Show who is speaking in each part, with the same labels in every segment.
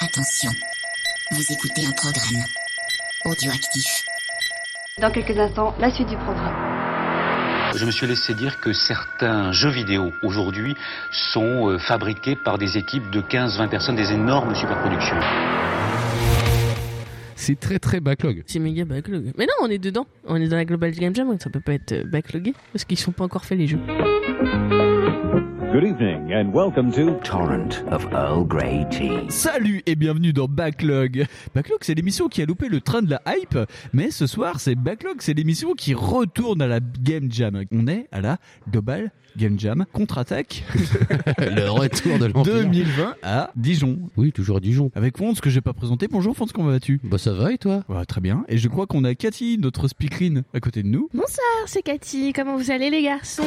Speaker 1: Attention, vous écoutez un programme audioactif.
Speaker 2: Dans quelques instants, la suite du programme.
Speaker 3: Je me suis laissé dire que certains jeux vidéo aujourd'hui sont euh, fabriqués par des équipes de 15-20 personnes, des énormes superproductions.
Speaker 4: C'est très très backlog.
Speaker 5: C'est méga backlog. Mais non, on est dedans. On est dans la Global Game Jam, donc ça peut pas être euh, backlogué parce qu'ils sont pas encore faits les jeux.
Speaker 6: Good evening and welcome to
Speaker 7: torrent of Earl Grey tea.
Speaker 8: Salut et bienvenue dans Backlog. Backlog, c'est l'émission qui a loupé le train de la hype, mais ce soir, c'est Backlog, c'est l'émission qui retourne à la Game Jam. On est à la Global Game Jam contre-attaque
Speaker 4: le retour de l'Empire.
Speaker 8: 2020 à Dijon.
Speaker 4: Oui, toujours Dijon.
Speaker 8: Avec Fonce que j'ai pas présenté. Bonjour Fonce, comment vas-tu
Speaker 4: Bah ça va et toi
Speaker 8: Ouais, Très bien. Et je crois qu'on a Cathy, notre speakerine, à côté de nous.
Speaker 9: Bonsoir, c'est Cathy. Comment vous allez, les garçons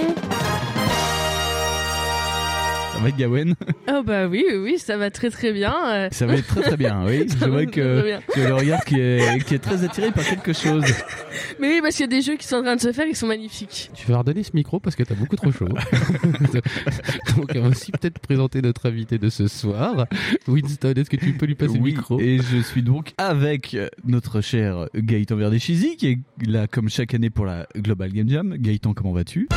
Speaker 8: Ça va être Gawen.
Speaker 5: Oh bah oui, oui, oui, ça va très très bien. euh,
Speaker 8: Ça va être très très bien, oui.
Speaker 5: Ça
Speaker 8: Je
Speaker 5: va
Speaker 8: vois
Speaker 5: être très
Speaker 8: que,
Speaker 5: bien.
Speaker 8: que le regard qui est, qui est très attiré par quelque chose.
Speaker 5: Mais oui, parce qu'il y a des jeux qui sont en train de se faire, ils sont magnifiques.
Speaker 4: Tu vas redonner ce micro parce que t'as beaucoup trop chaud. Donc on va aussi peut-être présenter notre invité de ce soir. Winston, est-ce que tu peux lui passer
Speaker 8: Oui,
Speaker 4: le micro
Speaker 8: Et je suis donc avec notre cher Gaëtan Verdechizy, qui est là comme chaque année pour la Global Game Jam. Gaëtan, comment vas-tu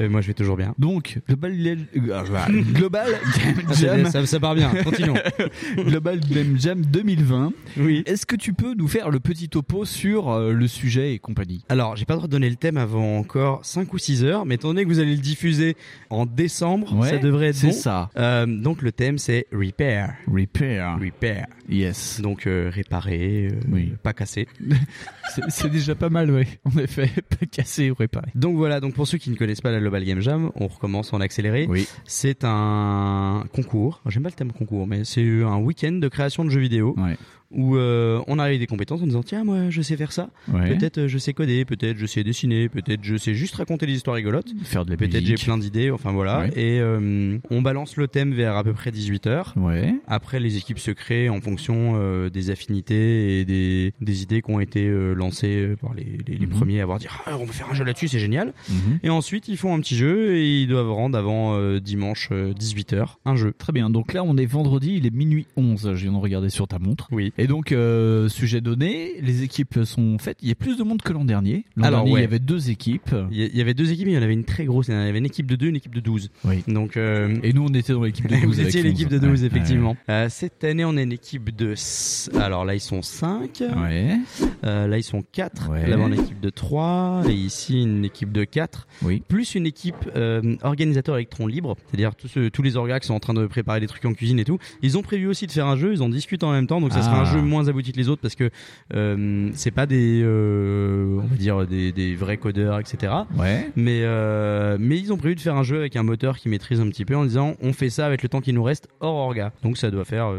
Speaker 10: Euh, moi, je vais toujours bien.
Speaker 8: Donc, Global, Ah, Global Game
Speaker 10: Ça,
Speaker 8: Jam,
Speaker 10: ça, ça part bien, continuons.
Speaker 8: Global Game Jam 2020.
Speaker 10: oui.
Speaker 8: Est-ce que tu peux nous faire le petit topo sur euh, le sujet et compagnie
Speaker 10: Alors, j'ai pas le droit de donner le thème avant encore 5 ou 6 heures, mais étant donné que vous allez le diffuser en décembre, ça devrait être
Speaker 8: C'est
Speaker 10: bon.
Speaker 8: ça.
Speaker 10: Euh, donc, le thème, c'est repair.
Speaker 8: Repair.
Speaker 10: Repair.
Speaker 8: Yes.
Speaker 10: Donc, euh, réparer, euh,
Speaker 8: Oui.
Speaker 10: pas casser.
Speaker 8: C'est- C'est déjà pas mal, oui. En effet, pas cassé ou réparé.
Speaker 10: Donc voilà, donc pour ceux qui ne connaissent pas la Global Game Jam, on recommence en accéléré.
Speaker 8: Oui.
Speaker 10: C'est un concours, j'aime pas le thème concours, mais c'est un week-end de création de jeux vidéo
Speaker 8: Ouais.
Speaker 10: où euh, on arrive avec des compétences en disant tiens moi je sais faire ça,
Speaker 8: ouais.
Speaker 10: Peut-être euh, je sais coder, peut-être je sais dessiner, peut-être je sais juste raconter des histoires rigolotes.
Speaker 8: Faire de la
Speaker 10: Peut-être j'ai
Speaker 8: musique.
Speaker 10: plein d'idées, enfin voilà.
Speaker 8: Ouais.
Speaker 10: Et euh, on balance le thème vers à peu près 18h.
Speaker 8: Ouais.
Speaker 10: Après, les équipes se créent en fonction euh, des affinités et des, des idées qui ont été euh, lancées euh, par les, les- les
Speaker 8: Mhm.
Speaker 10: premiers à avoir dit ah, on va faire un jeu là-dessus, c'est génial.
Speaker 8: Mhm.
Speaker 10: Et ensuite, ils font un petit jeu et ils doivent rendre avant euh, dimanche 18h un jeu.
Speaker 8: Très bien, donc là on est vendredi, il est minuit 11, je viens de regarder sur ta montre.
Speaker 10: Oui.
Speaker 8: Et donc, euh, sujet donné, les équipes sont faites, il y a plus de monde que l'an dernier. L'an
Speaker 10: Alors,
Speaker 8: dernier, il
Speaker 10: ouais.
Speaker 8: y avait deux équipes.
Speaker 10: Il y- il y avait deux équipes, mais il y en avait une très grosse. Il y en avait une équipe de 2 une équipe de 12.
Speaker 8: Oui.
Speaker 10: Donc, euh,
Speaker 8: Et nous on était dans l'équipe de 12.
Speaker 10: Vous
Speaker 8: avec
Speaker 10: étiez l'équipe de
Speaker 8: Fonz.
Speaker 10: 12,
Speaker 8: Ouais.
Speaker 10: effectivement. Euh, cette année, on est une équipe de. s- Alors là, ils sont 5.
Speaker 8: Ouais,
Speaker 10: là, ils sont 4.
Speaker 8: Ouais.
Speaker 10: Là-bas, on est une équipe de 3. Et ici, une équipe de 4.
Speaker 8: Oui.
Speaker 10: Plus une équipe euh, organisateur électron libre. C'est-à-dire tous, ceux- tous les orgas qui sont en train de préparer des trucs en cuisine et tout. Ils ont prévu aussi de faire un jeu. Ils en discutent en même temps. Donc, ça sera
Speaker 8: Ah.
Speaker 10: un jeu moins abouti que les autres parce que euh, c'est pas des. euh, on va dire des, des vrais codeurs, etc.
Speaker 8: ouais.
Speaker 10: Mais, euh, mais ils ont prévu de faire un jeu avec un moteur qui maîtrise un petit peu en disant on fait ça avec le temps qui nous reste hors orga. Donc ça doit faire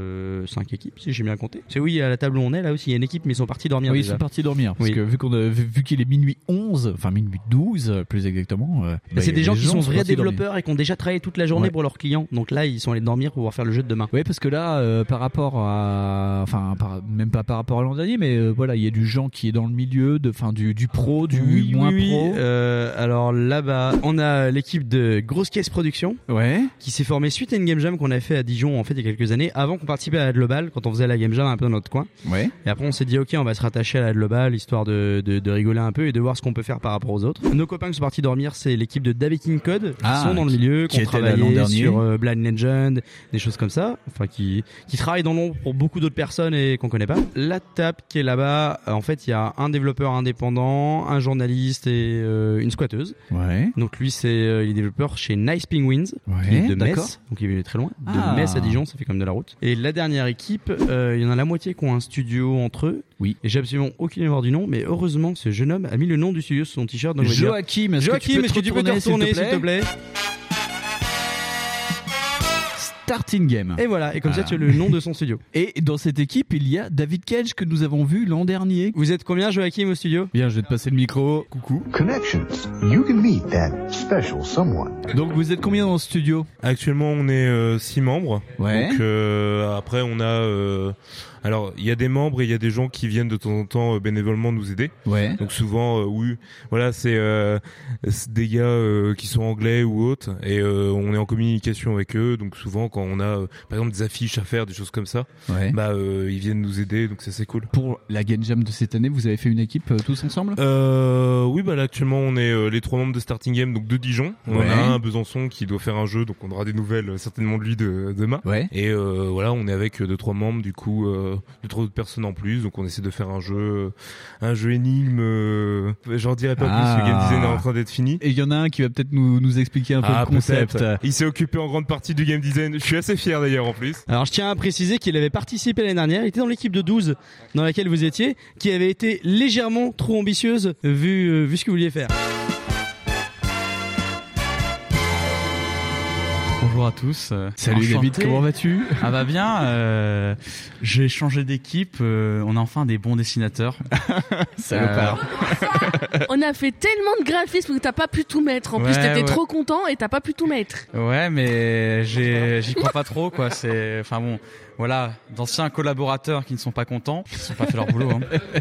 Speaker 10: 5 équipes si j'ai bien compté. C'est oui, à la table où on est là aussi, il y a une équipe mais ils sont partis dormir
Speaker 8: Oui, ils
Speaker 10: déjà.
Speaker 8: sont partis dormir parce
Speaker 10: Oui.
Speaker 8: que vu qu'on a- vu vu qu'il est minuit 11, enfin minuit 12 euh, plus exactement. euh, bah,
Speaker 10: c'est
Speaker 8: les
Speaker 10: des gens qui sont vrais
Speaker 8: partis dormir.
Speaker 10: développeurs et qui ont déjà travaillé toute la journée
Speaker 8: Ouais.
Speaker 10: pour leurs clients. Donc là, ils sont allés dormir pour pouvoir faire le jeu de demain.
Speaker 8: Oui, parce que là, euh, par rapport à, enfin, par- même pas par rapport à l'an dernier, mais euh, voilà, il y a du gens qui est dans le milieu, de, enfin, du, du pro, du moins pro.
Speaker 10: Euh, alors là-bas, on a l'équipe de Grosse Caisse Production
Speaker 8: Ouais.
Speaker 10: qui s'est formée suite à une game jam qu'on a fait à Dijon en fait il y a quelques années avant qu'on participait à la Global quand on faisait la game jam un peu dans notre coin.
Speaker 8: Ouais.
Speaker 10: Et après, on s'est dit, ok, on va se rattacher à la globale, histoire de, de, de rigoler un peu et de voir ce qu'on peut faire par rapport aux autres. Nos copains qui sont partis dormir, c'est l'équipe de David King Code, qui
Speaker 8: Ah,
Speaker 10: sont dans le milieu,
Speaker 8: qui
Speaker 10: qui ont
Speaker 8: étaient là l'an
Speaker 10: travaillé
Speaker 8: dernier.
Speaker 10: sur euh, Blind Legend, des choses comme ça, enfin qui, qui travaillent dans l'ombre pour beaucoup d'autres personnes et qu'on connaît pas. La tape qui est là-bas, euh, en fait, il y a un développeur indépendant, un journaliste et euh, une squatteuse.
Speaker 8: Ouais.
Speaker 10: Donc lui, c'est euh, il est développeur chez Nice Penguins, qui est
Speaker 8: Ouais.
Speaker 10: de
Speaker 8: D'accord.
Speaker 10: Metz, donc il est très loin. De
Speaker 8: Ah.
Speaker 10: Metz à Dijon, ça fait comme de la route. Et la dernière équipe, euh, il y en a la moitié qui ont un studio entre eux.
Speaker 8: Oui.
Speaker 10: Et j'ai absolument aucune mémoire du nom, mais heureusement, ce jeune homme a mis le nom du studio sur son t-shirt. donc je vais dire-
Speaker 8: Joachim, est-ce
Speaker 10: Joachim, est-ce que tu peux te retourner, s'il te plaît
Speaker 8: Starting Game.
Speaker 10: Et voilà, et comme
Speaker 8: Voilà.
Speaker 10: ça, tu as le nom de son studio.
Speaker 8: Ah. Et dans cette équipe, il y a David Cage que nous avons vu l'an dernier.
Speaker 10: Vous êtes combien, Joachim, au studio
Speaker 8: Bien, je vais te passer le micro. Coucou.
Speaker 7: Connections. You can meet that special someone.
Speaker 8: Donc, vous êtes combien dans le studio
Speaker 11: Actuellement, on est 6 euh, membres.
Speaker 8: Ouais.
Speaker 11: Donc, euh, après, on a euh, Alors, il y a des membres et il y a des gens qui viennent de temps en temps euh, bénévolement nous aider.
Speaker 8: Ouais.
Speaker 11: Donc souvent, euh, oui, voilà, c'est euh, c'est des gars euh, qui sont anglais ou autres et euh, on est en communication avec eux. Donc souvent, quand on a, euh, par exemple, des affiches à faire, des choses comme ça,
Speaker 8: Ouais.
Speaker 11: bah euh, ils viennent nous aider. Donc ça, c'est cool.
Speaker 8: Pour la Game Jam de cette année, vous avez fait une équipe euh, tous ensemble
Speaker 11: Euh, oui, bah là actuellement on est euh, les trois membres de Starting Game, donc de Dijon. On en
Speaker 8: Ouais.
Speaker 11: a un à Besançon qui doit faire un jeu, donc on aura des nouvelles euh, certainement de lui de, demain. Et euh, voilà, on est avec euh, deux trois membres du coup, euh, deux trois autres personnes en plus, donc on essaie de faire un jeu, euh, un jeu énigme. euh, J'en dirai pas plus, le game design est en train d'être fini.
Speaker 8: Ah. Et il y en a un qui va peut-être nous, nous expliquer un peu
Speaker 11: Ah,
Speaker 8: le concept.
Speaker 11: peut-être. Il s'est occupé en grande partie du game design. Je suis assez fier d'ailleurs en plus.
Speaker 10: Alors je tiens à préciser qu'il avait participé l'année dernière, il était dans l'équipe de 12 dans laquelle vous étiez, qui avait été légèrement trop ambitieuse vu, euh, vu ce que vous vouliez faire.
Speaker 12: Bonjour à tous. euh,
Speaker 8: Salut
Speaker 12: enchanté.
Speaker 8: David, comment vas-tu
Speaker 12: Ah bah bien, euh, j'ai changé d'équipe, euh, on a enfin des bons dessinateurs.
Speaker 8: Salopard. Euh.
Speaker 5: On a fait tellement de graphismes que t'as pas pu tout mettre. En plus,
Speaker 12: Ouais,
Speaker 5: t'étais
Speaker 12: ouais.
Speaker 5: trop content et t'as pas pu tout mettre.
Speaker 12: Euh, Ouais, mais j'ai- j'y crois pas trop, quoi. C'est, enfin bon, voilà, d'anciens collaborateurs qui ne sont pas contents, qui n'ont pas fait leur boulot. hein.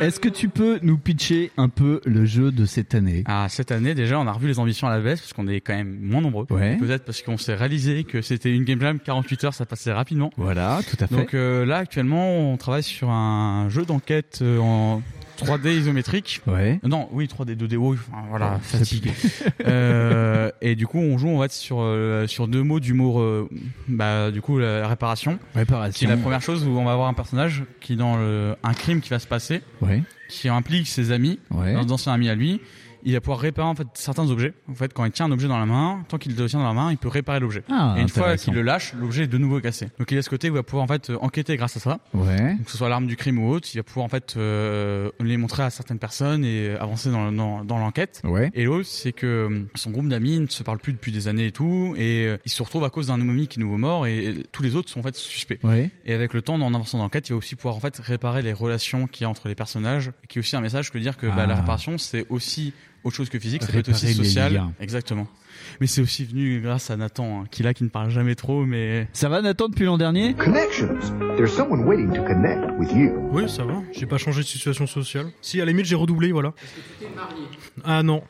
Speaker 8: Est-ce que tu peux nous pitcher un peu le jeu de cette année
Speaker 12: Ah, cette année, déjà, on a revu les ambitions à la baisse, parce qu'on est quand même moins nombreux.
Speaker 8: Ouais.
Speaker 12: Peut-être parce qu'on s'est réalisé que c'était une game jam, 48 heures, ça passait rapidement.
Speaker 8: Voilà, tout à fait.
Speaker 12: Donc euh, là, actuellement, on travaille sur un jeu d'enquête euh, en 3D isométrique.
Speaker 8: Ouais.
Speaker 12: Non, oui, 3D, 2D, oui, enfin, voilà,
Speaker 8: Ça
Speaker 12: fatigue. Euh, et du coup, on joue, on va être sur, euh, sur deux mots du mot, euh, bah, du coup, la réparation.
Speaker 8: Réparation.
Speaker 12: Qui est la première chose où on va avoir un personnage qui est dans le- un crime qui va se passer.
Speaker 8: Ouais.
Speaker 12: Qui implique ses amis,
Speaker 8: Ouais.
Speaker 12: dans d'anciens amis à lui. Il va pouvoir réparer en fait certains objets. En fait, quand il tient un objet dans la main, tant qu'il le tient dans la main, il peut réparer l'objet.
Speaker 8: Ah,
Speaker 12: et une fois
Speaker 8: intéressant.
Speaker 12: qu'il le lâche, l'objet est de nouveau cassé. Donc il a ce côté où il va pouvoir en fait euh, enquêter grâce à ça.
Speaker 8: Ouais.
Speaker 12: Donc, que ce soit l'arme du crime ou autre, il va pouvoir en fait euh, les montrer à certaines personnes et euh, avancer dans, le- dans, dans l'enquête.
Speaker 8: Ouais.
Speaker 12: Et l'autre, c'est que euh, son groupe d'amis ne se parle plus depuis des années et tout, et euh, il se retrouve à cause d'un homonyme qui est nouveau mort, et, et tous les autres sont en fait suspects.
Speaker 8: Ouais.
Speaker 12: Et avec le temps, en avançant dans l'enquête, il va aussi pouvoir en fait réparer les relations qu'il y a entre les personnages, qui est aussi un message que dire que bah,
Speaker 8: Ah.
Speaker 12: la réparation c'est aussi autre chose que physique, ça peut être
Speaker 8: Réparer
Speaker 12: aussi
Speaker 8: les
Speaker 12: social.
Speaker 8: liens.
Speaker 12: Exactement. Mais c'est aussi venu grâce à Nathan, hein, qui là qui ne parle jamais trop, mais
Speaker 8: ça va Nathan depuis l'an dernier
Speaker 7: Connections. There's someone waiting to connect with you.
Speaker 13: Oui, ça va. J'ai pas changé de situation sociale. Si, à la limite, j'ai redoublé, voilà. Ah non,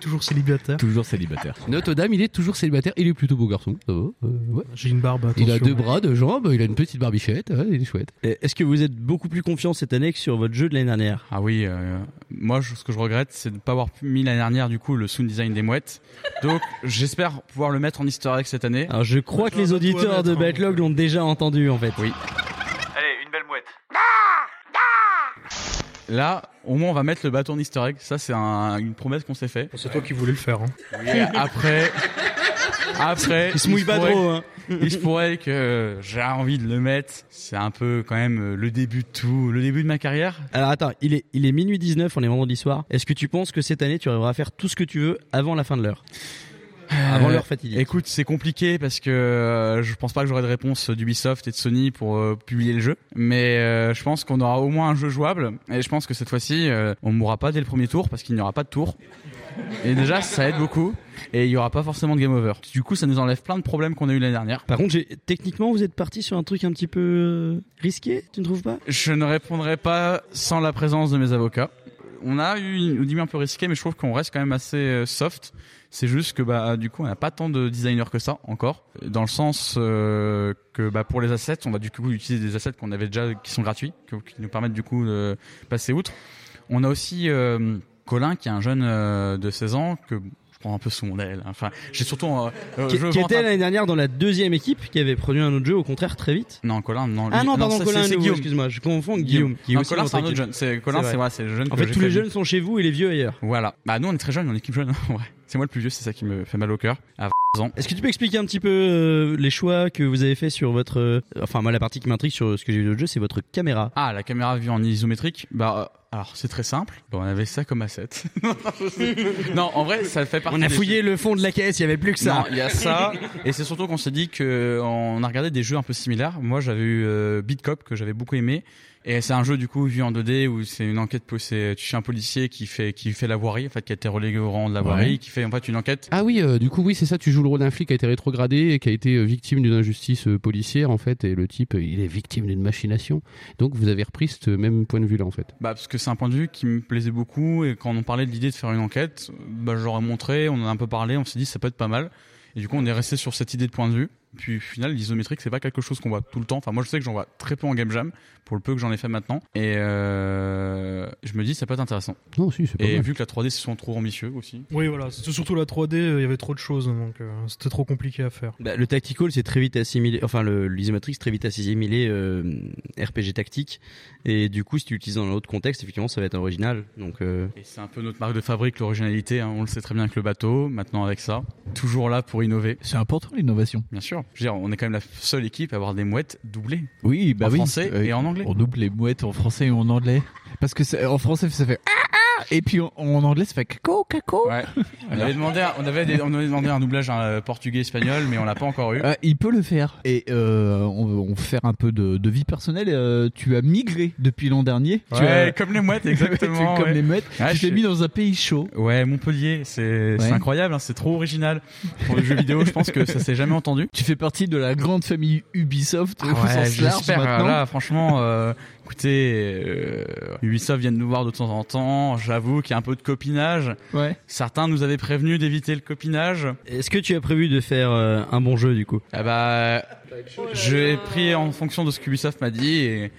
Speaker 13: toujours célibataire.
Speaker 8: Toujours célibataire.
Speaker 4: Notre dame, il est toujours célibataire. Il est plutôt beau garçon. ça va, euh, ouais.
Speaker 13: J'ai une barbe.
Speaker 4: Il a
Speaker 13: attention.
Speaker 4: deux bras, deux jambes. Il a une petite barbichette. ouais, il est chouette.
Speaker 10: Et Est-ce que vous êtes beaucoup plus confiant cette année que sur votre jeu de l'année dernière
Speaker 12: Ah oui, euh, moi je- ce que je regrette c'est de ne pas avoir pu- mis l'année dernière du coup le sound design des mouettes. Donc j'espère pouvoir le mettre en easter egg cette année.
Speaker 10: Alors je crois que les auditeurs
Speaker 13: hein,
Speaker 10: de Backlog
Speaker 13: euh,
Speaker 10: l'ont déjà entendu en fait.
Speaker 12: Oui.
Speaker 14: Allez, une belle mouette.
Speaker 15: Ah
Speaker 12: Là au moins on va mettre le bâton en easter egg, ça c'est un- une promesse qu'on s'est fait.
Speaker 13: C'est toi qui voulais le faire. Hein.
Speaker 12: Et après... Après,
Speaker 13: Il se mouille pas
Speaker 12: Ah, pourrait-
Speaker 13: trop, hein.
Speaker 12: Il se pourrait que euh, j'ai envie de le mettre. C'est un peu quand même euh, le début de tout, le début de ma carrière.
Speaker 10: Alors attends, il est, il est minuit 19, on est vendredi soir. Est-ce que tu penses que cette année tu arriveras à faire tout ce que tu veux avant la fin de l'heure Avant
Speaker 12: Euh,
Speaker 10: l'heure fatidique.
Speaker 12: Écoute, c'est compliqué parce que euh, je pense pas que j'aurai de réponse d'Ubisoft et de Sony pour euh, publier le jeu. Mais euh, je pense qu'on aura au moins un jeu jouable. Et je pense que cette fois-ci, euh, on mourra pas dès le premier tour parce qu'il n'y aura pas de tour. Et déjà, ça aide beaucoup. Et il y aura pas forcément de game over. Du coup, ça nous enlève plein de problèmes qu'on a eu l'année dernière.
Speaker 10: Par contre, j'ai- techniquement, vous êtes parti sur un truc un petit peu euh, risqué, tu ne trouves pas
Speaker 12: Je ne répondrai pas sans la présence de mes avocats. On a eu une une demi un peu risquée, mais je trouve qu'on reste quand même assez euh, soft. C'est juste que bah du coup on n'a pas tant de designers que ça encore, dans le sens euh, que bah pour les assets on va du coup utiliser des assets qu'on avait déjà qui sont gratuits, que- qui nous permettent du coup de passer outre. On a aussi euh, Colin qui est un jeune euh, de 16 ans que je prends un peu sous mon aile. hein. Enfin j'ai surtout euh, euh,
Speaker 10: Qui,
Speaker 12: je
Speaker 10: qui
Speaker 12: vante
Speaker 10: était
Speaker 12: un-
Speaker 10: l'année dernière dans la deuxième équipe qui avait produit un autre jeu au contraire très vite
Speaker 12: Non, Colin, non.
Speaker 10: Ah
Speaker 12: lui-
Speaker 10: non, pardon,
Speaker 12: ça,
Speaker 10: Colin,
Speaker 12: c'est- c'est
Speaker 10: nouveau,
Speaker 12: Guillaume.
Speaker 10: excuse-moi, je confonds Guillaume. qui est
Speaker 12: Non,
Speaker 10: aussi
Speaker 12: Colin,
Speaker 10: dans
Speaker 12: c'est un
Speaker 10: notre
Speaker 12: autre
Speaker 10: équipe.
Speaker 12: jeune. C'est- Colin, c'est voilà, c'est le jeune
Speaker 10: En
Speaker 12: que
Speaker 10: fait,
Speaker 12: j'ai
Speaker 10: tous les
Speaker 12: fait
Speaker 10: jeunes sont chez vous et les vieux ailleurs.
Speaker 12: Voilà. Bah nous on est très jeunes, on est équipe jeune. Ouais. C'est moi le plus vieux, c'est ça qui me fait mal au cœur. À 20 ans.
Speaker 10: Est-ce que tu peux expliquer un petit peu euh, les choix que vous avez fait sur votre. euh, enfin, moi, la partie qui m'intrigue sur ce que j'ai vu de jeu, c'est votre caméra.
Speaker 12: Ah, la caméra vue en isométrique. Bah euh, alors c'est très simple. Bah, on avait ça comme asset. non, en vrai, ça fait partie.
Speaker 10: On a
Speaker 12: des-
Speaker 10: fouillé le fond de la caisse, il y avait plus que ça.
Speaker 12: Non, il y a ça. Et c'est surtout qu'on s'est dit que on a regardé des jeux un peu similaires. Moi, j'avais eu euh, Beat Cop que j'avais beaucoup aimé. Et c'est un jeu du coup vu en 2D où c'est une enquête, où c'est tu suis un policier qui fait qui fait la voirie, en fait qui a été relégué au rang de la voirie,
Speaker 4: Ouais.
Speaker 12: qui fait en fait une enquête.
Speaker 4: Ah oui, euh, du coup, oui, c'est ça. Tu joues le rôle d'un flic qui a été rétrogradé et qui a été euh, victime d'une injustice euh, policière, en fait. Et le type, euh, il est victime d'une machination. Donc, vous avez repris ce même point de vue-là, en fait.
Speaker 12: Bah parce que c'est un point de vue qui me plaisait beaucoup et quand on parlait de l'idée de faire une enquête, bah j'aurais montré, on en a un peu parlé, on s'est dit ça peut être pas mal. Et du coup on est resté sur cette idée de point de vue. Puis au final l'isométrique c'est pas quelque chose qu'on voit tout le temps. Enfin moi je sais que j'en vois très peu en game jam pour le peu que j'en ai fait maintenant. Et euh, je me dis ça peut être intéressant.
Speaker 4: Non, si, c'est pas
Speaker 12: Et
Speaker 4: mal.
Speaker 12: vu que la 3D c'est souvent trop ambitieux aussi.
Speaker 13: Oui, voilà. C'est surtout la 3D, euh, il y avait trop de choses, donc euh, c'était trop compliqué à faire.
Speaker 10: Bah, le tactical, c'est très vite assimilé. Enfin, le- l'isométrique, c'est très vite assimilé euh, RPG tactique. Et du coup, si tu l'utilises dans un autre contexte, effectivement, ça va être original. Donc, euh,
Speaker 12: Et c'est un peu notre marque de fabrique, l'originalité. hein. On le sait très bien avec le bateau, maintenant avec ça. Toujours là pour innover.
Speaker 8: C'est important l'innovation.
Speaker 12: Bien sûr. Je veux dire, on est quand même la seule équipe à avoir des mouettes doublées.
Speaker 8: Oui, bah
Speaker 12: en
Speaker 8: oui.
Speaker 12: français
Speaker 8: Euh,
Speaker 12: et en anglais.
Speaker 8: On double les mouettes en français et en anglais. Parce que c'est- en français, ça fait ah, ah et puis en, en anglais, ça fait caco, caco.
Speaker 12: On avait demandé, un- on avait, des- on avait demandé un doublage hein, portugais-espagnol, mais on l'a pas encore eu.
Speaker 8: Euh, il peut le faire. Et euh, on, on va faire un peu de, de vie personnelle. Euh, tu as migré depuis l'an dernier. Tu
Speaker 12: Ouais,
Speaker 8: as-
Speaker 12: comme les mouettes, exactement,
Speaker 8: Tu- comme
Speaker 12: ouais.
Speaker 8: les mouettes.
Speaker 12: Ouais,
Speaker 8: tu t'es
Speaker 12: je-
Speaker 8: mis dans un pays chaud.
Speaker 12: Ouais, Montpellier, c'est c'est
Speaker 8: Ouais.
Speaker 12: incroyable, hein, c'est trop original pour le jeu vidéo. Je pense que ça s'est jamais entendu.
Speaker 8: Tu fais partie de la grande famille Ubisoft.
Speaker 12: Ah
Speaker 8: au
Speaker 12: ouais,
Speaker 8: sens large
Speaker 12: j'espère.
Speaker 8: maintenant.
Speaker 12: Là, franchement, euh, écoutez, euh, Ubisoft vient de nous voir de temps en temps. J'avoue qu'il y a un peu de copinage.
Speaker 8: Ouais.
Speaker 12: Certains nous avaient prévenu d'éviter le copinage.
Speaker 10: est-ce que tu as prévu de faire euh, un bon jeu, du coup
Speaker 12: Ah bah, j'ai pris en fonction de ce qu'Ubisoft m'a dit et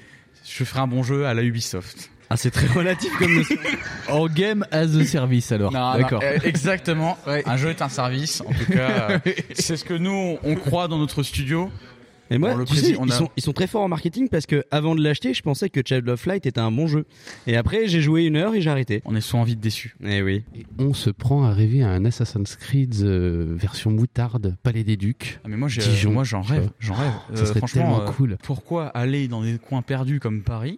Speaker 12: je ferai un bon jeu à la Ubisoft.
Speaker 10: Ah, c'est très relatif comme.
Speaker 8: en game as a service alors.
Speaker 12: Non, non,
Speaker 8: D'accord.
Speaker 12: euh, exactement. Un jeu est un service. En tout cas, euh, c'est ce que nous on croit dans notre studio.
Speaker 10: Et moi,
Speaker 12: Dans le
Speaker 10: tu
Speaker 12: prési-
Speaker 10: sais,
Speaker 12: on
Speaker 10: ils,
Speaker 12: a-
Speaker 10: sont, ils sont très forts en marketing parce que avant de l'acheter, je pensais que Child of Light était un bon jeu. Et après, j'ai joué une heure et j'ai arrêté.
Speaker 12: On est souvent vite déçus.
Speaker 10: Eh oui.
Speaker 4: On se prend à rêver à un Assassin's Creed euh, version moutarde, Palais des Ducs.
Speaker 12: Ah, mais moi, j'ai-
Speaker 4: Dijon,
Speaker 12: moi j'en
Speaker 4: tu vois. Oh,
Speaker 12: rêve, j'en rêve.
Speaker 4: Ça
Speaker 12: Euh,
Speaker 4: serait
Speaker 12: franchement,
Speaker 4: tellement
Speaker 12: euh,
Speaker 4: cool.
Speaker 12: pourquoi aller dans des coins perdus comme Paris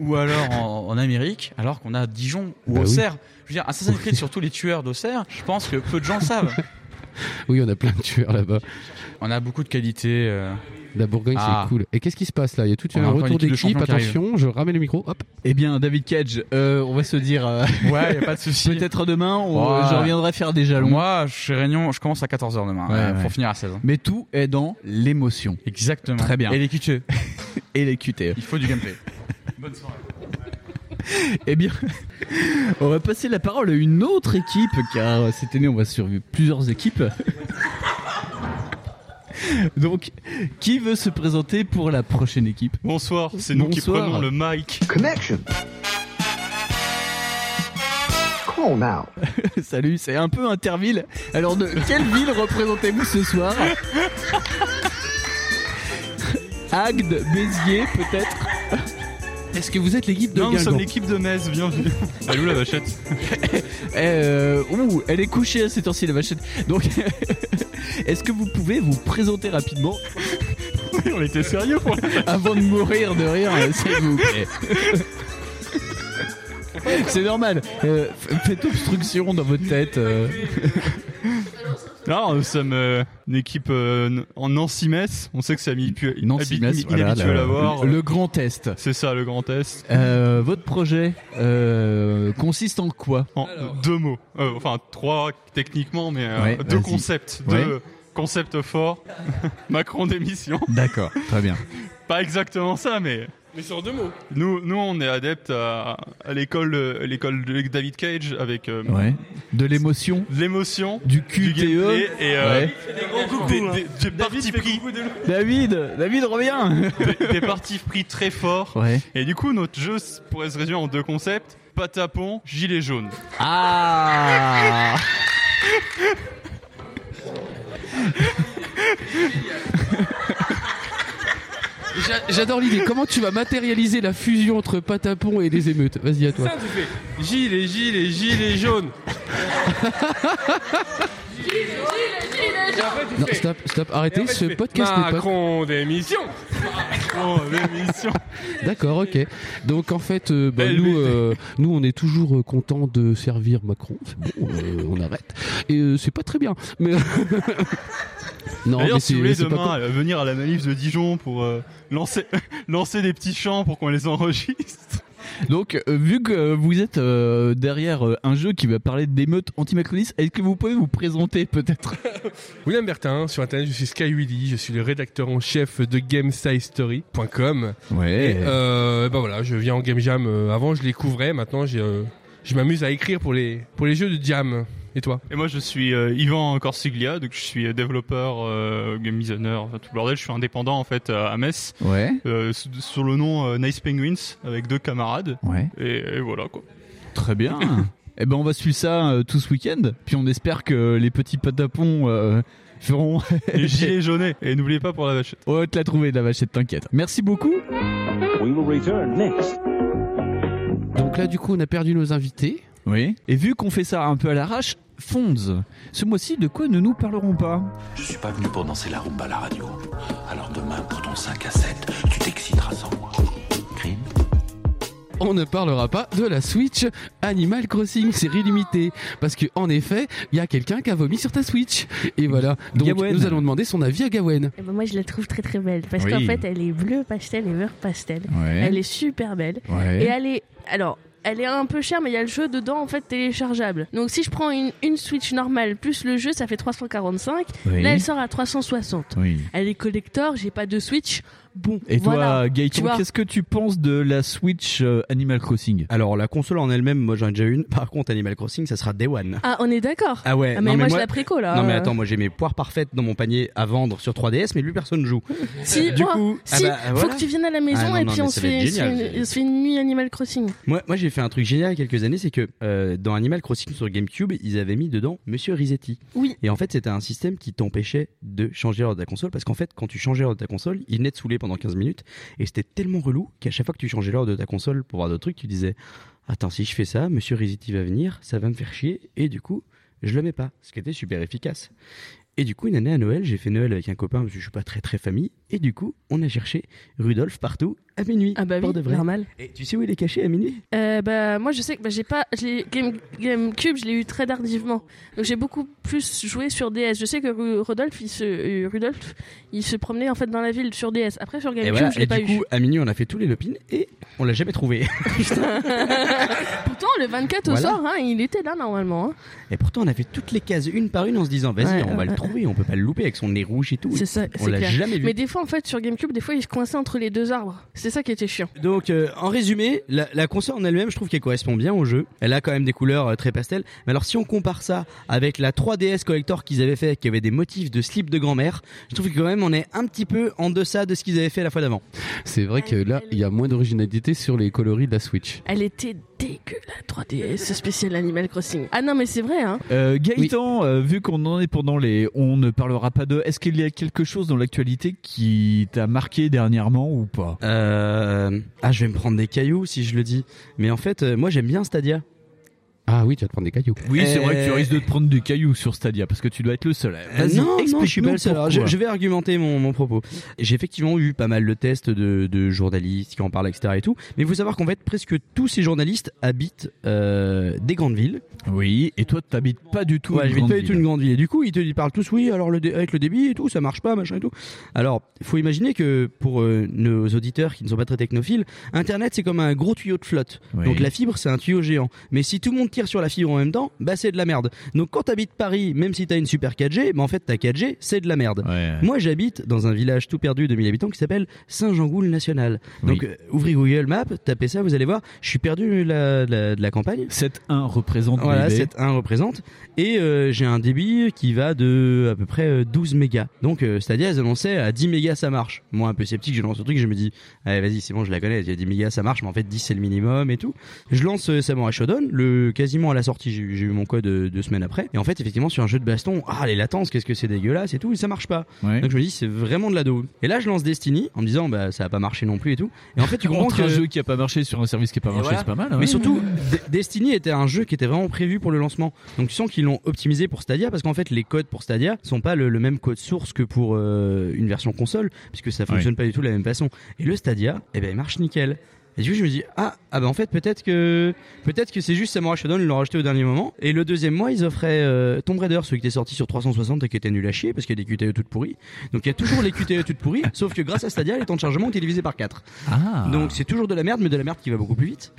Speaker 12: ou alors en, en Amérique alors qu'on a Dijon ou
Speaker 4: Bah oui.
Speaker 12: Auxerre Je veux dire, Assassin's Creed, surtout les tueurs d'Auxerre, je pense que peu de gens le savent.
Speaker 4: Oui, on a plein de tueurs là-bas.
Speaker 12: On a beaucoup de qualités. euh.
Speaker 4: La Bourgogne,
Speaker 12: Ah.
Speaker 4: c'est cool. Et qu'est-ce qui se passe là Il y a tout
Speaker 12: On a
Speaker 4: un
Speaker 12: encore une
Speaker 4: retour
Speaker 12: équipe de
Speaker 4: d'équipe.
Speaker 12: champions qui arrive.
Speaker 4: Attention, je ramène le micro. Hop.
Speaker 8: Eh bien, David Cage, euh, on va se dire. euh,
Speaker 12: Ouais, y a pas de souci.
Speaker 8: Peut-être demain, on,
Speaker 12: Ouais.
Speaker 8: je reviendrai faire des jalons.
Speaker 12: Moi, je suis réunion, je commence à 14h demain
Speaker 8: Ouais,
Speaker 12: euh,
Speaker 8: ouais.
Speaker 12: pour finir à 16h.
Speaker 8: Mais tout est dans l'émotion.
Speaker 12: Exactement.
Speaker 8: Très bien.
Speaker 12: Et les QTE.
Speaker 8: Et les E. QTE.
Speaker 12: Il faut du gameplay. Bonne soirée.
Speaker 8: Eh bien, on va passer la parole à une autre équipe, car euh, cette année, on va survivre plusieurs équipes. Donc, qui veut se présenter pour la prochaine équipe
Speaker 14: Bonsoir, c'est nous qui
Speaker 8: Bonsoir.
Speaker 14: prenons le mic.
Speaker 7: Connection. Come on now.
Speaker 8: Salut, c'est un peu Interville. Alors, de quelle ville représentez-vous ce soir Agde, Béziers, peut-être Est-ce que vous êtes l'équipe
Speaker 14: Non, nous sommes l'équipe de Metz, bienvenue. Allô la vachette
Speaker 8: Eh, Euh, ouh, elle est couchée à cette heure-ci, la vachette. Donc, est-ce que vous pouvez vous présenter rapidement
Speaker 14: On était sérieux pour
Speaker 8: Avant de mourir de rire, euh, s'il vous plaît. C'est normal. Euh, f- faites obstruction dans votre tête. euh.
Speaker 14: Non, nous sommes euh, une équipe euh, n- en Nancy-Metz. On sait que c'est habitu-
Speaker 8: Nancy-Metz,
Speaker 14: habitu-
Speaker 8: voilà,
Speaker 14: inhabituel
Speaker 8: la-
Speaker 14: à voir.
Speaker 8: le Grand Est.
Speaker 14: C'est ça, le Grand Est.
Speaker 8: Euh, votre projet euh, consiste en quoi
Speaker 14: En deux mots. Euh, enfin, trois techniquement, mais euh,
Speaker 8: Ouais,
Speaker 14: deux
Speaker 8: vas-y.
Speaker 14: concepts.
Speaker 8: Ouais.
Speaker 14: Deux concepts forts. Macron démission.
Speaker 8: D'accord, très bien.
Speaker 14: Pas exactement ça, mais...
Speaker 16: Mais sur deux mots.
Speaker 14: Nous, nous, on est adepte à, à l'école, euh, l'école de David Cage avec euh,
Speaker 8: Ouais. De l'émotion,
Speaker 14: de l'émotion,
Speaker 8: du QTE.
Speaker 14: gameplay
Speaker 4: E.
Speaker 14: et euh,
Speaker 8: Ouais.
Speaker 14: des, des- des partis pris,
Speaker 8: David, David, reviens.
Speaker 14: des- des partis pris très forts.
Speaker 8: Ouais.
Speaker 14: Et du coup, notre jeu s- pourrait se résumer en deux concepts patapon, gilet jaune.
Speaker 8: Ah.
Speaker 4: J'a- J'adore l'idée. Comment tu vas matérialiser la fusion entre patapon et des émeutes Vas-y, à toi.
Speaker 16: Ça, tu fais gilet, gilet, gilet jaune. Et après, tu
Speaker 4: Non,
Speaker 16: fais
Speaker 4: stop, stop, arrêtez. Ce podcast n'est pas.
Speaker 16: Macron d'émission.
Speaker 4: Oh,
Speaker 16: Macron d'émission.
Speaker 4: D'accord, ok. Donc en fait, euh, bah,
Speaker 16: LBD.
Speaker 4: nous, euh, nous, on est toujours euh, contents de servir Macron. C'est bon, euh, on arrête. Et euh, c'est pas très bien. Mais Non, mais
Speaker 16: D'ailleurs, si
Speaker 4: c'est-
Speaker 16: vous voulez
Speaker 4: c'est pas
Speaker 16: demain
Speaker 4: con.
Speaker 16: euh, venir à la manif de Dijon pour euh, lancer, lancer des petits chants pour qu'on les enregistre.
Speaker 8: Donc, euh, vu que euh, vous êtes euh, derrière euh, un jeu qui va parler d'émeutes anti-macronistes, est-ce que vous pouvez vous présenter peut-être
Speaker 17: William Bertin, sur internet, je suis Skywilly, je suis le rédacteur en chef de GameSizeStory.com.
Speaker 8: Ouais.
Speaker 17: Et, euh, ben voilà, je viens en Game Jam. euh, Avant, je les couvrais, maintenant, j'ai, euh, je m'amuse à écrire pour les, pour les jeux de Jam. Et toi
Speaker 14: Et moi, je suis euh, Yvan Corsiglia, donc je suis euh, développeur, euh, game designer, enfin, tout le bordel. Je suis indépendant en fait euh, à Metz,
Speaker 8: Ouais.
Speaker 14: euh, sous- sur le nom euh, Nice Penguins, avec deux camarades.
Speaker 8: Ouais.
Speaker 14: Et, et voilà quoi.
Speaker 8: Très bien. Eh ben, on va suivre ça euh, tout ce week-end. Puis on espère que les petits patapons euh, feront.
Speaker 14: Les gilets jaunes. Et n'oubliez pas pour la vachette.
Speaker 8: Ouais, te la trouver, la vachette, t'inquiète. Merci beaucoup.
Speaker 6: We will return next.
Speaker 4: Donc là, du coup, on a perdu nos invités.
Speaker 8: Oui. Et vu qu'on fait ça un peu à l'arrache, Fonds, ce mois-ci, de quoi ne nous parlerons pas
Speaker 18: Je suis pas venu pour danser la rumba à la radio. Alors demain, pour ton 5 à 7, tu t'exciteras sans moi. Crime
Speaker 4: On ne parlera pas de la Switch Animal Crossing série limitée parce que en effet, il y a quelqu'un qui a vomi sur ta Switch et voilà. Donc
Speaker 9: Gawen.
Speaker 4: nous allons demander son avis à Gawen.
Speaker 9: Eh ben, moi, je la trouve très très belle parce
Speaker 4: Oui.
Speaker 9: qu'en fait, elle est bleue pastel et vert pastel.
Speaker 4: Ouais.
Speaker 9: Elle est super belle.
Speaker 4: Ouais.
Speaker 9: Et elle est. Alors. Elle est un peu chère, mais il y a le jeu dedans en fait téléchargeable. Donc si je prends une, une Switch normale plus le jeu, ça fait 345.
Speaker 8: Oui.
Speaker 9: Là, elle sort à 360.
Speaker 8: Oui.
Speaker 9: Elle est collector, j'ai pas de Switch. Bon.
Speaker 8: Et toi,
Speaker 10: euh,
Speaker 9: voilà. Tu
Speaker 8: Gaëtan,
Speaker 9: vois.
Speaker 8: qu'est-ce que tu penses de la Switch euh, Animal Crossing
Speaker 10: Alors, la console en elle-même, moi j'en ai déjà une. Par contre, Animal Crossing, ça sera Day One.
Speaker 9: Ah, on est d'accord.
Speaker 10: Ah ouais.
Speaker 9: mais
Speaker 10: non,
Speaker 9: moi, je la préco là.
Speaker 10: Non mais
Speaker 9: Euh,
Speaker 10: attends, moi j'ai mes poires parfaites dans mon panier à vendre sur 3DS, mais plus personne joue.
Speaker 9: Si,
Speaker 10: du
Speaker 9: moi,
Speaker 10: coup, ah
Speaker 9: si,
Speaker 10: bah,
Speaker 9: faut
Speaker 10: voilà.
Speaker 9: que tu viennes à la maison
Speaker 10: Ah non,
Speaker 9: et
Speaker 10: non,
Speaker 9: puis
Speaker 10: mais
Speaker 9: on
Speaker 10: ça
Speaker 9: se
Speaker 10: va être
Speaker 9: fait,
Speaker 10: génial.
Speaker 9: se fait une, on se fait une nuit Animal Crossing.
Speaker 10: Moi, moi j'ai fait un truc génial il y a quelques années, c'est que euh, dans Animal Crossing sur GameCube, ils avaient mis dedans Monsieur Risetti.
Speaker 9: Oui.
Speaker 10: Et en fait, c'était un système qui t'empêchait de changer l'heure de ta console parce qu'en fait, quand tu changeais l'heure de ta console, il venait te saouler pendant 15 minutes et c'était tellement relou qu'à chaque fois que tu changeais l'heure de ta console pour voir d'autres trucs, tu disais Attends, si je fais ça, Monsieur Risetti va venir, ça va me faire chier et du coup, je le mets pas. Ce qui était super efficace. Et du coup, une année à Noël, j'ai fait Noël avec un copain parce que je suis pas très très famille. Et du coup, on a cherché Rudolf partout à minuit.
Speaker 9: Ah bah
Speaker 10: pour
Speaker 9: oui,
Speaker 10: de vrai.
Speaker 9: normal.
Speaker 10: Et tu sais où il est caché à minuit
Speaker 9: Euh, bah, moi, je sais que bah, j'ai pas. je l'ai- Game, GameCube, je l'ai eu très tardivement. Donc, j'ai beaucoup plus joué sur DS. Je sais que Ru- Rodolphe, il se, euh, Rudolph, il se promenait en fait dans la ville sur DS. Après, sur
Speaker 10: Et
Speaker 9: GameCube,
Speaker 10: voilà,
Speaker 9: je
Speaker 10: et
Speaker 9: l'ai pas
Speaker 10: du
Speaker 9: eu.
Speaker 10: coup, à minuit, on a fait tous les lopines et on l'a jamais trouvé.
Speaker 9: Pourtant, le 24 au
Speaker 10: Voilà.
Speaker 9: sort, hein, il était là normalement. hein.
Speaker 10: et pourtant, on a fait toutes les cases une par une en se disant, vas-y,
Speaker 9: Ouais,
Speaker 10: on va
Speaker 9: ouais,
Speaker 10: le
Speaker 9: ouais.
Speaker 10: trouver, on peut pas le louper avec son nez rouge et tout.
Speaker 9: C'est ça,
Speaker 10: on
Speaker 9: c'est
Speaker 10: l'a
Speaker 9: clair.
Speaker 10: jamais vu.
Speaker 9: Mais des fois, en fait, sur GameCube, des fois, il se coinçait entre les deux arbres. C'est ça qui était chiant.
Speaker 10: Donc, euh, en résumé, la, la console en elle-même, je trouve qu'elle correspond bien au jeu. Elle a quand même des couleurs euh, très pastel. Mais alors, si on compare ça avec la 3DS Collector qu'ils avaient fait, qui avait des motifs de slip de grand-mère, je trouve que quand même, on est un petit peu en deçà de ce qu'ils avaient fait la fois d'avant.
Speaker 4: C'est vrai que là, il y a moins d'originalité sur les coloris de la Switch.
Speaker 9: Elle était dégueu la 3DS, ce spécial Animal Crossing. Ah non, mais c'est vrai, hein.
Speaker 8: Euh, Gaëtan, euh, vu qu'on en est pendant les, on ne parlera pas de. Est-ce qu'il y a quelque chose dans l'actualité qui t'a marqué dernièrement ou pas
Speaker 10: Euh... Ah, je vais me prendre des cailloux si je le dis. Mais en fait, euh, moi, j'aime bien Stadia.
Speaker 4: Ah oui, tu vas te prendre des cailloux.
Speaker 8: Oui, c'est vrai que tu
Speaker 10: Euh,
Speaker 8: risques de te prendre des cailloux sur Stadia parce que tu dois être le seul.
Speaker 10: Euh,
Speaker 8: Vas-y,
Speaker 10: non, non,
Speaker 8: explique-nous
Speaker 10: je suis pas le seul. Alors,
Speaker 8: pourquoi.
Speaker 10: Je, je vais argumenter mon, mon propos. J'ai effectivement eu pas mal de tests de, de journalistes qui en parlent, etc. et tout. Mais il faut savoir qu'en fait, presque tous ces journalistes habitent euh, des grandes villes.
Speaker 8: Oui, et toi, t'habites pas du tout
Speaker 10: Ouais,
Speaker 8: une
Speaker 10: j'habite
Speaker 8: grande
Speaker 10: pas du tout
Speaker 8: ville.
Speaker 10: une grande ville. Et du coup, ils te ils parlent tous, oui, alors le dé- avec le débit et tout, ça marche pas, machin et tout. Alors, faut imaginer que pour euh, nos auditeurs qui ne sont pas très technophiles, Internet, c'est comme un gros tuyau de flotte.
Speaker 8: Oui.
Speaker 10: Donc la fibre, c'est un tuyau géant. Mais si tout le monde tire sur la fibre en même temps, bah c'est de la merde. Donc quand t'habites Paris, même si t'as une super 4G, bah en fait ta 4G, c'est de la merde. Moi, j'habite dans un village tout perdu de 1000 habitants qui s'appelle Saint-Jean-Goul National. Donc euh, ouvrez Google Maps, tapez ça, vous allez voir, je suis perdu de la, de la- de la campagne.
Speaker 8: 7-1 représente
Speaker 10: Voilà,
Speaker 8: BB.
Speaker 10: 7.1 hein, représente. Et euh, j'ai un débit qui va de à peu près euh, 12 mégas. Donc, euh, c'est-à-dire, elles annonçaient à 10 mégas ça marche. Moi, un peu sceptique, je lance le truc, je me dis, allez, vas-y, c'est bon, je la connais, il y a 10 mégas ça marche, mais en fait, 10 c'est le minimum et tout. Je lance euh, Samurai Shodown, le, quasiment à la sortie, j'ai eu j'ai eu mon code euh, deux semaines après. Et en fait, effectivement, sur un jeu de baston, ah, les latences, qu'est-ce que c'est dégueulasse et tout, et ça marche pas.
Speaker 8: Ouais.
Speaker 10: Donc, je me dis, c'est vraiment de la daube. Et là, je lance Destiny en me disant, bah, ça a pas marché non plus et tout. Et en fait, tu comprends
Speaker 8: Entre
Speaker 10: que.
Speaker 8: un jeu qui a pas marché sur un service qui a pas
Speaker 10: Et
Speaker 8: marché,
Speaker 10: voilà.
Speaker 8: c'est pas mal. hein.
Speaker 10: Mais surtout, D- Destiny était un jeu qui était vraiment prévu pour le lancement. Donc tu sens qu'ils l'ont optimisé pour Stadia parce qu'en fait les codes pour Stadia sont pas le, le même code source que pour euh, une version console puisque ça fonctionne
Speaker 8: Ouais.
Speaker 10: pas du tout de la même façon. Et le Stadia, eh ben il marche nickel. Et du coup, je me dis, ah, ah bah en fait, peut-être que, peut-être que c'est juste Samurai Shodown, ils l'ont racheté au dernier moment. Et le deuxième mois, ils offraient euh, Tomb Raider, celui qui était sorti sur 360 et qui était nul à chier parce qu'il y a des QTE toutes pourries. Donc il y a toujours les QTE toutes pourries, sauf que grâce à Stadia, les temps de chargement ont été divisés par 4.
Speaker 8: Ah.
Speaker 10: Donc c'est toujours de la merde, mais de la merde qui va beaucoup plus vite.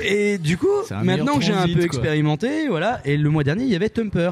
Speaker 10: et du coup,
Speaker 8: C'est un meilleur
Speaker 10: maintenant que j'ai un
Speaker 8: transit,
Speaker 10: peu
Speaker 8: quoi.
Speaker 10: expérimenté, voilà, et le mois dernier, il y avait Tumper.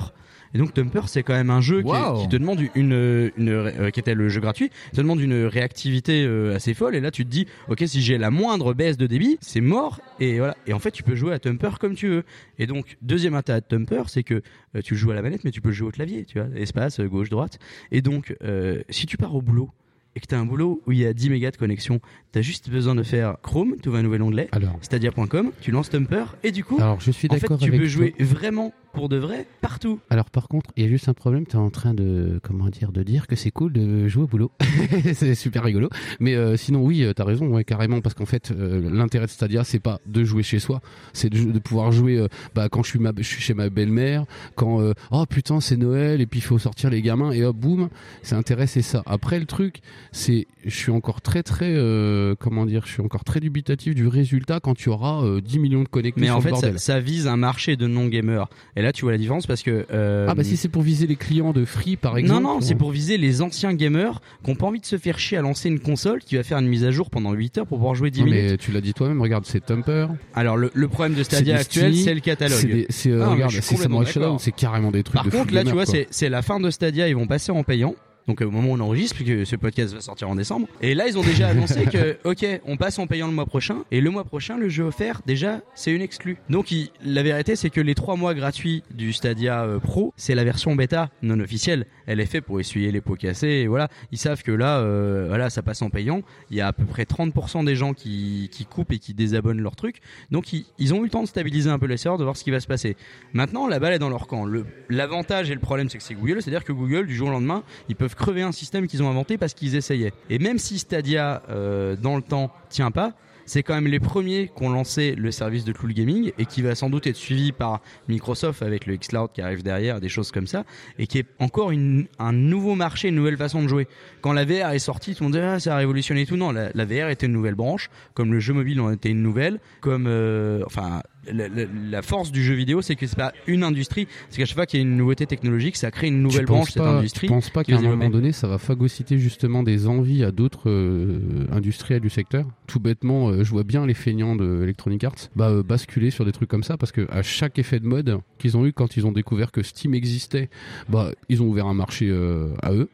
Speaker 10: Et donc Tumper, c'est quand même un jeu qui-
Speaker 8: Wow.
Speaker 10: qui, te demande une, une, ré- euh, qui était le jeu gratuit, te demande une réactivité euh, assez folle. Et là, tu te dis, ok, si j'ai la moindre baisse de débit, c'est mort. Et voilà. Et en fait, tu peux jouer à Tumper comme tu veux. Et donc, deuxième intérêt de Tumper, c'est que euh, tu joues à la manette, mais tu peux jouer au clavier, tu vois, espace euh, gauche droite. Et donc, euh, si tu pars au boulot et que tu as un boulot où il y a 10 mégas de connexion, tu as juste besoin de faire Chrome, tu ouvres un nouvel onglet, stadia.com, tu lances Tumper, et du coup,
Speaker 4: Alors, je suis
Speaker 10: en fait,
Speaker 4: d'accord
Speaker 10: tu
Speaker 4: avec
Speaker 10: peux jouer
Speaker 4: toi.
Speaker 10: vraiment pour de vrai partout.
Speaker 4: Alors par contre, il y a juste un problème, tu es en train de comment dire de dire que c'est cool de jouer au boulot. c'est super rigolo. Mais euh, sinon oui, euh, t'as raison, ouais, carrément parce qu'en fait euh, l'intérêt de Stadia c'est pas de jouer chez soi, c'est de, de pouvoir jouer euh, bah, quand je suis, ma- je suis chez ma belle-mère, quand euh, oh putain, c'est Noël et puis il faut sortir les gamins et hop boum, c'est intéressé ça. Après le truc, c'est je suis encore très très euh, comment dire, je suis encore très dubitatif du résultat quand tu auras euh, 10 millions de connectés
Speaker 10: Mais
Speaker 4: sur
Speaker 10: en
Speaker 4: le
Speaker 10: fait,
Speaker 4: bordel.
Speaker 10: ça, ça vise un marché de non-gamers. Et là, tu vois la différence parce que. euh,
Speaker 4: Ah bah si c'est pour viser les clients de Free par exemple.
Speaker 10: Non, non,
Speaker 4: ou-
Speaker 10: c'est pour viser les anciens gamers qui n'ont pas envie de se faire chier à lancer une console qui va faire une mise à jour pendant 8 heures pour pouvoir jouer 10
Speaker 4: Non,
Speaker 10: minutes.
Speaker 4: mais tu l'as dit toi-même, regarde, c'est Tumper.
Speaker 10: Alors, le, le problème de Stadia
Speaker 4: C'est
Speaker 10: actuel,
Speaker 4: Destiny,
Speaker 10: c'est le catalogue.
Speaker 4: c'est des- c'est, euh,
Speaker 10: Ah, mais
Speaker 4: regarde,
Speaker 10: je suis
Speaker 4: c'est
Speaker 10: complètement
Speaker 4: Samurai Shodown,
Speaker 10: d'accord.
Speaker 4: c'est carrément des trucs
Speaker 10: Par
Speaker 4: de
Speaker 10: contre,
Speaker 4: fou
Speaker 10: là,
Speaker 4: gamer,
Speaker 10: tu vois,
Speaker 4: quoi.
Speaker 10: c'est c'est la fin de Stadia, ils vont passer en payant. Donc, euh, au moment où on enregistre, puisque ce podcast va sortir en décembre. Et là, ils ont déjà annoncé que, ok, on passe en payant le mois prochain. Et le mois prochain, le jeu offert, déjà, c'est une exclue. Donc, il- la vérité, c'est que les trois mois gratuits du Stadia euh, Pro, c'est la version bêta non officielle. Elle est faite pour essuyer les pots cassés. Et voilà, ils savent que là, euh, voilà, ça passe en payant. Il y a à peu près 30% des gens qui, qui coupent et qui désabonnent leur truc. Donc, ils, ils ont eu le temps de stabiliser un peu les serveurs, de voir ce qui va se passer. Maintenant, la balle est dans leur camp. Le- L'avantage et le problème, c'est que c'est Google. C'est-à-dire que Google, du jour au lendemain, ils peuvent crever un système qu'ils ont inventé parce qu'ils essayaient. Et même si Stadia, euh, dans le temps, tient pas, c'est quand même les premiers qui ont lancé le service de Cool Gaming et qui va sans doute être suivi par Microsoft avec le xCloud qui arrive derrière, des choses comme ça, et qui est encore une- un nouveau marché, une nouvelle façon de jouer. Quand la VR est sortie, tout le monde disait ah, ça a révolutionné tout. Non, la, la VR était une nouvelle branche, comme le jeu mobile en était une nouvelle, comme euh, enfin la, la- la force du jeu vidéo, c'est que c'est pas une industrie, c'est qu'à chaque fois qu'il y a une nouveauté technologique, ça crée une nouvelle
Speaker 4: tu penses
Speaker 10: branche cette
Speaker 4: pas-
Speaker 10: industrie.
Speaker 4: Tu penses pas
Speaker 10: qui
Speaker 4: qu'à
Speaker 10: va
Speaker 4: un moment
Speaker 10: développer.
Speaker 4: donné, ça va phagocyter justement des envies à d'autres euh, industriels du secteur Tout bêtement, euh, je vois bien les feignants de Electronic Arts bah, euh, basculer sur des trucs comme ça parce que à chaque effet de mode qu'ils ont eu quand ils ont découvert que Steam existait, bah ils ont ouvert un marché euh, à eux.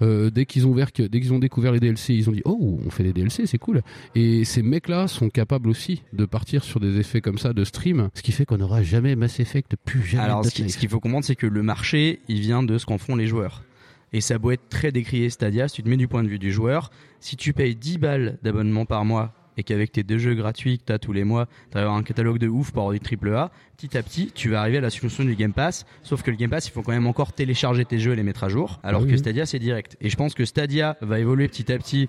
Speaker 4: Euh, dès qu'ils ont ouvert, que, dès qu'ils ont découvert les DLC, ils ont dit oh on fait des DLC, c'est cool. Et ces mecs-là sont capables aussi de partir sur des effets comme ça de stream, ce qui fait qu'on n'aura jamais Mass Effect, plus jamais.
Speaker 10: Alors, ce
Speaker 4: Death
Speaker 10: qui-
Speaker 4: Knight.
Speaker 10: ce qu'il faut comprendre, c'est que le marché, il vient de ce qu'en font les joueurs. Et ça peut être très décrié Stadia, si tu te mets du point de vue du joueur. Si tu payes 10 balles d'abonnement par mois et qu'avec tes deux jeux gratuits que tu as tous les mois, tu vas avoir un catalogue de ouf pour avoir du triple A, petit à petit, tu vas arriver à la solution du Game Pass. Sauf que le Game Pass, il faut quand même encore télécharger tes jeux et les mettre à jour. Alors
Speaker 8: Oui,
Speaker 10: que
Speaker 8: oui.
Speaker 10: Stadia, c'est direct. Et je pense que Stadia va évoluer petit à petit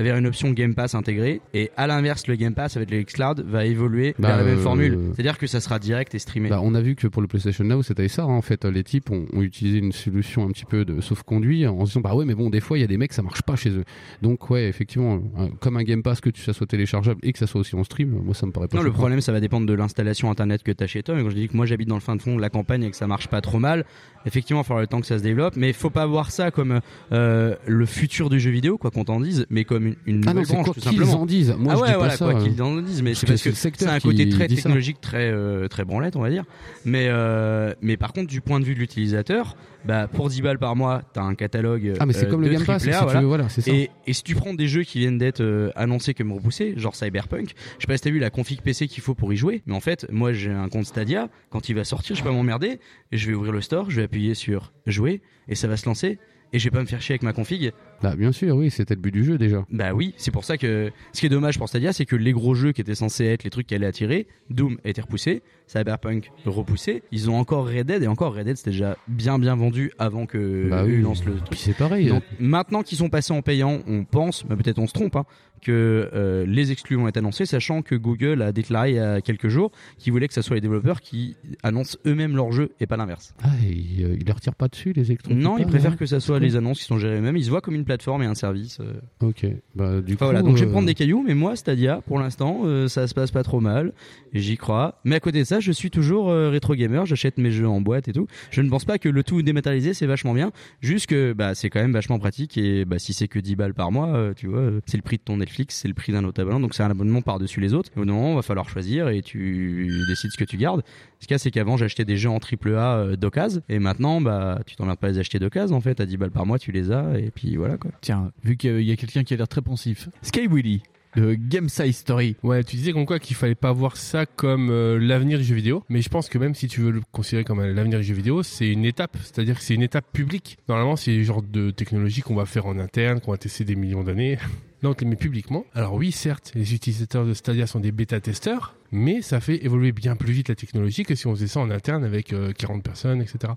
Speaker 10: vers une option Game Pass intégrée. Et à l'inverse, le Game Pass avec le xCloud va évoluer
Speaker 4: Bah,
Speaker 10: vers la même
Speaker 4: euh,
Speaker 10: formule. C'est-à-dire que ça sera direct et streamé.
Speaker 4: Bah, on a vu que pour le PlayStation Now, c'était ça. hein. En fait, les types ont, ont utilisé une solution un petit peu de sauf-conduit en se disant bah ouais, mais bon, des fois, il y a des mecs, ça marche pas chez eux. Donc ouais, effectivement, un- comme un Game Pass que tu- ça soit téléchargeable et que ça soit aussi en stream, moi ça me paraît pas.
Speaker 10: Non, le
Speaker 4: choquant.
Speaker 10: problème, ça va dépendre de l'installation internet que t'as chez toi. Mais quand je dis que moi j'habite dans le fin de fond de la campagne et que ça marche pas trop mal, effectivement, il faudra le temps que ça se développe. Mais faut pas voir ça comme euh, le futur du jeu vidéo, quoi qu'on t'en dise, mais comme une, une
Speaker 4: Ah non,
Speaker 10: nouvelle
Speaker 4: c'est
Speaker 10: branche,
Speaker 4: quoi
Speaker 10: tout
Speaker 4: qu'ils
Speaker 10: simplement.
Speaker 4: en disent. Moi,
Speaker 10: ah
Speaker 4: je
Speaker 10: ouais,
Speaker 4: dis pas
Speaker 10: voilà,
Speaker 4: ça,
Speaker 10: quoi
Speaker 4: euh,
Speaker 10: qu'ils en disent. Mais
Speaker 4: parce
Speaker 10: c'est
Speaker 4: que
Speaker 10: parce
Speaker 4: c'est
Speaker 10: que
Speaker 4: le
Speaker 10: c'est
Speaker 4: secteur
Speaker 10: un côté
Speaker 4: qui
Speaker 10: très
Speaker 4: dit ça.
Speaker 10: technologique, très euh, très branlette, on va dire. Mais euh, mais par contre, du point de vue de l'utilisateur, bah pour 10 balles par mois, t'as un catalogue.
Speaker 4: Ah, mais c'est
Speaker 10: euh,
Speaker 4: comme le
Speaker 10: de
Speaker 4: Game Pass,
Speaker 10: AAA,
Speaker 4: si tu veux, voilà, c'est ça.
Speaker 10: Et- et si tu prends des jeux qui viennent d'être euh, annoncés comme repoussés, genre Cyberpunk, je sais pas si t'as vu la config PC qu'il faut pour y jouer, mais en fait, moi j'ai un compte Stadia, quand il va sortir, je vais pas m'emmerder, et je vais ouvrir le store, je vais appuyer sur jouer, et ça va se lancer, et je vais pas me faire chier avec ma config.
Speaker 4: Bah bien sûr, oui, c'était le but du jeu déjà.
Speaker 10: Bah oui, c'est pour ça que ce qui est dommage pour Stadia, c'est que les gros jeux qui étaient censés être les trucs qui allaient attirer, Doom a été repoussé, Cyberpunk repoussé, ils ont encore Red Dead et encore Red Dead c'était déjà bien bien vendu avant que
Speaker 4: Bah
Speaker 10: eux
Speaker 4: oui.
Speaker 10: lancent le truc.
Speaker 4: Puis c'est pareil.
Speaker 10: Donc, maintenant qu'ils sont passés en payant, on pense, mais peut-être on se trompe, hein, que euh, les exclus vont être annoncés, sachant que Google a déclaré il y a quelques jours qu'ils voulaient que ce soit les développeurs qui annoncent eux-mêmes leurs jeux et pas l'inverse.
Speaker 4: Ah, et, euh, ils leur tirent pas hein. dessus les électrons.
Speaker 10: Non, ils préfèrent que ça soit les
Speaker 4: annonces
Speaker 10: annonces qui sont gérées eux-mêmes. Ils se voient comme une plateforme et un service. euh.
Speaker 4: Ok, bah du coup.
Speaker 10: Enfin, voilà, donc je vais
Speaker 4: euh,
Speaker 10: prendre des cailloux, mais moi, Stadia, pour l'instant, euh, ça se passe pas trop mal, et j'y crois. Mais à côté de ça, je suis toujours euh, rétro gamer, j'achète mes jeux en boîte et tout. Je ne pense pas que le tout dématérialisé, c'est vachement bien, juste que bah, c'est quand même vachement pratique, et bah, si c'est que 10 balles par mois, euh, tu vois, euh, c'est le prix de ton Netflix, c'est le prix d'un autre abonnement, donc c'est un abonnement par-dessus les autres. Et au bout d'un moment, va falloir choisir, et tu décides ce que tu gardes. Ce qu'il y a, c'est qu'avant, j'achetais des jeux en triple A euh, d'occasion, et maintenant, bah, tu t'emmerdes pas à les acheter d'occasion, en fait, à 10 balles par mois, tu les as, et puis voilà quoi.
Speaker 8: Tiens, vu qu'il y a quelqu'un qui a l'air très pensif. Sky Willy, de Game Size Story.
Speaker 17: Ouais, tu disais comme quoi qu'il fallait pas voir ça comme euh, l'avenir du jeu vidéo, mais je pense que même si tu veux le considérer comme euh, l'avenir du jeu vidéo, c'est une étape, c'est-à-dire que c'est une étape publique. Normalement, c'est le genre de technologie qu'on va faire en interne, qu'on va tester des millions d'années. Là, on te les met publiquement. Alors oui, certes, les utilisateurs de Stadia sont des bêta-testeurs, mais ça fait évoluer bien plus vite la technologie que si on faisait ça en interne avec euh, 40 personnes, etc.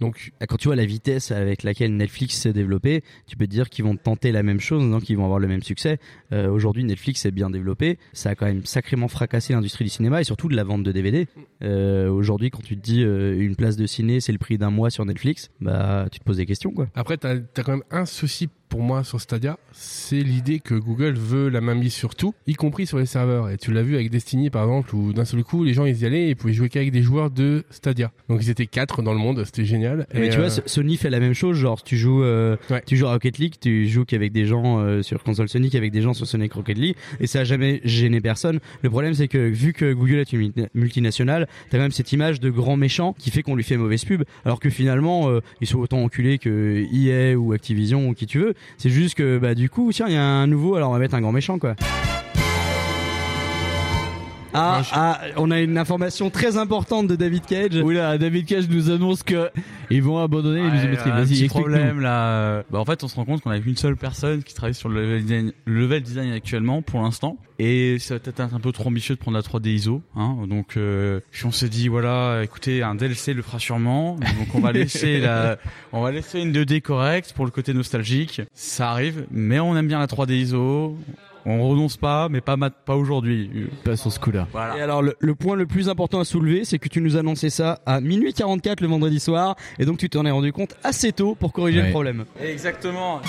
Speaker 17: Donc,
Speaker 10: quand tu vois la vitesse avec laquelle Netflix s'est développé, tu peux te dire qu'ils vont tenter la même chose, donc qu'ils vont avoir le même succès. Euh, Aujourd'hui, Netflix est bien développé. Ça a quand même sacrément fracassé l'industrie du cinéma et surtout de la vente de DVD. Euh, Aujourd'hui, quand tu te dis euh, une place de ciné, c'est le prix d'un mois sur Netflix, bah tu te poses des questions quoi.
Speaker 17: Après, t'as as quand même un souci pour moi sur Stadia, c'est l'idée que Google veut la main mise sur tout, y compris sur les serveurs. Et tu l'as vu avec Destiny par exemple, où d'un seul coup, les gens ils y allaient et ils pouvaient jouer qu'avec des joueurs de Stadia. Donc ils étaient quatre dans le monde, c'était génial.
Speaker 10: Mais
Speaker 17: Et,
Speaker 10: tu vois, S-
Speaker 17: euh,
Speaker 10: Sony fait la même chose. Genre, tu joues, euh, tu joues à Rocket League, tu joues qu'avec des gens euh, sur console Sony, qu'avec des gens sur Sonic Rocket League, et ça a jamais gêné personne. Le problème, c'est que vu que Google est une multi- multinationale, t'as même cette image de grand méchant qui fait qu'on lui fait mauvaise pub, alors que finalement, euh, ils sont autant enculés que EA ou Activision ou qui tu veux. C'est juste que, bah, du coup, tiens, il y a un nouveau, alors on va mettre un grand méchant, quoi. Ah, ah, on a une information très importante de David Cage.
Speaker 8: Oula, David Cage nous annonce que ils vont abandonner les
Speaker 12: Ouais,
Speaker 8: muséométries.
Speaker 12: un
Speaker 8: Vas-y,
Speaker 12: petit
Speaker 8: explique-nous.
Speaker 12: problème là. Bah, en fait, on se rend compte qu'on a qu'une seule personne qui travaille sur le level design, le level design actuellement pour l'instant. Et ça va peut-être être un peu trop ambitieux de prendre la 3D ISO. Hein. Donc, euh, puis on s'est dit voilà, écoutez, un DLC le fera sûrement. Donc on va laisser la, on va laisser une 2D correcte pour le côté nostalgique. Ça arrive, mais on aime bien la 3D ISO. On renonce pas, mais pas mat- pas aujourd'hui.
Speaker 8: Pas sur ce coup-là.
Speaker 10: Et alors le, le point le plus important à soulever, c'est que tu nous annonçais ça à minuit 44 le vendredi soir, et donc tu t'en es rendu compte assez tôt pour corriger
Speaker 8: Ouais.
Speaker 10: le problème.
Speaker 12: Exactement.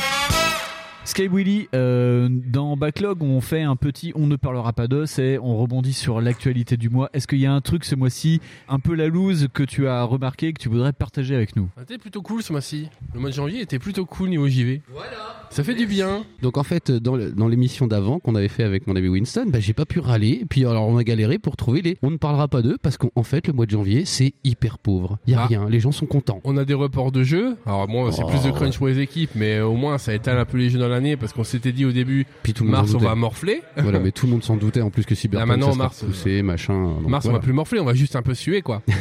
Speaker 8: Sky Willy, euh, dans Backlog, on fait un petit on ne parlera pas d'eux, c'est on rebondit sur l'actualité du mois. Est-ce qu'il y a un truc ce mois-ci, un peu la loose, que tu as remarqué, que tu voudrais partager avec nous
Speaker 17: C'était Ah, plutôt cool ce mois-ci. Le mois de janvier était plutôt cool niveau JV. Ça fait du bien.
Speaker 4: Donc en fait, dans le- dans l'émission d'avant qu'on avait fait avec mon ami Winston, bah, j'ai pas pu râler. Et puis alors on a galéré pour trouver les. On ne parlera pas d'eux parce qu'en fait le mois de janvier c'est hyper pauvre. Y a
Speaker 10: Ah.
Speaker 4: rien. Les gens sont contents.
Speaker 17: On a des reports de jeux. Alors moi, c'est
Speaker 4: Oh,
Speaker 17: plus de crunch
Speaker 4: ouais.
Speaker 17: pour les équipes, mais au moins ça étale un peu les jeux dans l'année parce qu'on s'était dit au début,
Speaker 4: Puis tout le monde
Speaker 17: mars
Speaker 4: s'en
Speaker 17: on
Speaker 4: doutait.
Speaker 17: va morfler.
Speaker 4: Voilà, mais tout le monde s'en doutait en plus que Cyberpunk
Speaker 17: Là, maintenant,
Speaker 4: ça sera
Speaker 17: mars, euh,
Speaker 4: repoussé, machin. donc
Speaker 17: Mars, on
Speaker 4: voilà.
Speaker 17: va plus morfler, on va juste un peu suer, quoi. Euh,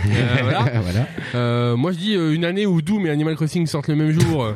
Speaker 17: voilà.
Speaker 4: Voilà.
Speaker 17: Euh, moi, je dis euh, une année où Doom et Animal Crossing sortent le même jour. euh,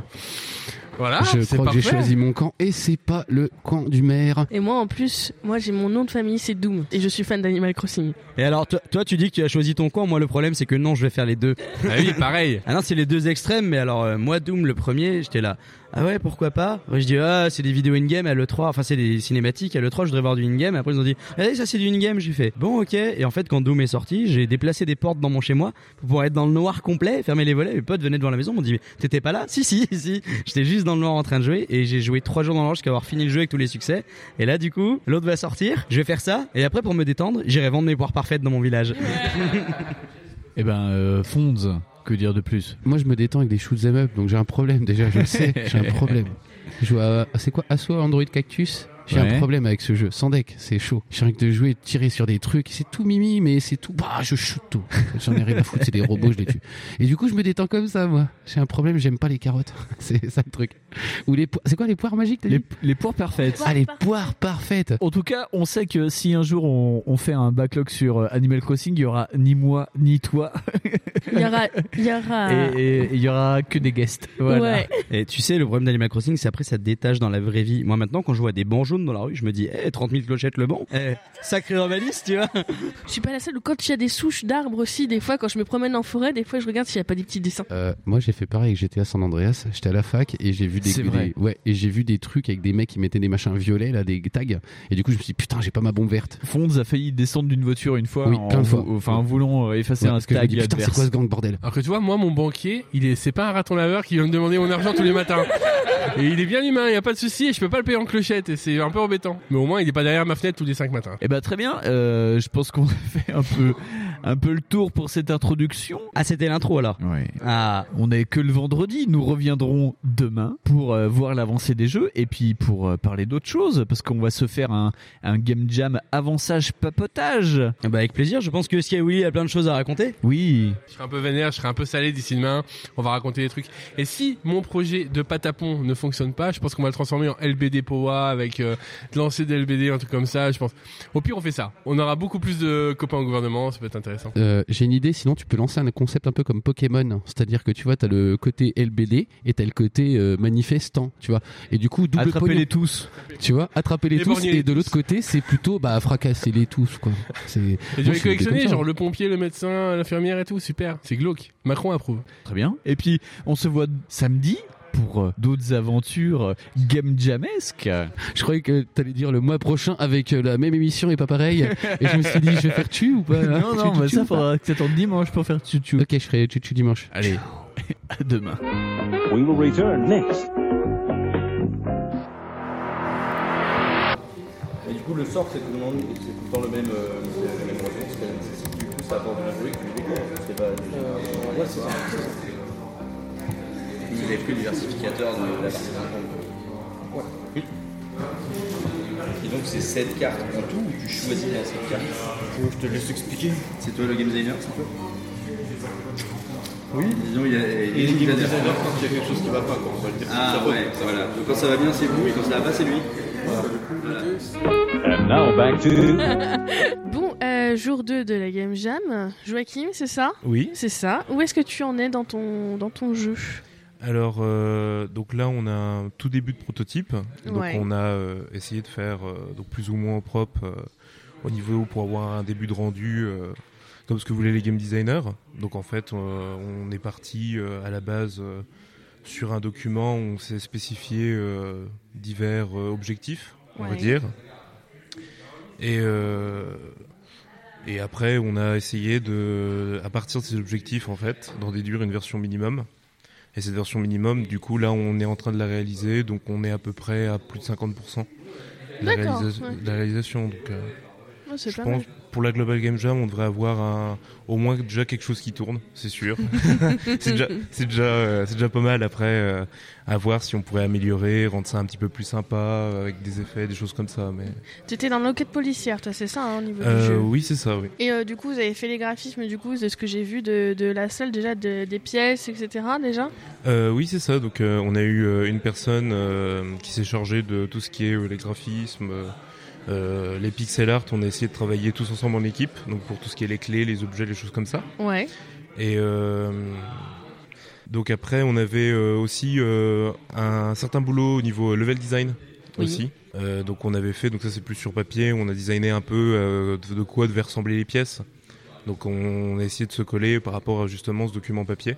Speaker 17: voilà.
Speaker 4: je
Speaker 17: c'est
Speaker 4: crois que
Speaker 17: parfait.
Speaker 4: j'ai choisi mon camp et c'est pas le camp du maire.
Speaker 9: Et moi en plus, moi j'ai mon nom de famille, c'est Doom. Et je suis fan d'Animal Crossing.
Speaker 10: Et alors toi, toi, tu dis que tu as choisi ton camp, moi le problème c'est que non je vais faire les deux.
Speaker 17: Ah oui pareil.
Speaker 10: ah non c'est les deux extrêmes, mais alors euh, moi Doom le premier j'étais là. Ah ouais pourquoi pas Je dis ah c'est des vidéos in-game à l'E3, enfin c'est des cinématiques à l'E3 je voudrais voir du in-game. Après ils ont dit allez ça c'est du in-game, j'ai fait bon ok. Et en fait quand Doom est sorti j'ai déplacé des portes dans mon chez moi pour pouvoir être dans le noir complet, fermer les volets. Mes potes venaient devant la maison, m'ont dit t'étais pas là Si si si. J'étais juste dans le noir en train de jouer et j'ai joué trois jours dans l'ange jusqu'à avoir fini le jeu avec tous les succès. Et là du coup l'autre va sortir, je vais faire ça et après pour me détendre j'irai vendre mes poires parfaites dans mon village.
Speaker 8: Eh ben, euh, Fonds, que dire de plus
Speaker 4: Moi je me détends avec des shoots em up, donc j'ai un problème déjà, je le sais, j'ai un problème. Je joue à. C'est quoi Asso Android Cactus j'ai
Speaker 8: Ouais.
Speaker 4: un problème avec ce jeu, sans deck, c'est chaud. J'ai envie de jouer, de tirer sur des trucs, c'est tout mimi, mais c'est tout. Bah, je shoot tout. J'en ai rien à foutre, c'est des robots, je les tue. Et du coup, je me détends comme ça, moi. J'ai un problème, j'aime pas les carottes. C'est ça le truc. Ou les po- C'est quoi les poires magiques t'as
Speaker 8: Les,
Speaker 4: dit
Speaker 8: les poires parfaites.
Speaker 4: Ah, les poires parfaites.
Speaker 8: En tout cas, on sait que si un jour on, on fait un backlog sur euh, Animal Crossing, il y aura ni moi ni toi
Speaker 9: Il y aura. Il y aura...
Speaker 8: et et- et il y aura que des guests. Voilà.
Speaker 9: Ouais.
Speaker 10: Et tu sais, le problème d'Animal Crossing, c'est après ça te détache dans la vraie vie. Moi maintenant, quand je vois des banjos fantôme dans la rue, je me dis, eh, 30 000 clochettes le banc, eh, sacré urbaniste, tu vois.
Speaker 9: Je suis pas la seule où quand il y a des souches d'arbres aussi, des fois quand je me promène en forêt, des fois je regarde s'il n'y a pas des petits dessins.
Speaker 4: Euh, moi, j'ai fait pareil avec GTA San Andreas. J'étais à la fac et j'ai vu des,
Speaker 9: C'est vrai.
Speaker 4: des- ouais, et j'ai vu des trucs avec des mecs qui mettaient des machins violets là, des tags. Et du coup, je me suis dit, putain, j'ai pas ma bombe verte.
Speaker 8: Fonds a failli descendre d'une voiture une fois,
Speaker 4: Oui,
Speaker 8: en,
Speaker 4: plein de fois.
Speaker 8: vou- enfin en voulant euh, effacer
Speaker 4: Ouais,
Speaker 8: un
Speaker 4: parce que je me
Speaker 8: tag
Speaker 4: dis, putain, c'est quoi ce gang de bordel
Speaker 17: Alors que tu vois, moi, mon banquier, il est, c'est pas un raton laveur qui vient me demander mon argent tous les matins. Et il est bien humain, il y a pas de souci, et je peux pas le payer en clochette, et c'est un peu embêtant. Mais au moins, il est pas derrière ma fenêtre tous les 5 matins.
Speaker 8: Eh ben très bien, euh, je pense qu'on a fait un peu, un peu le tour pour cette introduction.
Speaker 10: Ah, c'était l'intro alors
Speaker 8: Ah, on est que le vendredi, nous reviendrons demain pour euh, voir l'avancée des jeux et puis pour euh, parler d'autres choses parce qu'on va se faire un, un game jam avançage papotage.
Speaker 10: Bah avec plaisir, je pense que Skywilly a plein de choses à raconter.
Speaker 8: Oui.
Speaker 17: Je serai un peu vénère, je serai un peu salé d'ici demain. On va raconter des trucs. Et si mon projet de patapon ne fonctionne pas, je pense qu'on va le transformer en LBD POA avec euh, de lancer des LBD, un truc comme ça. Je pense. Au pire, on fait ça. On aura beaucoup plus de copains au gouvernement. Ça peut être intéressant.
Speaker 4: Euh, j'ai une idée, sinon tu peux lancer un concept un peu comme Pokémon, c'est-à-dire que tu vois, t'as le côté LBD et t'as le côté euh, manifestant, tu vois. Et du coup, double
Speaker 8: Attrapez-les
Speaker 4: pognon.
Speaker 8: tous.
Speaker 4: Tu vois, attraper les tous
Speaker 17: Éborgnez-les
Speaker 4: et de l'autre côté, c'est plutôt bah fracasser les tous quoi. C'est
Speaker 17: Et
Speaker 4: Moi,
Speaker 17: je vais
Speaker 4: je suis
Speaker 17: collectionner,
Speaker 4: comme ça.
Speaker 17: genre le pompier, le médecin, l'infirmière et tout. Super. C'est glauque. Macron approuve.
Speaker 8: Très bien. Et puis on se voit samedi pour euh, d'autres aventures euh, game jamesques.
Speaker 4: Je croyais que t'allais dire le mois prochain avec euh, la même émission et pas pareil. Et je me suis dit, je vais faire tu ou pas hein
Speaker 8: Non, non,
Speaker 4: Tu- tu-
Speaker 8: mais
Speaker 4: tu
Speaker 8: ça
Speaker 4: ou pas
Speaker 8: faudra que ça tombe dimanche pour faire tutu.
Speaker 4: Ok, je ferai tutu dimanche.
Speaker 8: Allez, à demain.
Speaker 6: We will return next.
Speaker 19: Et du coup, le sort, c'est tout le monde, c'est tout le temps le même, euh, c'est le même réflexe, que c'est- Du coup, ça apporte un jouer que tu découvres. C'est pas. Euh, ouais, c'est ça. Vous n'avez plus le diversificateur de la partie 50. Ouais. Et donc, c'est 7 cartes en tout ou tu choisis dans cette carte Je te laisse expliquer. C'est toi le game designer, c'est toi oui, disons, il y a, il y a
Speaker 18: Et
Speaker 19: une
Speaker 18: le game
Speaker 19: dernière
Speaker 18: designer,
Speaker 19: fois.
Speaker 18: quand il y a quelque chose qui va pas, quoi. On va le dire,
Speaker 19: Ah
Speaker 18: ça va.
Speaker 19: ouais, voilà. Donc, quand ça va bien, c'est vous, et quand ça va pas, c'est lui. Voilà.
Speaker 6: And now back to.
Speaker 9: bon, euh, jour 2 de la Game Jam. Joachim, c'est ça
Speaker 11: Oui.
Speaker 9: C'est ça. Où est-ce que tu en es dans ton, dans ton jeu
Speaker 11: Alors, euh, donc là, on a un tout début de prototype. Donc,
Speaker 9: Ouais.
Speaker 11: on a euh, essayé de faire euh, donc plus ou moins propre euh, au niveau pour avoir un début de rendu euh, comme ce que voulaient les game designers. Donc, en fait, euh, on est parti euh, à la base euh, sur un document où on s'est spécifié euh, divers euh, objectifs, on va
Speaker 18: Ouais.
Speaker 11: dire. Et, euh, et après, on a essayé de, à partir de ces objectifs, en fait, d'en déduire une version minimum. Et cette version minimum, du coup, là, on est en train de la réaliser, donc on est à peu près à plus de 50% de la,
Speaker 9: D'accord,
Speaker 11: réalisa-
Speaker 9: ouais.
Speaker 11: de la réalisation. Donc, euh,
Speaker 9: Ouais, c'est
Speaker 11: je
Speaker 9: pas
Speaker 11: pense,
Speaker 9: mal.
Speaker 11: pour la Global Game Jam, on devrait avoir un- au moins déjà quelque chose qui tourne, c'est sûr. c'est déjà, c'est déjà, euh, c'est déjà pas mal. Après, euh, à voir si on pourrait améliorer, rendre ça un petit peu plus sympa, euh, avec des effets, des choses comme ça. Mais...
Speaker 9: Tu étais dans l'enquête policière, toi, c'est ça, hein, au niveau du
Speaker 11: Euh,
Speaker 9: jeu
Speaker 11: oui, c'est ça, oui.
Speaker 9: Et euh, du coup, vous avez fait les graphismes, du coup, de ce que j'ai vu de, de la salle, déjà, de- des pièces, etc., déjà
Speaker 11: Euh, oui, c'est ça. Donc, euh, on a eu euh, une personne euh, qui s'est chargée de tout ce qui est euh, les graphismes, euh, euh, les pixel art. On a essayé de travailler tous ensemble en équipe, donc pour tout ce qui est les clés, les objets, les choses comme ça.
Speaker 9: Ouais.
Speaker 11: Et euh, donc après, on avait euh, aussi euh, un certain boulot au niveau euh, level design
Speaker 18: Oui.
Speaker 11: aussi. Euh, donc on avait fait, donc ça c'est plus sur papier, on a designé un peu euh, de, de quoi devaient ressembler les pièces. Donc on a essayé de se coller par rapport à justement ce document papier.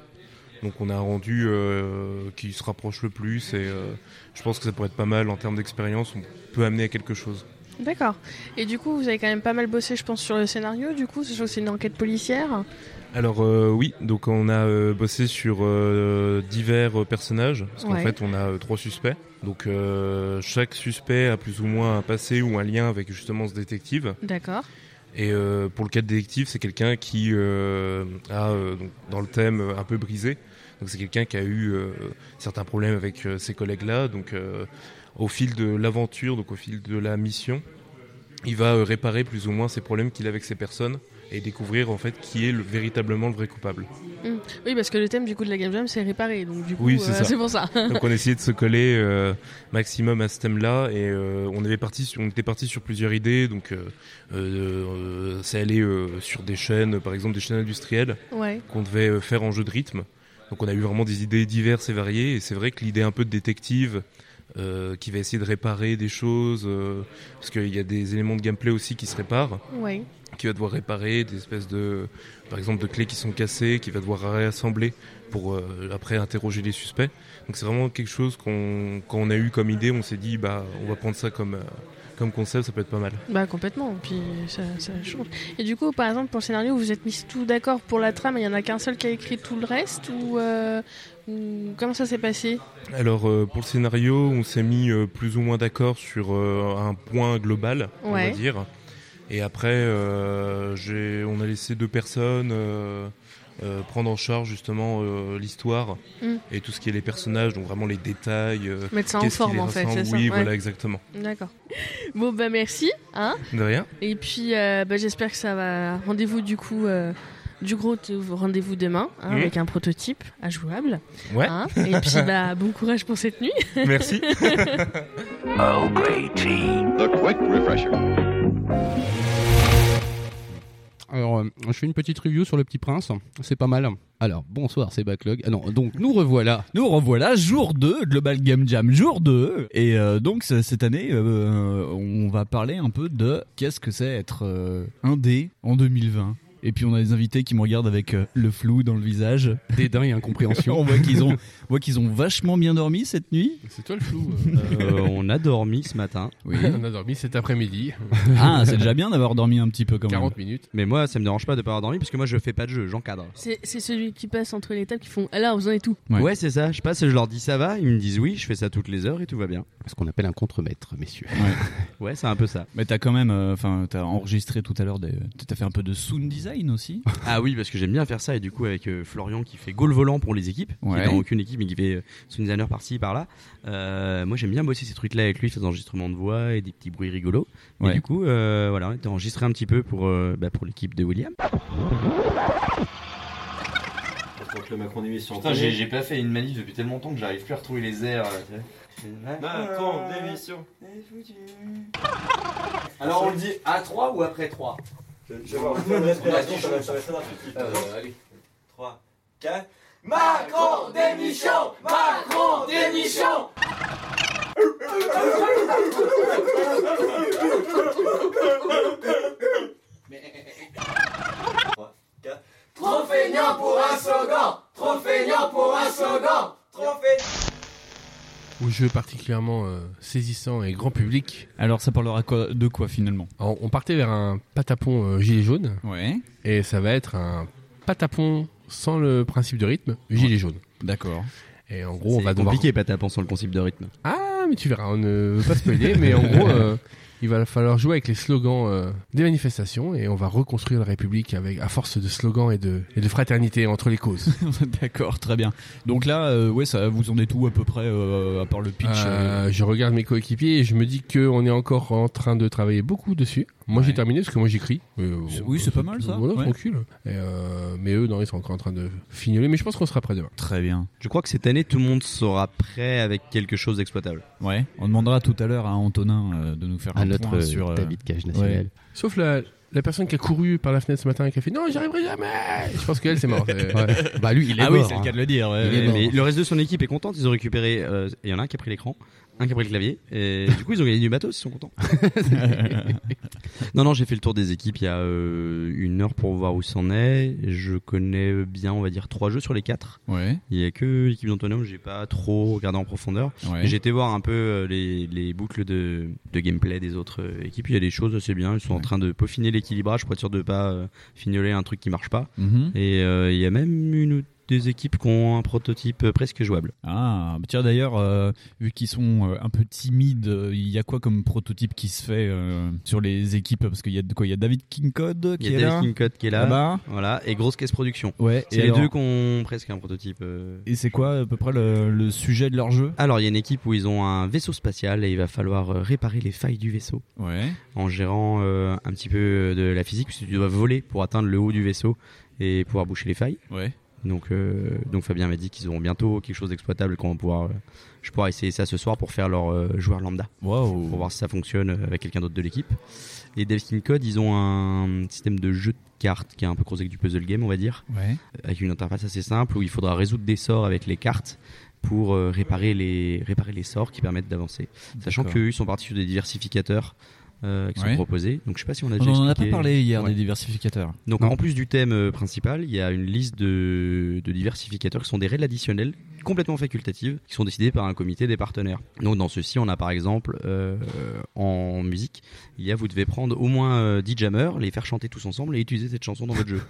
Speaker 11: Donc on a un rendu euh, qui se rapproche le plus et euh, je pense que ça pourrait être pas mal en termes d'expérience, on peut amener à quelque chose.
Speaker 9: D'accord. Et du coup, vous avez quand même pas mal bossé, je pense, sur le scénario, du coup, sachant que c'est une enquête policière.
Speaker 11: Alors euh, oui, donc on a euh, bossé sur euh, divers euh, personnages, parce qu'en
Speaker 9: Ouais.
Speaker 11: fait on a euh, trois suspects. Donc euh, chaque suspect a plus ou moins un passé ou un lien avec justement ce détective.
Speaker 9: D'accord.
Speaker 11: Et euh, pour le cas de détective, c'est quelqu'un qui euh, a, euh, donc, dans le thème, euh, un peu brisé. Donc c'est quelqu'un qui a eu euh, certains problèmes avec euh, ses collègues-là. Donc euh, au fil de l'aventure, donc au fil de la mission, il va euh, réparer plus ou moins ces problèmes qu'il a avec ces personnes et découvrir en fait qui est le- véritablement le vrai coupable.
Speaker 9: Hmm. Oui, parce que le thème, du coup, de la Game Jam, c'est réparer, donc du coup,
Speaker 11: Oui, c'est
Speaker 9: euh,
Speaker 11: ça.
Speaker 9: c'est pour ça.
Speaker 11: Donc on a essayé de se coller euh, maximum à ce thème-là et euh, on avait parti, sur- on était parti sur plusieurs idées. Donc euh, euh, euh, c'est allé euh, sur des chaînes, par exemple des chaînes industrielles
Speaker 18: Ouais.
Speaker 11: qu'on devait euh, faire en jeu de rythme. Donc on a eu vraiment des idées diverses et variées et c'est vrai que l'idée un peu de détective euh, qui va essayer de réparer des choses, euh, parce qu'il y a des éléments de gameplay aussi qui se réparent.
Speaker 9: Ouais.
Speaker 11: Qui va devoir réparer des espèces de, par exemple, de clés qui sont cassées, qui va devoir réassembler pour euh, après interroger les suspects. Donc c'est vraiment quelque chose qu'on, qu'on a eu comme idée. On s'est dit, bah, on va prendre ça comme, euh, comme concept, ça peut être pas mal.
Speaker 9: Bah complètement, puis ça, ça change. Et du coup, par exemple, pour le scénario, vous êtes mis tout d'accord pour la trame, il y en a qu'un seul qui a écrit tout le reste ou, euh, ou comment ça s'est passé
Speaker 11: Alors euh, pour le scénario, on s'est mis euh, plus ou moins d'accord sur euh, un point global, on va
Speaker 9: Ouais.
Speaker 11: dire. Et après, euh, j'ai- on a laissé deux personnes euh, euh, prendre en charge justement euh, l'histoire
Speaker 9: Mm.
Speaker 11: et tout ce qui est les personnages, donc vraiment les détails. euh,
Speaker 9: Mettre ça en
Speaker 11: qu'est-ce qui
Speaker 9: forme,
Speaker 11: les
Speaker 9: en fait,
Speaker 11: rassemble.
Speaker 9: c'est ça,
Speaker 11: Oui,
Speaker 9: ouais.
Speaker 11: voilà, exactement.
Speaker 9: D'accord. Bon bah merci, hein
Speaker 11: De rien.
Speaker 9: Et puis euh, bah, j'espère que ça va. Rendez-vous du coup. euh, Du gros t- rendez-vous demain hein,
Speaker 11: Mhm.
Speaker 9: avec un prototype à jouable.
Speaker 11: Ouais.
Speaker 9: hein. Et puis bah, bon courage pour cette nuit.
Speaker 11: Merci.
Speaker 18: Oh, great tea. The quick refresher.
Speaker 4: Alors, euh, je fais une petite review sur Le Petit Prince. C'est pas mal. Alors, bonsoir, c'est Backlog. Ah non, donc nous revoilà.
Speaker 8: Nous revoilà, jour 2, Global Game Jam, jour 2. Et euh, donc, c- cette année, euh, on va parler un peu de qu'est-ce que c'est être euh, indé en 2020. Et puis on a des invités qui me regardent avec euh, le flou dans le visage.
Speaker 4: Dédain et incompréhension.
Speaker 8: on voit qu'ils ont, on voit qu'ils ont vachement bien dormi cette nuit.
Speaker 17: C'est toi le flou.
Speaker 10: Euh, on a dormi ce matin.
Speaker 8: Oui.
Speaker 17: On a dormi cet après-midi.
Speaker 8: Ah, c'est déjà bien d'avoir dormi un petit peu quand même.
Speaker 17: 40 minutes.
Speaker 10: Mais moi, ça me dérange pas de pas avoir dormi parce que moi, je fais pas de jeu, j'encadre.
Speaker 9: C'est c'est celui qui passe entre les tables qui font Alors vous en êtes tout.
Speaker 10: Ouais, c'est ça. Je passe et je leur dis ça va. Ils me disent oui, je fais ça toutes les heures et tout va bien.
Speaker 4: Ce qu'on appelle un contremaître, messieurs.
Speaker 10: Ouais, c'est un peu ça.
Speaker 8: Mais t'as quand même, euh, enfin, t'as enregistré tout à l'heure, des- t'as fait un peu de sound design aussi.
Speaker 10: Ah oui, parce que j'aime bien faire ça. Et du coup, avec euh, Florian qui fait goal volant pour les équipes, qui
Speaker 8: Ouais.
Speaker 10: est dans aucune équipe mais qui fait euh, sound designer par-ci, par-là. Euh, moi, j'aime bien bosser ces trucs-là avec lui, faire des enregistrements de voix et des petits bruits rigolos.
Speaker 8: Ouais.
Speaker 10: Et du coup, euh, voilà, on était enregistré un petit peu pour, euh, bah, pour l'équipe de William.
Speaker 19: que le Macron d'émission.
Speaker 15: Putain, j'ai, j'ai pas fait une manif depuis tellement longtemps que j'arrive plus à retrouver les airs. là, tu vois.
Speaker 19: Macron d'émission.
Speaker 15: Alors on le dit à 3 ou après 3 Je vais
Speaker 19: voir, je vais voir, je vais voir, je vais voir, je vais voir, je vais voir.
Speaker 15: Euh, Allez. 3, 4. Macron démission Macron démission Trop feignant pour un slogan Trop feignant pour un slogan Trop feignant
Speaker 17: Au jeu particulièrement euh, saisissant et grand public.
Speaker 8: Alors ça parlera de quoi finalement
Speaker 17: On partait vers un patapon euh, gilet jaune. Et ça va être un patapon sans le principe de rythme, gilet jaune.
Speaker 8: D'accord.
Speaker 17: Et en gros, on
Speaker 10: C'est
Speaker 17: va devoir...
Speaker 10: compliqué, Patapon, sur le concept de rythme.
Speaker 17: Ah, mais tu verras, on ne veut pas spoiler, mais en gros, euh, il va falloir jouer avec les slogans euh, des manifestations et on va reconstruire la République avec, à force de slogans et de, et de fraternité entre les causes.
Speaker 8: D'accord, très bien. Donc là, euh, ouais, ça vous en est tout à peu près euh, à part le pitch. euh,
Speaker 17: Euh, je regarde mes coéquipiers et je me dis qu'on est encore en train de travailler beaucoup dessus. Moi, j'ai terminé parce que moi, j'écris. Euh,
Speaker 8: Oui, c'est pas mal, ça.
Speaker 17: Voilà,
Speaker 8: Ouais.
Speaker 17: tranquille. Et, euh, mais eux, non, ils sont encore en train de fignoler. Mais je pense qu'on sera prêt demain.
Speaker 8: Très bien.
Speaker 10: Je crois que cette année, tout le monde sera prêt avec quelque chose d'exploitable.
Speaker 8: Ouais, on demandera tout à l'heure à Antonin euh, de nous faire
Speaker 10: À
Speaker 8: un
Speaker 10: notre,
Speaker 8: point
Speaker 10: euh,
Speaker 8: sur
Speaker 10: David Cage
Speaker 8: ouais.
Speaker 10: national.
Speaker 17: Sauf la, la personne qui a couru par la fenêtre ce matin et qui a fait Non, j'y arriverai jamais Je pense qu'elle, c'est mort. C'est-
Speaker 10: Ouais. Bah lui, il est
Speaker 8: Ah oui,
Speaker 10: mort.
Speaker 8: c'est le
Speaker 10: hein.
Speaker 8: cas de le dire, ouais,
Speaker 10: Il est
Speaker 8: ouais.
Speaker 10: mort.
Speaker 8: Mais
Speaker 10: le reste de son équipe est contente. Ils ont récupéré. euh, Il y en a un qui a pris l'écran, un qui a pris le clavier. Et du coup, ils ont gagné du matos. Ils sont contents. non, non, j'ai fait le tour des équipes. Il y a euh, une heure pour voir où c'en est. Je connais bien, on va dire, trois jeux sur les quatre.
Speaker 8: Ouais.
Speaker 10: Il y a que l'équipe d'Antonome. J'ai pas trop regardé en profondeur.
Speaker 8: Ouais.
Speaker 10: Mais J'ai été voir un peu euh, les, les boucles de, de gameplay des autres euh, équipes. Il y a des choses assez bien. Ils sont en train de peaufiner l'équilibrage pour être sûr de pas euh, fignoler un truc qui marche pas.
Speaker 8: Mhm.
Speaker 10: Et euh, il y a même une ou deux équipes qui ont un prototype euh, presque jouable.
Speaker 8: Ah, bah tiens d'ailleurs, euh, vu qu'ils sont euh, un peu timides, euh, il y a quoi comme prototype qui se fait euh, sur les équipes Parce qu'il y a de quoi Il y a David Kingcode qui
Speaker 10: Il y a
Speaker 8: est là.
Speaker 10: David Kincott qui est là.
Speaker 8: Là-bas.
Speaker 10: Voilà. Et Grosse Caisse Production.
Speaker 8: Ouais, et
Speaker 10: C'est les
Speaker 8: alors
Speaker 10: deux qui ont presque un prototype. euh.
Speaker 8: Et c'est quoi à peu près le, le sujet de leur jeu
Speaker 10: Alors, il y a une équipe où ils ont un vaisseau spatial et il va falloir euh, réparer les failles du vaisseau.
Speaker 8: Ouais.
Speaker 10: En gérant euh, un petit peu euh, de la physique, puisque tu dois voler pour atteindre le haut du vaisseau et pouvoir boucher les failles.
Speaker 8: Ouais.
Speaker 10: Donc, euh, donc Fabien m'a dit qu'ils auront bientôt quelque chose d'exploitable qu'on va pouvoir. euh, je pourrai essayer ça ce soir pour faire leur euh, joueur lambda. Pour voir si ça fonctionne euh, avec quelqu'un d'autre de l'équipe. Et Delphine Code, ils ont un système de jeu de cartes qui est un peu creusé avec du puzzle game, on va dire.
Speaker 8: Ouais.
Speaker 10: Euh, Avec une interface assez simple où il faudra résoudre des sorts avec les cartes. pour euh, réparer, les, réparer les sorts qui permettent d'avancer. Sachant
Speaker 8: D'accord.
Speaker 10: qu'ils sont partis sur des diversificateurs. euh, qui sont
Speaker 8: Ouais.
Speaker 10: proposés. Donc je sais pas si on a
Speaker 8: On
Speaker 10: déjà
Speaker 8: en a
Speaker 10: expliqué.
Speaker 8: pas parlé hier des diversificateurs.
Speaker 10: Donc
Speaker 8: Non.
Speaker 10: en plus du thème euh, principal, il y a une liste de, de diversificateurs qui sont des règles additionnelles complètement facultatives qui sont décidées par un comité des partenaires. Donc dans ceci, on a par exemple euh, en musique, il y a vous devez prendre au moins euh, 10 jammers, les faire chanter tous ensemble et utiliser cette chanson dans votre jeu.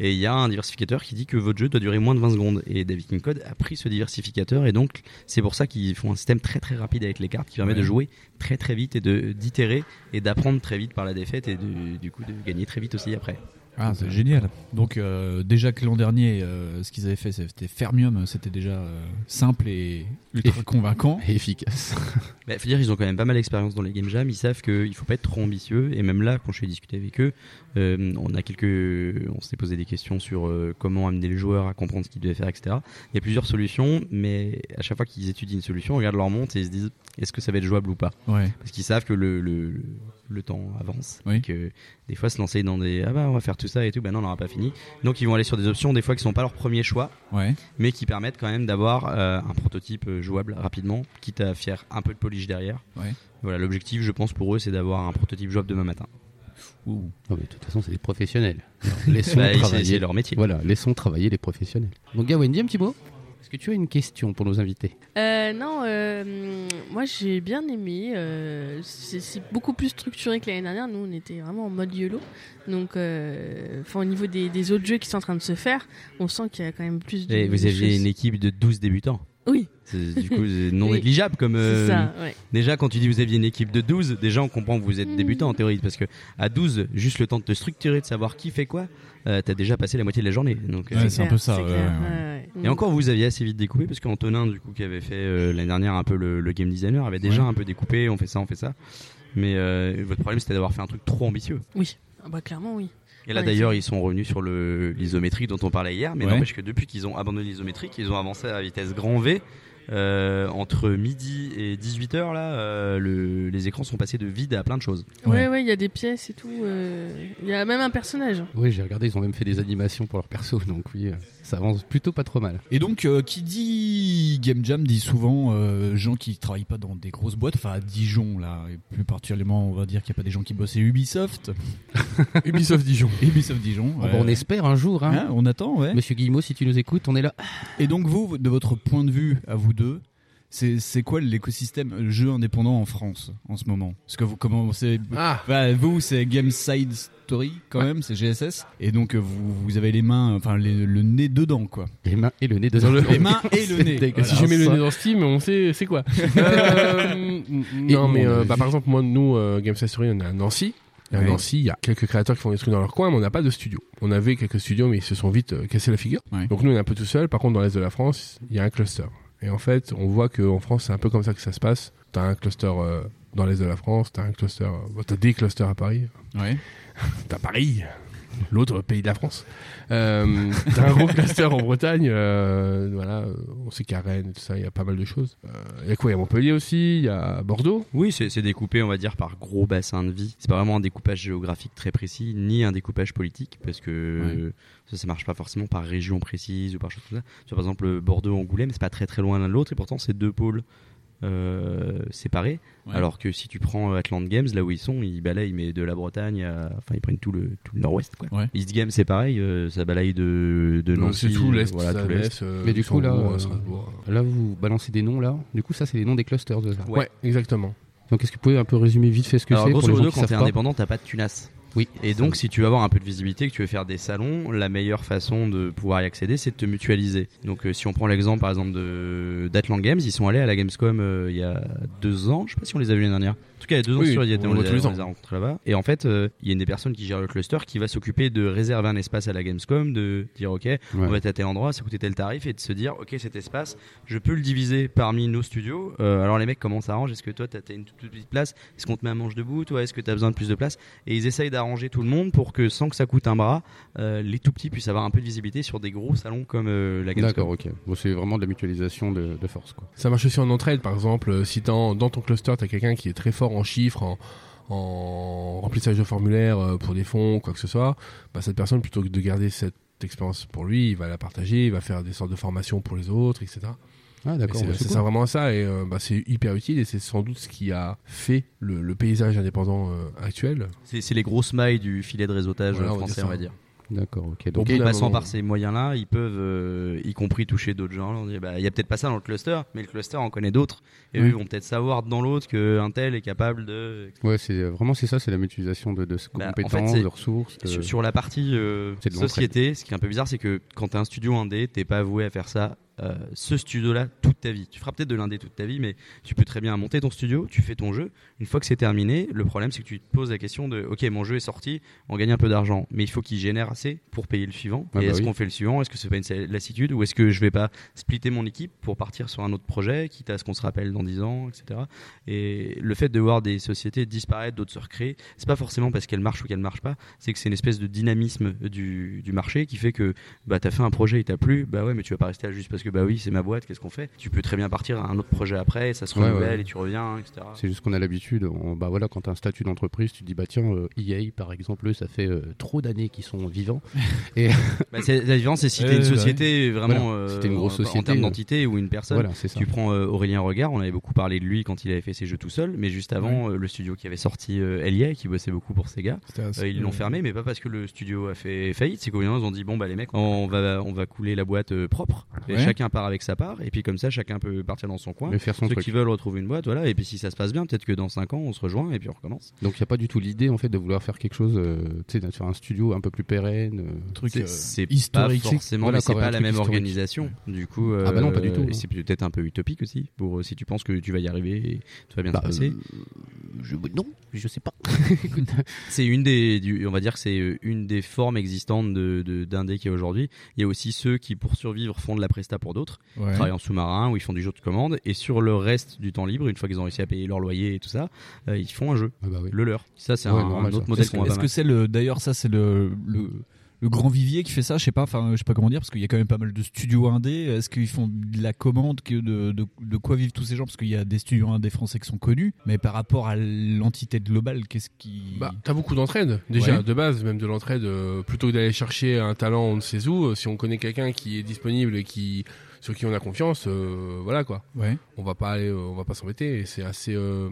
Speaker 10: Et il y a un diversificateur qui dit que votre jeu doit durer moins de 20 secondes. Et David King Code a pris ce diversificateur et donc c'est pour ça qu'ils font un système très très rapide avec les cartes qui permet
Speaker 8: Ouais.
Speaker 10: de jouer très très vite et de d'itérer et d'apprendre très vite par la défaite et de- du coup de gagner très vite aussi après.
Speaker 8: Ah, c'est génial. Donc euh, déjà que l'an dernier, euh, ce qu'ils avaient fait, c'était Fermium, c'était déjà euh, simple et ultra convaincant.
Speaker 4: Et efficace.
Speaker 10: Bah, faut dire, ils ont quand même pas mal d'expérience dans les game jams. Ils savent qu'il faut pas être trop ambitieux. Et même là, quand je suis discuté avec eux, euh, on a quelques, on s'est posé des questions sur euh, comment amener les joueurs à comprendre ce qu'ils devaient faire, etc. Il y a plusieurs solutions, mais à chaque fois qu'ils étudient une solution, ils regardent leur montre et ils se disent est-ce que ça va être jouable ou pas.
Speaker 8: Ouais.
Speaker 10: Parce qu'ils savent que le, le, le temps avance,
Speaker 8: Oui.
Speaker 10: et que des fois se lancer dans des ah bah on va faire tout ça et tout, bah non on n'aura pas fini. Donc ils vont aller sur des options des fois qui sont pas leur premier choix,
Speaker 8: Ouais.
Speaker 10: mais qui permettent quand même d'avoir euh, un prototype euh, jouable rapidement, quitte à faire un peu de polish derrière.
Speaker 8: Ouais.
Speaker 10: Voilà, l'objectif, je pense, pour eux, c'est d'avoir un prototype jouable demain matin.
Speaker 4: Non, mais de toute façon, c'est des professionnels. Laissons
Speaker 10: Bah, c'est-
Speaker 4: travailler
Speaker 10: c'est leur métier.
Speaker 4: Voilà, laissons travailler les professionnels. Donc, Gawendy, un petit mot Est-ce que tu as une question pour nos invités
Speaker 9: Euh, non, euh, moi j'ai bien aimé. euh, c'est c'est beaucoup plus structuré que l'année dernière. Nous, on était vraiment en mode YOLO. Donc, euh, enfin, au niveau des, des autres jeux qui sont en train de se faire, on sent qu'il y a quand même plus de.
Speaker 10: Et vous aviez
Speaker 9: choses.
Speaker 10: une équipe de 12 débutants.
Speaker 9: Oui.
Speaker 10: C'est- Du coup, c'est non
Speaker 9: Oui.
Speaker 10: négligeable comme.
Speaker 9: C'est
Speaker 10: euh,
Speaker 9: ça, ouais.
Speaker 10: Déjà, quand tu dis vous aviez une équipe de 12, déjà on comprend que vous êtes débutant en théorie. Parce que à 12, juste le temps de te structurer, de savoir qui fait quoi, euh, t'as déjà passé la moitié de la journée. Donc, euh,
Speaker 8: Ouais, C'est c'est un clair, peu ça, c'est ouais, clair, ouais, ouais. ouais.
Speaker 10: Et encore,
Speaker 9: Mm.
Speaker 10: vous aviez assez vite découpé. Parce qu'Antonin, du coup, qui avait fait euh, l'année dernière un peu le, le game designer, avait déjà
Speaker 9: Ouais.
Speaker 10: un peu découpé on fait ça, on fait ça. Mais euh, votre problème, c'était d'avoir fait un truc trop ambitieux.
Speaker 9: Oui, Ah bah, clairement, oui.
Speaker 10: Et là
Speaker 9: Ouais,
Speaker 10: d'ailleurs ils sont revenus sur le- l'isométrique dont on parlait hier, mais
Speaker 8: Ouais.
Speaker 10: n'empêche que depuis qu'ils ont abandonné l'isométrique, ils ont avancé à vitesse grand V. Euh, entre midi et 18h là, euh, le- les écrans sont passés de vide à plein de choses.
Speaker 9: Ouais, ouais, il y a des pièces et tout. euh, Il y a même un personnage.
Speaker 4: Oui, j'ai regardé, ils ont même fait des animations pour leur perso, donc oui, euh, ça avance plutôt pas trop mal.
Speaker 8: Et donc, euh, qui dit Game Jam dit souvent euh, gens qui travaillent pas dans des grosses boîtes, enfin à Dijon là, et plus particulièrement on va dire qu'il n'y a pas des gens qui bossent, et Ubisoft. Ubisoft Dijon. Ubisoft Dijon.
Speaker 4: Oh, bah, on espère un jour, hein.
Speaker 8: on attend, ouais.
Speaker 4: Monsieur Guillemot, si tu nous écoutes, on est là.
Speaker 8: Et donc vous, de votre point de vue, à vous deux, c'est c'est quoi l'écosystème euh, jeu indépendant en France en ce moment Parce que vous commencez,
Speaker 17: Ah.
Speaker 8: Bah, vous c'est Game Side Story quand même, c'est GSS, et donc euh, vous, vous avez les mains, enfin les- le nez dedans quoi.
Speaker 4: Les mains et le nez
Speaker 8: dedans. Les mains et le
Speaker 17: C'est
Speaker 8: nez.
Speaker 17: dégueulasse. Si je mets le nez dans Steam, on sait c'est quoi. Euh, non,
Speaker 8: Et
Speaker 17: mais
Speaker 8: on
Speaker 17: euh,
Speaker 8: a
Speaker 17: bah,
Speaker 8: vu.
Speaker 17: par exemple, moi, nous, euh, Games Story, on est à Nancy. Et à
Speaker 8: Ouais.
Speaker 17: Nancy, il y a quelques créateurs qui font des trucs dans leur coin, mais on n'a pas de studio. On avait quelques studios, mais ils se sont vite euh, cassés la figure. Donc nous, on est un peu tout seul. Par contre, dans l'Est de la France, il y a un cluster. Et en fait, on voit qu'en France, c'est un peu comme ça que ça se passe. T'as un cluster euh, dans l'Est de la France, t'as un cluster, euh, t'as des clusters à Paris.
Speaker 8: Ouais.
Speaker 17: t'as Paris, l'autre pays de la France. Euh, t'as un gros cluster en Bretagne, euh, voilà, euh, on sait qu'à Rennes, et tout ça, il y a pas mal de choses. Euh, Il y a quoi Il y a Montpellier aussi, il y a Bordeaux.
Speaker 10: Oui, c'est c'est découpé, on va dire, par gros bassins de vie. C'est pas vraiment un découpage géographique très précis, ni un découpage politique, parce que euh, ça, ça marche pas forcément par région précise ou par choses comme ça. Tu vois, par exemple, Bordeaux-Angoulême, c'est pas très très loin l'un de l'autre, et pourtant, c'est deux pôles euh, séparés.
Speaker 8: Ouais.
Speaker 10: Alors que si tu prends euh, Atlant Games, là où ils sont, ils balayent, mais de la Bretagne à. Enfin, ils prennent tout le, tout le nord-ouest, quoi.
Speaker 8: Ouais.
Speaker 10: East Games, c'est pareil, euh, ça balaye de, de
Speaker 17: Non,
Speaker 10: Nancy.
Speaker 17: Euh, c'est tout l'Est,
Speaker 10: voilà,
Speaker 17: ça,
Speaker 10: tout
Speaker 17: l'Est, euh,
Speaker 4: Mais du coup, là,
Speaker 17: Luxembourg,
Speaker 4: euh,
Speaker 17: Strasbourg.
Speaker 4: là, vous balancez des noms, là. Du coup, ça, c'est les noms des clusters de ça.
Speaker 10: Ouais.
Speaker 17: exactement.
Speaker 4: Donc, est-ce que vous pouvez un peu résumer vite fait ce que
Speaker 10: Alors,
Speaker 4: c'est pour
Speaker 10: grosso
Speaker 4: les gens
Speaker 10: modo,
Speaker 4: qui
Speaker 10: quand
Speaker 4: savent
Speaker 10: t'es
Speaker 4: pas
Speaker 10: indépendant, t'as pas de tunas.
Speaker 4: Oui.
Speaker 10: Et donc, si tu veux avoir un peu de visibilité, que tu veux faire des salons, la meilleure façon de pouvoir y accéder, c'est de te mutualiser. Donc, euh, si on prend l'exemple, par exemple, de d'Atlan Games, ils sont allés à la Gamescom euh, il y a deux ans. Je sais pas si on les a vus l'année dernière. En tout cas, il y a deux ans,
Speaker 8: Oui,
Speaker 10: c'est sûr, ils
Speaker 8: on
Speaker 10: étaient-
Speaker 8: les
Speaker 10: on,
Speaker 8: voit
Speaker 10: les a,
Speaker 8: tous les
Speaker 10: on
Speaker 8: ans.
Speaker 10: les a rencontrés là-bas. Et en fait, euh, il y a une des personnes qui gère le cluster qui va s'occuper de réserver un espace à la Gamescom, de dire OK, on va être à tel endroit, ça coûtait tel tarif, et de se dire OK, cet espace, je peux le diviser parmi nos studios. Euh, alors les mecs, comment ça arrange Est-ce que toi, t'as t'as une toute toute petite place Est-ce qu'on te met un manche debout Toi, est-ce que t'as besoin de plus de place Et ils essayent d'arranger tout le monde pour que, sans que ça coûte un bras, euh, les tout petits puissent avoir un peu de visibilité sur des gros salons comme euh, la Gamescom.
Speaker 4: D'accord, ok. Bon, c'est vraiment de la mutualisation de, de force, quoi.
Speaker 17: Ça marche aussi en entraide, par exemple, euh, si t'en- dans ton cluster, tu as quelqu'un qui est très fort en chiffres, en, en remplissage de formulaires euh, pour des fonds, quoi que ce soit, bah, cette personne, plutôt que de garder cette expérience pour lui, il va la partager, il va faire des sortes de formations pour les autres, etc.
Speaker 4: Ah, d'accord,
Speaker 17: Mais
Speaker 4: bah,
Speaker 17: C'est c'est
Speaker 4: c'est cool.
Speaker 17: ça, vraiment ça et euh, bah, c'est hyper utile et c'est sans doute ce qui a fait le, le paysage indépendant euh, actuel.
Speaker 10: C'est c'est les grosses mailles du filet de réseautage euh,
Speaker 17: Voilà, on va
Speaker 10: français,
Speaker 17: dire
Speaker 10: on
Speaker 17: ça.
Speaker 10: va dire.
Speaker 4: D'accord, ok.
Speaker 10: Donc,
Speaker 4: Donc,
Speaker 10: en
Speaker 4: au bout d'un
Speaker 10: passant
Speaker 4: moment-
Speaker 10: par ces moyens-là, ils peuvent, euh, y compris toucher d'autres gens. On dit, bah, Il y a peut-être pas ça dans le cluster, mais le cluster en connaît d'autres. Et
Speaker 4: Oui.
Speaker 10: eux, ils vont peut-être savoir dans l'autre qu'un tel est capable de.
Speaker 4: Ouais, c'est euh, vraiment c'est ça, c'est la mutualisation de, de
Speaker 10: Bah, en fait,
Speaker 4: compétences,
Speaker 10: c'est-
Speaker 4: de ressources. de-
Speaker 10: Sur, sur la partie euh,
Speaker 4: C'est de l'entraide.
Speaker 10: société, ce qui est un peu bizarre, c'est que quand t'es un studio indé, t'es pas avoué à faire ça. euh, ce studio-là toute ta vie. Tu feras peut-être de l'indé toute ta vie, mais tu peux très bien monter ton studio, tu fais ton jeu. Une fois que c'est terminé, le problème c'est que tu te poses la question de ok, mon jeu est sorti, on gagne un peu d'argent, mais il faut qu'il génère assez pour payer le suivant.
Speaker 4: Ah
Speaker 10: et
Speaker 4: bah
Speaker 10: est-ce
Speaker 4: oui.
Speaker 10: qu'on fait le suivant Est-ce que c'est pas une lassitude ou est-ce que je vais pas splitter mon équipe pour partir sur un autre projet, quitte à ce qu'on se rappelle dans 10 ans, etc. Et le fait de voir des sociétés disparaître, d'autres se recréer, c'est pas forcément parce qu'elles marchent ou qu'elles marchent pas, c'est que c'est une espèce de dynamisme du, du marché qui fait que bah t'as fait un projet, il t'a plu, bah ouais, mais tu vas pas rester là juste parce que bah oui, c'est ma boîte, qu'est-ce qu'on fait Tu peux très bien partir à un autre projet après, ça se
Speaker 4: Ouais,
Speaker 10: renouvelle
Speaker 4: ouais.
Speaker 10: et tu reviens, etc.
Speaker 4: C'est juste qu'on a l'habitude. on- Bah voilà, quand t'as un statut d'entreprise, tu te dis bah tiens, euh, EA par exemple, eux, ça fait euh, trop d'années qu'ils sont vivants. Et
Speaker 10: Bah, c'est- la différence, c'est si t'es
Speaker 4: Euh,
Speaker 10: une
Speaker 4: bah
Speaker 10: société
Speaker 4: ouais.
Speaker 10: vraiment
Speaker 4: Voilà,
Speaker 10: euh,
Speaker 4: si t'es une grosse
Speaker 10: en- en
Speaker 4: société,
Speaker 10: termes
Speaker 4: euh,
Speaker 10: d'entité ou une personne.
Speaker 4: Voilà, c'est ça.
Speaker 10: Tu prends euh, Aurélien Regard, on avait beaucoup parlé de lui quand il avait fait ses jeux tout seul, mais juste avant, euh, le studio qui avait sorti euh, Elia, qui bossait beaucoup pour Sega,
Speaker 4: C'était assez-
Speaker 10: euh, ils l'ont
Speaker 4: euh,
Speaker 10: fermé, mais pas parce que le studio a fait faillite, c'est qu'au bout d'un moment, ils ont dit bon bah les mecs, on va on va couler la boîte euh, propre, et
Speaker 4: Ouais.
Speaker 10: chacun part avec sa part, et puis comme ça, chacun peut partir dans son coin.
Speaker 4: Et faire son
Speaker 10: Ceux
Speaker 4: truc.
Speaker 10: qui veulent retrouver une boîte, voilà, et puis si ça se passe bien, peut-être que dans 5 ans, on se rejoint et puis on recommence.
Speaker 4: Donc il n'y a pas du tout l'idée en fait de vouloir faire quelque chose, euh, tu sais, de faire un studio un peu plus pérenne, euh,
Speaker 10: C'est- c'est pas forcément
Speaker 4: Voilà,
Speaker 10: mais c'est
Speaker 4: quand même
Speaker 10: pas
Speaker 4: un
Speaker 10: la
Speaker 4: truc
Speaker 10: même
Speaker 4: historique.
Speaker 10: organisation du coup
Speaker 4: ah bah non pas
Speaker 10: euh,
Speaker 4: du tout.
Speaker 10: et c'est peut-être un peu utopique aussi pour euh, si tu penses que tu vas y arriver et tout va bien
Speaker 4: Bah,
Speaker 10: se passer
Speaker 4: je, non je sais pas
Speaker 10: c'est une des du- on va dire que c'est euh, une des formes existantes de de- d'indé qui est aujourd'hui il y a aussi ceux qui pour survivre font de la presta pour d'autres
Speaker 4: Ouais.
Speaker 10: travaillent en sous-marin ou ils font du jeu de commande et sur le reste du temps libre une fois qu'ils ont réussi à payer leur loyer et tout ça euh, ils font un jeu le leur ça c'est
Speaker 4: Ah bah Ouais,
Speaker 10: un,
Speaker 4: normal,
Speaker 10: un autre
Speaker 4: ça.
Speaker 10: modèle
Speaker 4: Est-ce
Speaker 10: qu'on
Speaker 4: que-
Speaker 10: voit pas
Speaker 4: est-ce
Speaker 10: mal.
Speaker 4: que
Speaker 8: que c'est le d'ailleurs ça c'est le, le le grand vivier qui fait ça je sais pas enfin je sais pas comment dire parce qu'il y a quand même pas mal de studios indés est-ce qu'ils font de la commande que de, de, de quoi vivent tous ces gens parce qu'il y a des studios indés français qui sont connus mais par rapport à l'entité globale qu'est-ce qui
Speaker 17: Bah, t'as beaucoup d'entraide déjà
Speaker 8: Ouais.
Speaker 17: de base, même de l'entraide. euh, plutôt que d'aller chercher un talent on ne sait où, euh, si on connaît quelqu'un qui est disponible et qui sur qui on a confiance, euh, voilà quoi.
Speaker 8: Ouais.
Speaker 17: On va pas aller, euh, on va pas s'embêter. et C'est assez. euh,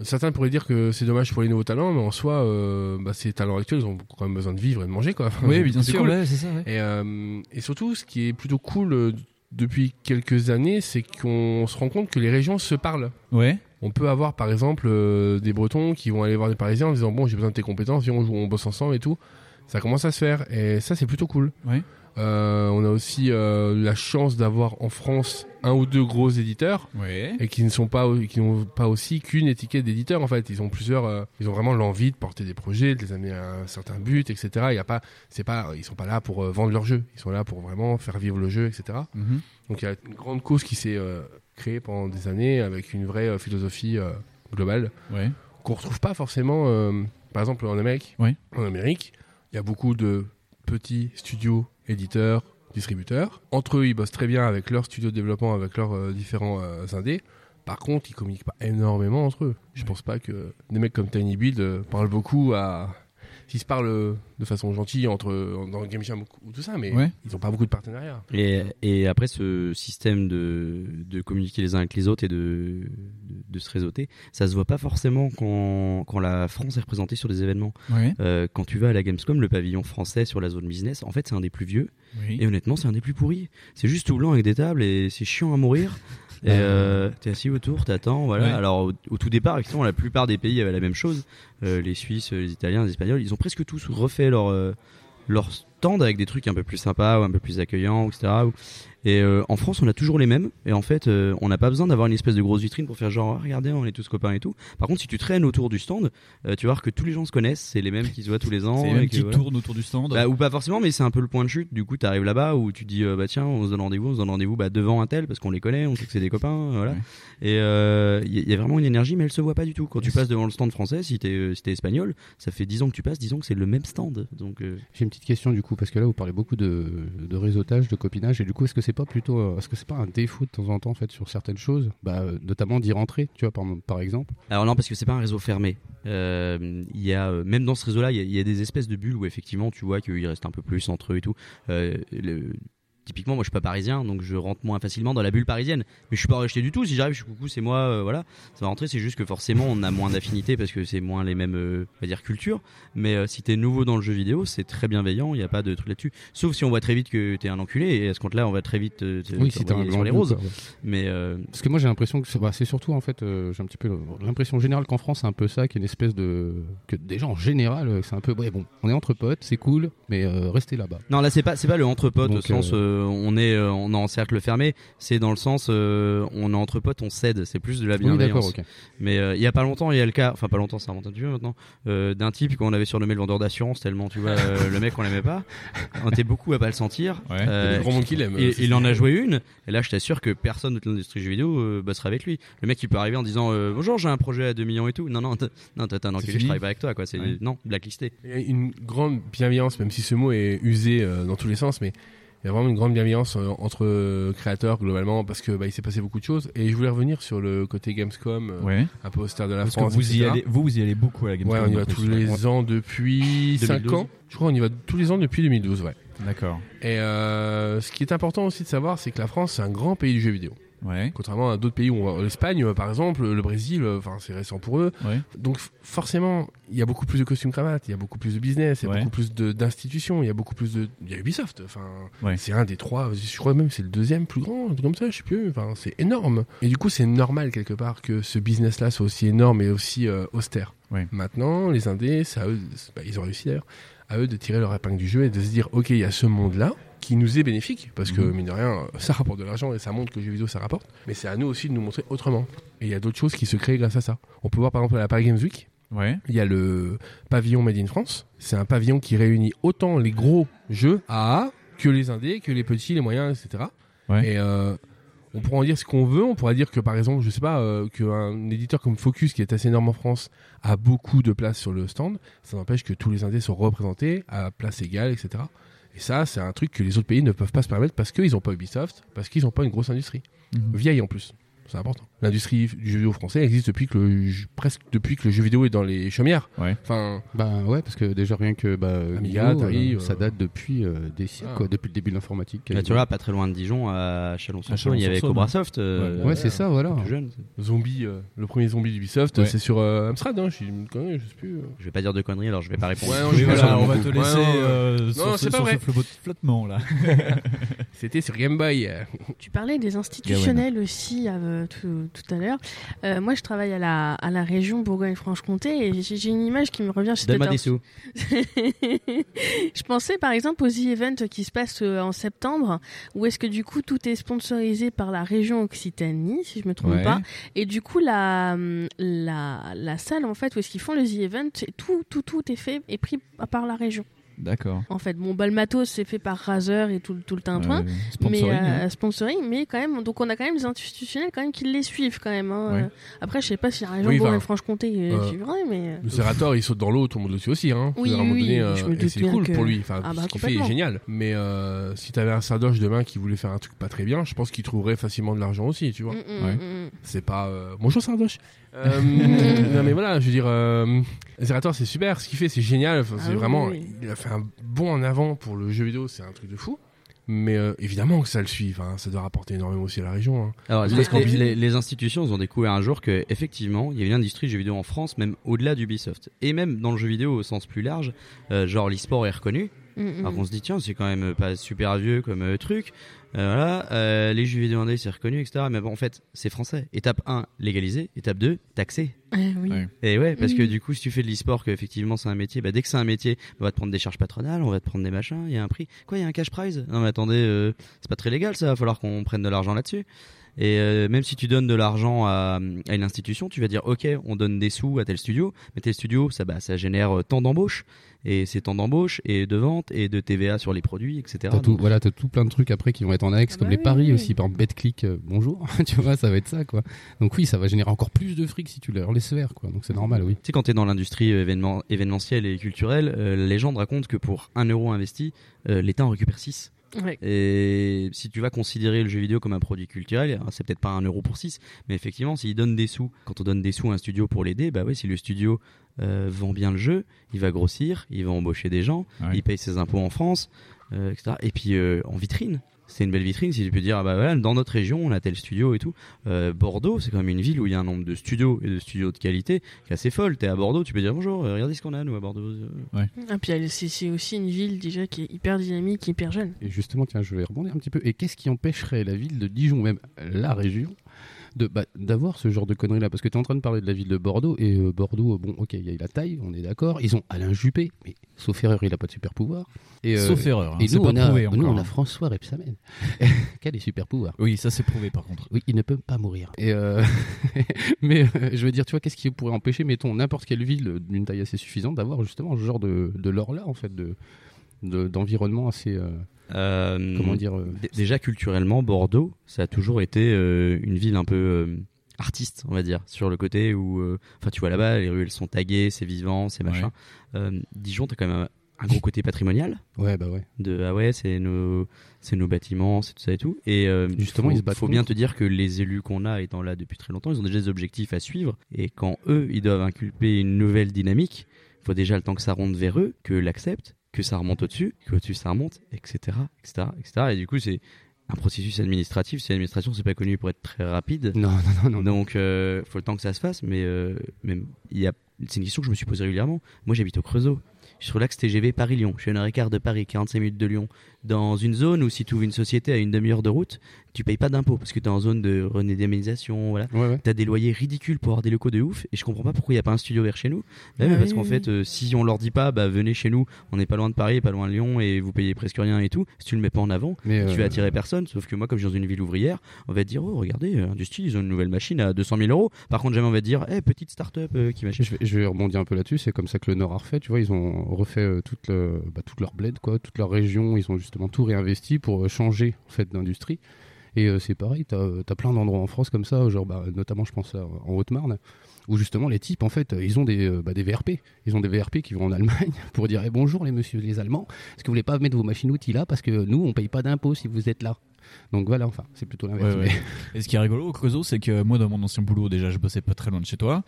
Speaker 17: certains pourraient dire que c'est dommage pour les nouveaux talents, mais en soi, euh, bah, ces talents actuels ils ont quand même besoin de vivre et de manger quoi.
Speaker 8: Oui, bien
Speaker 17: C'est
Speaker 8: sûr,
Speaker 17: cool.
Speaker 8: ouais, c'est ça, ouais.
Speaker 17: Et, euh, et surtout, ce qui est plutôt cool euh, depuis quelques années, c'est qu'on se rend compte que les régions se parlent.
Speaker 8: Ouais.
Speaker 17: On peut avoir par exemple euh, des Bretons qui vont aller voir des Parisiens en disant bon j'ai besoin de tes compétences, viens on, joue, on bosse ensemble et tout. Ça commence à se faire et ça c'est plutôt cool.
Speaker 8: Ouais.
Speaker 17: Euh, on a aussi euh, la chance d'avoir en France un ou deux gros éditeurs
Speaker 8: Ouais.
Speaker 17: et qui ne sont pas qui n'ont pas aussi qu'une étiquette d'éditeur en fait. Ils ont plusieurs, euh, ils ont vraiment l'envie de porter des projets, de les amener à un certain but, etc. Il y a pas, c'est pas, ils sont pas là pour euh, vendre leur jeu. Ils sont là pour vraiment faire vivre le jeu, etc.
Speaker 8: Mhm.
Speaker 17: Donc il y a une grande cause qui s'est euh, créée pendant des années avec une vraie euh, philosophie euh, globale
Speaker 8: Ouais.
Speaker 17: qu'on retrouve pas forcément, euh, par exemple en Amérique.
Speaker 8: Ouais.
Speaker 17: En Amérique, il y a beaucoup de petits studios, éditeurs, distributeurs. Entre eux, ils bossent très bien avec leurs studios de développement, avec leurs euh, différents euh, indés. Par contre, ils communiquent pas énormément entre eux. Je pense pas que des mecs comme Tiny Build euh, parlent beaucoup à. S'ils se parlent euh, de façon gentille entre dans Game Jam ou tout ça, mais
Speaker 8: Ouais.
Speaker 17: ils ont pas beaucoup de partenariats.
Speaker 10: Et, et après ce système de, de communiquer les uns avec les autres et de, de, de se réseauter, ça se voit pas forcément quand, quand la France est représentée sur des événements.
Speaker 8: Ouais.
Speaker 10: Euh, quand tu vas à la Gamescom, le pavillon français sur la zone business, en fait c'est un des plus vieux.
Speaker 8: Oui.
Speaker 10: Et honnêtement c'est un des plus pourris. C'est juste tout blanc avec des tables et c'est chiant à mourir. Et euh, t'es assis autour, t'attends, voilà.
Speaker 8: Ouais.
Speaker 10: Alors au, au tout départ, effectivement, la plupart des pays avaient la même chose. Euh, les Suisses, les Italiens, les Espagnols, ils ont presque tous refait leur euh, leur stand avec des trucs un peu plus sympas, ou un peu plus accueillants, etc. Ou- Et euh, en France, on a toujours les mêmes. Et en fait, euh, on n'a pas besoin d'avoir une espèce de grosse vitrine pour faire genre, Ah, regardez, on est tous copains et tout. Par contre, si tu traînes autour du stand, euh, tu vas voir que tous les gens se connaissent, c'est les mêmes qui se voient tous les ans.
Speaker 8: C'est les mêmes
Speaker 10: et que,
Speaker 8: qui
Speaker 10: voilà.
Speaker 8: tournent autour du stand.
Speaker 10: Bah, ou pas forcément, mais c'est un peu le point de chute. Du coup, tu arrives là-bas où tu dis, euh, bah tiens, on se donne rendez-vous, on se donne rendez-vous bah, devant un tel parce qu'on les connaît, on sait que c'est des copains, euh, voilà. Et il y, a- y a vraiment une énergie, mais elle se voit pas du tout. Quand tu passes devant le stand français, si t'es euh, si t'es espagnol, ça fait 10 ans que tu passes, 10 ans que c'est le même stand. Donc euh,
Speaker 4: J'ai une petite question du coup parce que là vous parlez beaucoup de, de réseautage, de copinage et du coup est-ce que c'est pas plutôt euh, est-ce que c'est pas un défaut de temps en temps en fait sur certaines choses, bah euh, notamment d'y rentrer, tu vois par, par exemple.
Speaker 10: Alors non, parce que c'est pas un réseau fermé. Euh, Il y a euh, même dans ce réseau-là, il y, a- il y a des espèces de bulles où effectivement tu vois qu'il reste un peu plus entre eux et tout. Euh, le- Typiquement, moi je suis pas parisien, donc je rentre moins facilement dans la bulle parisienne. Mais je suis pas rejeté du tout. Si j'arrive, je suis coucou, c'est moi, euh, voilà. Ça va rentrer. C'est juste que forcément, on a moins d'affinités parce que c'est moins les mêmes, euh, on va dire, cultures. Mais euh, si t'es nouveau dans le jeu vidéo, c'est très bienveillant. Il n'y a pas de truc là-dessus. Sauf si on voit très vite que t'es un enculé. Et à ce compte-là, on va très vite euh, te-
Speaker 4: Oui,
Speaker 10: te
Speaker 4: si t'es un
Speaker 10: renvoyer sur les
Speaker 4: blanc,
Speaker 10: roses.
Speaker 4: quoi, ouais.
Speaker 10: Mais euh,
Speaker 4: Parce que moi j'ai l'impression que c'est bah, c'est surtout en fait, euh, j'ai un petit peu le- l'impression générale qu'en France c'est un peu ça, qu'il y a une espèce de. que déjà en général euh, c'est un peu. Ouais, bon, on est entre potes, c'est cool, mais euh, restez là-bas.
Speaker 10: Non, là, c'est pas, c'est pas le entre potes au
Speaker 4: Donc,
Speaker 10: sens euh, on est euh, on est en cercle fermé. C'est dans le sens euh, on est entre potes, on cède. C'est plus de la
Speaker 4: Oui, d'accord,
Speaker 10: bienveillance.
Speaker 4: ok.
Speaker 10: Mais euh, il y a pas longtemps, il y a le cas, enfin pas longtemps, c'est un du vieux maintenant, euh, d'un type qu'on avait surnommé le vendeur d'assurance tellement tu vois euh, le mec on l'aimait pas. On était beaucoup à pas le sentir.
Speaker 17: Ouais. Le grand monde qu'il aime,
Speaker 10: Il,
Speaker 17: euh, c'est
Speaker 10: il
Speaker 17: ça.
Speaker 10: en a joué une. Et là, je t'assure que personne de l'industrie du jeu vidéo euh, bossera avec lui. Le mec, il peut arriver en disant euh, bonjour, j'ai un projet à 2 millions et tout. Non, non, t- non, toi, t'es un
Speaker 17: C'est
Speaker 10: enculé,
Speaker 17: fini.
Speaker 10: je travaille pas avec toi, quoi. C'est
Speaker 17: Ouais.
Speaker 10: non, blacklisté.
Speaker 17: Il y a une grande bienveillance, même si ce mot est usé euh, dans tous les sens, mais il y a vraiment une grande bienveillance euh, entre euh, créateurs globalement parce que bah, il s'est passé beaucoup de choses. Et je voulais revenir sur le côté Gamescom, euh,
Speaker 8: Ouais.
Speaker 17: un peu au stade de la
Speaker 8: Parce que
Speaker 17: France.
Speaker 8: vous y
Speaker 17: etc..
Speaker 8: allez- vous, vous y allez beaucoup à la Gamescom,
Speaker 17: Ouais, on y va
Speaker 8: en plus.
Speaker 17: tous
Speaker 10: euh,
Speaker 17: les
Speaker 8: Ouais.
Speaker 17: ans depuis 5
Speaker 8: 2012.
Speaker 17: ans. Je crois qu'on y va tous les ans depuis 2012, ouais.
Speaker 8: D'accord.
Speaker 17: Et euh, ce qui est important aussi de savoir, c'est que la France, c'est un grand pays du jeu vidéo. Contrairement à d'autres pays, où on va- l'Espagne euh, par exemple, le Brésil, euh, enfin c'est récent pour eux. Donc f- forcément, il y a beaucoup plus de costumes cravates, il y a beaucoup plus de business, il y a beaucoup plus de- d'institutions, il y a beaucoup plus de, il y a Ubisoft. Enfin,
Speaker 8: Ouais.
Speaker 17: c'est un des trois, je crois même c'est le deuxième plus grand, un truc comme ça, je sais plus. Enfin, c'est énorme. Et du coup, c'est normal quelque part que ce business-là soit aussi énorme et aussi euh, austère.
Speaker 8: Ouais.
Speaker 17: Maintenant, les indés, c'est à eux, c'est- bah, ils ont réussi d'ailleurs, à eux de tirer leur épingle du jeu et de se dire, ok, il y a ce monde-là qui nous est bénéfique, parce que
Speaker 8: Mhm.
Speaker 17: mine de rien, ça rapporte de l'argent et ça montre que le jeu vidéo, ça rapporte, mais c'est à nous aussi de nous montrer autrement. Et il y a d'autres choses qui se créent grâce à ça. On peut voir par exemple à la Paris Games Week,
Speaker 8: Ouais.
Speaker 17: il y a le pavillon Made in France. C'est un pavillon qui réunit autant les gros jeux AA que les indés, que les petits, les moyens, etc.
Speaker 8: Ouais.
Speaker 17: Et euh, on pourra en dire ce qu'on veut. On pourra dire que par exemple, je sais pas, euh, qu'un éditeur comme Focus, qui est assez énorme en France, a beaucoup de place sur le stand. Ça n'empêche que tous les indés sont représentés à place égale, etc. Et ça, c'est un truc que les autres pays ne peuvent pas se permettre parce qu'ils n'ont pas Ubisoft, parce qu'ils n'ont pas une grosse industrie.
Speaker 8: Mhm.
Speaker 17: Vieille en plus. C'est important. L'industrie du jeu vidéo français existe depuis que le jeu- presque depuis que le jeu vidéo est dans les chaumières. Enfin,
Speaker 4: bah ouais, parce que déjà rien que bah,
Speaker 17: Amiga,
Speaker 4: Nintendo,
Speaker 17: Atari,
Speaker 4: euh, ça
Speaker 17: euh,
Speaker 4: date depuis euh, des siècles,
Speaker 17: Ah.
Speaker 4: quoi, depuis le début de l'informatique.
Speaker 10: Bah, tu vois, pas très loin de Dijon, à Chalon-sur-Saône, hein. il y avait
Speaker 17: Chalon-sur-Saône.
Speaker 10: Cobra Soft. euh,
Speaker 17: Ouais, c'est ça, voilà.
Speaker 10: plus jeune.
Speaker 17: Zombie, euh, le premier zombie d'Ubisoft,
Speaker 10: Ouais.
Speaker 17: c'est sur euh, Amstrad, hein, je suis une connerie, je sais plus. euh.
Speaker 10: Je vais pas dire de conneries, alors je vais pas répondre.
Speaker 17: Ouais, non, je- voilà, on va te laisser, euh,
Speaker 8: non,
Speaker 17: sur ce-
Speaker 8: c'est pas
Speaker 17: sur
Speaker 8: vrai.
Speaker 17: ce flot-
Speaker 8: flottement là.
Speaker 17: C'était sur Game Boy. euh.
Speaker 9: Tu parlais des institutionnels aussi euh, tout, tout à l'heure. Euh, moi, je travaille à la, à la région Bourgogne-Franche-Comté et j'ai j'ai une image qui me revient chez
Speaker 10: Donne-moi
Speaker 9: Tetors.
Speaker 10: des sous.
Speaker 9: je pensais par exemple aux e-events qui se passent euh, en septembre, où est-ce que du coup tout est sponsorisé par la région Occitanie, si je me trompe
Speaker 5: Ouais.
Speaker 9: pas, et du coup la hum, la, la salle en fait où est-ce qu'ils font le e-event, tout tout tout est fait et pris par la région.
Speaker 8: D'accord.
Speaker 9: En fait, bon, bah, le matos, c'est fait par Razer et tout, tout le tintouin.
Speaker 8: Euh, sponsoring,
Speaker 9: mais, euh,
Speaker 8: ouais.
Speaker 9: sponsoring, mais quand même, donc on a quand même des institutionnels quand même qui les suivent quand même. hein.
Speaker 17: Ouais.
Speaker 9: Euh, Après, je sais pas si la région
Speaker 17: Oui, enfin,
Speaker 9: Bourgogne-Franche-Comté euh,
Speaker 17: euh,
Speaker 9: suivra, mais.
Speaker 17: Le Zerator, il saute dans l'eau, tout le monde le suit aussi. Hein.
Speaker 9: Oui,
Speaker 17: À un moment
Speaker 9: oui,
Speaker 17: donné,
Speaker 9: oui,
Speaker 17: euh,
Speaker 9: je me
Speaker 17: et
Speaker 9: doute
Speaker 17: c'est
Speaker 9: bien
Speaker 17: cool
Speaker 9: que-
Speaker 17: pour lui. Enfin,
Speaker 9: Ah bah,
Speaker 17: ce qu'il fait est
Speaker 9: complètement.
Speaker 17: génial. Mais euh, si t'avais un Sardoche demain qui voulait faire un truc pas très bien, je pense qu'il trouverait facilement de l'argent aussi, tu vois.
Speaker 9: Mm, mm, Ouais. mm, mm.
Speaker 17: C'est pas. euh, Bonjour Sardoche. Euh, non mais voilà, je veux dire, euh, Zerator c'est super, ce qu'il fait c'est génial. Enfin,
Speaker 8: Ah
Speaker 17: c'est
Speaker 8: oui,
Speaker 17: vraiment,
Speaker 8: oui.
Speaker 17: il a fait un bond en avant pour le jeu vidéo, c'est un truc de fou. Mais euh, évidemment que ça le suit. Enfin, ça doit rapporter énormément aussi à la région. hein.
Speaker 10: Alors,
Speaker 17: Parce
Speaker 10: les,
Speaker 17: qu'on vit-
Speaker 10: les- les institutions elles ont découvert un jour que effectivement, il y a une industrie du jeu vidéo en France, même au-delà d'Ubisoft, et même dans le jeu vidéo au sens plus large, euh, genre l'e-sport est reconnu.
Speaker 9: Mm, mm.
Speaker 10: Alors qu'on se dit tiens, c'est quand même pas super vieux comme euh, truc. Euh, voilà, euh, les jeux vidéo indés c'est reconnu, etc. Mais bon, en fait, c'est français. Étape 1, légalisé. Étape 2, taxé.
Speaker 9: Eh oui. Ouais.
Speaker 10: Et ouais, parce que
Speaker 9: Mm.
Speaker 10: du coup, si tu fais de l'e-sport, que effectivement c'est un métier, bah, dès que c'est un métier, on va te prendre des charges patronales, on va te prendre des machins, il y a un prix. Quoi, il y a un cash prize Non mais attendez, euh, c'est pas très légal ça, va falloir qu'on prenne de l'argent là-dessus. Et euh, même si tu donnes de l'argent à, à une institution, tu vas dire ok, on donne des sous à tel studio, mais tel studio, ça, bah, ça génère euh, tant d'embauches, et c'est tant d'embauches, et de ventes, et de TVA sur les produits, etc.
Speaker 4: T'as tout,
Speaker 10: hein, Donc,
Speaker 4: voilà, t'as tout plein de trucs après qui vont être en annexe, comme les paris aussi, par exemple, BetClick, euh, bonjour, tu vois, ça va être ça, quoi. Donc oui, ça va générer encore plus de fric si tu leur laisses faire, quoi. Donc c'est normal, oui.
Speaker 10: Tu sais, quand t'es dans l'industrie euh, événement- événementielle et culturelle, euh, la légende raconte que pour 1 euro investi, euh, l'État en récupère 6.
Speaker 9: Ouais.
Speaker 10: Et si tu vas considérer le jeu vidéo comme un produit culturel, alors c'est peut-être pas 1 euro pour 6, mais effectivement, s'il donne des sous, quand on donne des sous à un studio pour l'aider, bah ouais, si le studio euh, vend bien le jeu, il va grossir, il va embaucher des gens, il paye ses impôts en France, euh, etc. Et puis euh, en vitrine. c'est une belle vitrine si tu peux dire ah bah voilà, dans notre région on a tel studio et tout Euh, Bordeaux c'est quand même une ville où il y a un nombre de studios et de studios de qualité qui est assez folle t'es à Bordeaux tu peux dire bonjour euh, regardez ce qu'on a nous à Bordeaux
Speaker 12: ouais.
Speaker 9: Ah, puis elle- c'est c'est aussi une ville déjà qui est hyper dynamique, hyper jeune.
Speaker 4: Et justement, tiens, je vais rebondir un petit peu. Et qu'est-ce qui empêcherait la ville de Dijon, même la région, de bah, d'avoir ce genre de conneries là Parce que tu es en train de parler de la ville de Bordeaux, et euh, Bordeaux, euh, bon, ok, il y a eu la taille, on est d'accord. Ils ont Alain Juppé, mais sauf erreur, il n'a pas de super pouvoir. Et, euh,
Speaker 8: Sauf erreur, hein,
Speaker 4: et
Speaker 8: c'est
Speaker 4: nous,
Speaker 8: pas
Speaker 4: on a,
Speaker 8: prouvé
Speaker 4: nous,
Speaker 8: encore,
Speaker 4: on
Speaker 8: hein.
Speaker 4: a François Repsamen. Quel est super pouvoir
Speaker 8: Oui, ça c'est prouvé par contre.
Speaker 4: Oui, il ne peut pas mourir. Et euh, mais euh, je veux dire, tu vois, qu'est-ce qui pourrait empêcher, mettons, n'importe quelle ville euh, d'une taille assez suffisante d'avoir justement ce genre de, de lore-là, en fait, de de- d'environnement assez. euh,
Speaker 10: Euh,
Speaker 4: Comment dire, euh,
Speaker 10: d- Déjà culturellement, Bordeaux, ça a toujours été euh, une ville un peu euh, artiste, on va dire, sur le côté où, euh, enfin, tu vois là-bas, les rues elles sont taguées, c'est vivant, c'est machin. Euh, Dijon, t'as quand même un, un gros côté patrimonial.
Speaker 4: Ouais, bah ouais.
Speaker 10: De ah ouais, c'est nos, c'est nos bâtiments, c'est tout ça et tout. Et euh,
Speaker 4: Justement,
Speaker 10: faut-
Speaker 4: ils se battent
Speaker 10: Faut bien
Speaker 4: contre.
Speaker 10: te dire que les élus qu'on a étant là depuis très longtemps, ils ont déjà des objectifs à suivre. Et quand eux, ils doivent inculper une nouvelle dynamique, il faut déjà le temps que ça ronde vers eux, que l'acceptent, que ça remonte au-dessus, que au-dessus ça remonte, etc., etc., etc. Et du coup, c'est un processus administratif. Si l'administration, c'est pas connu pour être très rapide.
Speaker 4: Non, non,
Speaker 10: non. Donc, euh, faut le temps que ça se fasse. Mais euh, même, il y a, c'est une question que je me suis posée régulièrement. Moi, j'habite au Creusot. Je suis sur l'axe TGV Paris-Lyon. Je suis à une heure et quart de Paris, 45 minutes de Lyon. Dans une zone où si tu ouvres une société à une demi-heure de route, tu payes pas d'impôts parce que tu es en zone de renégamisation. Voilà. Tu as des loyers ridicules pour avoir des locaux de ouf. Et je comprends pas pourquoi il n'y a pas un studio vers chez nous. Bah oui,
Speaker 12: Ah
Speaker 10: parce
Speaker 12: oui,
Speaker 10: qu'en
Speaker 12: oui.
Speaker 10: fait, euh, si on leur dit pas, bah venez chez nous, on n'est pas loin de Paris, pas loin de Lyon et vous payez presque rien et tout. Si tu le mets pas en avant,
Speaker 4: Mais,
Speaker 10: tu
Speaker 4: euh,
Speaker 10: vas attirer personne. Sauf que moi, comme je suis dans une ville ouvrière, on va te dire, oh regardez, euh, Industrie, ils ont une nouvelle machine à 200 000 euros. Par contre, jamais on va te dire, eh petite start-up euh, qui va
Speaker 4: Je vais, je vais rebondir un peu là-dessus. C'est comme ça que le Nord a refait. Tu vois, ils ont refait euh, toute, le- bah, toute leur bled, quoi, toute leur région. Ils ont justement tout réinvesti pour euh, changer en fait d'industrie. Et euh, c'est pareil, t'as as plein d'endroits en France comme ça, genre bah, notamment je pense à- en Haute-Marne, où justement les types en fait euh, ils ont des, euh, bah, des VRP, ils ont des VRP qui vont en Allemagne pour dire eh, bonjour les messieurs les Allemands, est-ce que vous voulez pas mettre vos machines outils là parce que nous on paye pas d'impôts si vous êtes là. Donc voilà, enfin c'est plutôt l'inverse.
Speaker 8: Ouais,
Speaker 4: mais-
Speaker 8: ouais. Et ce qui est rigolo au Creusot, c'est que moi, dans mon ancien boulot, déjà, je bossais pas très loin de chez toi,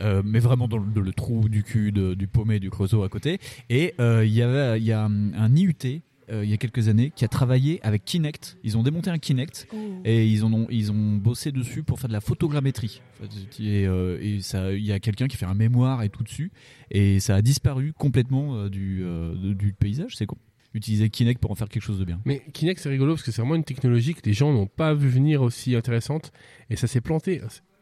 Speaker 8: euh, mais vraiment dans le, dans le trou du cul de- du paumé du Creusot à côté. Et euh, il y avait, il y a un, un IUT. euh, il y a quelques années, qui a travaillé avec Kinect. Ils ont démonté un Kinect et ils, en ont, ils ont bossé dessus pour faire de la photogrammétrie. Et, euh, et ça, il y a quelqu'un qui fait un mémoire et tout dessus. Et ça a disparu complètement euh, du, euh, de- du paysage, c'est con. Utiliser Kinect pour en faire quelque chose de bien.
Speaker 17: Mais Kinect, c'est rigolo parce que c'est vraiment une technologie que les gens n'ont pas vu venir aussi intéressante et ça s'est planté.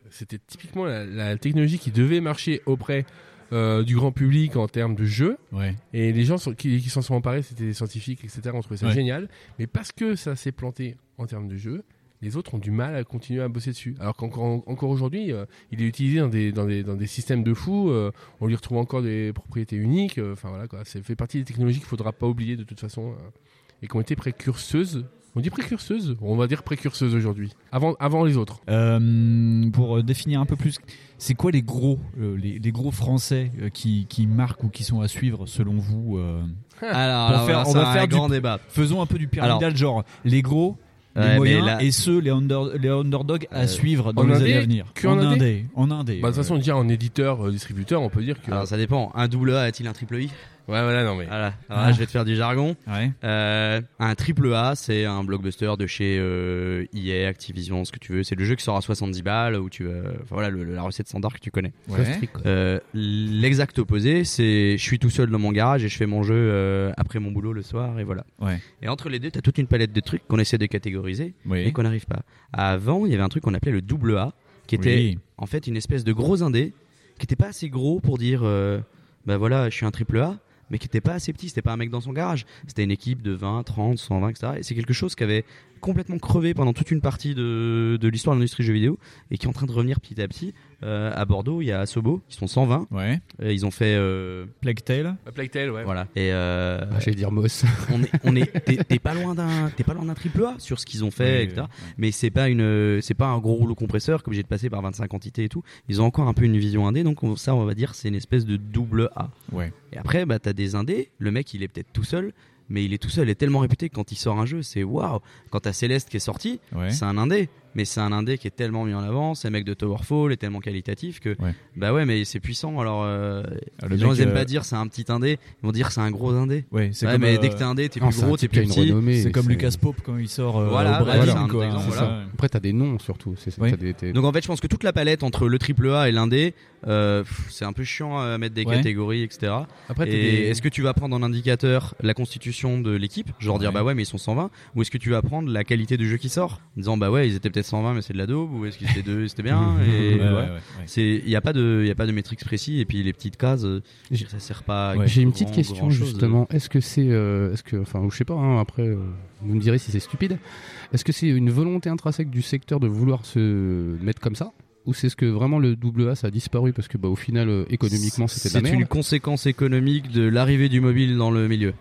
Speaker 17: C'était typiquement la, la technologie qui devait marcher auprès euh, du grand public en termes de jeu.
Speaker 8: Ouais.
Speaker 17: Et les gens sont- qui, qui s'en sont emparés, c'était des scientifiques, etc. On trouvait ça
Speaker 8: Ouais.
Speaker 17: génial. Mais parce que ça s'est planté en termes de jeu, les autres ont du mal à continuer à bosser dessus. Alors qu'encore encore aujourd'hui, euh, il est utilisé dans des, dans des, dans des systèmes de fous. euh, on lui retrouve encore des propriétés uniques. euh, Enfin voilà, quoi. Ça fait partie des technologies qu'il faudra pas oublier de toute façon. euh, et qui ont été précurseuses. On dit précurseuses On va dire précurseuses aujourd'hui. Avant, avant les autres.
Speaker 8: Euh, pour euh, définir un peu plus, c'est quoi les gros, euh, les, les gros français euh, qui, qui marquent ou qui sont à suivre selon vous euh,
Speaker 10: Alors,
Speaker 8: pour
Speaker 10: alors,
Speaker 8: faire-
Speaker 10: voilà,
Speaker 8: on
Speaker 10: ça,
Speaker 8: va
Speaker 10: un
Speaker 8: faire du-
Speaker 10: grand débat.
Speaker 8: Faisons un peu du pyramidal
Speaker 10: Alors.
Speaker 8: genre les gros, les
Speaker 10: Ouais, mais
Speaker 8: moyens
Speaker 10: là-
Speaker 8: et ceux les, under- les underdogs à
Speaker 17: Euh,
Speaker 8: suivre dans
Speaker 17: en
Speaker 8: les
Speaker 17: indé,
Speaker 8: années à venir.
Speaker 17: que en indé
Speaker 8: en indé.
Speaker 17: Bah, de toute façon, déjà en éditeur, euh, distributeur, on peut dire que.
Speaker 10: Alors ça dépend. Un double A a-t-il un triple I Ouais,
Speaker 17: voilà, non mais.
Speaker 10: Voilà. Alors là,
Speaker 17: Ah.
Speaker 10: je vais te faire du jargon. Euh, un triple A, c'est un blockbuster de chez euh, EA, Activision, ce que tu veux. C'est le jeu qui sort à 70 balles où tu vas- enfin, voilà le- le- la recette standard que tu connais.
Speaker 8: Ouais. Ghost Recon.
Speaker 10: Euh, L'exact opposé, c'est je suis tout seul dans mon garage et je fais mon jeu euh, après mon boulot le soir et voilà.
Speaker 8: Ouais.
Speaker 10: Et entre les deux, t'as toute une palette de trucs qu'on essaie de catégoriser
Speaker 8: Oui.
Speaker 10: et qu'on n'arrive pas. Avant, il y avait un truc qu'on appelait le double A, qui était
Speaker 8: Oui.
Speaker 10: en fait une espèce de gros indé qui n'était pas assez gros pour dire euh, bah voilà je suis un triple A mais qui n'était pas assez petit c'était pas un mec dans son garage c'était une équipe de 20 30 120 etc et c'est quelque chose qui avait complètement crevé pendant toute une partie de, de l'histoire de l'industrie du jeu vidéo et qui est en train de revenir petit à petit Euh, à Bordeaux il y a Sobo qui sont 120
Speaker 8: ouais.
Speaker 10: ils ont fait euh,
Speaker 8: Plague Tale
Speaker 17: La Plague Tale, ouais.
Speaker 10: voilà. Et euh,
Speaker 8: Ah,
Speaker 4: J'allais dire Moss.
Speaker 10: on est, on est, t'es, t'es pas loin d'un, t'es pas loin d'un triple A sur ce qu'ils ont fait,
Speaker 8: Oui,
Speaker 10: etc. Mais c'est pas une, euh, c'est pas un gros rouleau compresseur comme j'ai de passer par 25 entités et tout. Ils ont encore un peu une vision indé, donc on- ça, on va dire, c'est une espèce de double A.
Speaker 8: Ouais.
Speaker 10: Et après, bah, t'as des indés. Le mec, il est peut-être tout seul. Mais il est tout seul, il est tellement réputé que quand il sort un jeu, c'est waouh! Quand t'as Céleste qui est sorti,
Speaker 8: Ouais.
Speaker 10: c'est un indé. mais c'est un indé qui est tellement mis en avant, c'est un mec de Towerfall, est tellement qualitatif que bah ouais, mais c'est puissant. Alors euh,
Speaker 8: Ah, le
Speaker 10: les gens
Speaker 8: mec,
Speaker 10: ils aiment
Speaker 8: euh,
Speaker 10: pas dire c'est un petit indé, ils vont dire c'est un gros indé.
Speaker 8: Ouais, c'est
Speaker 10: ouais
Speaker 8: comme,
Speaker 10: mais
Speaker 8: euh,
Speaker 10: dès que t'es indé, t'es
Speaker 20: Ah,
Speaker 8: non,
Speaker 10: plus
Speaker 8: c'est un
Speaker 10: gros, t'es
Speaker 8: type qui
Speaker 10: plus
Speaker 8: a une
Speaker 10: petit.
Speaker 8: renommée, C'est comme c'est- Lucas Pope quand il sort, euh,
Speaker 10: voilà,
Speaker 8: au Brésil,
Speaker 10: voilà, c'est un
Speaker 8: quoi.
Speaker 10: exemple,
Speaker 8: C'est
Speaker 10: voilà.
Speaker 8: ça.
Speaker 4: Après, t'as des noms surtout. c'est ça, t'as des- t'es-
Speaker 10: Donc en fait, je pense que toute la palette entre le triple A et l'indé, euh, pff, c'est un peu chiant à mettre des
Speaker 4: Ouais.
Speaker 10: catégories, etc.
Speaker 4: Après, t'as
Speaker 10: Et
Speaker 4: des-
Speaker 10: est-ce que tu vas prendre en indicateur la constitution de l'équipe, genre dire bah ouais mais ils sont 120, ou est-ce que tu vas prendre la qualité du jeu qui sort, en disant bah ouais ils étaient peut-être 120 mais c'est de la daube, ou est-ce qu'ils étaient deux et c'était bien, et
Speaker 8: Ouais, ouais,
Speaker 10: voilà.
Speaker 8: ouais, ouais.
Speaker 10: c'est il y a pas de il y a pas de métrique précis et puis les petites cases, euh, ça sert pas. à
Speaker 4: J'ai une petite
Speaker 10: grand-
Speaker 4: question
Speaker 10: Ah, grand-chose.
Speaker 4: justement. Est-ce que c'est, euh, est-ce que, enfin, je sais pas. hein, après, euh, vous me direz si c'est stupide. Est-ce que c'est une volonté intrinsèque du secteur de vouloir se mettre comme ça, ou c'est ce que vraiment le double A ça a disparu parce que bah au final euh, économiquement c'était de la
Speaker 10: C'est
Speaker 4: merde.
Speaker 10: une conséquence économique de l'arrivée du mobile dans le milieu.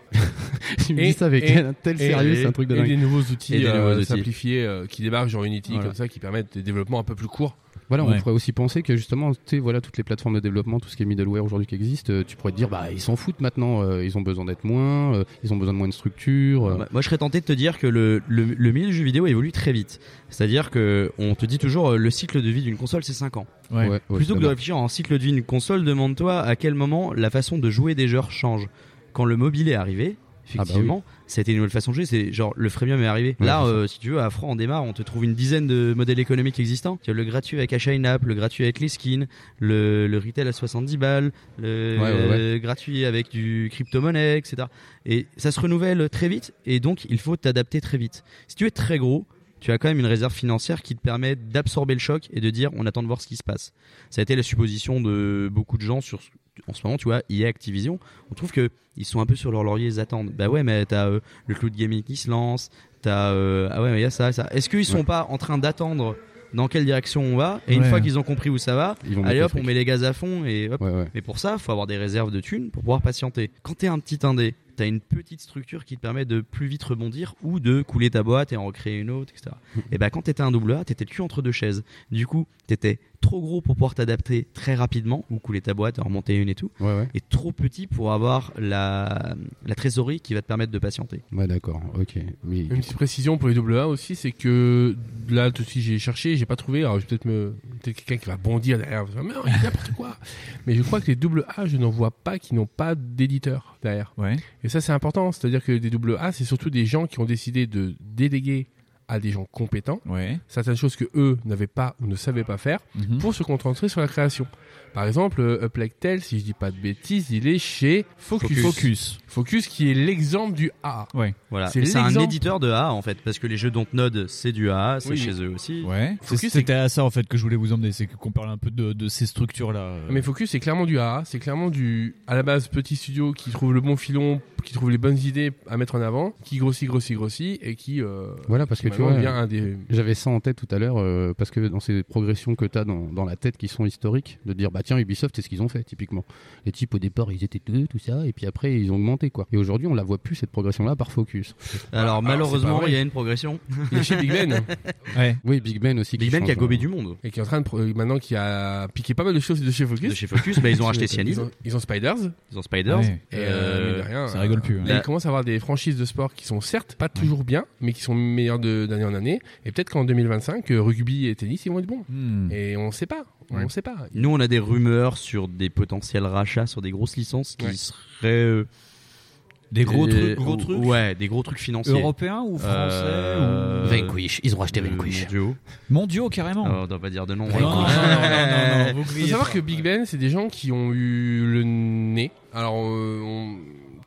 Speaker 4: Tu me dis ça avec un tel sérieux, c'est un truc de
Speaker 17: et
Speaker 4: dingue.
Speaker 17: des nouveaux outils,
Speaker 10: Et des
Speaker 17: euh,
Speaker 10: nouveaux outils.
Speaker 17: simplifiés euh, qui débarquent genre Unity
Speaker 4: Voilà.
Speaker 17: comme ça qui permettent des développements un peu plus courts.
Speaker 4: Voilà,
Speaker 17: Ouais.
Speaker 4: on pourrait aussi penser que justement, tu sais, voilà, toutes les plateformes de développement, tout ce qui est middleware aujourd'hui qui existe, euh, tu pourrais te dire, bah, ils s'en foutent maintenant, euh, ils ont besoin d'être moins, euh, ils ont besoin de moins de structure. euh.
Speaker 10: Bah, moi, je serais tenté de te dire que le, le, le milieu du jeu vidéo évolue très vite. C'est-à-dire que on te dit toujours euh, le cycle de vie d'une console, c'est 5 ans.
Speaker 4: Ouais. Ouais, ouais,
Speaker 10: Plutôt que de
Speaker 4: dommage.
Speaker 10: réfléchir en cycle de vie d'une console, demande-toi à quel moment la façon de jouer des jeux change. Quand le mobile est arrivé,
Speaker 4: Ah bah oui.
Speaker 10: effectivement, c'était une nouvelle façon de jouer. C'est genre le freemium est arrivé.
Speaker 4: Ouais,
Speaker 10: Là,
Speaker 4: c'est ça.
Speaker 10: euh, si tu veux, à Fran, on démarre, on te trouve une dizaine de modèles économiques existants. Tu as le gratuit avec Achat In-App, le gratuit avec les skins, le, le retail à 70 balles, le,
Speaker 4: Ouais, ouais, ouais.
Speaker 10: euh, gratuit avec du crypto-monnaie, etc. Et ça se renouvelle très vite et donc il faut t'adapter très vite. Si tu es très gros, tu as quand même une réserve financière qui te permet d'absorber le choc et de dire on attend de voir ce qui se passe. Ça a été la supposition de beaucoup de gens sur en ce moment, tu vois, EA Activision, on trouve que ils sont un peu sur leur laurier, ils attendent. Bah ouais, mais t'as euh, le cloud gaming qui se lance, t'as euh, ah ouais, mais il y a ça, ça. Est-ce qu'ils sont
Speaker 4: Ouais.
Speaker 10: pas en train d'attendre dans quelle direction on va Et une
Speaker 4: Ouais.
Speaker 10: fois qu'ils ont compris où ça va,
Speaker 4: Ils vont mettre
Speaker 10: allez
Speaker 4: le
Speaker 10: hop, on
Speaker 4: fric.
Speaker 10: met les gaz à fond et hop.
Speaker 4: Ouais, ouais.
Speaker 10: Mais pour ça, faut avoir des réserves de thunes pour pouvoir patienter. Quand t'es un petit indé, t'as une petite structure qui te permet de plus vite rebondir ou de couler ta boîte et en recréer une autre, etc. Et bah quand t'étais un double A, t'étais le cul entre deux chaises. Du coup, t'étais trop gros pour pouvoir t'adapter très rapidement ou couler ta boîte, en remonter une et tout. Et trop petit pour avoir la, la trésorerie qui va te permettre de patienter.
Speaker 4: Ouais, d'accord, ok. Mais
Speaker 17: Une petite précision pour les double A aussi, c'est que là, tout de suite, j'ai cherché, j'ai pas trouvé. Alors, j'ai peut-être me... peut quelqu'un qui va bondir derrière. Mais non, il y a n'importe quoi. Mais je crois que les double A, je n'en vois pas qui n'ont pas d'éditeur derrière. Et ça, c'est important. C'est-à-dire que des double A, c'est surtout des gens qui ont décidé de déléguer à des gens compétents certaines choses que eux n'avaient pas ou ne savaient pas faire pour se concentrer sur la création. Par exemple, euh, Plague Tale, si je dis pas de bêtises, il est chez Focus.
Speaker 10: Focus.
Speaker 17: Focus, qui est l'exemple du A.
Speaker 10: Voilà.
Speaker 17: C'est
Speaker 10: Mais C'est un
Speaker 17: l'exemple
Speaker 10: éditeur de A en fait, parce que les jeux Dontnod, c'est du A, c'est
Speaker 17: Oui.
Speaker 10: chez eux aussi.
Speaker 20: Ouais. C'est- C'était à ça en fait que je voulais vous emmener, c'est que- qu'on parle un peu de, de ces euh. structures là.
Speaker 4: euh,
Speaker 17: Mais Focus, c'est clairement du AA, c'est clairement du, à la base, petit studio qui trouve le bon filon, qui trouve les bonnes idées à mettre en avant, qui grossit, grossit, grossit, et qui, euh,
Speaker 4: Voilà, parce
Speaker 17: qui
Speaker 4: que tu
Speaker 17: maintenant devient
Speaker 4: vois,
Speaker 17: un des...
Speaker 4: j'avais ça en tête tout à l'heure, euh, parce que dans ces progressions que tu as dans, dans la tête qui sont historiques, de dire, bah tiens, Ubisoft, c'est ce qu'ils ont fait, typiquement. Les types, au départ, ils étaient deux, tout ça, et puis après, ils ont augmenté, quoi. Et aujourd'hui, on la voit plus, cette progression-là, par focus.
Speaker 17: Ah,
Speaker 10: Alors, malheureusement, il y a une progression.
Speaker 17: Il est chez Big Ben.
Speaker 4: Oui, Big Ben aussi.
Speaker 10: Big Ben
Speaker 4: change,
Speaker 10: qui a gobé
Speaker 4: hein.
Speaker 10: du monde.
Speaker 17: Et qui est en train de, pro- maintenant qui a piqué pas mal de choses de chez Focus.
Speaker 10: De chez Focus, bah, ils ont acheté
Speaker 17: Ils
Speaker 10: Cyanide.
Speaker 17: ont- Ils ont Spiders.
Speaker 10: Ils ont Spiders. Ouais.
Speaker 17: Et
Speaker 10: Et,
Speaker 17: euh, mine de
Speaker 10: euh,
Speaker 17: rien,
Speaker 10: ça
Speaker 17: euh,
Speaker 10: rigole plus, hein.
Speaker 17: là,
Speaker 10: La-
Speaker 17: ils commencent à avoir des franchises de sport qui sont certes pas toujours bien, mais qui sont meilleures de- d'année en année. Et peut-être qu'en 2025, euh, rugby et tennis, ils vont être bons. Et on sait pas. On
Speaker 10: Ouais.
Speaker 17: sait pas.
Speaker 10: Nous, on a des rumeurs sur des potentiels rachats, sur des grosses licences qui
Speaker 17: Ouais.
Speaker 10: seraient. euh,
Speaker 20: Des gros
Speaker 10: euh,
Speaker 20: trucs, gros
Speaker 10: ou-
Speaker 20: trucs
Speaker 10: Ouais, des gros trucs financiers.
Speaker 20: Européens ou français
Speaker 10: Euh,
Speaker 20: ou- Vanquish, ils ont
Speaker 10: racheté Vanquish. Mondiaux.
Speaker 20: Mondiaux carrément.
Speaker 10: Ah, on doit pas dire de nom.
Speaker 20: Non, non, non, non, non, non, vous
Speaker 17: Il
Speaker 20: grillez
Speaker 17: faut savoir
Speaker 20: ça.
Speaker 17: que Big Ben, c'est des gens qui ont eu le nez. Alors, euh, on-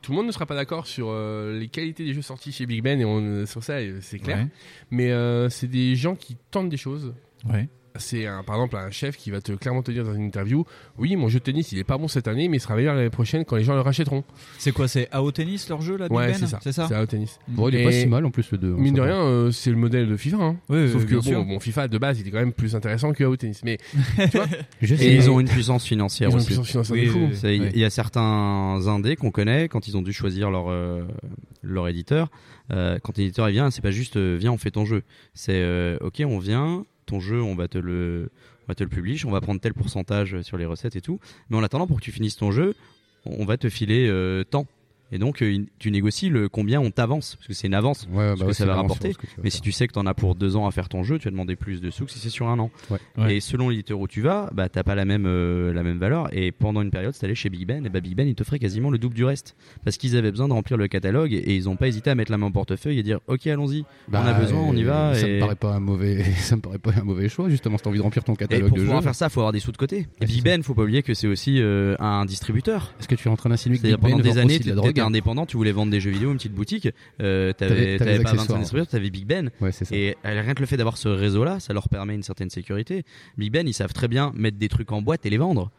Speaker 17: tout le monde ne sera pas d'accord sur euh, les qualités des jeux sortis chez Big Ben, et on, euh, sur ça, euh, c'est clair.
Speaker 20: Ouais.
Speaker 17: Mais euh, c'est des gens qui tentent des choses.
Speaker 20: Ouais.
Speaker 17: C'est un- par exemple un chef qui va te clairement te dire dans une interview Oui, mon jeu de tennis, il est pas bon cette année, mais il sera meilleur l'année prochaine quand les gens le rachèteront.
Speaker 20: C'est quoi C'est AO Tennis leur jeu là Big
Speaker 17: Ouais,
Speaker 20: Ben
Speaker 17: c'est ça.
Speaker 20: C'est ça Mm.
Speaker 17: C'est AO Tennis.
Speaker 4: Bon, il est pas si mal, en plus, le deux, hein,
Speaker 17: Mine de
Speaker 4: ça va.
Speaker 17: rien, euh, c'est le modèle de FIFA. hein.
Speaker 4: Oui, oui,
Speaker 17: Sauf que
Speaker 4: bien
Speaker 17: bon,
Speaker 4: sûr.
Speaker 17: bon, FIFA de base, il est quand même plus intéressant que AO Tennis. Mais tu vois,
Speaker 10: Et ils ont une puissance financière
Speaker 17: Ils ont une
Speaker 10: aussi.
Speaker 17: puissance financière de
Speaker 10: Oui,
Speaker 17: fou.
Speaker 10: oui, oui. C'est- Il y a certains indés qu'on connaît quand ils ont dû choisir leur euh, leur éditeur. euh, quand l'éditeur il vient, c'est pas juste euh, viens on fait ton jeu. C'est euh, ok on vient ton jeu on va te le on va te le publish, on va prendre tel pourcentage sur les recettes et tout. Mais en attendant pour que tu finisses ton jeu, on va te filer euh, tant. Et donc, euh, il- tu négocies le combien on t'avance, parce que c'est une avance, ce
Speaker 4: bah
Speaker 10: que
Speaker 4: oui, c'est
Speaker 10: ça
Speaker 4: une
Speaker 10: va
Speaker 4: avance
Speaker 10: rapporter.
Speaker 4: sur ce que tu vas
Speaker 10: Mais si tu sais que t'en as pour deux ans à faire ton jeu, tu vas demander plus de sous que si c'est sur un an.
Speaker 4: Ouais.
Speaker 10: Et selon l'éditeur où tu vas, bah, t'as pas la même, euh, la même valeur. Et pendant une période, c'est allé chez Big Ben, et bah, Big Ben, il te ferait quasiment le double du reste. Parce qu'ils avaient besoin de remplir le catalogue, et ils ont pas hésité à mettre la main au portefeuille et dire, OK, allons-y, on a
Speaker 4: Bah,
Speaker 10: besoin, on y va.
Speaker 4: Ça
Speaker 10: et...
Speaker 4: me paraît pas un mauvais, ça me paraît pas un mauvais choix justement. Si t'as envie de remplir ton
Speaker 10: Et
Speaker 4: catalogue
Speaker 10: pour
Speaker 4: de jeux.
Speaker 10: pouvoir faire ça, faut avoir des sous de côté. Et Big Ben, faut pas oublier que c'est aussi euh, un distributeur.
Speaker 4: Est-ce que tu es en train d'insinuer que
Speaker 10: C'est-à-dire
Speaker 4: Big Ben
Speaker 10: pendant des
Speaker 4: vend
Speaker 10: années,
Speaker 4: aussi de
Speaker 10: t'étais
Speaker 4: la drogue
Speaker 10: indépendant, tu voulais vendre des jeux vidéo, une petite boutique, euh,
Speaker 4: T'avais-
Speaker 10: t'avais
Speaker 4: t'avais
Speaker 10: t'avais
Speaker 4: les
Speaker 10: pas
Speaker 4: accessoires,
Speaker 10: 25 distributeurs, t'avais Big Ben. Et euh, rien que le fait d'avoir ce réseau-là, ça leur permet une certaine sécurité. Big Ben, ils savent très bien mettre des trucs en boîte et les vendre.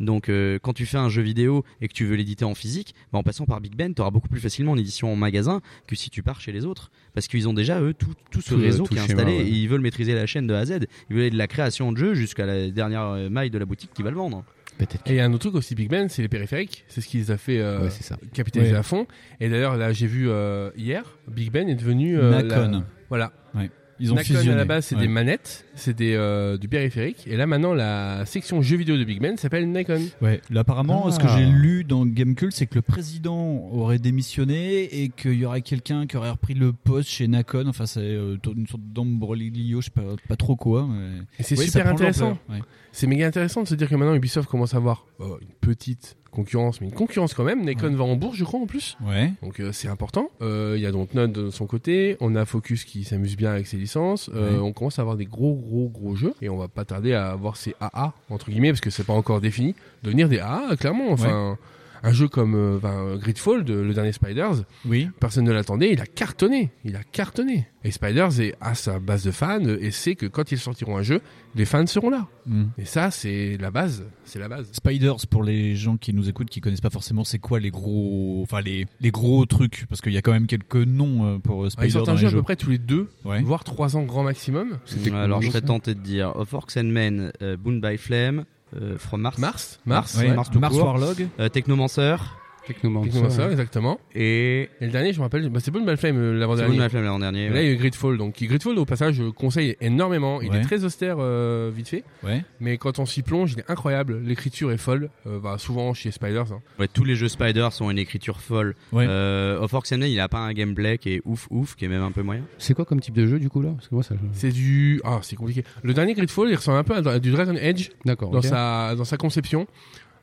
Speaker 10: Donc, euh, quand tu fais un jeu vidéo et que tu veux l'éditer en physique, bah, en passant par Big Ben, tu auras beaucoup plus facilement une édition en magasin que si tu pars chez les autres. Parce qu'ils ont déjà, eux, tout, tout ce
Speaker 4: Tout le-
Speaker 10: réseau
Speaker 4: tout
Speaker 10: qui est
Speaker 4: le schéma,
Speaker 10: installé
Speaker 4: ouais.
Speaker 10: et ils veulent maîtriser la chaîne de A à Z. Ils veulent aller de la création de jeu jusqu'à la dernière euh, maille de la boutique qui va le vendre.
Speaker 17: Et il y a un autre truc aussi, Big Ben, c'est les périphériques. C'est ce qui les a fait euh,
Speaker 10: Ouais, c'est ça.
Speaker 17: capitaliser
Speaker 10: Ouais.
Speaker 17: à fond. Et d'ailleurs, là, j'ai vu euh, hier, Big Ben est devenu. euh,
Speaker 20: Nacon.
Speaker 17: la- Voilà.
Speaker 20: Ouais. Ils ont
Speaker 17: Nacon,
Speaker 20: fusionné.
Speaker 17: à la base, c'est
Speaker 20: Ouais.
Speaker 17: des manettes, c'est des, euh, du périphérique. Et là, maintenant, la section jeux vidéo de Big Ben s'appelle Nacon.
Speaker 20: Ouais, là, apparemment, ce que
Speaker 17: Ah.
Speaker 20: j'ai lu dans Gamecult, c'est que le président aurait démissionné et qu'il y aurait quelqu'un qui aurait repris le poste chez Nacon. Enfin, c'est euh, une sorte d'embroglio, je sais pas, pas trop quoi. mais-
Speaker 17: Et c'est
Speaker 20: Ouais, ça
Speaker 17: super
Speaker 20: prend de
Speaker 17: intéressant.
Speaker 20: l'ampleur, ouais.
Speaker 17: C'est méga intéressant de se dire que maintenant Ubisoft commence à avoir euh, une petite concurrence, mais une concurrence quand même. Nekon va en bourse, je crois, en plus.
Speaker 20: Ouais.
Speaker 17: Donc euh, c'est important. Euh, Il y a Dontnod de son côté, on a Focus qui s'amuse bien avec ses licences. Euh,
Speaker 20: Ouais.
Speaker 17: On commence à avoir des gros, gros, gros jeux et on va pas tarder à avoir ces AA entre guillemets parce que c'est pas encore défini. Devenir des AA, clairement. Enfin. Un jeu comme euh, ben, Gridfall, de- le dernier Spiders,
Speaker 20: oui.
Speaker 17: personne ne l'attendait, il a cartonné, il a cartonné. Et Spiders est, à sa base de fans et sait que quand ils sortiront un jeu, les fans seront là.
Speaker 20: Mm.
Speaker 17: Et ça, c'est la base, c'est la base.
Speaker 20: Spiders pour les gens qui nous écoutent qui connaissent pas forcément c'est quoi les gros enfin les, les gros trucs parce qu'il y a quand même quelques noms euh, pour euh,
Speaker 17: Ah,
Speaker 20: Spiders
Speaker 17: ils sortent
Speaker 20: dans
Speaker 17: un
Speaker 20: les
Speaker 17: jeu à
Speaker 20: jeux.
Speaker 17: peu près tous les deux,
Speaker 20: Ouais.
Speaker 17: voire trois ans grand maximum. C'était
Speaker 10: Euh, Alors, je
Speaker 17: cool,
Speaker 10: serais
Speaker 17: ça.
Speaker 10: tenté de dire Of Orcs and Men, euh, Boon by Flame, euh, From Mars.
Speaker 17: Mars, Mars,
Speaker 10: ouais.
Speaker 17: ouais.
Speaker 10: Mars, tout
Speaker 17: Mars
Speaker 10: court.
Speaker 17: Warlog.
Speaker 10: Euh, Technomancer.
Speaker 17: Technomancer, exactement.
Speaker 10: Et...
Speaker 17: le dernier, je me rappelle, bah, c'est Boon Malflame euh, l'avant-dernier.
Speaker 10: C'est Boon Malflame l'avant-dernier,
Speaker 17: Et Là,
Speaker 10: ouais.
Speaker 17: il y a eu Gridfall. Donc, qui- Gridfall, au passage, je conseille énormément. Il
Speaker 20: Ouais.
Speaker 17: est très austère, euh, vite fait.
Speaker 20: Ouais.
Speaker 17: Mais quand on s'y plonge, il est incroyable. L'écriture est folle. Euh, bah, souvent chez Spiders. hein.
Speaker 10: Ouais, tous les jeux Spider sont une écriture folle.
Speaker 17: Ouais.
Speaker 10: Euh, of Orcs and Men, il a pas un gameplay qui est ouf ouf, qui est même un peu moyen.
Speaker 4: C'est quoi comme type de jeu du coup là Parce que moi ça.
Speaker 17: C'est du. Ah, c'est compliqué. Le dernier Gridfall, il ressemble un peu à, à du Dragon Edge.
Speaker 4: D'accord,
Speaker 17: Dans,
Speaker 4: ok.
Speaker 17: sa, dans sa conception.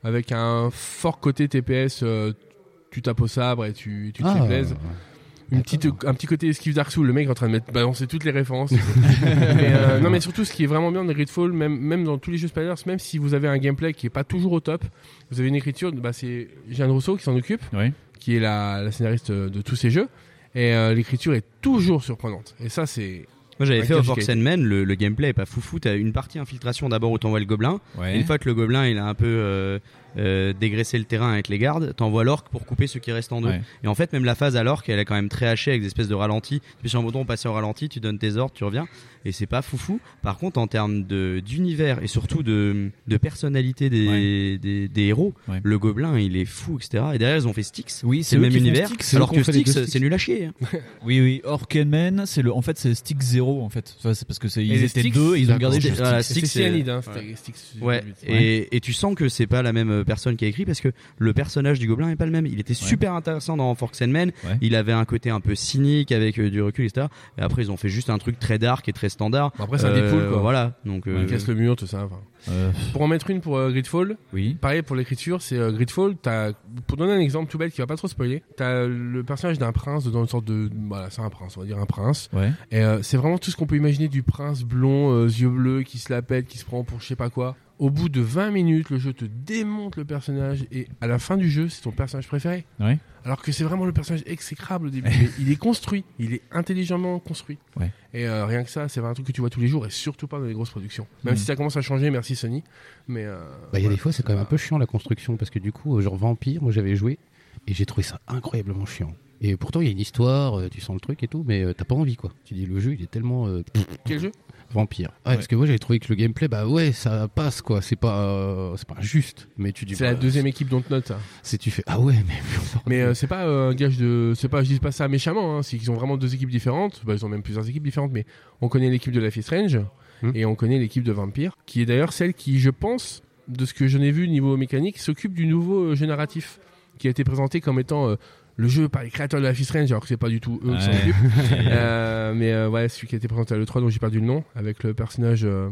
Speaker 17: Avec un fort côté TPS. euh, tu tapes au sabre et tu, tu te
Speaker 4: Ah,
Speaker 17: fais plaisir. Une petite, un petit côté esquive Dark Souls, le mec est en train de mettre, balancer toutes les références. mais euh, non, mais surtout, ce qui est vraiment bien dans Gridfall, même, même dans tous les jeux Spiders, même si vous avez un gameplay qui est pas toujours au top, vous avez une écriture, bah, c'est Jeanne Rousseau qui s'en occupe,
Speaker 20: Oui.
Speaker 17: qui est la, la scénariste de tous ces jeux, et euh, l'écriture est toujours surprenante. Et ça, c'est.
Speaker 10: Moi j'avais
Speaker 17: un
Speaker 10: fait Of
Speaker 17: cache-
Speaker 10: Orcs and Men, le, le gameplay est pas foufou, t'as une partie infiltration d'abord où t'envoies le gobelin.
Speaker 20: Ouais.
Speaker 10: Une fois que le gobelin il a un peu euh, euh, dégraissé le terrain avec les gardes, t'envoies l'orque pour couper ce qui reste en deux.
Speaker 20: Ouais.
Speaker 10: Et en fait même la phase à l'orque elle est quand même très hachée avec des espèces de ralentis. Tu appuies sur un bouton, on passe au ralenti, tu donnes tes ordres, tu reviens. Et c'est pas foufou. Par contre en termes de- d'univers et surtout de, de personnalité des, des, des héros,
Speaker 20: Ouais.
Speaker 10: le gobelin il est fou etc. Et derrière ils ont fait Styx,
Speaker 20: Oui,
Speaker 10: c'est
Speaker 20: eux
Speaker 10: le même
Speaker 20: qui font
Speaker 10: univers.
Speaker 20: Styx.
Speaker 10: alors que Styx c'est nul à chier. hein.
Speaker 20: oui, oui. Orkenman, c'est le, en fait, c'est Stick 0, en fait. Enfin, c'est parce que c'est, ils
Speaker 10: les
Speaker 20: étaient
Speaker 10: Styx,
Speaker 20: deux et ils ont
Speaker 10: d'accord.
Speaker 20: gardé juste
Speaker 10: Voilà,
Speaker 20: Styx.
Speaker 10: Styx, euh, ouais.
Speaker 17: c'était hein, Styx,
Speaker 10: Ouais,
Speaker 20: j'ai oublié.
Speaker 10: et, et tu sens que c'est pas la même euh, personne qui a écrit parce que le personnage du gobelin est pas le même. Il était super intéressant dans Forks and Men.
Speaker 20: Ouais.
Speaker 10: Il avait un côté un peu cynique avec euh, du recul, etc. Et après, ils ont fait juste un truc très dark et très standard.
Speaker 17: Après, c'est un
Speaker 10: Euh,
Speaker 17: Deadpool, quoi.
Speaker 10: Voilà. Donc, euh,
Speaker 17: On casse le mur, tout ça. enfin.
Speaker 20: Euh,
Speaker 17: Pour en mettre une pour euh, Gridfall, pareil pour l'écriture, c'est euh, Gridfall. t'as- pour donner un exemple tout bête qui va pas trop spoiler, t'as le personnage d'un prince dans une sorte de, voilà, c'est un prince, on va dire un prince.
Speaker 20: Ouais.
Speaker 17: Et euh, c'est vraiment tout ce qu'on peut imaginer du prince blond, euh, yeux bleus, qui se la pète, qui se prend pour je sais pas quoi. Au bout de 20 minutes, le jeu te démonte le personnage et à la fin du jeu, c'est ton personnage préféré.
Speaker 20: Ouais.
Speaker 17: Alors que c'est vraiment le personnage exécrable au début. Mais il est construit, il est intelligemment construit.
Speaker 20: Ouais.
Speaker 17: Et euh, rien que ça, c'est un truc que tu vois tous les jours et surtout pas dans les grosses productions. Même
Speaker 4: Mm.
Speaker 17: si ça commence à changer, merci Sony. Mais euh,
Speaker 4: Bah, il y a des fois, c'est quand même un peu chiant la construction parce que du coup, euh, genre Vampire, moi j'avais joué et j'ai trouvé ça incroyablement chiant. Et pourtant, il y a une histoire, euh, tu sens le truc et tout, mais euh, t'as pas envie quoi. Tu dis le jeu, il est tellement. euh, pff,
Speaker 17: Quel jeu
Speaker 4: Vampire. Ouais,
Speaker 17: Ouais.
Speaker 4: Parce que moi j'avais trouvé que le gameplay, bah ouais, ça passe quoi. C'est pas, euh, c'est pas juste. Mais tu dis.
Speaker 17: c'est
Speaker 4: bah,
Speaker 17: la deuxième équipe dont note ça.
Speaker 4: C'est tu fais ah ouais, mais
Speaker 17: Mais euh, c'est pas euh, un gage de. C'est pas, je dis pas ça méchamment, hein, c'est qu'ils ont vraiment deux équipes différentes. Bah, ils ont même plusieurs équipes différentes, mais on connaît l'équipe de Life is Strange et on connaît l'équipe de Vampire, qui est d'ailleurs celle qui, je pense, de ce que je n'ai vu niveau mécanique, s'occupe du nouveau euh, jeu narratif qui a été présenté comme étant euh, le jeu par les créateurs de la Strange, alors que c'est pas du tout eux qui s'en
Speaker 21: Ouais.
Speaker 17: occupent. Euh, mais euh, ouais, celui qui a été présenté à l'E3, dont j'ai perdu le nom, avec le personnage. euh,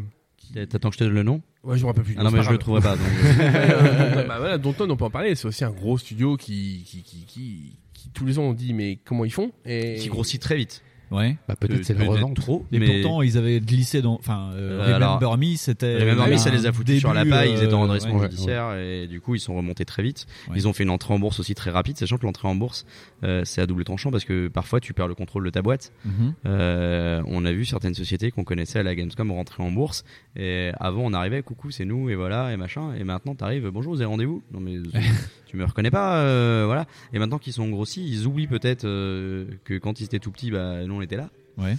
Speaker 10: T'attends que je te donne le nom
Speaker 17: Ouais, je me rappelle plus.
Speaker 10: Ah non,
Speaker 17: c'est
Speaker 10: mais je
Speaker 17: grave.
Speaker 10: le trouverai pas. donc.
Speaker 17: Ouais, euh, bah, bah, voilà, Downton, on peut en parler. C'est aussi un gros studio qui, qui, qui, qui, qui, tous les ans, on dit, mais comment ils font et...
Speaker 10: Qui grossit très vite.
Speaker 20: Ouais.
Speaker 4: Bah, peut-être c'est la revente.
Speaker 20: trop.
Speaker 10: Mais-
Speaker 20: Mais, pourtant, ils avaient glissé dans. Enfin, euh,
Speaker 10: Euh, alors,
Speaker 20: Remember Me, c'était. euh,
Speaker 10: Remember Me,
Speaker 20: un
Speaker 10: ça les a foutus
Speaker 20: début,
Speaker 10: sur la paille, ils étaient en
Speaker 20: euh,
Speaker 10: redressement
Speaker 20: ouais.
Speaker 10: judiciaire et du coup ils sont remontés très vite. Ils ont fait une entrée en bourse aussi très rapide, sachant que l'entrée en bourse euh, c'est à double tranchant parce que parfois tu perds le contrôle de ta boîte.
Speaker 20: Mhm.
Speaker 10: Euh, on a vu certaines sociétés qu'on connaissait à la Gamescom rentrer en bourse et avant on arrivait coucou c'est nous et voilà et machin et maintenant t'arrives bonjour vous avez rendez-vous non mais tu me reconnais pas euh, voilà et maintenant qu'ils sont grossis ils oublient peut-être euh, que quand ils étaient tout petits bah nous on était là.
Speaker 20: Ouais.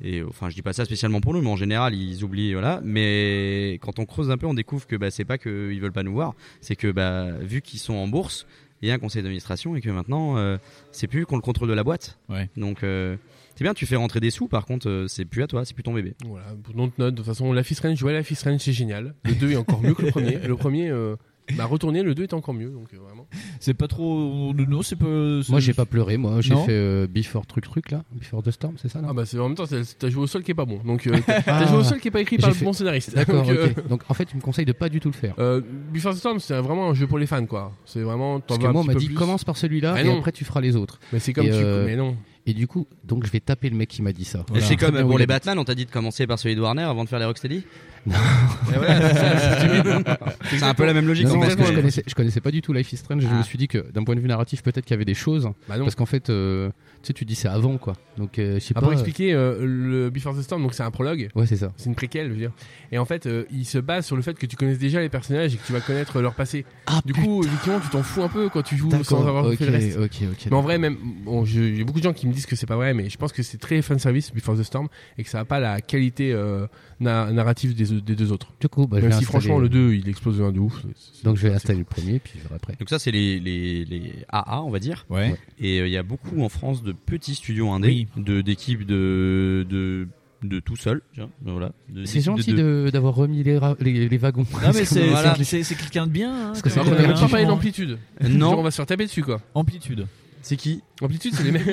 Speaker 10: Et enfin, je dis pas ça spécialement pour nous, mais en général, ils oublient, voilà. Mais quand on creuse un peu, on découvre que bah, c'est pas qu'ils veulent pas nous voir, c'est que bah, vu qu'ils sont en bourse, il y a un conseil d'administration et que maintenant, euh, c'est plus qu'on le contrôle de la boîte.
Speaker 20: Ouais.
Speaker 10: Donc, euh, c'est bien, tu fais rentrer des sous, par contre, euh, c'est plus à toi, c'est plus ton bébé.
Speaker 17: Voilà, pour notre note, de toute façon, la Fist Range, jouer à la Fist Range, c'est génial. Le 2 est encore mieux que le premier. Le premier, euh, bah, retourné, le 2 est encore mieux. Donc, euh, vraiment.
Speaker 20: C'est pas trop. Non, c'est pas. c'est-
Speaker 4: Moi, j'ai pas pleuré. Moi, j'ai
Speaker 20: Non.
Speaker 4: fait euh, Before Truc Truc, là. Before the Storm, c'est ça, là
Speaker 17: Ah bah c'est en même temps c'est- t'as joué au sol qui est pas bon donc euh, t'as t'as joué au sol qui est pas écrit
Speaker 4: Ah. J'ai
Speaker 17: par le
Speaker 4: fait-
Speaker 17: bon scénariste
Speaker 4: D'accord,
Speaker 17: donc, euh,
Speaker 4: ok. Donc, en fait, tu me conseilles de pas du tout le faire.
Speaker 17: euh, Before the Storm c'est vraiment un jeu pour les fans quoi c'est vraiment t'en
Speaker 4: Parce que
Speaker 17: veux un
Speaker 4: moi, on
Speaker 17: petit
Speaker 4: m'a
Speaker 17: peu
Speaker 4: dit
Speaker 17: plus.
Speaker 4: commence par celui-là
Speaker 17: Ah
Speaker 4: et
Speaker 17: non.
Speaker 4: après tu feras les autres.
Speaker 17: Mais c'est comme
Speaker 4: Et, euh,
Speaker 17: tu- mais non.
Speaker 4: Et du coup, donc je vais taper le mec qui m'a dit ça.
Speaker 10: Et c'est comme
Speaker 4: Très bien,
Speaker 10: pour
Speaker 4: Ah
Speaker 10: les
Speaker 4: oui, il a dit.
Speaker 10: Batman, on t'a dit de commencer par celui de Warner avant de faire les Rocksteady Non. c'est un peu la même logique.
Speaker 4: Non,
Speaker 10: en fait.
Speaker 4: parce que je, connaissais, je connaissais pas du tout Life is Strange. Je
Speaker 10: Ah.
Speaker 4: me suis dit que d'un point de vue narratif, peut-être qu'il y avait des choses. Parce qu'en fait, euh, tu sais, tu dis c'est avant quoi. Donc euh, je sais
Speaker 17: Ah,
Speaker 4: pas.
Speaker 17: pour expliquer euh, le Before the Storm, donc c'est un prologue.
Speaker 4: Ouais, c'est ça.
Speaker 17: C'est une préquelle, je veux dire. Et en fait, euh, il se base sur le fait que tu connaisses déjà les personnages et que tu vas connaître euh, leur passé. du coup, effectivement, tu t'en fous un peu quand tu joues
Speaker 4: Ah, D'accord,
Speaker 17: sans avoir
Speaker 4: ok,
Speaker 17: fait le reste.
Speaker 4: ok, ok,
Speaker 17: mais en
Speaker 4: d'accord.
Speaker 17: vrai, même, bon, je- il y a beaucoup de gens qui me disent que c'est pas vrai, mais je pense que c'est très fan service Before the Storm et que ça a pas la qualité euh, na- narrative des, des deux autres.
Speaker 4: Du coup, bah, je
Speaker 17: même
Speaker 4: vais
Speaker 17: si
Speaker 4: installer-
Speaker 17: franchement le 2 il explose de un de ouf.
Speaker 4: euh, Donc je vais installer le premier puis je verrai après.
Speaker 10: Donc ça, c'est les, les, les AA, on va dire.
Speaker 4: Ouais.
Speaker 10: Et euh, il y a beaucoup en France de petits studios indés,
Speaker 4: Oui.
Speaker 10: de d'équipes de, de de tout seul. tiens, Voilà. de-
Speaker 4: C'est
Speaker 10: d'équipes
Speaker 4: gentil
Speaker 10: de-
Speaker 4: de- d'avoir remis les, ra- les, les wagons.
Speaker 10: Non, mais c'est-
Speaker 4: Voilà.
Speaker 10: c'est-
Speaker 20: C'est c'est quelqu'un de bien. hein,
Speaker 4: Parce que
Speaker 20: quand
Speaker 4: c'est
Speaker 20: même.
Speaker 4: vrai qu'on avait
Speaker 17: On va parler d'amplitude.
Speaker 10: Non.
Speaker 17: On va se faire taper dessus quoi.
Speaker 20: Amplitude.
Speaker 10: C'est qui
Speaker 17: Amplitude, c'est les mecs.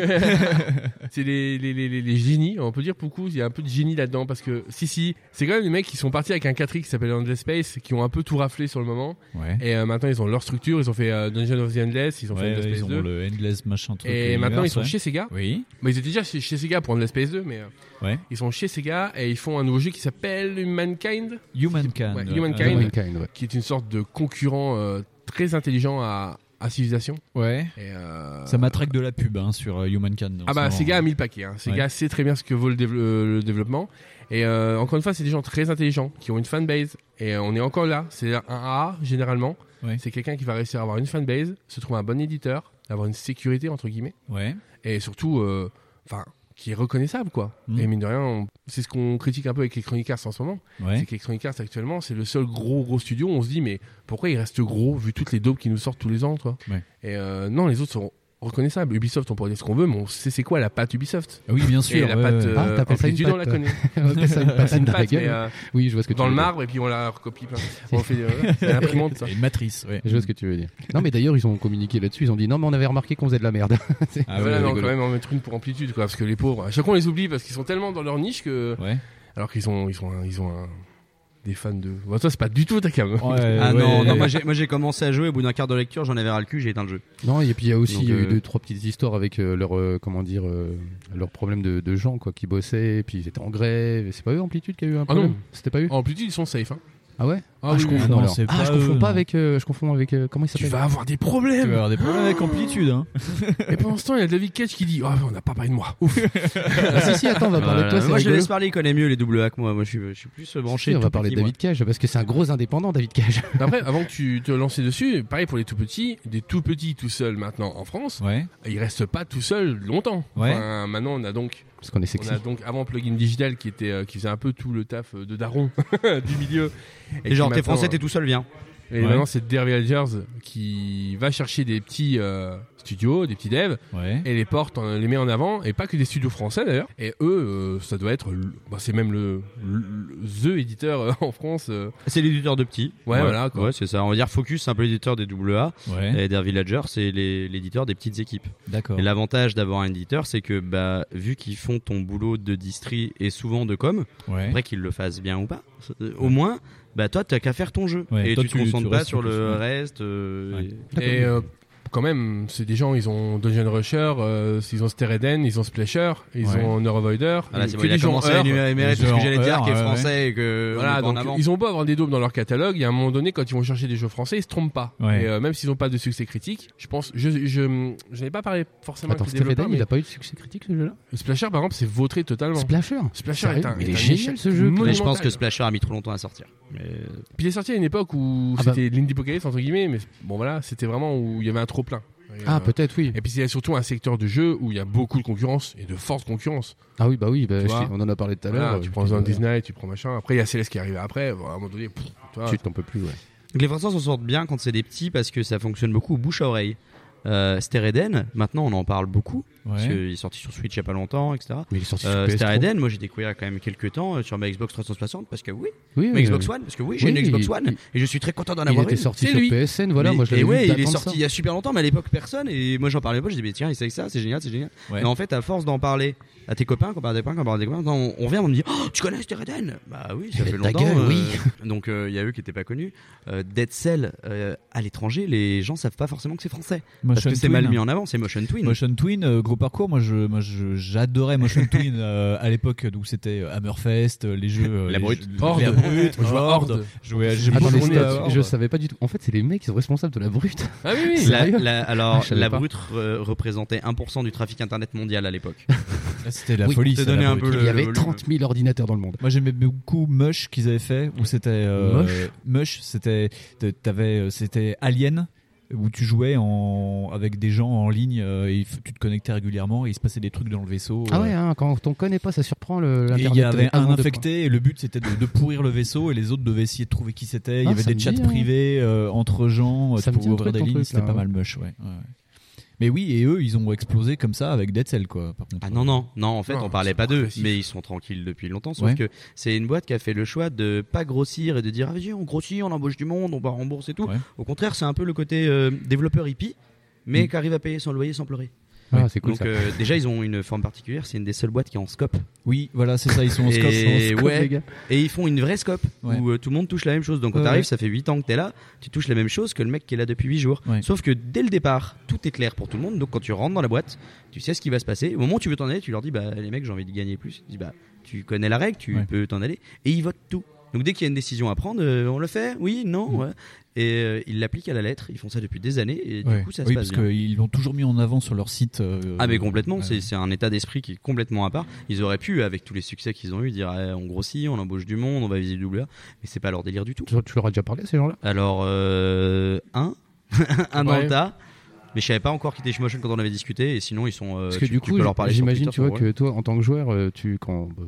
Speaker 17: c'est les, les, les, les- les génies. On peut dire beaucoup. Il y a un peu de génie là-dedans parce que si si, c'est quand même des mecs qui sont partis avec un 4 qui s'appelle Endless Space, qui ont un peu tout raflé sur le moment.
Speaker 20: Ouais.
Speaker 17: Et euh, maintenant ils ont leur structure. Ils ont fait euh, Dungeon of the Endless. Ils ont
Speaker 20: Ouais,
Speaker 17: fait Endless
Speaker 20: ouais, ils
Speaker 17: Space
Speaker 20: ont
Speaker 17: 2.
Speaker 20: le Endless machin truc.
Speaker 17: Et
Speaker 20: euh,
Speaker 17: maintenant ils
Speaker 20: universe,
Speaker 17: sont
Speaker 20: ouais.
Speaker 17: chez Sega.
Speaker 20: Oui.
Speaker 17: Mais ils étaient déjà chez, chez Sega pour Endless Space 2, mais. euh,
Speaker 20: Ouais.
Speaker 17: Ils sont chez Sega et ils font un nouveau jeu qui s'appelle Humankind.
Speaker 20: Humankind.
Speaker 17: Ouais,
Speaker 20: ouais.
Speaker 17: Humankind,
Speaker 4: Humankind, ouais.
Speaker 17: qui est une sorte de concurrent euh, très intelligent à, à Civilization.
Speaker 20: Ouais.
Speaker 17: Et, euh,
Speaker 20: Ça m'attraque de la pub hein, sur euh, Humankind.
Speaker 17: Ah bah Sega a mis le paquet. Hein. Sega
Speaker 20: Ouais.
Speaker 17: sait très bien ce que vaut le, dév- euh, le développement. Et euh, encore une fois, c'est des gens très intelligents qui ont une fanbase. Et euh, on est encore là. C'est un AA généralement.
Speaker 20: Ouais.
Speaker 17: C'est quelqu'un qui va réussir à avoir une fanbase, se trouver un bon éditeur, avoir une sécurité entre guillemets.
Speaker 20: Ouais.
Speaker 17: Et surtout, euh, enfin, qui est reconnaissable quoi.
Speaker 20: Mm.
Speaker 17: Et mine de rien, on- c'est ce qu'on critique un peu avec les Chronic Arts en ce moment.
Speaker 20: Ouais.
Speaker 17: C'est qu'Electronic Arts actuellement, c'est le seul gros gros studio. où On se dit mais pourquoi il reste gros vu toutes les daubes qui nous sortent tous les ans, quoi.
Speaker 20: Ouais.
Speaker 17: Et euh, non, les autres sont reconnaissables. Ubisoft, on pourrait dire ce qu'on veut, mais on sait c'est quoi la patte Ubisoft.
Speaker 20: Ah oui, bien sûr,
Speaker 17: Et la
Speaker 20: ouais,
Speaker 17: patte
Speaker 20: ouais.
Speaker 17: euh,
Speaker 20: Ah, t'appelles ça une
Speaker 17: Amplitude, on la
Speaker 20: patte.
Speaker 17: connaît.
Speaker 20: On appelle ça une patte,
Speaker 17: C'est une
Speaker 20: dans la
Speaker 17: patte,
Speaker 20: gueule.
Speaker 17: mais, euh,
Speaker 4: Oui, je vois ce que tu
Speaker 17: Dans
Speaker 4: veux
Speaker 17: le
Speaker 4: dire.
Speaker 17: marbre et puis on la recopie. plein. on fait euh, c'est l'imprimante, ça.
Speaker 20: Une matrice, ouais.
Speaker 4: Je vois ce que tu veux dire. Non, mais d'ailleurs, ils ont communiqué là-dessus. Ils ont dit non, mais on avait remarqué qu'on faisait de la merde. C'est-
Speaker 17: Ah voilà, non, quand même en mettre une pour amplitude, quoi, parce que les pauvres, à chaque fois on les oublie parce qu'ils sont tellement dans leur niche que. Alors qu'ils ont, ils sont, un- ils ont un- des fans de. Bon, toi, c'est pas du tout ta cam.
Speaker 10: ah non, non, moi j'ai- moi j'ai commencé à jouer au bout d'un quart de lecture, j'en avais ras le cul, j'ai éteint le jeu.
Speaker 4: Non, et puis il y a aussi
Speaker 10: Donc,
Speaker 4: il y a eu
Speaker 10: euh,
Speaker 4: deux trois petites histoires avec euh, leur euh, comment dire euh, leur problème de, de gens quoi qui bossaient et puis ils étaient en grève. Et C'est pas eux Amplitude qui a eu un
Speaker 17: Ah non.
Speaker 4: problème. C'était pas eux.
Speaker 17: Amplitude, ils sont safe. Hein.
Speaker 4: Ah ouais.
Speaker 17: Ah oui,
Speaker 4: je
Speaker 17: oui,
Speaker 4: confonds.
Speaker 17: non,
Speaker 4: alors.
Speaker 17: c'est
Speaker 4: Ah,
Speaker 17: pas
Speaker 4: je confonds
Speaker 17: eux,
Speaker 4: pas
Speaker 17: non.
Speaker 4: avec. euh, je confonds avec euh, comment il s'appelle.
Speaker 17: Tu vas avoir des problèmes. Ah.
Speaker 20: Tu vas avoir des problèmes avec Amplitude, hein.
Speaker 17: Et pendant ce temps, il y a David Cage qui dit Ah, on n'a pas parlé de moi. Ouf.
Speaker 10: Ah,
Speaker 4: Ah,
Speaker 17: Euh,
Speaker 10: Voilà. Moi je le laisse parler, il connaît mieux les double A que moi. Moi je suis, je suis plus branché.
Speaker 4: Si, on
Speaker 10: tout
Speaker 4: va parler de
Speaker 10: petit, moi.
Speaker 4: David Cage parce que c'est un gros indépendant David Cage.
Speaker 17: Après, avant que tu te lances dessus, pareil pour les tout petits, des tout petits tout seuls maintenant en France, ils restent pas tout seuls longtemps.
Speaker 4: Ouais.
Speaker 17: Enfin, maintenant, on a donc.
Speaker 4: Parce qu'on est sexy.
Speaker 17: On a donc avant Plugin Digital qui était euh, qui faisait un peu tout le taf euh, de Daron du milieu.
Speaker 10: Et genre,
Speaker 17: qui
Speaker 10: t'es
Speaker 17: maintenant,
Speaker 10: français,
Speaker 17: euh,
Speaker 10: t'es tout seul, viens.
Speaker 17: Et
Speaker 20: Ouais.
Speaker 17: maintenant, c'est Derby Algers qui va chercher des petits euh, studios, des petits devs, et les porte, en- les met en avant, et pas que des studios français d'ailleurs. Et eux, euh, ça doit être, le- bah, c'est même le, le- le- the éditeur euh, en France. euh.
Speaker 10: C'est l'éditeur de petits.
Speaker 17: Ouais, voilà, quoi.
Speaker 10: Ouais, c'est ça. On va dire Focus, c'est un peu l'éditeur des AA.
Speaker 20: Ouais.
Speaker 10: Et Der Villager, c'est les- l'éditeur des petites équipes.
Speaker 20: D'accord.
Speaker 10: Et l'avantage d'avoir un éditeur, c'est que, bah, vu qu'ils font ton boulot de distri et souvent de com,
Speaker 20: Ouais.
Speaker 10: après qu'ils le fassent bien ou pas, euh, au moins, bah, toi, t'as qu'à faire ton jeu.
Speaker 20: Ouais,
Speaker 10: et
Speaker 20: toi,
Speaker 10: tu te
Speaker 20: tu-
Speaker 10: concentres
Speaker 20: tu
Speaker 10: pas
Speaker 20: restes
Speaker 10: sur le
Speaker 20: focus, ouais.
Speaker 10: reste. euh,
Speaker 17: Et euh, quand même, c'est des gens, ils ont Dungeon Rusher, euh, ils ont Stereden, ils ont Splasher, ils
Speaker 10: Ouais.
Speaker 17: ont Neurovoider.
Speaker 10: Ah là, c'est
Speaker 17: que
Speaker 10: bon, il
Speaker 17: des
Speaker 10: a
Speaker 17: gens
Speaker 10: commencé à
Speaker 17: heurts.
Speaker 10: énumérer
Speaker 17: Des
Speaker 10: tout ce que
Speaker 17: gens
Speaker 10: j'allais dire, qui est
Speaker 17: heurts,
Speaker 10: français et que on
Speaker 17: Voilà,
Speaker 10: met pas en
Speaker 17: donc,
Speaker 10: avant.
Speaker 17: ils ont beau avoir des daubes dans leur catalogue, il y a un moment donné, quand ils vont chercher des jeux français, ils se trompent pas.
Speaker 10: Ouais.
Speaker 17: Et euh, même s'ils n'ont pas de succès critique, je pense. Je, je, je n'avais pas parlé forcément
Speaker 4: Attends,
Speaker 17: avec les
Speaker 4: Stephen
Speaker 17: développeurs,
Speaker 4: Dame,
Speaker 17: mais-
Speaker 4: il a pas eu de succès critique ce jeu-là
Speaker 17: Splasher, par exemple, c'est vautré totalement.
Speaker 4: Splasher
Speaker 17: Splasher est
Speaker 4: Sérieux
Speaker 17: un.
Speaker 4: Mais
Speaker 17: est
Speaker 4: il est
Speaker 17: un
Speaker 4: génial,
Speaker 17: échec
Speaker 4: ce jeu.
Speaker 10: Mais je pense
Speaker 17: monumental.
Speaker 10: que Splasher a mis trop longtemps à sortir. Mais- euh,
Speaker 17: Puis il est sorti à une époque où
Speaker 10: Ah bah.
Speaker 17: c'était l'Indipocalypse, entre guillemets, mais bon voilà, c'était vraiment où il y avait un trop-plein. Et,
Speaker 4: Ah,
Speaker 17: euh,
Speaker 4: peut-être, oui.
Speaker 17: Et puis il y a surtout un secteur de jeu où il y a beaucoup de concurrence et de forte concurrence.
Speaker 4: Ah oui, bah oui, bah,
Speaker 17: Tu
Speaker 4: je-
Speaker 17: vois
Speaker 4: on en a parlé tout à
Speaker 17: Voilà,
Speaker 4: l'heure.
Speaker 17: tu
Speaker 4: euh,
Speaker 17: prends
Speaker 4: putain,
Speaker 17: un Disney, tu prends machin. Après, il y a Céleste qui arrive après. voilà, à un moment donné, pff, tu vois.
Speaker 4: Tu t'en peux plus, ouais.
Speaker 10: Donc les Français s'en sortent bien quand c'est des petits parce que ça fonctionne beaucoup au bouche à oreille. Euh, Stereden, maintenant on en parle beaucoup parce
Speaker 20: Ouais.
Speaker 10: qu'il est sorti sur Switch il y a pas longtemps, etc.
Speaker 4: Mais il est sorti sur PS3.
Speaker 10: Stereden, moi j'ai découvert il y a quand même quelques temps euh, sur ma Xbox 360 parce que oui,
Speaker 4: Oui,
Speaker 10: ma
Speaker 4: oui,
Speaker 10: Xbox
Speaker 4: oui.
Speaker 10: One, parce que oui, j'ai
Speaker 4: Oui,
Speaker 10: une Xbox
Speaker 4: il-
Speaker 10: One et je suis très content d'en
Speaker 4: il
Speaker 10: avoir
Speaker 4: était
Speaker 10: une.
Speaker 4: sorti
Speaker 10: C'est
Speaker 4: sur
Speaker 10: lui.
Speaker 4: PSN, voilà, moi,
Speaker 10: Et
Speaker 4: je l'avais
Speaker 10: ouais,
Speaker 4: vu
Speaker 10: il est
Speaker 4: datant de
Speaker 10: sorti
Speaker 4: ça.
Speaker 10: il y a super longtemps, mais à l'époque personne et moi j'en parlais pas, je disais mais tiens, il sait que ça, c'est génial, c'est génial.
Speaker 20: Ouais.
Speaker 10: Mais en fait, à force d'en parler à tes copains, qu'on parle à des copains, qu'on parle à des copains, on, on vient, on me dit Oh, tu connais Stereden Bah oui, ça
Speaker 4: Mais
Speaker 10: fait
Speaker 4: ta
Speaker 10: longtemps.
Speaker 4: gueule,
Speaker 10: euh,
Speaker 4: oui.
Speaker 10: Donc euh, il y a eux qui n'étaient pas connus. Euh, Dead Cell euh, à l'étranger, les gens savent pas forcément que c'est français parce que c'est
Speaker 20: Twin.
Speaker 10: mal mis en avant, c'est Motion Twin.
Speaker 20: Motion Twin, euh, gros parcours. Moi, je, moi, je- j'adorais Motion Twin euh, à l'époque. Donc, c'était euh, Hammerfest, euh, les jeux. euh,
Speaker 10: La
Speaker 20: les
Speaker 10: Brute.
Speaker 20: jeux-
Speaker 17: Horde.
Speaker 20: La Brute. Je jouais à Horde. Je jouais à- j'ai
Speaker 4: Attends,
Speaker 20: beaucoup
Speaker 4: les
Speaker 20: joué à
Speaker 4: stats,
Speaker 20: Horde.
Speaker 4: je savais pas du tout. En fait, c'est les mecs qui sont responsables de la brute.
Speaker 10: La-
Speaker 4: Sérieux
Speaker 10: la-
Speaker 4: Ah,
Speaker 10: alors,
Speaker 4: je savais
Speaker 10: la
Speaker 4: pas.
Speaker 10: brute re- représentait 1% du trafic internet mondial à l'époque.
Speaker 4: Ah,
Speaker 20: C'était la
Speaker 10: Oui,
Speaker 20: folie.
Speaker 10: pour te
Speaker 20: ça, la
Speaker 10: donner un
Speaker 20: Brute.
Speaker 10: peu le-
Speaker 4: Il y avait
Speaker 10: le-
Speaker 4: 30 000 ordinateurs dans le monde.
Speaker 20: Moi j'aimais beaucoup Mush qu'ils avaient fait où c'était euh,
Speaker 4: Mush
Speaker 20: Mush, c'était t- t'avais euh, c'était Alien où tu jouais en avec des gens en ligne euh, et f- tu te connectais régulièrement et il se passait des trucs dans le vaisseau.
Speaker 4: Ah
Speaker 20: euh,
Speaker 4: ouais, hein, quand on connaît pas, ça surprend le-
Speaker 20: et
Speaker 4: l'internet.
Speaker 20: il y avait
Speaker 4: avant
Speaker 20: un
Speaker 4: de-
Speaker 20: infecté et le but c'était de, de pourrir le vaisseau et les autres devaient essayer de trouver qui c'était. Il y
Speaker 4: Ah,
Speaker 20: avait
Speaker 4: ça
Speaker 20: des
Speaker 4: me
Speaker 20: chats
Speaker 4: dit, hein.
Speaker 20: privés euh, entre gens euh,
Speaker 4: Ça me
Speaker 20: pour
Speaker 4: dit un
Speaker 20: ouvrir
Speaker 4: truc,
Speaker 20: des
Speaker 4: ton
Speaker 20: lignes.
Speaker 4: truc,
Speaker 20: C'était
Speaker 4: là,
Speaker 20: pas
Speaker 4: ouais.
Speaker 20: mal Mush. Ouais, ouais, ouais. Mais oui et eux ils ont explosé comme ça avec Dead Cell quoi. Par contre.
Speaker 10: Ah non, non, non, en fait,
Speaker 20: Non,
Speaker 10: on parlait
Speaker 20: c'est
Speaker 10: pas d'eux,
Speaker 20: progressif.
Speaker 10: mais ils sont tranquilles depuis longtemps. Sauf
Speaker 20: Ouais.
Speaker 10: que c'est une boîte qui a fait le choix de pas grossir et de dire, ah, vas-y, on grossit, on embauche du monde, on part en bourse et tout. Au contraire, c'est un peu le côté euh, développeur hippie, mais
Speaker 21: Mm.
Speaker 10: qui arrive à payer son loyer sans pleurer.
Speaker 4: Ah, c'est cool,
Speaker 10: Donc,
Speaker 4: ça.
Speaker 10: euh, déjà, ils ont une forme particulière, c'est une des seules boîtes qui est en scope.
Speaker 20: Oui, voilà, c'est ça, ils sont en scope,
Speaker 10: Et,
Speaker 20: en scope,
Speaker 10: ouais,
Speaker 20: les gars.
Speaker 10: et ils font une vraie scope
Speaker 20: Ouais.
Speaker 10: où euh, tout le monde touche la même chose. Donc quand
Speaker 20: Ouais,
Speaker 10: t'arrives,
Speaker 20: ouais.
Speaker 10: ça fait 8 ans que t'es là, tu touches la même chose que le mec qui est là depuis 8 jours. Sauf que dès le départ, tout est clair pour tout le monde. Donc quand tu rentres dans la boîte, tu sais ce qui va se passer. Au moment où tu veux t'en aller, tu leur dis bah les mecs, j'ai envie de gagner plus. Ils disent bah tu connais la règle, tu
Speaker 20: Ouais.
Speaker 10: peux t'en aller. Et ils votent tout. Donc dès qu'il y a une décision à prendre, euh, on le fait, oui,
Speaker 20: Mm.
Speaker 10: non, ouais. et euh, ils l'appliquent à la lettre. Ils font ça depuis des années et
Speaker 20: Ouais.
Speaker 10: du coup ça
Speaker 20: oui,
Speaker 10: se passe
Speaker 20: parce
Speaker 10: bien.
Speaker 20: qu'ils l'ont toujours mis en avant sur leur site. euh,
Speaker 10: Ah mais complètement,
Speaker 20: ouais.
Speaker 10: c'est- c'est un état d'esprit qui est complètement à part. Ils auraient pu, avec tous les succès qu'ils ont eu, dire eh, on grossit, on embauche du monde, on va viser le AA, mais c'est pas leur délire du tout.
Speaker 4: Tu, tu leur as déjà parlé à ces gens-là
Speaker 10: Alors, euh, un, un dans
Speaker 4: Ouais.
Speaker 10: le tas, mais je savais pas encore qu'ils étaient chez Motion quand on avait discuté, et sinon ils sont... euh,
Speaker 4: Parce que
Speaker 10: tu-
Speaker 4: du
Speaker 10: tu
Speaker 4: coup,
Speaker 10: peux leur parler sur
Speaker 4: j'imagine,
Speaker 10: Twitter,
Speaker 4: tu vois,
Speaker 10: pour
Speaker 4: que
Speaker 10: eux.
Speaker 4: toi, en tant que joueur, euh, tu quand bah,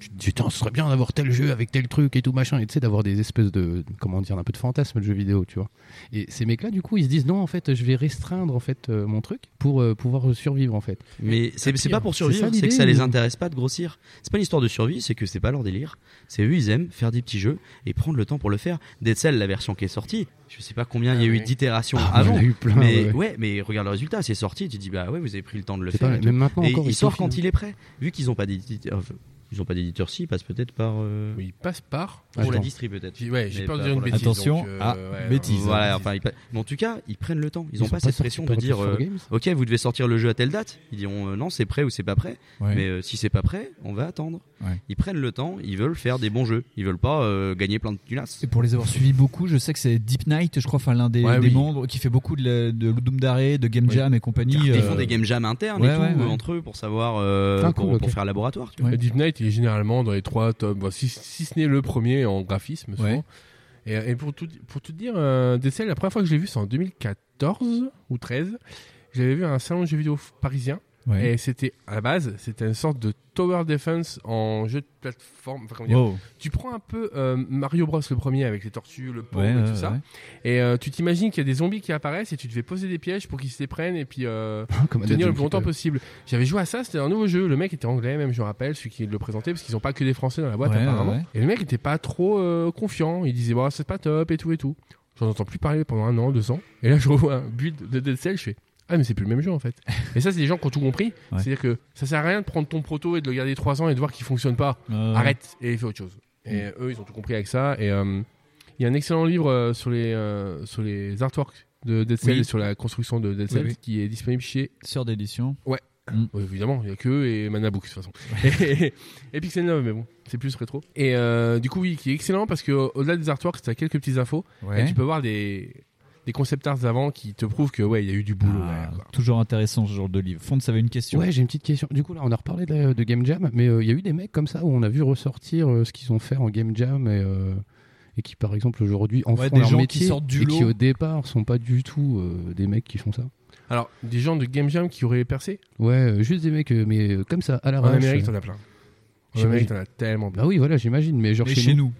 Speaker 4: tu te dis tiens, ce serait bien d'avoir tel jeu avec tel truc et tout machin, et tu sais d'avoir des espèces de comment dire un peu de fantasme de jeu vidéo, tu vois. Et ces mecs-là, du coup, ils se disent non, en fait, je vais restreindre en fait euh, mon truc pour euh, pouvoir survivre en fait.
Speaker 10: Mais c'est c'est pas pour survivre,
Speaker 4: ça
Speaker 10: c'est que
Speaker 4: l'idée,
Speaker 10: ça les
Speaker 4: ou-
Speaker 10: intéresse pas de grossir. C'est pas une histoire de survie, c'est que c'est pas leur délire. C'est eux, ils aiment faire des petits jeux et prendre le temps pour le faire. Dead Cell, la version qui est sortie, je sais pas combien il y a eu d'itérations
Speaker 4: Ah, il y en
Speaker 10: avant.
Speaker 4: a eu plein,
Speaker 10: mais
Speaker 4: ouais.
Speaker 10: mais regarde le résultat, c'est sorti, tu te dis bah ouais, vous avez pris le temps de le
Speaker 4: C'est
Speaker 10: faire.
Speaker 4: pas-
Speaker 10: et
Speaker 4: même
Speaker 10: tout.
Speaker 4: maintenant
Speaker 10: Et
Speaker 4: encore,
Speaker 10: il
Speaker 4: ils
Speaker 10: sort
Speaker 4: confinent,
Speaker 10: quand
Speaker 4: hein.
Speaker 10: il est prêt. Vu qu'ils ont pas d'éditeur, enfin, ils ont pas d'éditeur si, ils passent peut-être par. euh,
Speaker 17: Oui, ils passent par.
Speaker 10: Pour la
Speaker 17: Attends.
Speaker 10: distri peut-être.
Speaker 17: Ouais, j'ai
Speaker 10: Mais
Speaker 17: peur de
Speaker 10: pas
Speaker 17: dire une
Speaker 10: pour la-
Speaker 17: bêtise, Attention donc, euh, à ouais, non. bêtise.
Speaker 20: hein.
Speaker 8: hein.
Speaker 10: Voilà, enfin, ils pa- mais en tout cas, ils prennent le temps. Ils
Speaker 17: Ils
Speaker 10: n'ont
Speaker 17: ont
Speaker 10: pas
Speaker 17: pas
Speaker 10: cette
Speaker 17: sorti
Speaker 10: pression de
Speaker 17: par
Speaker 10: dire,
Speaker 17: Bethesda
Speaker 10: euh,
Speaker 17: Games
Speaker 10: ok, vous devez sortir le jeu à telle date. Ils diront euh, non, c'est prêt ou c'est pas prêt.
Speaker 20: Ouais.
Speaker 10: Mais euh, si c'est pas prêt, on va attendre.
Speaker 20: Ouais.
Speaker 10: Ils prennent le temps. Ils veulent faire des bons jeux. Ils veulent pas euh, gagner plein de tunas.
Speaker 20: Et pour les avoir suivis beaucoup, je sais que c'est Deep Night, je crois, enfin l'un des,
Speaker 10: Ouais,
Speaker 20: des
Speaker 10: oui.
Speaker 20: membres qui fait beaucoup de, la- de Ludum Dare, de Game
Speaker 10: Oui.
Speaker 20: Jam et compagnie.
Speaker 10: Ils font
Speaker 20: euh,
Speaker 10: des game jams internes et
Speaker 20: ouais,
Speaker 10: tout
Speaker 20: ouais, ouais.
Speaker 10: euh, entre eux pour savoir euh,
Speaker 17: Ah,
Speaker 10: pour,
Speaker 17: cool,
Speaker 10: pour
Speaker 17: ok.
Speaker 10: faire laboratoire. tu vois.
Speaker 17: Le Deep Night, il est généralement dans les trois tomes, bon, si, si ce n'est le premier en graphisme, souvent. Et, et pour, tout, pour tout dire, euh, Dead Cell, la première fois que je l'ai vu, c'est en 2014 ou 13. J'avais vu à un salon de jeux vidéo f- parisien.
Speaker 8: Ouais.
Speaker 17: Et c'était, à la base, c'était une sorte de tower defense en jeu de plateforme. Enfin, comment dire,
Speaker 8: Wow.
Speaker 17: Tu prends un peu euh, Mario Bros le premier avec les tortues, le pauvre
Speaker 8: Ouais,
Speaker 17: et tout
Speaker 8: ouais,
Speaker 17: ça.
Speaker 8: ouais.
Speaker 17: Et euh, tu t'imagines qu'il y a des zombies qui apparaissent et tu devais poser des pièges pour qu'ils se les prennent et puis euh,
Speaker 8: Comme à
Speaker 17: tenir
Speaker 8: Donkey
Speaker 17: le plus longtemps
Speaker 8: Kong.
Speaker 17: possible. J'avais joué à ça, c'était un nouveau jeu. Le mec était anglais, même je me rappelle, celui qui le présentait, parce qu'ils ont pas que des français dans la boîte
Speaker 8: Ouais,
Speaker 17: apparemment.
Speaker 8: ouais, ouais.
Speaker 17: Et le mec était pas trop euh, confiant. Il disait, bah, c'est pas top et tout et tout. J'en entends plus parler pendant un an, deux ans. Et là, je revois un build de Dead Cell, je fais. Ah mais c'est plus le même jeu en fait. Et ça c'est des gens qui ont tout compris.
Speaker 8: Ouais.
Speaker 17: C'est-à-dire que ça sert à rien de prendre ton proto et de le garder trois ans et de voir qu'il fonctionne pas.
Speaker 10: Ah.
Speaker 8: Euh.
Speaker 17: Arrête et fais autre chose.
Speaker 8: Mm.
Speaker 17: Et eux ils ont tout compris avec ça. Et euh, il y a un excellent livre euh, sur les euh, sur les artworks de Dead Cell
Speaker 8: Oui.
Speaker 17: et sur la construction de Dead
Speaker 8: Oui,
Speaker 17: Cell
Speaker 8: oui.
Speaker 17: qui est disponible chez
Speaker 8: Sœur d'édition. Mm.
Speaker 17: Ouais. Ouais, évidemment, il n'y a que eux et Manabook de toute façon. et, et Pixel 9, mais bon, c'est plus rétro. Et euh, du coup, oui, qui est excellent parce que euh, au-delà des artworks, tu as quelques petites infos.
Speaker 8: Ouais.
Speaker 17: Et tu peux voir des, des concept arts avant qui te prouvent que, ouais, il y a eu du boulot. derrière, quoi.
Speaker 20: Ah, Toujours intéressant ce genre de livre. Fond, ça avait une question.
Speaker 4: Ouais, j'ai une petite question. Du coup, là, on a reparlé de, de Game Jam, mais euh, il y a eu des mecs comme ça où on a vu ressortir euh, ce qu'ils ont fait en Game Jam et, euh, et qui, par exemple, aujourd'hui, en
Speaker 17: Ouais,
Speaker 4: font
Speaker 17: des
Speaker 4: leur
Speaker 17: gens qui
Speaker 4: métier
Speaker 17: sortent du
Speaker 4: et qui,
Speaker 17: lot.
Speaker 4: au départ, sont pas du tout euh, des mecs qui font ça.
Speaker 17: Alors, des gens de Game Jam qui auraient percé
Speaker 4: Ouais, euh, juste des mecs, euh, mais euh, comme ça, à la
Speaker 17: En Amérique, t'en as plein. En Amérique, t'en as tellement
Speaker 4: Bah oui, voilà, j'imagine, mais genre
Speaker 10: Mais
Speaker 4: chez,
Speaker 10: chez
Speaker 4: nous.
Speaker 10: nous.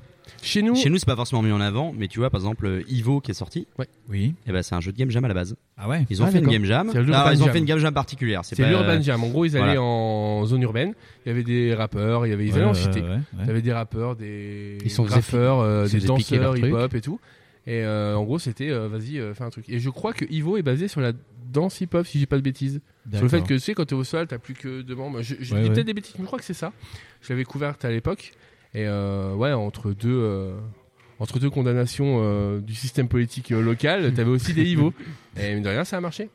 Speaker 17: Chez nous,
Speaker 10: Chez nous, c'est pas forcément mis en avant, mais tu vois, par exemple, euh, Ivo qui est sorti.
Speaker 20: Oui.
Speaker 10: Et ben, c'est un jeu de game jam à la base.
Speaker 20: Ah ouais.
Speaker 10: Ils ont
Speaker 17: Ah,
Speaker 10: fait une
Speaker 17: d'accord.
Speaker 10: game jam.
Speaker 17: C'est l'Urban
Speaker 10: Ah, ils ont
Speaker 17: Jam.
Speaker 10: fait une game jam particulière.
Speaker 17: C'est
Speaker 10: pas- euh,
Speaker 17: l'Urban Jam. En gros, ils allaient
Speaker 10: Voilà.
Speaker 17: en zone urbaine. Il y avait des rappeurs, il y avait, ils allaient
Speaker 10: Ouais,
Speaker 17: en
Speaker 10: ouais,
Speaker 17: cité.
Speaker 10: ouais, ouais.
Speaker 17: Il y avait des rappeurs, des
Speaker 4: Ils sont
Speaker 17: graffeurs,
Speaker 4: faits-
Speaker 17: euh,
Speaker 4: ils se
Speaker 17: des
Speaker 4: faisaient piquer leur
Speaker 17: danseurs
Speaker 4: truc.
Speaker 17: hip-hop et tout. Et euh, en gros, c'était euh, vas-y, euh, fais un truc. Et je crois que Ivo est basé sur la danse hip-hop, si j'ai pas de bêtises. Sur le fait
Speaker 8: D'accord.
Speaker 17: que tu sais, quand t'es au sol, t'as plus que deux membres. Je, je
Speaker 8: Ouais,
Speaker 17: dis
Speaker 8: ouais.
Speaker 17: peut-être des bêtises, mais je crois que c'est ça. Je l'avais couverte à l'époque. Et euh, ouais, entre deux. euh, entre deux condamnations euh, du système politique euh, local, t'avais aussi des Ivo. Et mine de rien, ça a marché.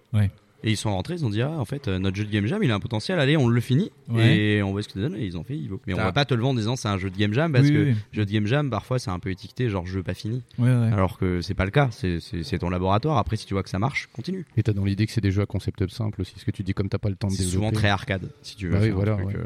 Speaker 10: Et ils sont rentrés, ils ont dit, ah, en fait, euh, notre jeu de game jam, il a un potentiel, allez, on le finit.
Speaker 17: Ouais.
Speaker 10: Et on voit ce que ça donne, et ils ont fait Ivo. Mais on
Speaker 17: Ah.
Speaker 10: va pas te le vendre en disant, c'est un jeu de game jam, parce
Speaker 17: Oui,
Speaker 10: que
Speaker 17: oui.
Speaker 10: jeu de game jam, parfois, c'est un peu étiqueté, genre jeu pas fini.
Speaker 20: Ouais, ouais.
Speaker 10: Alors que c'est pas le cas, c'est- c'est c'est ton laboratoire. Après, si tu vois que ça marche, continue.
Speaker 4: Et t'as dans l'idée que c'est des jeux à concept simple aussi, ce que tu dis, comme t'as pas le temps de
Speaker 10: C'est
Speaker 4: développer.
Speaker 10: souvent très arcade, si tu veux.
Speaker 4: Bah oui,
Speaker 10: faire un
Speaker 4: voilà.
Speaker 10: truc,
Speaker 4: ouais.
Speaker 10: euh,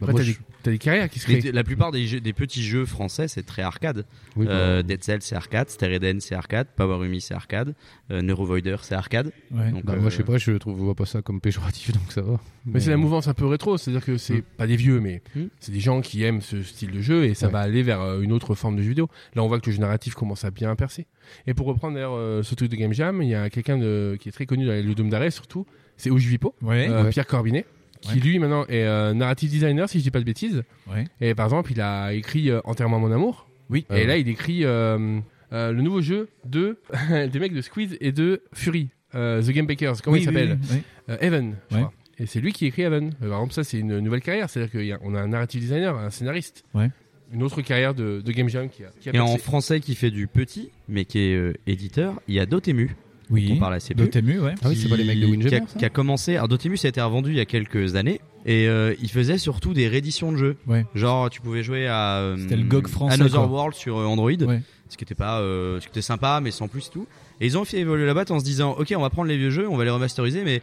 Speaker 4: Bah, moi, je-
Speaker 17: des carrières qui se
Speaker 10: Mais
Speaker 17: créent.
Speaker 10: La plupart des, jeux- des petits jeux français, c'est très arcade.
Speaker 4: Oui, bah,
Speaker 10: Euh, Dead Cell, c'est arcade. Stereden, c'est arcade. Power Umi, c'est arcade. Euh, Neurovoider, c'est arcade. Donc,
Speaker 4: Bah,
Speaker 10: euh,
Speaker 4: Moi, je sais pas, je trouve je vois pas ça comme péjoratif, donc ça va.
Speaker 17: Mais c'est la mouvance un peu rétro, c'est-à-dire que c'est
Speaker 8: Hmm.
Speaker 17: pas des vieux, mais c'est des gens qui aiment ce style de jeu et ça va aller vers euh, une autre forme de jeu vidéo. Là, on voit que le jeu narratif commence à bien percer. Et pour reprendre d'ailleurs euh, ce truc de Game Jam, il y a quelqu'un de- qui est très connu dans le Dôme d'Arrêt surtout, c'est Ojuvipo,
Speaker 8: Ouais.
Speaker 17: euh,
Speaker 8: Ouais.
Speaker 17: Pierre Corbinet, qui
Speaker 8: Ouais.
Speaker 17: lui maintenant est euh, narrative designer, si je dis pas de bêtises.
Speaker 8: Ouais.
Speaker 17: Et par exemple, il a écrit euh, Enterrement mon amour. Oui. Et
Speaker 8: Euh,
Speaker 17: là, il écrit euh, euh, le nouveau jeu de des mecs de Squeeze et de Fury, euh, The Game Bakers. Comment
Speaker 8: Oui,
Speaker 17: il
Speaker 8: oui,
Speaker 17: s'appelle
Speaker 8: oui, oui.
Speaker 17: Euh, Evan, je
Speaker 8: Ouais.
Speaker 17: crois. Et c'est lui qui écrit Evan. Euh, par exemple, ça, c'est une nouvelle carrière. C'est-à-dire qu'on a, un narrative designer, un scénariste.
Speaker 20: Ouais.
Speaker 17: Une autre carrière de, de Game Jam qui a, qui a
Speaker 10: Et en
Speaker 17: percé.
Speaker 10: français qui fait du petit, mais qui est euh, éditeur, il y a Dotemu.
Speaker 20: Oui,
Speaker 10: dont on parle assez peu.
Speaker 20: Dotemu, ouais. Ah oui, c'est pas les mecs de
Speaker 10: Qui-
Speaker 20: Windjammer,
Speaker 10: Qui a,
Speaker 20: ça
Speaker 10: qui a commencé. Alors Dotemu, ça a été revendu il y a quelques années. Et euh, il faisait surtout des rééditions de jeux.
Speaker 20: Ouais.
Speaker 10: Genre, tu pouvais jouer à euh,
Speaker 20: C'était le GOG français,
Speaker 10: Another
Speaker 20: quoi.
Speaker 10: World sur euh, Android.
Speaker 20: Ouais.
Speaker 10: Ce qui était pas, euh, ce qui était sympa, mais sans plus et tout. Et ils ont fait évoluer la boîte en se disant, ok, on va prendre les vieux jeux, on va les remasteriser, mais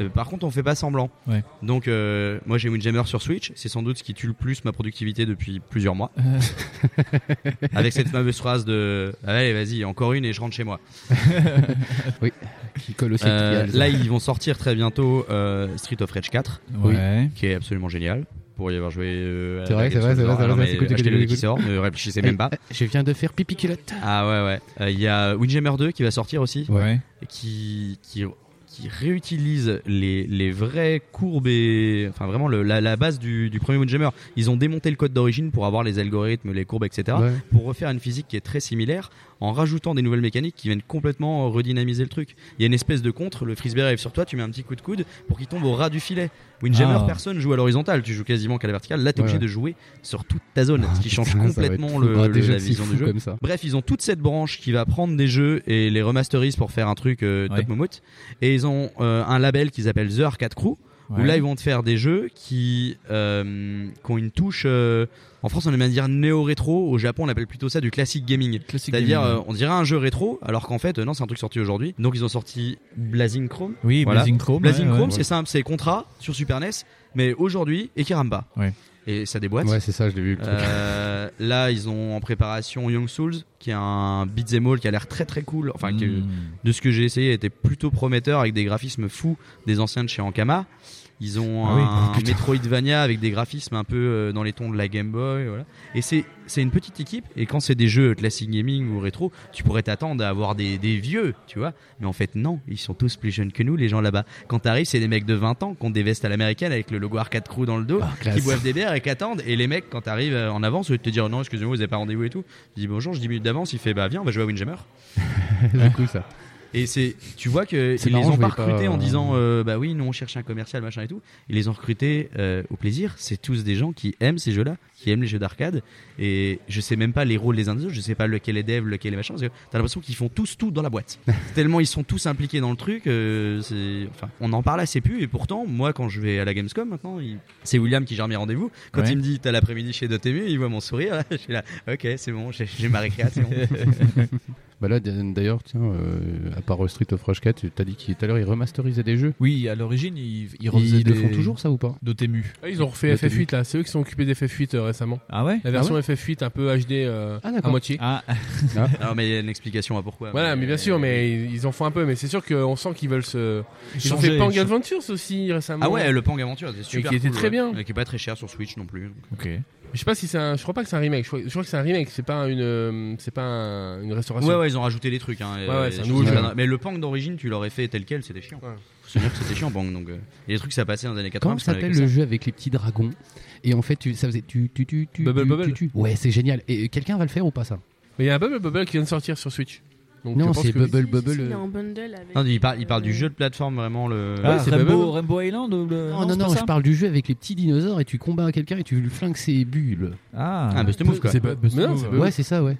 Speaker 10: euh, par contre, on fait pas semblant.
Speaker 20: Ouais.
Speaker 10: Donc, euh, moi, j'ai Windjammer sur Switch. C'est sans doute ce qui tue le plus ma productivité depuis plusieurs mois. Avec cette fameuse phrase de Allez, vas-y, encore une et je rentre chez moi.
Speaker 4: oui, qui colle aussi.
Speaker 10: Euh, là, ils vont sortir très bientôt euh, Street of Rage 4,
Speaker 20: Ouais.
Speaker 10: qui est absolument génial. Pour y avoir joué. euh, à
Speaker 4: C'est
Speaker 10: la
Speaker 4: vrai, c'est vrai,
Speaker 10: Games
Speaker 4: c'est vrai,
Speaker 10: World.
Speaker 4: c'est
Speaker 10: Ah non,
Speaker 4: vrai,
Speaker 10: mais
Speaker 4: c'est cool, c'est
Speaker 10: achetez-le
Speaker 4: cool,
Speaker 10: qui
Speaker 4: c'est
Speaker 10: sort,
Speaker 4: cool.
Speaker 10: ne réfléchissez même pas.
Speaker 4: Eh, Je viens de faire pipi culotte.
Speaker 10: Ah ouais, ouais. Euh, Il y a Windjammer 2 qui va sortir aussi.
Speaker 20: Ouais.
Speaker 10: Qui, qui, qui réutilise les, les vraies courbes et. Enfin, vraiment le- la, la base du, du premier Windjammer. Ils ont démonté le code d'origine pour avoir les algorithmes, les courbes, etc.
Speaker 4: Ouais.
Speaker 10: Pour refaire une physique qui est très similaire en rajoutant des nouvelles mécaniques qui viennent complètement euh, redynamiser le truc. Il y a une espèce de contre, le frisbee arrive sur toi, tu mets un petit coup de coude pour qu'il tombe au ras du filet. Windjammer,
Speaker 20: Ah.
Speaker 10: personne joue à l'horizontale, tu joues quasiment qu'à la verticale. Là, t'es
Speaker 20: Ouais,
Speaker 10: obligé
Speaker 20: ouais.
Speaker 10: de jouer sur toute ta zone, ce qui change
Speaker 4: Ah, putain, ça va être
Speaker 10: complètement
Speaker 4: fou.
Speaker 10: le,
Speaker 4: Ah,
Speaker 10: le-
Speaker 4: des jeux
Speaker 10: la
Speaker 4: de si
Speaker 10: vision
Speaker 4: fous
Speaker 10: du jeu.
Speaker 4: comme ça.
Speaker 10: Bref, ils ont toute cette branche qui va prendre des jeux et les remasterise pour faire un truc euh, top
Speaker 20: Ouais.
Speaker 10: moumoute. Et ils ont euh, un label qu'ils appellent The Arcade Crew, où
Speaker 20: Ouais.
Speaker 10: là ils vont te faire des jeux qui, euh, qui ont une touche. euh, en France, on aime bien dire néo-rétro. Au Japon, on appelle plutôt ça du classic gaming. C'est-à-dire,
Speaker 20: gaming,
Speaker 10: euh, on dirait un jeu rétro, alors qu'en fait, euh, non, c'est un truc sorti aujourd'hui. Donc, ils ont sorti Blazing Chrome.
Speaker 20: Oui, Blazing Chrome,
Speaker 10: Blazing
Speaker 20: ouais, ouais.
Speaker 10: Chrome, c'est
Speaker 20: Ouais.
Speaker 10: simple, c'est Contra sur Super NES, mais aujourd'hui, et Karamba.
Speaker 20: Ouais.
Speaker 10: Et ça déboîte.
Speaker 4: Ouais, c'est ça, je l'ai vu, le truc.
Speaker 10: Euh, là, ils ont en préparation Young Souls, qui est un beat'em all qui a l'air très très cool. Enfin, qui,
Speaker 20: Mm.
Speaker 10: de ce que j'ai essayé, était plutôt prometteur avec des graphismes fous des anciens de chez Ankama. Ils ont
Speaker 20: Ah oui.
Speaker 10: un
Speaker 20: Oh, putain.
Speaker 10: Metroidvania avec des graphismes un peu euh, dans les tons de la Game Boy. Voilà. Et c'est c'est une petite équipe. Et quand c'est des jeux classique gaming ou rétro, tu pourrais t'attendre à avoir des, des vieux, tu vois. Mais en fait, non. Ils sont tous plus jeunes que nous, les gens là-bas. Quand t'arrives, c'est des mecs de 20 ans qui ont des vestes à l'américaine avec le logo Arcade Crew dans le dos, qui
Speaker 4: classe.
Speaker 10: boivent des bières et qui attendent. Et les mecs, quand t'arrives euh, en avance, au lieu de te dire non, excusez-moi, vous avez pas rendez-vous et tout, je dis bonjour, je 10 minutes d'avance. Il fait bah viens, on va jouer à Windjammer.
Speaker 4: du coup, ça.
Speaker 10: Et c'est, tu vois que
Speaker 4: C'est
Speaker 10: ils les
Speaker 4: marrant,
Speaker 10: ont
Speaker 4: je
Speaker 10: pas
Speaker 4: voyais pas,
Speaker 10: recrutés en
Speaker 4: euh,
Speaker 10: disant euh, bah oui, nous on cherche un commercial, machin et tout. Ils les ont recrutés euh, au plaisir. C'est tous des gens qui aiment ces jeux-là, qui aiment les jeux d'arcade. Et je sais même pas les rôles des uns des autres. Je sais pas lequel est dev, lequel est machin. Parce que t'as l'impression qu'ils font tous tout dans la boîte. Tellement ils sont tous impliqués dans le truc. euh, c'est, enfin, on en parle assez plus. Et pourtant, moi quand je vais à la Gamescom maintenant, il- c'est William qui gère mes rendez-vous. Quand
Speaker 20: Ouais.
Speaker 10: il me dit t'as l'après-midi chez DotTV, il voit mon sourire. je suis là, ok, c'est bon, j'ai, j'ai ma récréation.
Speaker 4: Bah là, d- d'ailleurs, tiens, euh, à part euh, Street of Rage 4, t'as dit qu'il- tout à l'heure, ils remasterisaient des jeux.
Speaker 20: Oui, à l'origine, ils,
Speaker 4: Ils,
Speaker 20: refaisaient
Speaker 4: le
Speaker 20: des-
Speaker 4: font toujours, ça ou pas
Speaker 20: Dotemu.
Speaker 17: Ah, ils ont refait
Speaker 4: Dotemu.
Speaker 17: FF8 là, c'est eux qui sont occupés d'FF8 euh, récemment.
Speaker 20: Ah ouais
Speaker 17: La version FF8 un peu HD euh,
Speaker 10: Ah,
Speaker 17: à
Speaker 10: d'accord.
Speaker 17: moitié.
Speaker 10: Ah. Non, mais il y a une explication à pourquoi.
Speaker 17: Voilà, mais bien sûr, mais ils ils en font un peu, mais c'est sûr qu'on sent qu'ils veulent se. Ils ont
Speaker 10: Changer,
Speaker 17: fait Pang
Speaker 10: changer.
Speaker 17: Adventures aussi récemment.
Speaker 10: Ah ouais, le Pang Aventure, c'est super.
Speaker 17: Et qui était
Speaker 10: cool,
Speaker 17: très
Speaker 10: ouais.
Speaker 17: bien.
Speaker 10: Et qui est pas très cher sur Switch non plus. euh.
Speaker 20: Ok.
Speaker 17: Mais Je sais pas si c'est un. Je crois pas que c'est un remake. Je crois, je crois que c'est un remake. C'est pas une. euh, C'est pas un- une restauration.
Speaker 10: Ouais, ouais, ils ont rajouté des trucs. Hein,
Speaker 17: Ouais,
Speaker 10: et-
Speaker 17: ouais,
Speaker 10: et
Speaker 17: c'est
Speaker 10: des
Speaker 17: un
Speaker 10: choses
Speaker 17: nouveau
Speaker 10: qui
Speaker 17: jeu.
Speaker 10: sont- Mais le Pang d'origine, tu l'aurais fait tel quel, c'était chiant. Faut se dire que c'était chiant, Pang. Donc, euh, et les trucs, ça passait dans les années 80.
Speaker 4: Comment
Speaker 10: parce qu'on avait
Speaker 4: s'appelle
Speaker 10: que
Speaker 4: le
Speaker 10: ça.
Speaker 4: jeu avec les petits dragons Et en fait, tu, ça faisait tu tu tu tu
Speaker 17: Bubble
Speaker 4: tu,
Speaker 17: Bobble.
Speaker 4: tu, tu. Ouais, c'est génial. Et euh, quelqu'un va le faire ou pas ça
Speaker 17: Mais il y a un Bubble Bubble qui vient de sortir sur Switch. Donc,
Speaker 4: Non,
Speaker 17: je pense
Speaker 4: c'est
Speaker 17: que-
Speaker 4: Bubble
Speaker 9: Il
Speaker 4: Bubble.
Speaker 9: est
Speaker 10: euh,
Speaker 9: en bundle avec.
Speaker 10: Non, il parle, il parle du jeu de plateforme vraiment. Le...
Speaker 17: Ah, Ouais, c'est Rainbow- Bubble.
Speaker 20: Rainbow Island
Speaker 4: Euh, Oh, Non, non, non, je parle du jeu avec les petits dinosaures et tu combats quelqu'un et tu lui flingues ses bulles.
Speaker 20: Ah,
Speaker 10: Ah, Bust a Move, quoi.
Speaker 17: C'est pas- hein.
Speaker 10: Bust
Speaker 17: mais non,
Speaker 10: a
Speaker 17: c'est
Speaker 10: Move.
Speaker 17: pas-
Speaker 4: Ouais, c'est ça, ouais.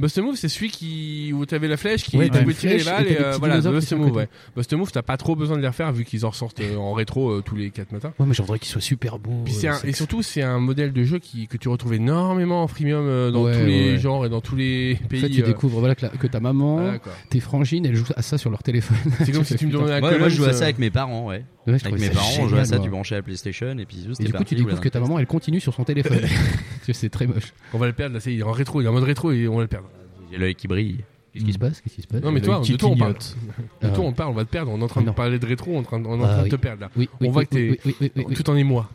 Speaker 17: Bust a Move, c'est celui qui où t'avais la flèche qui
Speaker 4: Ouais,
Speaker 17: tu
Speaker 4: t'as
Speaker 17: pouvais
Speaker 4: une
Speaker 17: tirer les
Speaker 4: flèche
Speaker 17: balles
Speaker 4: et t'as
Speaker 17: et,
Speaker 4: des
Speaker 17: euh,
Speaker 4: petits
Speaker 17: voilà
Speaker 4: dinosaures
Speaker 17: Bust
Speaker 4: qui
Speaker 17: a
Speaker 4: sont à
Speaker 17: Move.
Speaker 4: côté.
Speaker 17: Ouais. Bust a Move, t'as pas trop besoin de les refaire vu qu'ils en ressortent euh, en rétro euh, tous les 4 matins.
Speaker 4: Ouais, mais je voudrais qu'il soit super beau.
Speaker 17: Puis c'est
Speaker 4: euh,
Speaker 17: un-
Speaker 4: c'est-
Speaker 17: et surtout, c'est un modèle de jeu qui, que tu retrouves énormément en freemium euh, dans
Speaker 4: Ouais,
Speaker 17: tous les
Speaker 4: ouais.
Speaker 17: genres et dans tous les
Speaker 4: En
Speaker 17: pays.
Speaker 4: fait, tu
Speaker 17: euh,
Speaker 4: découvres voilà, que, la- que ta maman,
Speaker 17: Voilà, quoi.
Speaker 4: tes frangines, elles jouent à ça sur leur téléphone.
Speaker 17: C'est comme si tu me donnais un
Speaker 10: Ouais, moi, je jouais à
Speaker 17: Columns,
Speaker 10: ça
Speaker 17: euh,
Speaker 10: avec mes parents, ouais.
Speaker 4: Ouais,
Speaker 10: avec
Speaker 4: je trouvais
Speaker 10: mes
Speaker 4: ça
Speaker 10: parents, on jouait à
Speaker 4: génial,
Speaker 10: ça,
Speaker 4: moi.
Speaker 10: tu branchais la PlayStation et puis zouste, c'était
Speaker 4: Et du coup,
Speaker 10: parti,
Speaker 4: tu découvres
Speaker 10: voilà.
Speaker 4: que ta maman, elle continue sur son téléphone. Tu sais, c'est très moche.
Speaker 17: On va le perdre, là, c'est, il est en rétro, il est en mode rétro et on va le perdre.
Speaker 10: J'ai l'œil qui brille.
Speaker 4: Qu'est-ce qui se passe Qu'est-ce qui se passe
Speaker 17: Non, mais toi,
Speaker 4: Qui
Speaker 17: de toi, on parle.
Speaker 4: clignote.
Speaker 17: De
Speaker 4: Ah.
Speaker 17: toi, on parle, on va te perdre. On est en train de
Speaker 4: Non.
Speaker 17: parler de rétro, on est en train de, on est en
Speaker 4: Ah,
Speaker 17: train de
Speaker 4: oui.
Speaker 17: te perdre, là.
Speaker 4: Oui, oui,
Speaker 17: on voit
Speaker 4: oui,
Speaker 17: que t'es
Speaker 4: oui, oui, oui, oui, oui.
Speaker 17: tout en émoi.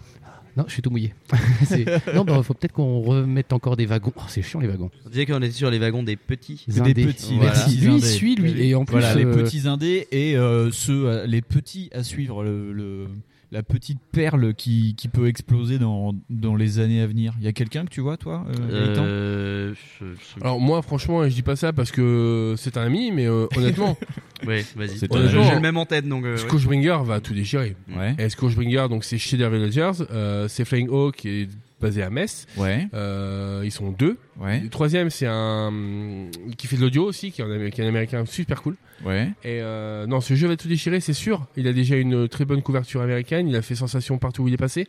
Speaker 4: Non, je suis tout mouillé. C'est- non, bah, faut peut-être qu'on remette encore des wagons. Oh, c'est chiant les wagons.
Speaker 10: On disait qu'on était sur les wagons des petits.
Speaker 4: Indés.
Speaker 10: Voilà.
Speaker 4: Merci. Lui, il suit, lui. Et en plus,
Speaker 20: Voilà, les
Speaker 4: euh,
Speaker 20: petits indés et euh, ceux, à- les petits à suivre, le, le- la petite perle qui, qui peut exploser dans, dans les années à venir. Il y a quelqu'un que tu vois, toi euh, Gaëtan
Speaker 10: Euh, je- je-
Speaker 17: Alors, moi, franchement, je dis pas ça parce que c'est un ami, mais euh, honnêtement.
Speaker 10: Ouais, vas-y.
Speaker 17: C'est
Speaker 10: J'ai
Speaker 17: un genre.
Speaker 10: le même en tête, donc. euh, ouais.
Speaker 17: Scourgebringer va tout déchirer. Et Scourgebringer, donc c'est chez The Villagers, euh, c'est Flying Hawk qui est basé à Metz.
Speaker 20: Ouais.
Speaker 17: Euh, ils sont deux. Le troisième, c'est un hum, qui fait de l'audio aussi, qui est, un, Amé- qui est un américain super cool.
Speaker 20: Ouais.
Speaker 17: Et euh, non, ce jeu va tout déchirer, c'est sûr. Il a déjà une très bonne couverture américaine. Il a fait sensation partout où il est passé.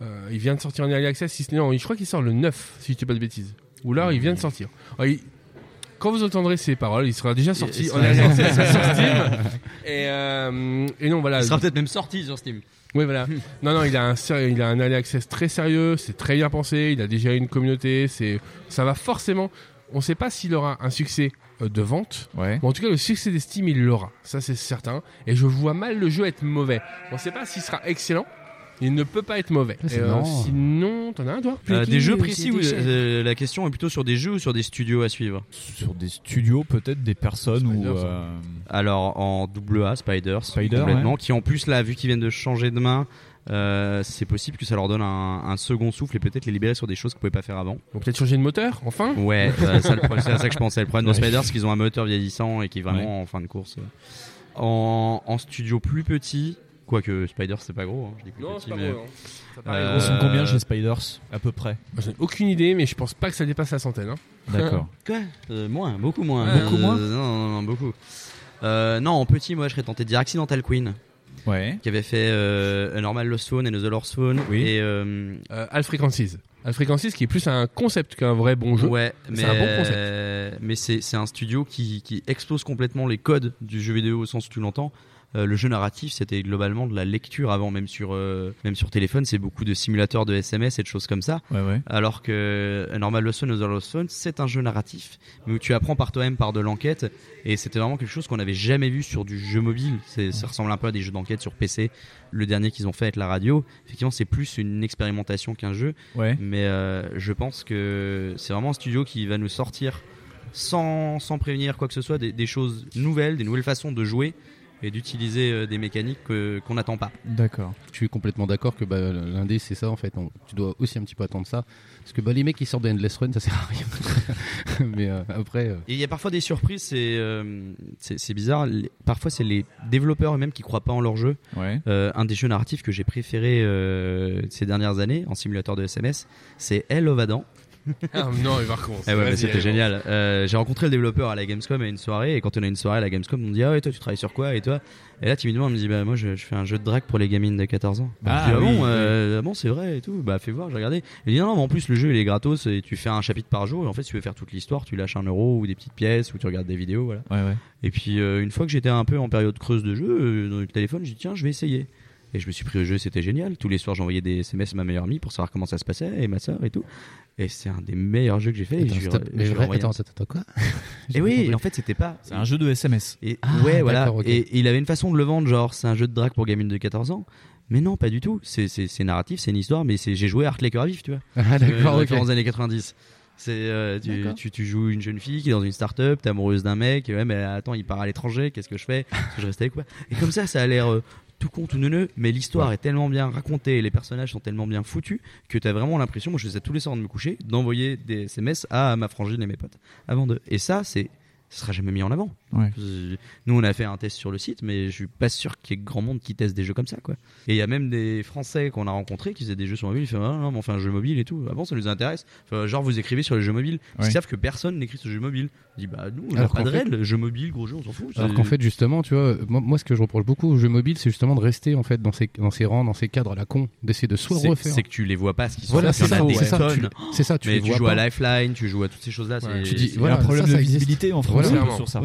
Speaker 17: Euh, il vient de sortir en early access. Si ce n'est, non, je crois qu'il sort le 9, si je ne dis pas de bêtises. Ou là, il vient de sortir. Ah, il- Quand vous entendrez ces paroles, il sera déjà
Speaker 10: Il
Speaker 17: sorti en
Speaker 10: sera-
Speaker 17: early access sur Steam. Et, euh, et non, voilà.
Speaker 10: Il sera peut-être même sorti sur Steam.
Speaker 17: Oui, voilà. non, non, il a un sérieux, il a un early access très sérieux, c'est très bien pensé, il a déjà une communauté, c'est, ça va forcément. On sait pas s'il aura un succès euh, de vente.
Speaker 20: Ouais.
Speaker 17: Mais en tout cas, le succès des Steam, il l'aura. Ça, c'est certain. Et je vois mal le jeu être mauvais. On sait pas s'il sera excellent. Il ne peut pas être mauvais.
Speaker 10: Ah, c'est
Speaker 17: Et, euh,
Speaker 10: marrant.
Speaker 17: sinon, t'en as un, toi
Speaker 10: Euh, des jeux précis où euh, la question est plutôt sur des jeux ou sur des studios à suivre
Speaker 20: Sur des studios, peut-être des personnes ou.
Speaker 10: Spiders,
Speaker 20: euh,
Speaker 10: Alors en AA, Spiders,
Speaker 20: Spider,
Speaker 10: complètement,
Speaker 20: ouais.
Speaker 10: qui en plus là, vu qu'ils viennent de changer de main, euh, c'est possible que ça leur donne un, un second souffle et peut-être les libérer sur des choses qu'ils pouvaient pas faire avant.
Speaker 17: Donc, peut-être changer de moteur, enfin
Speaker 10: Ouais, euh, ça, le problème- c'est à ça que je pensais. Le problème de
Speaker 17: Ouais.
Speaker 10: Spiders, c'est qu'ils ont un moteur vieillissant et qui est vraiment en fin de course. euh. En, en studio plus petit, quoique Spiders c'est pas gros, hein, je dis plus
Speaker 17: Non,
Speaker 10: petit,
Speaker 17: c'est pas
Speaker 10: mais-
Speaker 17: gros, hein. Ça paraît
Speaker 10: Euh,
Speaker 20: Ils sont combien chez Spiders À peu près.
Speaker 17: J'en ai aucune idée, mais je pense pas que ça dépasse la centaine. hein.
Speaker 20: D'accord.
Speaker 10: Quoi Euh, Moins, beaucoup moins. Euh,
Speaker 17: Ouais.
Speaker 20: Beaucoup moins
Speaker 10: non, non, non, beaucoup. Euh, non, en petit, moi, je serais tenté de dire Accidental Queen.
Speaker 20: Ouais.
Speaker 10: Qui avait fait euh, Normal Lost Phone et Another Lost Phone. Et, euh,
Speaker 17: Euh, All Frequencies. All Frequencies qui est plus un concept qu'un vrai bon jeu.
Speaker 10: Ouais, mais
Speaker 17: c'est un bon concept.
Speaker 10: euh, mais c'est c'est un studio qui, qui explose complètement les codes du jeu vidéo au sens où tu l'entends. euh, le jeu narratif, c'était globalement de la lecture avant, même sur, euh, même sur téléphone, c'est beaucoup de simulateurs de SMS et de choses comme ça.
Speaker 20: Ouais, ouais.
Speaker 10: Alors que euh, Normal Lawson, Other Lawson, c'est un jeu narratif, mais où tu apprends par toi-même, par de l'enquête, et c'était vraiment quelque chose qu'on n'avait jamais vu sur du jeu mobile. C'est- Ça ressemble un peu à des jeux d'enquête sur PC. Le dernier qu'ils ont fait avec la radio, effectivement, c'est plus une expérimentation qu'un jeu,
Speaker 20: Ouais.
Speaker 10: mais euh, je pense que c'est vraiment un studio qui va nous sortir sans, sans prévenir quoi que ce soit des, des choses nouvelles, des nouvelles façons de jouer et d'utiliser euh, des mécaniques que- qu'on n'attend pas.
Speaker 20: D'accord.
Speaker 4: Je suis complètement d'accord que bah, l'indé c'est ça en fait. On- tu dois aussi un petit peu attendre ça parce que bah, les mecs qui sortent de Endless Run ça sert à rien. Mais euh, après, euh,
Speaker 10: Et il y a parfois des surprises, c'est euh, c'est c'est bizarre. Les- Parfois, c'est les développeurs eux-mêmes qui croient pas en leur jeu.
Speaker 20: Ouais.
Speaker 10: Euh, un des jeux narratifs que j'ai préféré euh, ces dernières années en simulateur de SMS, c'est Hell of Adam.
Speaker 17: Ah, non, il va recommencer.
Speaker 10: Eh ouais, mais
Speaker 17: Vas-y,
Speaker 10: c'était
Speaker 17: allez,
Speaker 10: génial. Euh, j'ai rencontré le développeur à la Gamescom à une soirée, et quand on a une soirée à la Gamescom, on me dit Ah ouais, toi tu travailles sur quoi Et toi Et là, timidement, on me dit Bah, moi je, je fais un jeu de drague pour les gamines de 14 ans.
Speaker 20: Ah,
Speaker 10: Je dis,
Speaker 20: oui,
Speaker 10: bon, euh, ah bon, c'est vrai et tout. Bah, fais voir, j'ai regardé. Il dit Non, non, mais en plus, le jeu il est gratos, et tu fais un chapitre par jour, et en fait, si tu veux faire toute l'histoire, tu lâches un euro ou des petites pièces, ou tu regardes des vidéos, voilà.
Speaker 20: Ouais, ouais.
Speaker 10: Et puis, euh, une fois que j'étais un peu en période creuse de jeu, euh, dans le téléphone, j'ai dit Tiens, je vais essayer. Et je me suis pris au jeu, c'était génial. Tous les soirs, j'envoyais des SMS à ma meilleure amie pour savoir comment ça se passait et ma soeur et tout. Et c'est un des meilleurs jeux que j'ai fait.
Speaker 4: Attends,
Speaker 10: Et je lui-
Speaker 4: stop.
Speaker 10: je
Speaker 4: Mais
Speaker 10: lui ai
Speaker 4: vrai-
Speaker 10: envoyé un-
Speaker 4: attends, attends, attends, quoi
Speaker 10: Et oui, en fait, c'était pas.
Speaker 20: C'est un jeu de SMS.
Speaker 10: Et,
Speaker 20: Ah,
Speaker 10: ouais, voilà.
Speaker 20: d'accord, ok.
Speaker 10: Et, et il avait une façon de le vendre, genre, c'est un jeu de drague pour gamine de 14 ans. Mais non, pas du tout. C'est- C'est c'est narratif, c'est une histoire, mais c'est- j'ai joué à Art les Cœurs Vifs, tu vois.
Speaker 4: Ah, d'accord,
Speaker 10: Euh,
Speaker 4: ok.
Speaker 10: référence aux années 90. C'est euh, tu,
Speaker 4: D'accord.
Speaker 10: tu, tu joues une jeune fille qui est dans une start-up, t'es amoureuse d'un mec, et ouais, mais attends, il part à l'étranger, qu'est-ce que je fais Est-ce que je reste avec quoi Et comme ça, ça a l'air euh, tout con, tout neuneux, mais l'histoire est tellement bien racontée, et les personnages sont tellement bien foutus, que t'as vraiment l'impression, moi je faisais tous les soirs de me coucher, d'envoyer des SMS à ma frangine et mes potes avant de. Et ça, c'est. Ce sera jamais mis en avant.
Speaker 20: Ouais.
Speaker 10: Euh, Nous, on a fait un test sur le site, mais je suis pas sûr qu'il y ait grand monde qui teste des jeux comme ça, quoi. Et il y a même des Français qu'on a rencontrés qui faisaient des jeux sur mobile. Ils font, ah, non, mais on fait un jeu mobile et tout. Ah bon, ça nous intéresse. Enfin, genre, vous écrivez sur les jeux mobiles.
Speaker 20: Ouais.
Speaker 10: Ils savent que personne n'écrit sur les jeux mobiles. Ils disent, bah, nous, on n'a
Speaker 4: Alors
Speaker 10: pas
Speaker 4: qu'en
Speaker 10: de
Speaker 4: fait-
Speaker 10: règles. Jeu mobile, gros jeu, on s'en fout.
Speaker 4: Alors
Speaker 10: C'est-
Speaker 4: qu'en fait, justement, tu vois, moi, moi, ce que je reproche beaucoup aux jeux mobiles, c'est justement de rester en fait dans ces, dans ces rangs, dans ces cadres à la con, d'essayer de soit
Speaker 10: c'est-
Speaker 4: refaire.
Speaker 10: c'est que tu les vois pas ce qu'ils sont. Il
Speaker 4: Voilà,
Speaker 10: y en
Speaker 4: c'est ça,
Speaker 10: a des
Speaker 4: c'est ça, tu-
Speaker 10: tonnes.
Speaker 4: c'est ça, tu
Speaker 10: Mais
Speaker 4: les
Speaker 10: tu
Speaker 4: vois
Speaker 10: joues
Speaker 4: pas.
Speaker 10: à Lifeline, tu joues à toutes ces choses-là. c'est-
Speaker 4: Tu dis,
Speaker 10: c'est-
Speaker 4: voilà, ça, ça existe. Voilà.
Speaker 17: hein,
Speaker 10: Oui.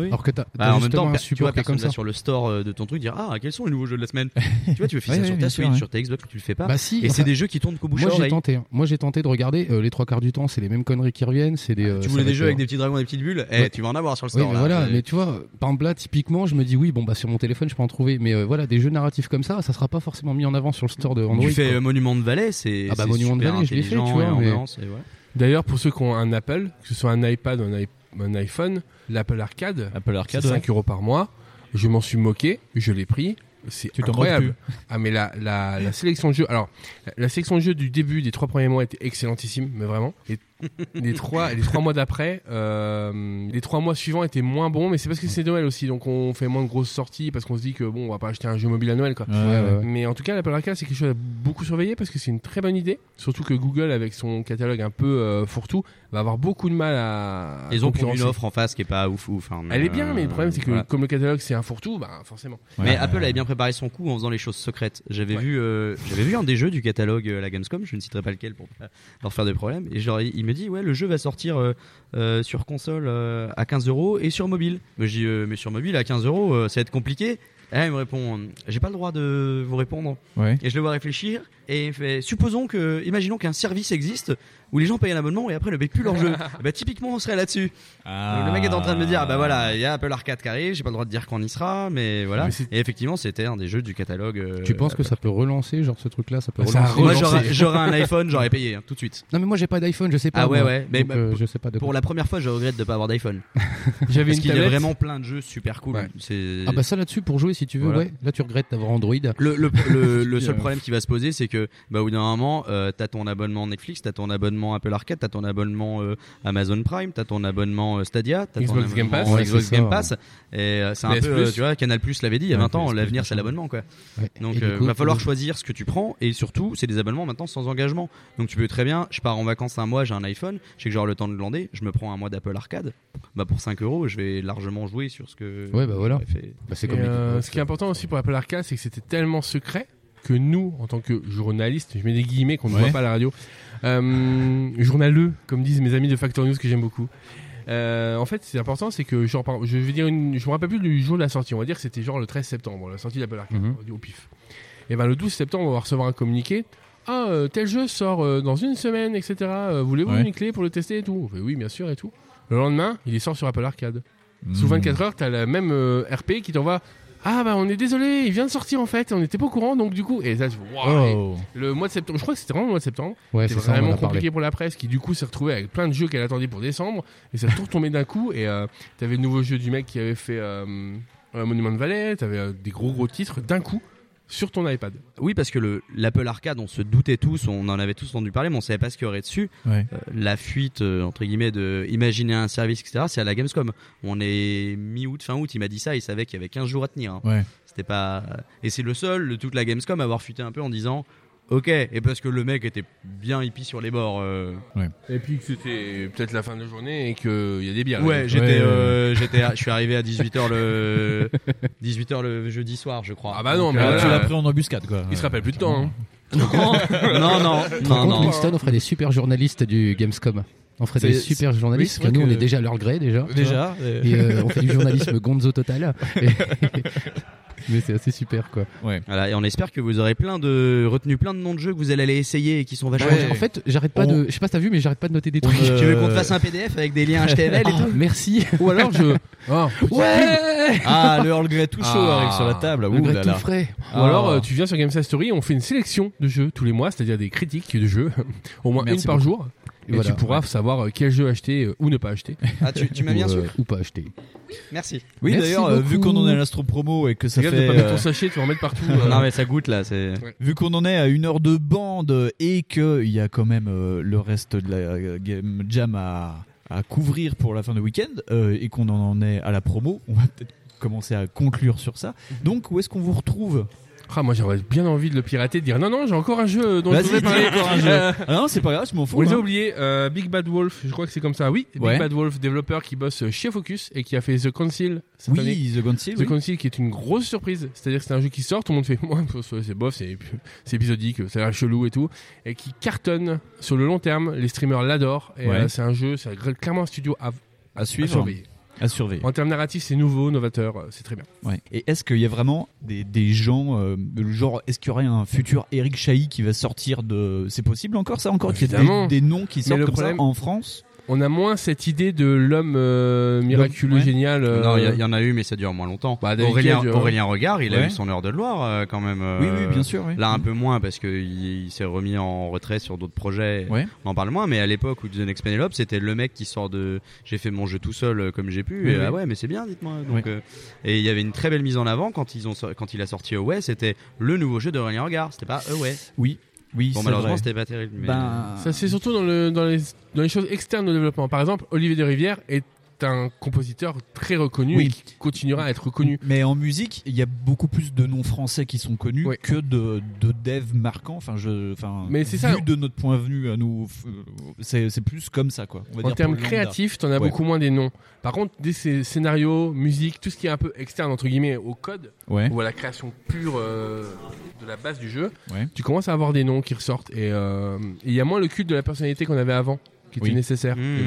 Speaker 4: Alors que t'as,
Speaker 10: Bah,
Speaker 4: t'as
Speaker 10: en même
Speaker 4: justement
Speaker 10: temps,
Speaker 4: un
Speaker 10: per- tu vois,
Speaker 4: support qui est
Speaker 10: personne
Speaker 4: comme
Speaker 10: va
Speaker 4: ça.
Speaker 10: sur le store euh, de ton truc dire Ah, quels sont les nouveaux jeux de la semaine Tu vois, tu veux faire ça
Speaker 4: Ouais, ouais,
Speaker 10: sur ta
Speaker 4: bien sûr,
Speaker 10: Switch,
Speaker 4: ouais.
Speaker 10: sur ta Xbox, tu le fais pas.
Speaker 4: Bah si,
Speaker 10: Et
Speaker 4: enfin,
Speaker 10: c'est des jeux qui tournent qu'au bouche
Speaker 4: Moi
Speaker 10: à
Speaker 4: j'ai
Speaker 10: oreille.
Speaker 4: tenté, hein. moi j'ai tenté de regarder euh, les trois quarts du temps, c'est les mêmes conneries qui reviennent, c'est des. euh,
Speaker 10: Ah, Tu
Speaker 4: ça
Speaker 10: voulais
Speaker 4: va
Speaker 10: des
Speaker 4: être,
Speaker 10: jeux avec
Speaker 4: euh,
Speaker 10: des petits dragons, des petites bulles
Speaker 4: Ouais.
Speaker 10: Eh, tu vas en avoir sur le
Speaker 4: Oui,
Speaker 10: store.
Speaker 4: mais
Speaker 10: là.
Speaker 4: voilà,
Speaker 10: Euh,
Speaker 4: mais tu vois, par exemple là, typiquement, je me dis oui, bon bah sur mon téléphone, je peux en trouver, mais euh, voilà, des jeux narratifs comme ça, ça sera pas forcément mis en avant sur le store de Android.
Speaker 10: Tu fais
Speaker 4: quoi.
Speaker 10: euh, Monument de Valais, c'est.
Speaker 4: Ah bah,
Speaker 10: c'est
Speaker 4: Monument de
Speaker 10: super
Speaker 4: Valais, je l'ai fait, tu
Speaker 10: intelligent
Speaker 4: vois,
Speaker 10: et en
Speaker 4: mais-
Speaker 10: ambiance, et voilà.
Speaker 17: D'ailleurs, pour ceux qui ont un Apple, que ce soit un iPad ou un, i- un iPhone, l'Apple Arcade,
Speaker 20: Apple Arcade,
Speaker 17: c'est
Speaker 20: ouais.
Speaker 17: 5 euros par mois. Je m'en suis moqué, je l'ai pris. C'est
Speaker 20: Tu t'en moques
Speaker 17: incroyable. Ah mais la, la, la sélection de jeux, alors la, la sélection de jeux du début des trois premiers mois était excellentissime, mais vraiment. Et les trois, les trois mois d'après, euh, les trois mois suivants étaient moins bons, mais c'est parce que c'est Noël aussi, donc on fait moins de grosses sorties parce qu'on se dit que bon, on va pas acheter un jeu mobile à Noël quoi.
Speaker 4: Ouais, ouais, ouais.
Speaker 17: Euh, Mais en tout cas, l'Apple Arcade, c'est quelque chose à beaucoup surveiller parce que c'est une très bonne idée. Surtout que Google, avec son catalogue un peu euh, fourre-tout, va avoir beaucoup de mal à.
Speaker 10: Ils ont pour
Speaker 17: concurrencer.
Speaker 10: une offre en face qui est pas ouf ouf. hein, mais,
Speaker 17: Elle est bien, mais le problème, c'est que
Speaker 10: voilà.
Speaker 17: comme le catalogue, c'est un fourre-tout, bah forcément.
Speaker 10: Mais Apple avait bien préparé son coup en faisant les choses secrètes. J'avais vu, euh, j'avais vu un des jeux du catalogue euh, à la Gamescom. Je ne citerai pas lequel pour pas leur faire de problème. Et genre, il il me dit ouais, le jeu va sortir euh, euh, sur console euh, à 15 euros et sur mobile. Mais je dis euh, mais sur mobile à 15 euros, euh, ça va être compliqué. Et là, il me répond j'ai pas le droit de vous répondre.
Speaker 20: Ouais.
Speaker 10: Et je le vois réfléchir et il me fait supposons que, imaginons qu'un service existe où les gens payent un abonnement et après ne payent plus leur jeu. bah typiquement, on serait là-dessus.
Speaker 20: Ah.
Speaker 10: Le mec est en train de me dire ah bah voilà, il y a Apple Arcade qui arrive. J'ai pas le droit de dire qu'on y sera, mais voilà.
Speaker 4: Mais c'est-
Speaker 10: Et effectivement, c'était un des jeux du catalogue. euh, Ah,
Speaker 4: Tu penses que ça peut relancer, genre ce truc-là, ça peut
Speaker 10: Ça
Speaker 4: relancer.
Speaker 10: a Moi, relancé. j'aurais- j'aurais un iPhone, j'aurais payé, hein, tout de suite.
Speaker 4: Non mais moi j'ai pas d'iPhone, je sais pas.
Speaker 10: Ah ouais
Speaker 4: moi.
Speaker 10: ouais, mais
Speaker 4: Donc,
Speaker 10: bah,
Speaker 4: euh,
Speaker 10: pour-
Speaker 4: je sais pas de
Speaker 10: pour
Speaker 4: quoi.
Speaker 10: la première fois, je regrette de pas avoir d'iPhone.
Speaker 4: J'avais
Speaker 10: Parce
Speaker 4: une
Speaker 10: qu'il y a
Speaker 4: tablette.
Speaker 10: vraiment plein de jeux super cool.
Speaker 4: Ouais.
Speaker 10: C'est-
Speaker 4: Ah bah ça là-dessus pour jouer si tu veux,
Speaker 10: Voilà.
Speaker 4: ouais. Là tu regrettes d'avoir Android.
Speaker 10: Le, le, le, le seul problème qui va se poser, c'est que bah, au bout d'un moment, euh, t'as ton abonnement Netflix, t'as ton abonnement Apple Arcade, t'as ton abonnement euh, Amazon Prime, t'as ton abonnement euh, Stadia, t'as ton
Speaker 17: Xbox
Speaker 10: abonnement
Speaker 17: Game Pass. Ouais,
Speaker 10: Xbox
Speaker 17: c'est ça,
Speaker 10: Game
Speaker 17: ouais.
Speaker 10: Pass. Et euh, c'est un
Speaker 17: PS+.
Speaker 10: peu, euh, tu vois, Canal Plus l'avait dit il y a
Speaker 17: Ouais,
Speaker 10: 20 ans,
Speaker 17: PS+,
Speaker 10: l'avenir c'est
Speaker 17: machin.
Speaker 10: l'abonnement quoi.
Speaker 4: Ouais.
Speaker 10: Donc
Speaker 4: Et du
Speaker 10: euh,
Speaker 4: coup,
Speaker 10: va falloir
Speaker 4: le-
Speaker 10: choisir ce que tu prends et surtout, c'est des abonnements maintenant sans engagement. Donc tu peux très bien, je pars en vacances un mois, j'ai un iPhone, je sais que j'aurai le temps de glander, je me prends un mois d'Apple Arcade, bah pour 5 euros, je vais largement jouer sur ce que.
Speaker 4: Ouais, bah voilà.
Speaker 10: fait.
Speaker 4: Bah, c'est
Speaker 17: Et, euh, ce qui est important aussi pour Apple Arcade, c'est que c'était tellement secret que nous, en tant que journalistes, je mets des guillemets qu'on ne
Speaker 20: Ouais.
Speaker 17: voit pas à la radio, euh, journaleux, comme disent mes amis de Factor News que j'aime beaucoup, Euh, en fait, c'est important, c'est que genre, par- je vais dire, une, je me rappelle plus du jour de la sortie. On va dire que c'était genre le 13 septembre, la sortie d'Apple Arcade.
Speaker 4: Mhm.
Speaker 17: On dit au pif. Et ben le 12 septembre, on va recevoir un communiqué. Ah, euh, tel jeu sort euh, dans une semaine, etc. Euh, Voulez-vous
Speaker 4: Ouais.
Speaker 17: une clé pour le tester et tout On fait, Oui, bien sûr et tout. Le lendemain, il est sort sur Apple Arcade.
Speaker 4: Hmm.
Speaker 17: Sous 24 heures, t'as la même euh, RP qui t'envoie. Ah bah on est désolé, il vient de sortir en fait, on n'était pas au courant donc du coup et là je fais, Waouh.
Speaker 4: Oh.
Speaker 17: le mois de septembre, je crois que c'était vraiment le mois de septembre,
Speaker 4: Ouais,
Speaker 17: c'était
Speaker 4: c'est ça, on en a
Speaker 17: vraiment
Speaker 4: parlé.
Speaker 17: compliqué pour la presse qui du coup s'est retrouvée avec plein de jeux qu'elle attendait pour décembre et ça a tout retombé d'un coup et euh, t'avais le nouveau jeu du mec qui avait fait euh, euh, Monument de Valais, t'avais euh, des gros gros titres d'un coup sur ton iPad.
Speaker 10: Oui, parce que le- l'Apple Arcade, on se doutait tous, on en avait tous entendu parler, mais on savait pas ce qu'il y aurait dessus.
Speaker 8: Ouais.
Speaker 10: Euh, la fuite, euh, entre guillemets, de imaginer un service, etc., c'est à la Gamescom. On est mi-août, fin août, il m'a dit ça, il savait qu'il y avait 15 jours à tenir. hein.
Speaker 8: Ouais.
Speaker 10: C'était pas. euh, Et c'est le seul de toute la Gamescom à avoir fuité un peu en disant. Ok, et parce que le mec était bien hippie sur les bords. euh.
Speaker 17: Et puis que c'était peut-être la fin de la journée et qu'il y a des bières.
Speaker 10: Ouais, j'étais, euh, j'étais, à- je suis arrivé à 18h le 18h le jeudi soir, je crois.
Speaker 17: Ah bah non,
Speaker 10: Donc,
Speaker 17: mais
Speaker 10: euh,
Speaker 17: là,
Speaker 10: tu l'as pris
Speaker 8: en embuscade quoi.
Speaker 17: Il se rappelle plus de temps. hein.
Speaker 10: Non, non, non,
Speaker 4: Tu te rends compte, Winston, on ferait des super journalistes du Gamescom. On ferait des
Speaker 10: C'est-
Speaker 4: super
Speaker 10: c'est-
Speaker 4: journalistes,
Speaker 10: oui,
Speaker 4: car
Speaker 10: c'est
Speaker 4: nous
Speaker 10: vrai
Speaker 4: on est
Speaker 10: que-
Speaker 4: déjà à leur gré déjà. tu
Speaker 10: Déjà,
Speaker 4: vois.
Speaker 10: euh.
Speaker 4: Et euh, on fait du journalisme gonzo total. Et- Mais c'est assez super quoi.
Speaker 10: Voilà, et on espère que vous aurez plein de retenu plein de noms de jeux que vous allez aller essayer et qui sont vachement.
Speaker 4: En fait, j'arrête pas de. Je sais pas si t'as vu, mais j'arrête pas de noter des trucs. Euh,
Speaker 10: Tu veux qu'on te fasse un PDF avec des liens HTML et
Speaker 4: Ah,
Speaker 10: tout
Speaker 4: Merci. Ah,
Speaker 17: Ou alors je.
Speaker 4: ouais.
Speaker 8: Ah, le Earl Grey tout chaud
Speaker 17: Ah.
Speaker 8: arrive sur la table.
Speaker 17: Le
Speaker 8: Ouh
Speaker 17: grec
Speaker 8: là
Speaker 17: tout
Speaker 8: là.
Speaker 17: frais. Ou
Speaker 8: Ah.
Speaker 17: alors euh, tu viens sur Game Side Story, on fait une sélection de jeux tous les mois, c'est-à-dire des critiques de jeux, au moins
Speaker 4: Merci
Speaker 17: une par
Speaker 4: beaucoup.
Speaker 17: jour. Et,
Speaker 4: Voilà.
Speaker 17: tu pourras savoir euh, quel jeu acheter euh, ou ne pas acheter.
Speaker 10: Ah, tu- tu m'as mis
Speaker 17: Ou,
Speaker 10: un
Speaker 17: euh,
Speaker 10: sucre
Speaker 4: Ou pas acheter.
Speaker 10: Merci.
Speaker 8: Oui,
Speaker 17: Merci
Speaker 8: d'ailleurs, euh, vu
Speaker 17: beaucoup.
Speaker 8: qu'on en est à l'astro promo et que ça
Speaker 17: Fais gaffe
Speaker 8: fait.
Speaker 17: de pas mettre ton
Speaker 8: euh,
Speaker 17: sachet, tu vas en mettre partout.
Speaker 10: non mais ça goûte là, c'est.
Speaker 8: Vu qu'on en est à une heure de bande et qu'il y a quand même euh, le reste de la euh, Game Jam à, à couvrir pour la fin de week-end euh, et qu'on en est à la promo, on va peut-être commencer à conclure sur ça. Donc, où est-ce qu'on vous retrouve
Speaker 17: Mhm. ah, moi j'aurais bien envie de le pirater, de dire non, non, j'ai encore un jeu dont
Speaker 8: Vas-y,
Speaker 17: je voulais
Speaker 8: dis
Speaker 17: parler.
Speaker 8: encore un jeu.
Speaker 17: Euh,
Speaker 8: Ah non, c'est pas grave, je m'en fous,
Speaker 17: On les a
Speaker 8: hein.
Speaker 17: oubliés, euh, Big Bad Wolf, je crois que c'est comme ça, oui.
Speaker 8: Ouais.
Speaker 17: Big Bad Wolf, développeur qui bosse chez Focus et qui a fait The Council cette
Speaker 8: Oui,
Speaker 17: année.
Speaker 8: The Council,
Speaker 17: The
Speaker 8: oui.
Speaker 17: Council qui est une grosse surprise. C'est-à-dire que c'est un jeu qui sort, tout le monde fait Moi, c'est bof, c'est c'est épisodique, ça a l'air chelou et tout. Et qui cartonne sur le long terme, les streamers l'adorent. Et
Speaker 8: Ouais.
Speaker 17: euh, c'est un jeu, c'est clairement un studio à,
Speaker 8: À suivre.
Speaker 17: surveiller.
Speaker 8: À surveiller.
Speaker 17: En termes narratifs, c'est nouveau, novateur, euh, c'est très bien.
Speaker 8: Ouais. Et est-ce qu'il y a vraiment des, des gens, euh, le genre, est-ce qu'il y aurait un futur Eric Chahi qui va sortir de. C'est possible encore ça encore qu'il y ait
Speaker 17: Évidemment.
Speaker 8: des, des noms qui
Speaker 17: Mais
Speaker 8: sortent
Speaker 17: le
Speaker 8: comme
Speaker 17: problème-
Speaker 8: ça en France
Speaker 17: On a moins cette idée de l'homme euh, miraculeux
Speaker 10: Ouais.
Speaker 17: génial. euh,
Speaker 10: Non, il y a- il y, en a eu, mais ça dure moins longtemps.
Speaker 8: Bah,
Speaker 17: David
Speaker 10: Aurélien,
Speaker 17: Cage, euh,
Speaker 10: Aurélien Regard, il a
Speaker 17: ouais.
Speaker 10: eu son heure de gloire euh, quand même. euh,
Speaker 8: Oui, oui, bien sûr, oui.
Speaker 10: Là, un peu moins parce qu'il il, s'est remis en retrait sur d'autres projets.
Speaker 8: Ouais.
Speaker 10: On en parle moins, mais à l'époque où The Next Penelope, c'était le mec qui sort de j'ai fait mon jeu tout seul euh, comme j'ai pu.
Speaker 8: Oui,
Speaker 10: et,
Speaker 8: oui.
Speaker 10: Ah ouais, mais c'est bien, dites-moi. Donc,
Speaker 8: Ouais.
Speaker 10: euh, et il y avait une très belle mise en avant quand, ils ont, so- quand il a sorti Away, c'était le nouveau jeu d'Aurélien Regard. C'était pas Away.
Speaker 8: Oui, oui,
Speaker 10: Bon,
Speaker 8: c'est
Speaker 10: malheureusement,
Speaker 8: vrai.
Speaker 10: c'était pas terrible. Mais... euh,
Speaker 8: Ben,
Speaker 17: Ça, c'est surtout dans, le- dans les, dans les choses externes au développement. Par exemple, Olivier de Rivière est un compositeur très reconnu
Speaker 8: Oui.
Speaker 17: et qui continuera à être reconnu.
Speaker 8: Mais en musique, il y a beaucoup plus de noms français qui sont connus que de, de devs marquants. Enfin, je, enfin,
Speaker 17: Mais c'est ça.
Speaker 8: vu de notre point de vue à nous, f- euh, c'est c'est plus comme ça, quoi. On va
Speaker 17: En
Speaker 8: dire
Speaker 17: termes
Speaker 8: pour le lambda.
Speaker 17: créatifs, t'en as
Speaker 8: Ouais.
Speaker 17: beaucoup moins des noms. Par contre, des scé- scénarios, musique, tout ce qui est un peu externe entre guillemets au code
Speaker 8: Ouais.
Speaker 17: ou à la création pure euh, de la base du jeu,
Speaker 8: Ouais.
Speaker 17: tu commences à avoir des noms qui ressortent et euh, et il y a moins le culte de la personnalité qu'on avait avant, qui était
Speaker 10: Oui.
Speaker 17: nécessaire.
Speaker 10: Mmh.
Speaker 17: On le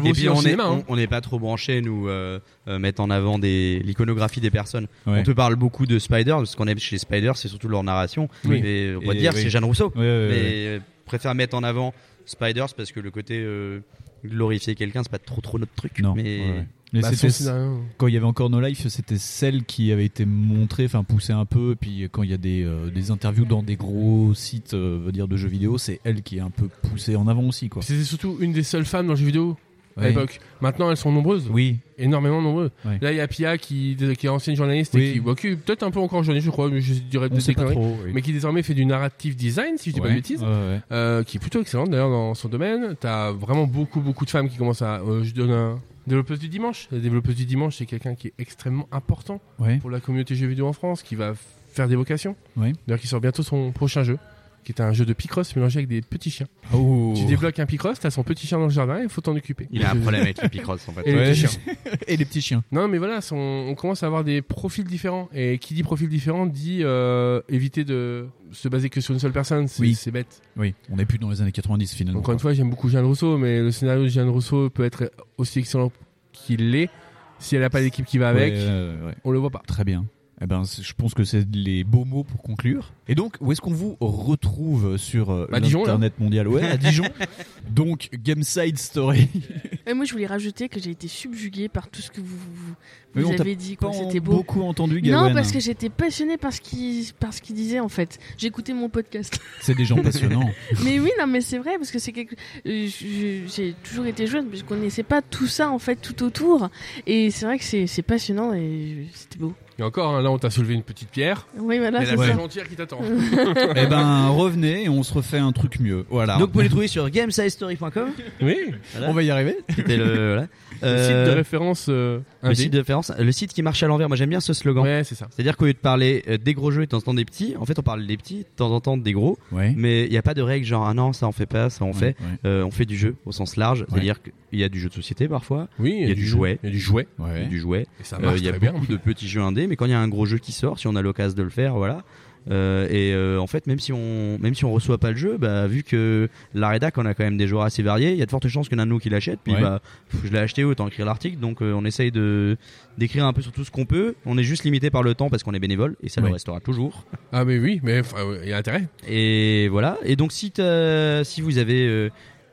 Speaker 17: voit
Speaker 10: Et
Speaker 17: aussi
Speaker 10: puis
Speaker 17: dans
Speaker 10: on
Speaker 17: le
Speaker 10: est-
Speaker 17: cinéma. hein.
Speaker 10: on- on n'est pas trop branché, nous, euh, euh, mettre en avant des, l'iconographie des personnes.
Speaker 8: Ouais.
Speaker 10: On te parle beaucoup de Spider, parce qu'on aime chez Spider, c'est surtout leur narration.
Speaker 8: Oui.
Speaker 10: Mais euh, on va
Speaker 8: Et
Speaker 10: dire,
Speaker 8: oui.
Speaker 10: c'est Jeanne Rousseau.
Speaker 8: Ouais, ouais,
Speaker 10: mais
Speaker 8: ouais.
Speaker 10: euh, préfère mettre en avant Spiders parce que le côté euh, glorifier quelqu'un, c'est pas trop trop notre truc.
Speaker 8: Non.
Speaker 10: Mais,
Speaker 8: Mais
Speaker 10: Bah,
Speaker 8: c'était-
Speaker 10: son scénario.
Speaker 8: quand il y avait encore No Life, c'était celle qui avait été montrée, enfin poussée un peu. Et puis quand il y a des, euh, des interviews dans des gros sites, euh, veut dire de jeux vidéo, c'est elle qui est un peu poussée en avant aussi, quoi.
Speaker 17: C'était surtout une des seules femmes dans le jeu vidéo
Speaker 8: Ouais.
Speaker 17: à l'époque. Maintenant, elles sont nombreuses.
Speaker 8: Oui.
Speaker 17: Énormément nombreuses.
Speaker 8: Ouais.
Speaker 17: Là, il y a Pia qui, qui est ancienne journaliste
Speaker 8: Oui.
Speaker 17: et qui, bah, qui est peut-être un peu encore journaliste, je crois, mais je dirais
Speaker 8: On
Speaker 17: des
Speaker 8: sait pas
Speaker 17: conneries.
Speaker 8: trop, oui.
Speaker 17: mais qui désormais fait du narrative design, si je dis pas
Speaker 8: Ouais.
Speaker 17: de bêtises,
Speaker 8: Ouais, ouais.
Speaker 17: Euh, qui est plutôt excellente d'ailleurs dans son domaine. T'as vraiment beaucoup, beaucoup de femmes qui commencent à. euh, je donne un. Développeuse du dimanche. La développeuse du dimanche, c'est quelqu'un qui est extrêmement important
Speaker 8: Ouais.
Speaker 17: pour la communauté jeux vidéo en France, qui va faire des vocations.
Speaker 8: Ouais.
Speaker 17: D'ailleurs, qui sort bientôt son prochain jeu. qui était un jeu de Picross mélangé avec des petits chiens.
Speaker 8: Ah,
Speaker 17: Tu débloques un Picross, t'as son petit chien dans le jardin, il faut t'en occuper.
Speaker 10: Il a un problème avec les Picross, en fait.
Speaker 17: Et les
Speaker 10: Ouais.
Speaker 17: petits chiens.
Speaker 8: Et les petits chiens.
Speaker 17: Non, mais voilà, son- on commence à avoir des profils différents. Et qui dit profil différent dit euh, éviter de se baser que sur une seule personne. C'est
Speaker 8: Oui.
Speaker 17: c'est bête.
Speaker 8: Oui, on n'est plus dans les années 90 finalement.
Speaker 17: Encore une fois, j'aime beaucoup Jeanne Rousseau, mais le scénario de Jeanne Rousseau peut être aussi excellent qu'il l'est si elle n'a pas d'équipe qui va avec.
Speaker 8: Ouais, euh, ouais.
Speaker 17: On le voit pas.
Speaker 8: Très bien. Eh ben, c'est- je pense que c'est les beaux mots pour conclure. Et donc, où est-ce qu'on vous retrouve sur euh,
Speaker 17: À Bah, Dijon,
Speaker 8: l'internet
Speaker 17: là.
Speaker 8: mondial Ouais, à Dijon. donc, Gameside Story.
Speaker 9: Et moi, je voulais rajouter que j'ai été subjuguée par tout ce que vous, vous,
Speaker 8: Mais
Speaker 9: vous
Speaker 8: on t'a
Speaker 9: avez dit. quoi.
Speaker 8: pas
Speaker 9: C'était beau.
Speaker 8: beaucoup entendu, hein.
Speaker 9: Non,
Speaker 8: Gawen.
Speaker 9: parce que j'étais passionnée par ce qu'il par ce qu'il disait en fait. J'écoutais mon podcast.
Speaker 8: C'est des gens passionnants.
Speaker 9: mais oui, non, mais c'est vrai parce que c'est quelque. euh, je- je- J'ai toujours été jeune, mais je connaissais pas tout ça en fait tout autour. Et c'est vrai que c'est c'est passionnant et c'était beau.
Speaker 17: Et encore, hein, là, on t'a soulevé une petite pierre.
Speaker 9: Oui, voilà,
Speaker 17: Mais
Speaker 9: c'est
Speaker 17: la
Speaker 9: ça.
Speaker 17: plus entière qui t'attend.
Speaker 8: eh ben, revenez et on se refait un truc mieux. Voilà.
Speaker 10: Donc, vous pouvez les trouver sur gamesizestory.com.
Speaker 17: Oui,
Speaker 10: Voilà.
Speaker 8: on va y arriver.
Speaker 10: C'était le, voilà. Euh,
Speaker 17: Le site de référence. euh,
Speaker 10: le
Speaker 17: indé.
Speaker 10: site de référence, le site qui marche à l'envers. Moi, j'aime bien ce slogan.
Speaker 17: Ouais, c'est ça.
Speaker 10: C'est-à-dire qu'au lieu de parler euh, des gros jeux et de temps en temps des petits, en fait, on parle des petits, de temps en temps des gros. Mais il n'y a pas de règle genre, ah non, ça on fait pas, ça on fait. Euh, on fait du jeu au sens large. C'est-à-dire qu'il y a du jeu de société parfois.
Speaker 17: Oui,
Speaker 10: il y a du jouet.
Speaker 17: Il y a du jouet.
Speaker 10: Il y a du jouet.
Speaker 17: Et ça
Speaker 10: Euh,
Speaker 17: marche
Speaker 10: Il y a
Speaker 17: très bien.
Speaker 10: beaucoup de petits jeux indés, mais quand il y a un gros jeu qui sort, si on a l'occasion de le faire, voilà. Euh, et euh, en fait, même si on même si on reçoit pas le jeu, bah, vu que la rédac on a quand même des joueurs assez variés, il y a de fortes chances qu'il y en a de nous qui l'achètent. Puis
Speaker 8: Ouais.
Speaker 10: bah, pff, je l'ai acheté, autant écrire l'article. Donc euh, on essaye de d'écrire un peu sur tout ce qu'on peut. On est juste limité par le temps parce qu'on est bénévole et ça
Speaker 17: Ouais.
Speaker 10: le restera toujours.
Speaker 17: Ah, mais oui, mais enfin, ouais, il y a intérêt.
Speaker 10: Et voilà. Et donc si t'as- si vous avez euh,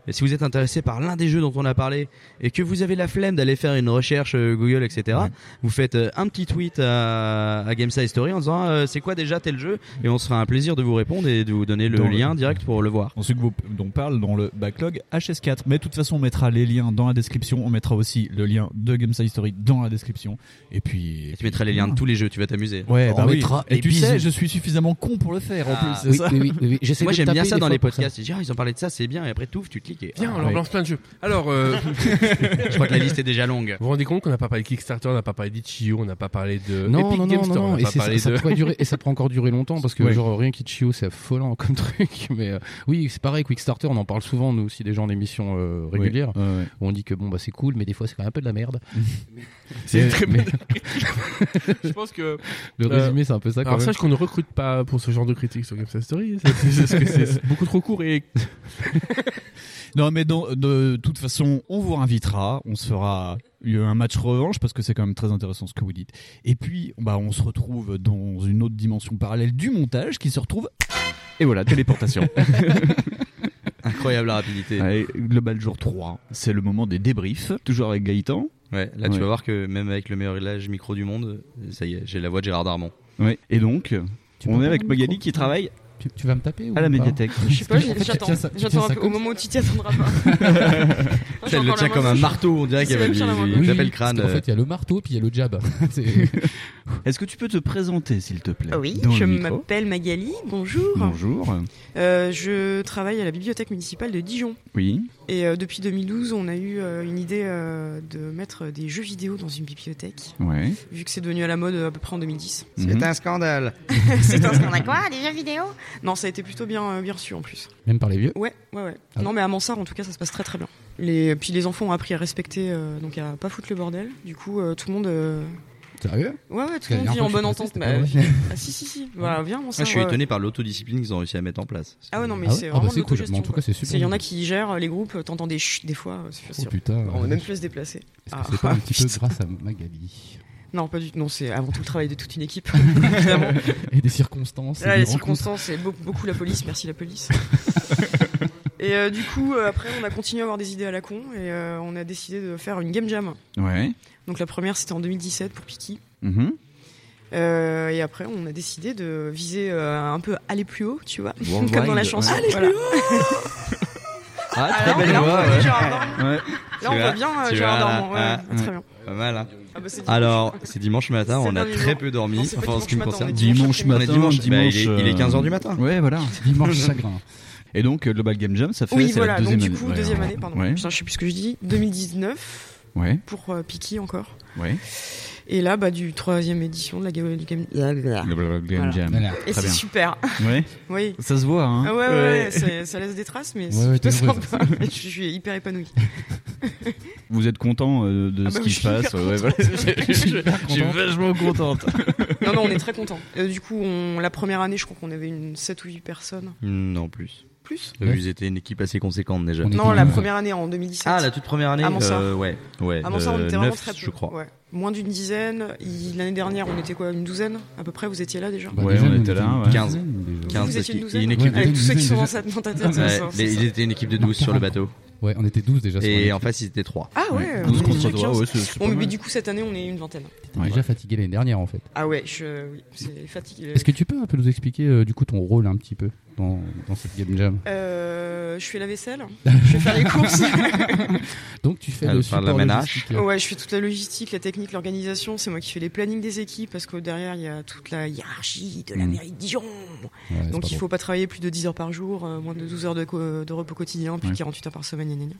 Speaker 10: si vous êtes intéressé par l'un des jeux dont on a parlé et que vous avez la flemme d'aller faire une recherche euh, Google etc, vous faites euh, un petit tweet à, à Gameside Story en disant euh, c'est quoi déjà tel jeu et on se fera un plaisir de vous répondre et de vous donner le
Speaker 8: Dans le-
Speaker 10: lien direct pour le voir.
Speaker 8: On sait que vous dont on parle dans le backlog HS4. Mais de toute façon, on mettra les liens dans la description. On mettra aussi le lien de Games History dans la description. Et puis.
Speaker 10: tu mettras les liens
Speaker 17: Ah.
Speaker 10: de tous les jeux, tu vas t'amuser.
Speaker 8: Ouais, bah oui. Et
Speaker 10: les
Speaker 8: tu sais,
Speaker 10: bisous.
Speaker 8: je suis suffisamment con pour le faire en
Speaker 10: Ah,
Speaker 8: plus. c'est
Speaker 10: oui,
Speaker 8: ça
Speaker 10: oui, oui, oui, oui. J'essaie Moi, de j'aime taper bien ça des dans fois les pour ça. podcasts. Je dis, ah, ils ont parlé de ça, c'est bien. Et après, tout, tu cliques et.
Speaker 17: Viens,
Speaker 10: Ah,
Speaker 17: on leur
Speaker 10: ouais.
Speaker 17: lance plein de jeux. Alors, euh,
Speaker 10: Je crois que la liste est déjà longue.
Speaker 17: Vous vous rendez compte qu'on n'a pas parlé de Kickstarter, on n'a pas parlé d'Itch.io, on n'a pas parlé de
Speaker 4: Non,
Speaker 17: Epic
Speaker 4: non,
Speaker 17: Games
Speaker 4: non,
Speaker 17: Store,
Speaker 4: non,
Speaker 17: on
Speaker 4: non,
Speaker 17: n'a
Speaker 4: et
Speaker 17: pas
Speaker 4: c'est-
Speaker 17: parlé
Speaker 4: ça,
Speaker 17: de...
Speaker 4: pourrait durer, et ça pourrait encore durer longtemps parce que
Speaker 17: Ouais.
Speaker 4: genre rien qui chio, c'est affolant comme truc. Mais euh, oui, c'est pareil, Quickstarter, on en parle souvent nous aussi des gens en émission euh, régulière. où on dit que bon bah c'est cool, mais des fois c'est quand même un peu de la merde.
Speaker 17: C'est
Speaker 4: Mais-
Speaker 17: très
Speaker 4: mais-
Speaker 17: Je pense que
Speaker 4: le
Speaker 17: Euh,
Speaker 4: résumé c'est un peu ça. Quand
Speaker 17: alors
Speaker 4: même.
Speaker 17: sache qu'on ne recrute pas pour ce genre de critique sur GameStar Story. C'est- c'est- c'est- c'est- c'est beaucoup trop court et
Speaker 8: Non, mais dans- de toute façon, on vous invitera. On se fera un match revanche parce que c'est quand même très intéressant ce que vous dites. Et puis, bah, on se retrouve dans une autre dimension parallèle du montage qui se retrouve. Et voilà, téléportation.
Speaker 10: Incroyable la rapidité.
Speaker 8: Ouais, global jour 3, c'est le moment des débriefs, toujours avec Gaëtan.
Speaker 10: Ouais, là tu
Speaker 8: Ouais.
Speaker 10: vas voir que même avec le meilleur réglage micro du monde, ça y est, j'ai la voix de Gérard Darmon.
Speaker 8: Ouais. Et donc, on est avec
Speaker 10: prendre le
Speaker 8: Magali
Speaker 10: micro
Speaker 8: qui travaille
Speaker 4: tu, tu vas me taper ou
Speaker 8: à la
Speaker 4: pas
Speaker 8: médiathèque.
Speaker 4: Je sais
Speaker 9: pas,
Speaker 4: En fait, tu
Speaker 9: j'attends.
Speaker 4: tiens ça- tu tiens
Speaker 9: J'attends
Speaker 4: ça
Speaker 9: un peu au
Speaker 4: comme ça
Speaker 9: moment où tu t'y attendras pas. J'ai
Speaker 10: Elle le
Speaker 9: encore
Speaker 10: tient
Speaker 9: la
Speaker 10: comme
Speaker 9: main
Speaker 10: un
Speaker 9: dessus.
Speaker 10: marteau, on dirait qu'elle va
Speaker 9: C'est
Speaker 10: lui,
Speaker 9: comme sur la
Speaker 10: lui
Speaker 9: main.
Speaker 10: taper le
Speaker 4: Oui,
Speaker 10: crâne.
Speaker 4: parce qu'en fait, il y a le marteau puis il y a le jab. C'est-
Speaker 8: Est-ce que tu peux te présenter, s'il te plaît
Speaker 21: Ah Oui,
Speaker 8: dans le
Speaker 21: je
Speaker 8: micro
Speaker 21: m'appelle Magali, bonjour.
Speaker 8: Bonjour.
Speaker 21: Euh, je travaille à la bibliothèque municipale de Dijon.
Speaker 8: Oui.
Speaker 21: Et euh, depuis 2012, on a eu euh, une idée euh, de mettre des jeux vidéo dans une bibliothèque.
Speaker 8: Ouais.
Speaker 21: Vu que c'est devenu à la mode euh, à peu près en 2010.
Speaker 10: C'est un scandale.
Speaker 21: c'est un scandale. Quoi Des jeux vidéo Non, ça a été plutôt bien, euh, bien reçu en plus.
Speaker 4: Même par les vieux. Ah.
Speaker 21: Ouais, ouais, ouais. non, mais à Mansart, en tout cas, ça se passe très très bien. Les... Puis les enfants ont appris à respecter, euh, donc à pas foutre le bordel. Du coup, euh, tout le monde. euh,
Speaker 4: Sérieux
Speaker 21: Ouais, ouais,
Speaker 4: Parce
Speaker 21: tout
Speaker 4: que
Speaker 21: le monde
Speaker 4: la
Speaker 21: vit
Speaker 4: dernière
Speaker 21: en bonne
Speaker 4: fois
Speaker 21: entente.
Speaker 4: que je suis
Speaker 21: Bah,
Speaker 4: passé, c'était pas
Speaker 21: ah, si, si, si. Voilà, viens,
Speaker 10: Ah,
Speaker 21: Mansart.
Speaker 10: je suis
Speaker 21: ouais.
Speaker 10: étonné par l'autodiscipline qu'ils ont réussi à mettre en place.
Speaker 21: Ah ouais, non, mais
Speaker 4: Ah ouais
Speaker 21: c'est
Speaker 4: Ah
Speaker 21: vraiment
Speaker 4: bah
Speaker 21: de
Speaker 4: c'est cool.
Speaker 21: l'autogestion,
Speaker 4: Bon, en tout
Speaker 21: quoi.
Speaker 4: cas, c'est super
Speaker 21: C'est- Il y en a
Speaker 4: génial.
Speaker 21: qui gèrent euh, les groupes, t'entends des chut des fois, euh, c'est facile.
Speaker 4: Oh, putain.
Speaker 21: On va même plus se déplacer. Ah.
Speaker 4: C'est pas un petit peu grâce à Magali.
Speaker 21: Non, pas du tout. Non, c'est avant tout le travail de toute une équipe, évidemment.
Speaker 4: Et des circonstances, et
Speaker 21: Ah, les
Speaker 4: des rencontres.
Speaker 21: circonstances, et beaucoup, beaucoup la police. Merci la police. et euh, du coup, euh, après, on a continué à avoir des idées à la con et euh, on a décidé de faire une game jam.
Speaker 8: Ouais.
Speaker 21: Donc la première, c'était en 2017 pour Piki.
Speaker 8: Mhm.
Speaker 21: Euh, et après, on a décidé de viser euh, un peu aller plus haut, tu vois,
Speaker 8: Worldwide,
Speaker 21: comme dans la chanson.
Speaker 8: ouais. Aller
Speaker 21: Voilà.
Speaker 8: plus Ah, très
Speaker 21: là,
Speaker 8: belle
Speaker 21: là, on
Speaker 8: voix,
Speaker 21: voit
Speaker 8: ouais.
Speaker 21: Gérard Darmon.
Speaker 8: Ouais.
Speaker 21: Là,
Speaker 10: Tu
Speaker 21: on
Speaker 10: vois,
Speaker 21: voit bien euh,
Speaker 10: tu
Speaker 21: Gérard
Speaker 10: vois, là,
Speaker 21: Dormand.
Speaker 10: ah,
Speaker 21: Ouais, très bien.
Speaker 10: Pas mal. hein.
Speaker 21: Ah bah, c'est dimanche.
Speaker 10: Alors, c'est dimanche matin,
Speaker 21: C'est
Speaker 10: on a
Speaker 21: dernier
Speaker 10: très
Speaker 21: jour.
Speaker 10: peu dormi.
Speaker 21: Non, c'est pas
Speaker 10: enfin, en ce qui me
Speaker 21: dimanche matin,
Speaker 10: concerne.
Speaker 21: on est Dimanche
Speaker 10: On est
Speaker 8: dimanche,
Speaker 10: dimanche. Bah, il est-
Speaker 8: dimanche,
Speaker 10: il est
Speaker 8: euh,
Speaker 10: 15h du matin.
Speaker 8: Ouais, voilà.
Speaker 4: Dimanche chagrin.
Speaker 8: Et donc, euh, Global Game Jam, ça fait
Speaker 21: oui,
Speaker 8: c'est
Speaker 21: voilà.
Speaker 8: la deuxième
Speaker 21: Donc, du
Speaker 8: année.
Speaker 21: coup,
Speaker 8: Ouais.
Speaker 21: deuxième année, pardon.
Speaker 8: Ouais.
Speaker 21: Putain, je sais plus ce que je dis. 2019
Speaker 8: Ouais.
Speaker 21: pour euh, Piki encore.
Speaker 8: Ouais.
Speaker 21: Et là, bah, du troisième édition de la Game, du game,
Speaker 8: Blablabla Game
Speaker 21: Voilà.
Speaker 8: Jam.
Speaker 21: Et
Speaker 8: Très
Speaker 21: c'est
Speaker 8: bien.
Speaker 21: super.
Speaker 8: Ouais.
Speaker 21: Oui.
Speaker 8: Ça se voit, hein.
Speaker 21: Ah ouais, ouais,
Speaker 8: Ouais.
Speaker 21: ouais, c'est- ça laisse des traces, mais
Speaker 8: Ouais,
Speaker 21: c'est
Speaker 8: ouais,
Speaker 21: plutôt
Speaker 8: t'as raison.
Speaker 21: sympa. je, je suis hyper épanouie.
Speaker 8: Vous êtes content euh, de
Speaker 21: Ah
Speaker 8: ce
Speaker 21: bah
Speaker 8: qui
Speaker 21: oui, je
Speaker 8: se
Speaker 21: suis
Speaker 8: passe
Speaker 21: hyper
Speaker 8: ouais, voilà.
Speaker 21: contente.
Speaker 8: Je suis vachement contente.
Speaker 21: non, non, on est très contents. Euh, du coup, on, la première année, je crois qu'on avait une 7 ou 8 personnes.
Speaker 10: Non, plus.
Speaker 21: Plus
Speaker 10: Euh, Ils étaient une équipe assez conséquente déjà.
Speaker 21: Non, la première année en 2017.
Speaker 10: Ah, la toute première année
Speaker 21: À Mansart.
Speaker 10: euh, Ouais, ouais.
Speaker 21: À Mansart, on
Speaker 10: euh,
Speaker 21: était vraiment
Speaker 10: neuf,
Speaker 21: très peu.
Speaker 10: je crois.
Speaker 21: Ouais. Moins d'une dizaine. Il- L'année dernière, on était quoi Une douzaine à peu près Vous étiez là déjà
Speaker 10: Bah, Ouais, déjà, on nous, on était était là, une ouais. quinzaine, 15, déjà.
Speaker 21: Vous
Speaker 10: parce
Speaker 21: étiez une
Speaker 10: qu'il-
Speaker 21: douzaine
Speaker 10: une équipe-
Speaker 21: Avec
Speaker 10: Ouais,
Speaker 21: tous ceux qui sont
Speaker 10: déjà.
Speaker 21: dans sa- dans ta tête.
Speaker 10: Ouais,
Speaker 21: ça,
Speaker 10: les-
Speaker 21: c'est ça.
Speaker 10: ils étaient une équipe de 12 sur le bateau.
Speaker 4: Ouais, on était 12 déjà. sur
Speaker 10: Et
Speaker 4: l'équipe.
Speaker 10: en face, ils étaient 3.
Speaker 21: Ah ouais,
Speaker 10: douze
Speaker 21: on est
Speaker 10: contre
Speaker 21: déjà
Speaker 10: trois,
Speaker 21: 15.
Speaker 10: ouais, c'est- c'est
Speaker 21: Bon,
Speaker 10: pas
Speaker 21: mais
Speaker 10: mal.
Speaker 21: du coup, cette année, on est une vingtaine.
Speaker 4: T'es déjà fatigué l'année dernière en fait.
Speaker 21: Ah ouais, je, oui, c'est fatigué.
Speaker 4: Est-ce que tu peux un peu nous expliquer euh, du coup ton rôle un petit peu dans, dans cette game jam
Speaker 21: Euh, je fais la vaisselle, je vais faire les courses.
Speaker 4: Donc, tu fais
Speaker 10: Elle
Speaker 4: le
Speaker 10: parle de
Speaker 4: support
Speaker 10: ménage.
Speaker 4: logistique. euh.
Speaker 21: Ouais, je fais toute la logistique, la technique, l'organisation. C'est moi qui fais les plannings des équipes parce que derrière il y a toute la hiérarchie de la
Speaker 4: Mm.
Speaker 21: mairie de Dijon.
Speaker 4: c'est
Speaker 21: Donc
Speaker 4: pas
Speaker 21: il
Speaker 4: beau.
Speaker 21: faut pas travailler plus de 10 heures par jour, euh, moins de 12 heures de, co- de repos quotidien, puis
Speaker 10: Ouais.
Speaker 21: 48 heures par semaine. gna, gna, gna.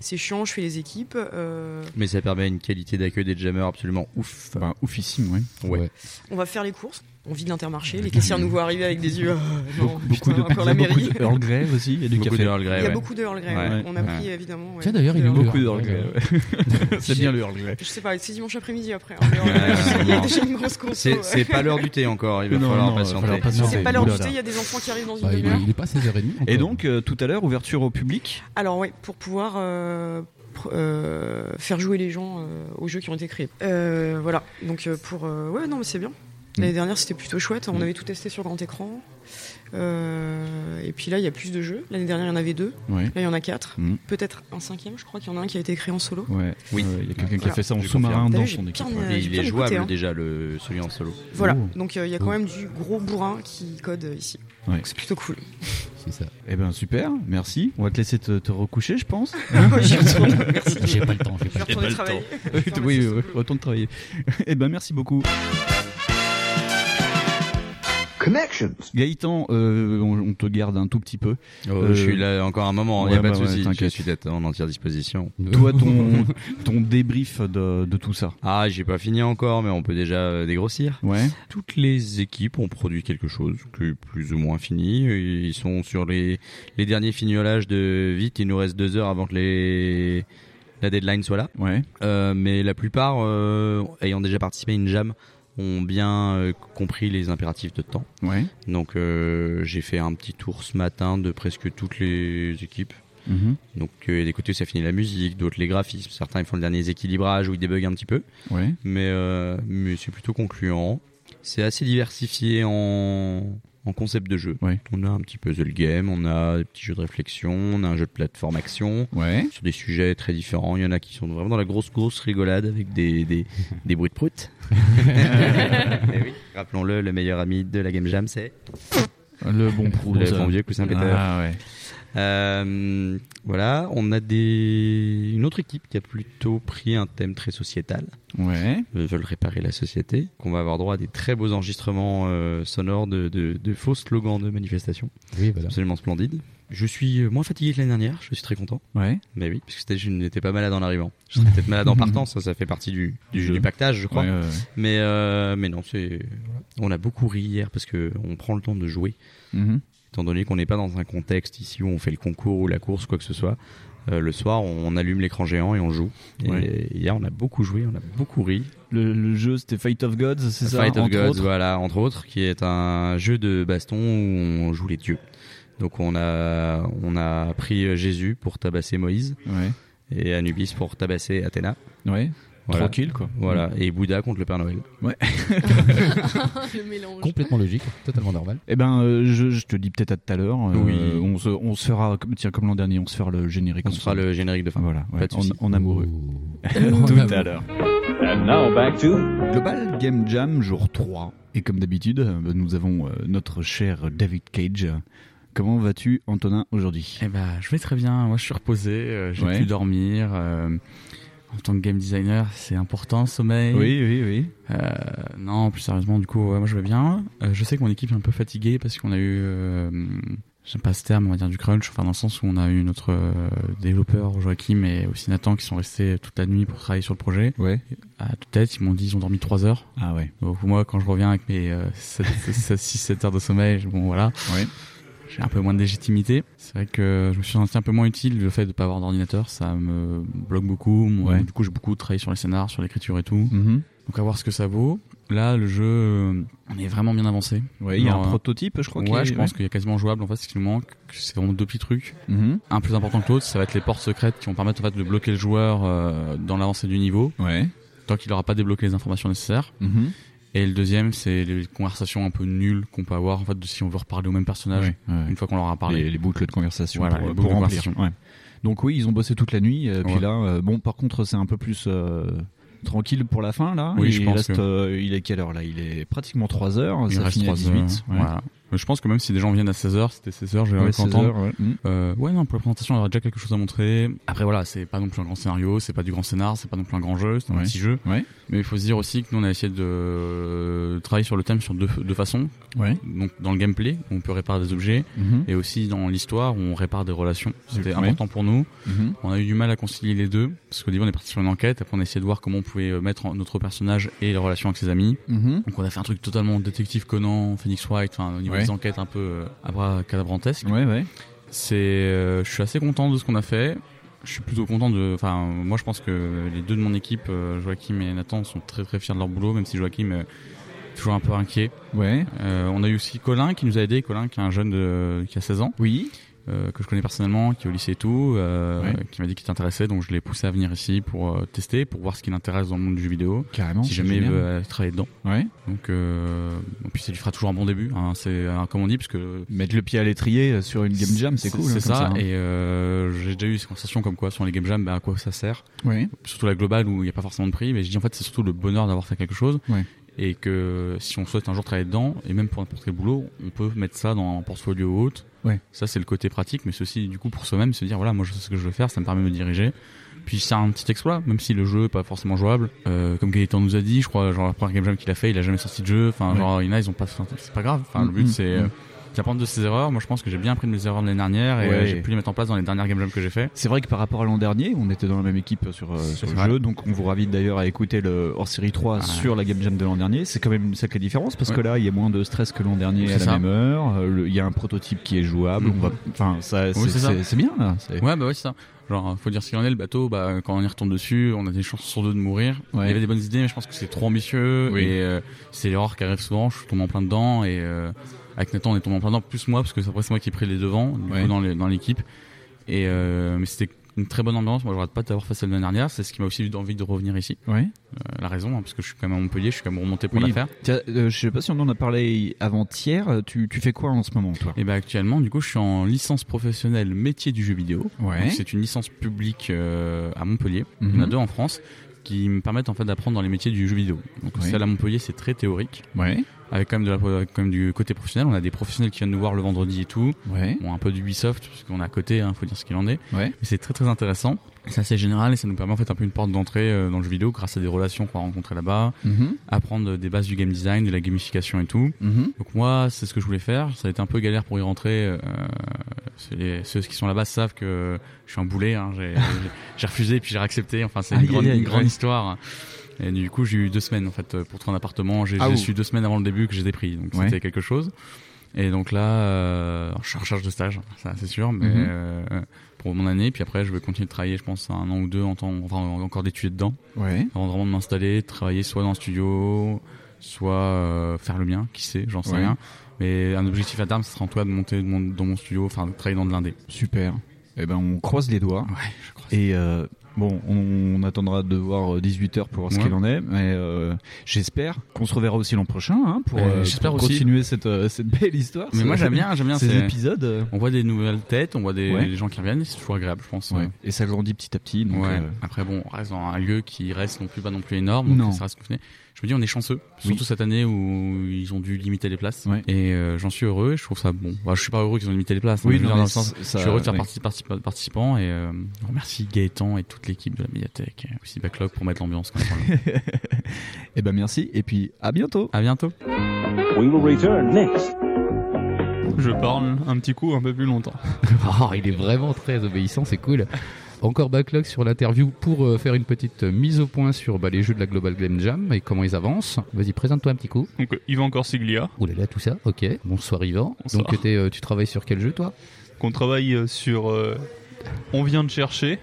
Speaker 21: C'est chiant, je fais les équipes. euh,
Speaker 10: Mais ça permet une qualité d'accueil des jammers absolument ouf.
Speaker 8: Enfin, oufissime, ouais.
Speaker 10: Ouais.
Speaker 21: on va faire les courses. On vide l'intermarché, les caissières nous voient arriver avec des yeux. ah, non,
Speaker 8: Beaucoup
Speaker 21: putain,
Speaker 8: de
Speaker 21: encore
Speaker 8: pizza,
Speaker 21: la
Speaker 8: beaucoup
Speaker 21: mairie.
Speaker 8: de Earl Grey aussi et du
Speaker 10: Beaucoup
Speaker 8: café.
Speaker 10: de Earl Grey,
Speaker 21: Il y a beaucoup de Earl Grey, ouais. On a pris, évidemment, ouais.
Speaker 8: Tiens, d'ailleurs, il est
Speaker 21: Beaucoup
Speaker 8: beaucoup
Speaker 21: de
Speaker 8: de
Speaker 21: Earl
Speaker 8: Earl
Speaker 21: Grey,
Speaker 8: Grey. ouais. C'est bien le Earl Grey.
Speaker 21: Je sais pas, c'est dimanche après-midi après. hein, le Earl
Speaker 10: Ouais,
Speaker 21: Grey. Il y a
Speaker 10: non.
Speaker 21: déjà une grosse conso,
Speaker 10: C'est-
Speaker 21: ouais.
Speaker 10: c'est pas l'heure du thé encore, il va
Speaker 8: Non,
Speaker 10: falloir
Speaker 8: non, il va
Speaker 10: patienter.
Speaker 8: falloir patienter.
Speaker 21: C'est pas l'heure du
Speaker 8: Oulala.
Speaker 21: thé, il y a des enfants qui arrivent dans une
Speaker 8: Bah, il est-
Speaker 21: demi-heure.
Speaker 8: il est
Speaker 4: pas 16h30.
Speaker 8: Et donc, euh, tout à l'heure, ouverture au public.
Speaker 21: Alors oui, pour pouvoir euh, pr- euh, faire jouer les gens euh, aux jeux qui ont été créés. Euh, voilà, donc euh, pour... euh, ouais, non, mais c'est bien. L'année dernière, c'était plutôt chouette. On
Speaker 8: Mm.
Speaker 21: avait tout testé sur grand écran. Euh, et puis là, il y a plus de jeux. L'année dernière, il y en avait deux.
Speaker 8: Ouais.
Speaker 21: Là, il y en a quatre.
Speaker 8: Mm.
Speaker 21: Peut-être un cinquième, je crois qu'il y en a un qui a été créé en solo.
Speaker 8: Ouais. Oui. Il y a quelqu'un qui a
Speaker 21: Voilà.
Speaker 8: fait ça en
Speaker 21: Je
Speaker 8: sous-marin
Speaker 21: confirme. T'as
Speaker 8: dans
Speaker 21: vu, j'ai
Speaker 8: son équipe. Oh.
Speaker 21: bien, euh, j'ai
Speaker 10: Et il
Speaker 21: bien
Speaker 10: est
Speaker 21: écouté,
Speaker 10: jouable
Speaker 21: hein.
Speaker 10: déjà, le, celui en solo.
Speaker 21: Voilà, donc euh, il y a quand même du gros bourrin qui code euh, ici. Donc, C'est plutôt cool.
Speaker 4: C'est ça.
Speaker 8: Eh ben super, merci. On va te laisser te, te recoucher, je pense.
Speaker 21: J'y retourne, merci.
Speaker 8: J'ai pas le temps, j'ai
Speaker 21: Je vais
Speaker 8: pas,
Speaker 21: retourner
Speaker 8: le temps.
Speaker 21: travailler.
Speaker 8: oui, oui, oui, retourne travailler. Eh ben merci beaucoup.
Speaker 7: Connections.
Speaker 8: Gaëtan, euh, on, on te garde un tout petit peu.
Speaker 10: Euh,
Speaker 8: Euh,
Speaker 10: je suis là encore un moment, il
Speaker 8: ouais,
Speaker 10: n'y a pas
Speaker 8: bah
Speaker 10: de
Speaker 8: ouais,
Speaker 10: souci. je
Speaker 8: t'inquiète.
Speaker 10: suis d'être en entière disposition.
Speaker 8: Toi, ton, ton débrief de, de tout ça.
Speaker 10: Ah, j'ai pas fini encore, mais on peut déjà euh, dégrossir.
Speaker 8: Ouais.
Speaker 10: Toutes les équipes ont produit quelque chose qui est plus ou moins fini. Euh, Ils sont sur les, les derniers fignolages de vite. Il nous reste deux heures avant que les, la deadline soit là.
Speaker 8: Ouais.
Speaker 10: Euh, mais la plupart, euh, ayant déjà participé à une jam, ont bien euh, compris les impératifs de temps.
Speaker 8: Ouais.
Speaker 10: Donc euh, j'ai fait un petit tour ce matin de presque toutes les équipes.
Speaker 8: Mhm.
Speaker 10: Donc euh, des côtés ça finit la musique, d'autres les graphismes, certains ils font le dernier équilibrage ou ils débuguent un petit peu.
Speaker 8: Ouais.
Speaker 10: Mais, euh, mais c'est plutôt concluant. C'est assez diversifié en, en concept de jeu. On a un petit puzzle game, on a des petits jeux de réflexion, on a un jeu de plateforme action. Sur des sujets très différents. Il y en a qui sont vraiment dans la grosse grosse rigolade avec des, des, des bruits de prout. Eh oui, rappelons-le, le meilleur ami de la Game Jam c'est...
Speaker 8: Le bon prout.
Speaker 10: Le bon vieux coussin péteur.
Speaker 8: Ah ouais.
Speaker 10: Euh, voilà, on a des... une autre équipe qui a plutôt pris un thème très sociétal.
Speaker 8: Ouais.
Speaker 10: Ils veulent réparer la société. On va avoir droit à des très beaux enregistrements euh, sonores de, de- de faux slogans de manifestations.
Speaker 4: Oui, voilà.
Speaker 10: C'est Absolument splendide. Je suis euh, moins fatigué que l'année dernière, je suis très content.
Speaker 8: Ouais.
Speaker 10: Mais oui, parce que c'était- je n'étais pas malade en arrivant. Je serais peut-être malade en partant, ça, ça fait partie du, du, du pactage, je crois.
Speaker 8: Ouais, ouais, ouais.
Speaker 10: Mais, euh, mais non, c'est. On a beaucoup ri hier parce qu'on prend le temps de jouer.
Speaker 8: Mhm.
Speaker 10: Étant donné qu'on n'est pas dans un contexte ici où on fait le concours ou la course, quoi que ce soit, euh, le soir, on allume l'écran géant et on joue. Et
Speaker 8: Ouais.
Speaker 10: hier, on a beaucoup joué, on a beaucoup ri.
Speaker 8: Le, le jeu, c'était Fight of Gods, c'est ça
Speaker 10: Fight of
Speaker 8: entre
Speaker 10: Gods,
Speaker 8: autres
Speaker 10: voilà, entre autres, qui est un jeu de baston où on joue les dieux. Donc on a, on a pris euh, Jésus pour tabasser Moïse
Speaker 8: Ouais.
Speaker 10: et Anubis pour tabasser Athéna.
Speaker 8: Ouais. Tranquille, quoi. Mm.
Speaker 10: Voilà, et Bouddha contre le Père Noël.
Speaker 8: Ouais.
Speaker 4: Complètement logique, totalement normal.
Speaker 8: Eh ben, euh, je, je te dis peut-être à tout à l'heure. euh,
Speaker 10: Oui.
Speaker 8: On se, on se fera, comme- tiens, comme l'an dernier, on se fera le générique. On se fera
Speaker 10: le générique de fin.
Speaker 8: Voilà, ouais,
Speaker 10: Pas de souci.
Speaker 8: en, en amoureux.
Speaker 10: En
Speaker 8: tout à
Speaker 10: amoureux.
Speaker 8: l'heure.
Speaker 6: And now back to
Speaker 8: Global Game Jam, jour 3. Et comme d'habitude, euh, nous avons euh, notre cher David Cage. Comment vas-tu, Antonin, aujourd'hui
Speaker 12: Eh ben, je vais très bien. Moi, je suis reposé. euh, J'ai
Speaker 8: Ouais.
Speaker 12: pu dormir. euh, en tant que game designer, c'est important le sommeil.
Speaker 8: Oui, oui, oui.
Speaker 12: non, plus sérieusement, du coup, ouais, moi, je vais bien. Euh, je sais que mon équipe est un peu fatiguée parce qu'on a eu euh, j'aime pas ce terme, on va dire du crunch, enfin dans le sens où on a eu notre euh, développeur Joachim et aussi Nathan qui sont restés toute la nuit pour travailler sur le projet. Ouais. À toute tête, ils m'ont dit ils ont dormi 3 heures. Ah ouais. Donc moi quand je reviens avec mes euh, 6-7 heures de sommeil, je- bon voilà. Ouais. J'ai un peu moins de légitimité. C'est vrai que je me suis senti un peu moins utile. Le fait de pas avoir d'ordinateur, ça me bloque beaucoup. Moi,
Speaker 8: Ouais.
Speaker 12: Du coup, j'ai beaucoup travaillé sur les scénars, sur l'écriture et tout.
Speaker 8: Mhm.
Speaker 12: Donc à voir ce que ça vaut. Là, le jeu, euh, on est vraiment bien avancé.
Speaker 8: Ouais, il y a
Speaker 12: Genre,
Speaker 8: un
Speaker 12: euh,
Speaker 8: prototype, je crois, qui
Speaker 12: Ouais,
Speaker 8: est-
Speaker 12: je pense
Speaker 8: ouais.
Speaker 12: qu'il y a quasiment jouable. En fait, ce qui nous manque, c'est vraiment deux petits trucs.
Speaker 8: Mhm.
Speaker 12: Un plus important que l'autre, ça va être les portes secrètes qui vont permettre en fait de bloquer le joueur euh, dans l'avancée du niveau.
Speaker 8: Ouais.
Speaker 12: Tant qu'il n'aura pas débloqué les informations nécessaires.
Speaker 8: Mhm.
Speaker 12: Et le deuxième, c'est les conversations un peu nulles qu'on peut avoir en fait de si on veut reparler au même personnage
Speaker 8: Ouais, ouais.
Speaker 12: une fois qu'on leur a parlé.
Speaker 8: Les, les boucles de conversation
Speaker 12: Voilà,
Speaker 8: pour,
Speaker 12: les
Speaker 8: euh,
Speaker 12: boucles
Speaker 8: pour
Speaker 12: de
Speaker 8: remplir.
Speaker 12: conversation.
Speaker 8: Ouais. Donc oui, ils ont bossé toute la nuit. euh, Puis
Speaker 12: Ouais.
Speaker 8: là, euh, bon, par contre, c'est un peu plus euh, tranquille pour la fin là.
Speaker 12: Oui,
Speaker 8: il
Speaker 12: je pense
Speaker 8: reste,
Speaker 12: que-
Speaker 8: euh, il est quelle heure là Il est pratiquement 3 heures.
Speaker 12: Il
Speaker 8: ça
Speaker 12: reste
Speaker 8: finit à
Speaker 12: 3
Speaker 8: 18.
Speaker 12: heures,
Speaker 8: ouais.
Speaker 12: voilà. Mais Je pense que même si des gens viennent à 16h, c'était 16h, j'ai
Speaker 8: Ouais,
Speaker 12: envie
Speaker 8: 16
Speaker 12: d'entendre.
Speaker 8: heures, ouais. Mm.
Speaker 12: Euh, ouais, non, pour la présentation, il y aura déjà quelque chose à montrer. Après, voilà, c'est pas non plus un grand scénario, c'est pas du grand scénar, c'est pas non plus un grand jeu, c'est un
Speaker 8: Ouais.
Speaker 12: petit jeu.
Speaker 8: Ouais.
Speaker 12: Mais il faut se dire aussi que nous, on a essayé de euh, travailler sur le thème sur deux, deux façons.
Speaker 8: Ouais.
Speaker 12: Donc, dans le gameplay, on peut réparer des objets,
Speaker 8: Mhm.
Speaker 12: et aussi dans l'histoire, on répare des relations. C'était
Speaker 8: Ouais.
Speaker 12: important pour nous.
Speaker 8: Mhm.
Speaker 12: On a eu du mal à concilier les deux, parce qu'au début, on est parti sur une enquête, après, on a essayé de voir comment on pouvait euh, mettre en- notre personnage et les relations avec ses amis.
Speaker 8: Mhm.
Speaker 12: Donc, on a fait un truc totalement détective Conan, Phoenix Wright, enfin, au niveau
Speaker 8: Ouais.
Speaker 12: des enquêtes un peu euh, abracadabrantesques.
Speaker 8: Ouais, ouais.
Speaker 12: C'est, euh, je suis assez content de ce qu'on a fait. Je suis plutôt content de. Enfin, moi, je pense que les deux de mon équipe, euh, Joachim et Nathan, sont très très fiers de leur boulot, même si Joachim euh, est toujours un peu inquiet.
Speaker 8: Ouais.
Speaker 12: Euh, on a eu aussi Colin qui nous a aidé. Colin, qui est un jeune de- qui a 16 ans. Euh,
Speaker 8: Oui.
Speaker 12: que je connais personnellement, qui est au lycée et tout, euh,
Speaker 8: Ouais.
Speaker 12: qui m'a dit qu'il était intéressé, donc je l'ai poussé à venir ici pour euh, tester, pour voir ce qui l'intéresse dans le monde du jeu vidéo.
Speaker 8: Carrément,
Speaker 12: Si
Speaker 8: c'est
Speaker 12: jamais il
Speaker 8: génial.
Speaker 12: veut euh, travailler dedans.
Speaker 8: Ouais.
Speaker 12: Donc, euh, et puis ça lui fera toujours un bon début. hein. C'est un- comme on dit, parce que
Speaker 8: Mettre le pied à l'étrier euh, sur une game jam, c'est cool. hein,
Speaker 12: C'est
Speaker 8: comme
Speaker 12: ça,
Speaker 8: hein.
Speaker 12: et euh, j'ai déjà eu ces conversations comme quoi sur les game jams, bah, à quoi ça sert.
Speaker 8: Oui.
Speaker 12: Surtout la globale où il n'y a pas forcément de prix, mais je dis en fait c'est surtout le bonheur d'avoir fait quelque chose.
Speaker 8: Ouais.
Speaker 12: Et que si on souhaite un jour travailler dedans, et même pour n'importe quel boulot, on peut mettre ça dans un portfolio ou autre.
Speaker 8: Ouais.
Speaker 12: Ça c'est le côté pratique, mais ceci du coup pour soi-même se dire voilà moi je sais ce que je veux faire, ça me permet de me diriger. Puis c'est un petit exploit, même si le jeu n'est pas forcément jouable. Euh, comme Gaëtan nous a dit, je crois genre la première game jam qu'il a fait, il a jamais sorti de jeu. Enfin
Speaker 8: Ouais.
Speaker 12: genre il y en a ils ont pas, enfin, c'est pas grave. Enfin le
Speaker 8: Mm,
Speaker 12: but
Speaker 8: mm,
Speaker 12: c'est euh,
Speaker 8: mm.
Speaker 12: d'apprendre de ses erreurs. Moi je pense que j'ai bien appris de mes erreurs de l'année dernière et
Speaker 8: Ouais.
Speaker 12: euh, j'ai pu les mettre en place dans les dernières game jams que j'ai fait.
Speaker 8: C'est vrai que par rapport à l'an dernier, on était dans la même équipe sur, euh, sur le
Speaker 12: vrai. Ah.
Speaker 8: jeu, donc on vous ravite d'ailleurs à écouter le hors série 3 sur la Game Jam de l'an dernier. C'est quand même une sacrée différence parce que
Speaker 12: Ouais.
Speaker 8: là, il y a moins de stress que l'an dernier
Speaker 12: C'est
Speaker 8: à la
Speaker 12: ça.
Speaker 8: même heure. euh, le- Il y a un prototype qui est jouable.
Speaker 12: Mhm.
Speaker 8: on va- Enfin, ça,
Speaker 12: Oui,
Speaker 8: Euh, c'est-
Speaker 12: ça.
Speaker 8: c'est c'est bien là. c'est-
Speaker 12: Ouais, bah ouais, c'est ça. Genre, faut dire ce qu'il en est, le bateau, bah, quand on y retourne dessus, on a des chances sur deux de mourir.
Speaker 8: Ouais.
Speaker 12: Il y avait des bonnes idées, mais je pense que c'est trop ambitieux.
Speaker 8: Oui.
Speaker 12: Et euh, c'est l'erreur qui arrive souvent, je tombe en plein dedans. Et euh, avec Nathan, on est tombé en plein dedans, plus moi, parce que après, c'est moi qui ai pris les devants, du
Speaker 8: Ouais.
Speaker 12: coup, dans les- dans l'équipe. Et euh, mais c'était une très bonne ambiance. Moi, je regrette pas d'avoir fait celle de l'année dernière. C'est ce qui m'a aussi donné envie de revenir ici.
Speaker 8: Ouais.
Speaker 12: Euh, la raison, hein, parce que je suis quand même à Montpellier, je suis quand même remonté pour
Speaker 8: Oui.
Speaker 12: la faire.
Speaker 8: Tiens, euh, je sais pas si on en a parlé avant-hier. Euh, Tu, tu fais quoi en ce moment, toi
Speaker 12: Et ben actuellement, du coup, je suis en licence professionnelle métier du jeu vidéo.
Speaker 8: Ouais.
Speaker 12: Donc, C'est une licence publique euh, à Montpellier.
Speaker 8: Mhm.
Speaker 12: Il y en a deux en France qui me permettent en fait d'apprendre dans les métiers du jeu vidéo. Donc
Speaker 8: Ouais.
Speaker 12: celle à Montpellier, c'est très théorique.
Speaker 8: Ouais.
Speaker 12: Avec quand même, de la- avec quand même du côté professionnel, on a des professionnels qui viennent nous voir le vendredi et tout.
Speaker 8: Ouais.
Speaker 12: Bon, un peu d'Ubisoft, parce qu'on est à côté, hein, faut dire ce qu'il en est.
Speaker 8: Ouais.
Speaker 12: Mais c'est très très intéressant. C'est assez général et ça nous permet en fait un peu une porte d'entrée euh, dans le jeu vidéo grâce à des relations qu'on va rencontrer là-bas,
Speaker 8: Mhm.
Speaker 12: apprendre des bases du game design, de la gamification et tout.
Speaker 8: Mhm.
Speaker 12: Donc moi, c'est ce que je voulais faire. Ça a été un peu galère pour y rentrer. euh, c'est les- ceux qui sont là-bas savent que je suis un boulet. hein. J'ai- j'ai- J'ai refusé puis j'ai réaccepté. Enfin, c'est une
Speaker 8: Aïe,
Speaker 12: grande,
Speaker 8: aïe, aïe,
Speaker 12: une grande
Speaker 8: ouais.
Speaker 12: histoire. Et du coup, j'ai eu deux semaines en fait euh, pour trouver un appartement. J'ai
Speaker 8: Ah,
Speaker 12: j'ai
Speaker 8: ouh.
Speaker 12: su deux semaines avant le début que j'étais pris. Donc
Speaker 8: Ouais.
Speaker 12: c'était quelque chose. Et donc là, euh, je suis en recherche de stage, ça c'est sûr, mais
Speaker 8: Mhm.
Speaker 12: euh, pour mon année. Puis après, je vais continuer de travailler, je pense, un an ou deux, en temps, enfin encore d'étudier dedans,
Speaker 8: Ouais.
Speaker 12: avant vraiment de m'installer, travailler soit dans le studio, soit euh, faire le mien, qui sait, j'en sais
Speaker 8: Ouais.
Speaker 12: rien. Mais un objectif à terme, ce sera en tout cas de monter de mon- dans mon studio, enfin de travailler dans de l'indé.
Speaker 8: Super. Eh ben, on croise les doigts. Et euh, bon, on, on attendra de voir 18h pour voir ce
Speaker 12: Ouais.
Speaker 8: qu'il en est. Mais euh, j'espère qu'on se reverra aussi l'an prochain hein, pour,
Speaker 12: Euh,
Speaker 8: euh,
Speaker 12: j'espère
Speaker 8: pour
Speaker 12: aussi.
Speaker 8: continuer cette, euh, cette belle histoire.
Speaker 12: Mais
Speaker 8: ce-
Speaker 12: moi j'aime bien, j'aime bien
Speaker 8: ces
Speaker 12: c'est-
Speaker 8: épisodes. euh.
Speaker 12: On voit des nouvelles têtes, on voit des,
Speaker 8: Ouais.
Speaker 12: des gens qui reviennent, c'est toujours agréable, je pense. hein.
Speaker 8: Ouais. Et ça grandit petit à petit. donc,
Speaker 12: Ouais.
Speaker 8: euh,
Speaker 12: Après, bon, on reste dans un lieu qui reste non plus pas non plus énorme. donc
Speaker 8: Non.
Speaker 12: ça reste confiné. Je me dis, on est chanceux, surtout cette année où ils ont dû limiter les places. Et euh, j'en suis heureux. et Je trouve ça bon. Bah, je suis pas heureux qu'ils ont limité les places. hein,
Speaker 8: Oui,
Speaker 12: je veux
Speaker 8: non,
Speaker 12: dire,
Speaker 8: mais
Speaker 12: dans le sens,
Speaker 8: ça-
Speaker 12: je suis heureux de faire
Speaker 8: ouais.
Speaker 12: partie partie- participant et euh, je remercie Gaëtan et toute l'équipe de la médiathèque, et aussi Backlog pour mettre l'ambiance. quand même.
Speaker 8: Eh ben merci. Et puis à bientôt.
Speaker 12: À bientôt.
Speaker 6: We will return next.
Speaker 16: Je parle un petit coup un peu plus longtemps.
Speaker 4: Oh, il est vraiment très obéissant, c'est cool. Encore backlog sur l'interview pour euh, faire une petite euh, mise au point sur bah, les jeux de la Global Game Jam et comment ils avancent. Vas-y, présente-toi un petit coup.
Speaker 16: Donc euh, Yvan Corsiglia.
Speaker 4: Ouh là là, tout ça, ok. Bonsoir Yvan.
Speaker 16: Bonsoir.
Speaker 4: Donc t'es, euh, tu travailles sur quel jeu toi
Speaker 16: Qu'on travaille euh, sur. euh, on vient de chercher.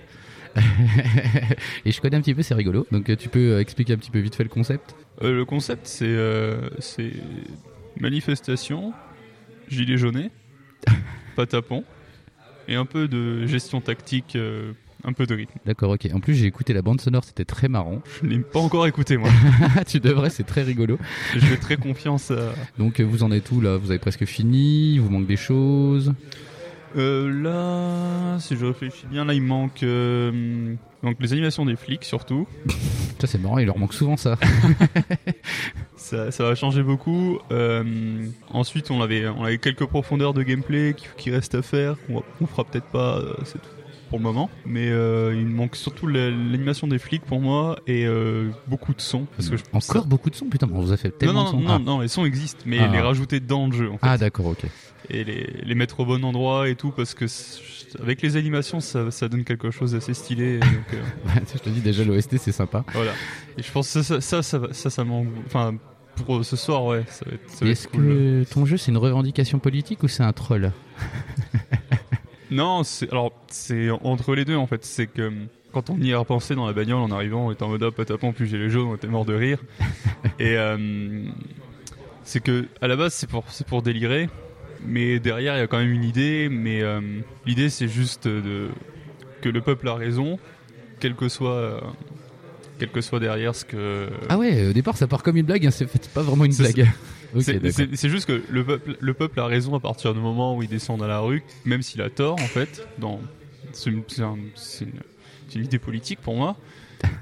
Speaker 4: Et je connais un petit peu, c'est rigolo. Donc euh, tu peux euh, expliquer un petit peu vite fait le concept
Speaker 16: Euh, le concept, c'est. euh, c'est. Manifestation, gilet jaune, patapon, et un peu de gestion tactique, euh, un peu de rythme.
Speaker 4: D'accord, ok. En plus, j'ai écouté la bande sonore, c'était très marrant.
Speaker 16: Je l'ai pas encore écouté, moi.
Speaker 4: tu devrais, c'est très rigolo.
Speaker 16: Je fais très confiance à.
Speaker 4: Donc euh, vous en êtes où là Vous avez presque fini Il vous manque des choses
Speaker 16: Euh, là, si je réfléchis bien, là il manque euh, donc les animations des flics surtout.
Speaker 4: Ça c'est marrant, il leur manque souvent ça.
Speaker 16: ça, ça va changer beaucoup. Euh, ensuite, on avait on avait quelques profondeurs de gameplay qui, qui restent à faire. qu'on va- On, fera peut-être pas euh, c'est tout pour le moment, mais euh, il manque surtout la- l'animation des flics pour moi et euh, beaucoup de sons parce que je pense
Speaker 4: Encore beaucoup de sons Putain, mais on vous a fait
Speaker 16: non,
Speaker 4: tellement
Speaker 16: non,
Speaker 4: de sons.
Speaker 16: non,
Speaker 4: Ah.
Speaker 16: non, les sons existent, mais
Speaker 4: Ah.
Speaker 16: les rajouter dedans le jeu. En fait.
Speaker 4: Ah, d'accord, ok.
Speaker 16: Et les, les mettre au bon endroit et tout, parce que c'est- avec les animations, ça, ça donne quelque chose d'assez stylé. et donc, euh,
Speaker 4: je te dis déjà, l'OST c'est sympa.
Speaker 16: voilà. Et je pense que ça, ça, ça, va- ça, ça m'en- Enfin, pour euh, ce soir, ouais, ça va être, ça va
Speaker 4: Mais
Speaker 16: être
Speaker 4: Est-ce
Speaker 16: cool. Euh.
Speaker 4: que ton jeu c'est une revendication politique ou c'est un troll
Speaker 16: Non, c'est alors c'est entre les deux en fait. C'est que quand on y a repensé dans la bagnole en arrivant, on était en mode ah, patapon, puis j'ai les jaunes, on était mort de rire. Et euh, c'est que à la base c'est pour c'est pour délirer, mais derrière il y a quand même une idée. Mais euh, l'idée c'est juste de que le peuple a raison, quel que soit euh, quel que soit derrière ce que
Speaker 4: Ah ouais, au départ ça part comme une blague, hein, c'est c'est pas vraiment une
Speaker 16: c'est-
Speaker 4: blague. Ok,
Speaker 16: c'est-
Speaker 4: d'accord.
Speaker 16: c'est- C'est juste que le peuple, le peuple a raison à partir du moment où il descend dans la rue, même s'il a tort, en fait. dans- C'est une, c'est un- c'est une- c'est une idée politique pour moi.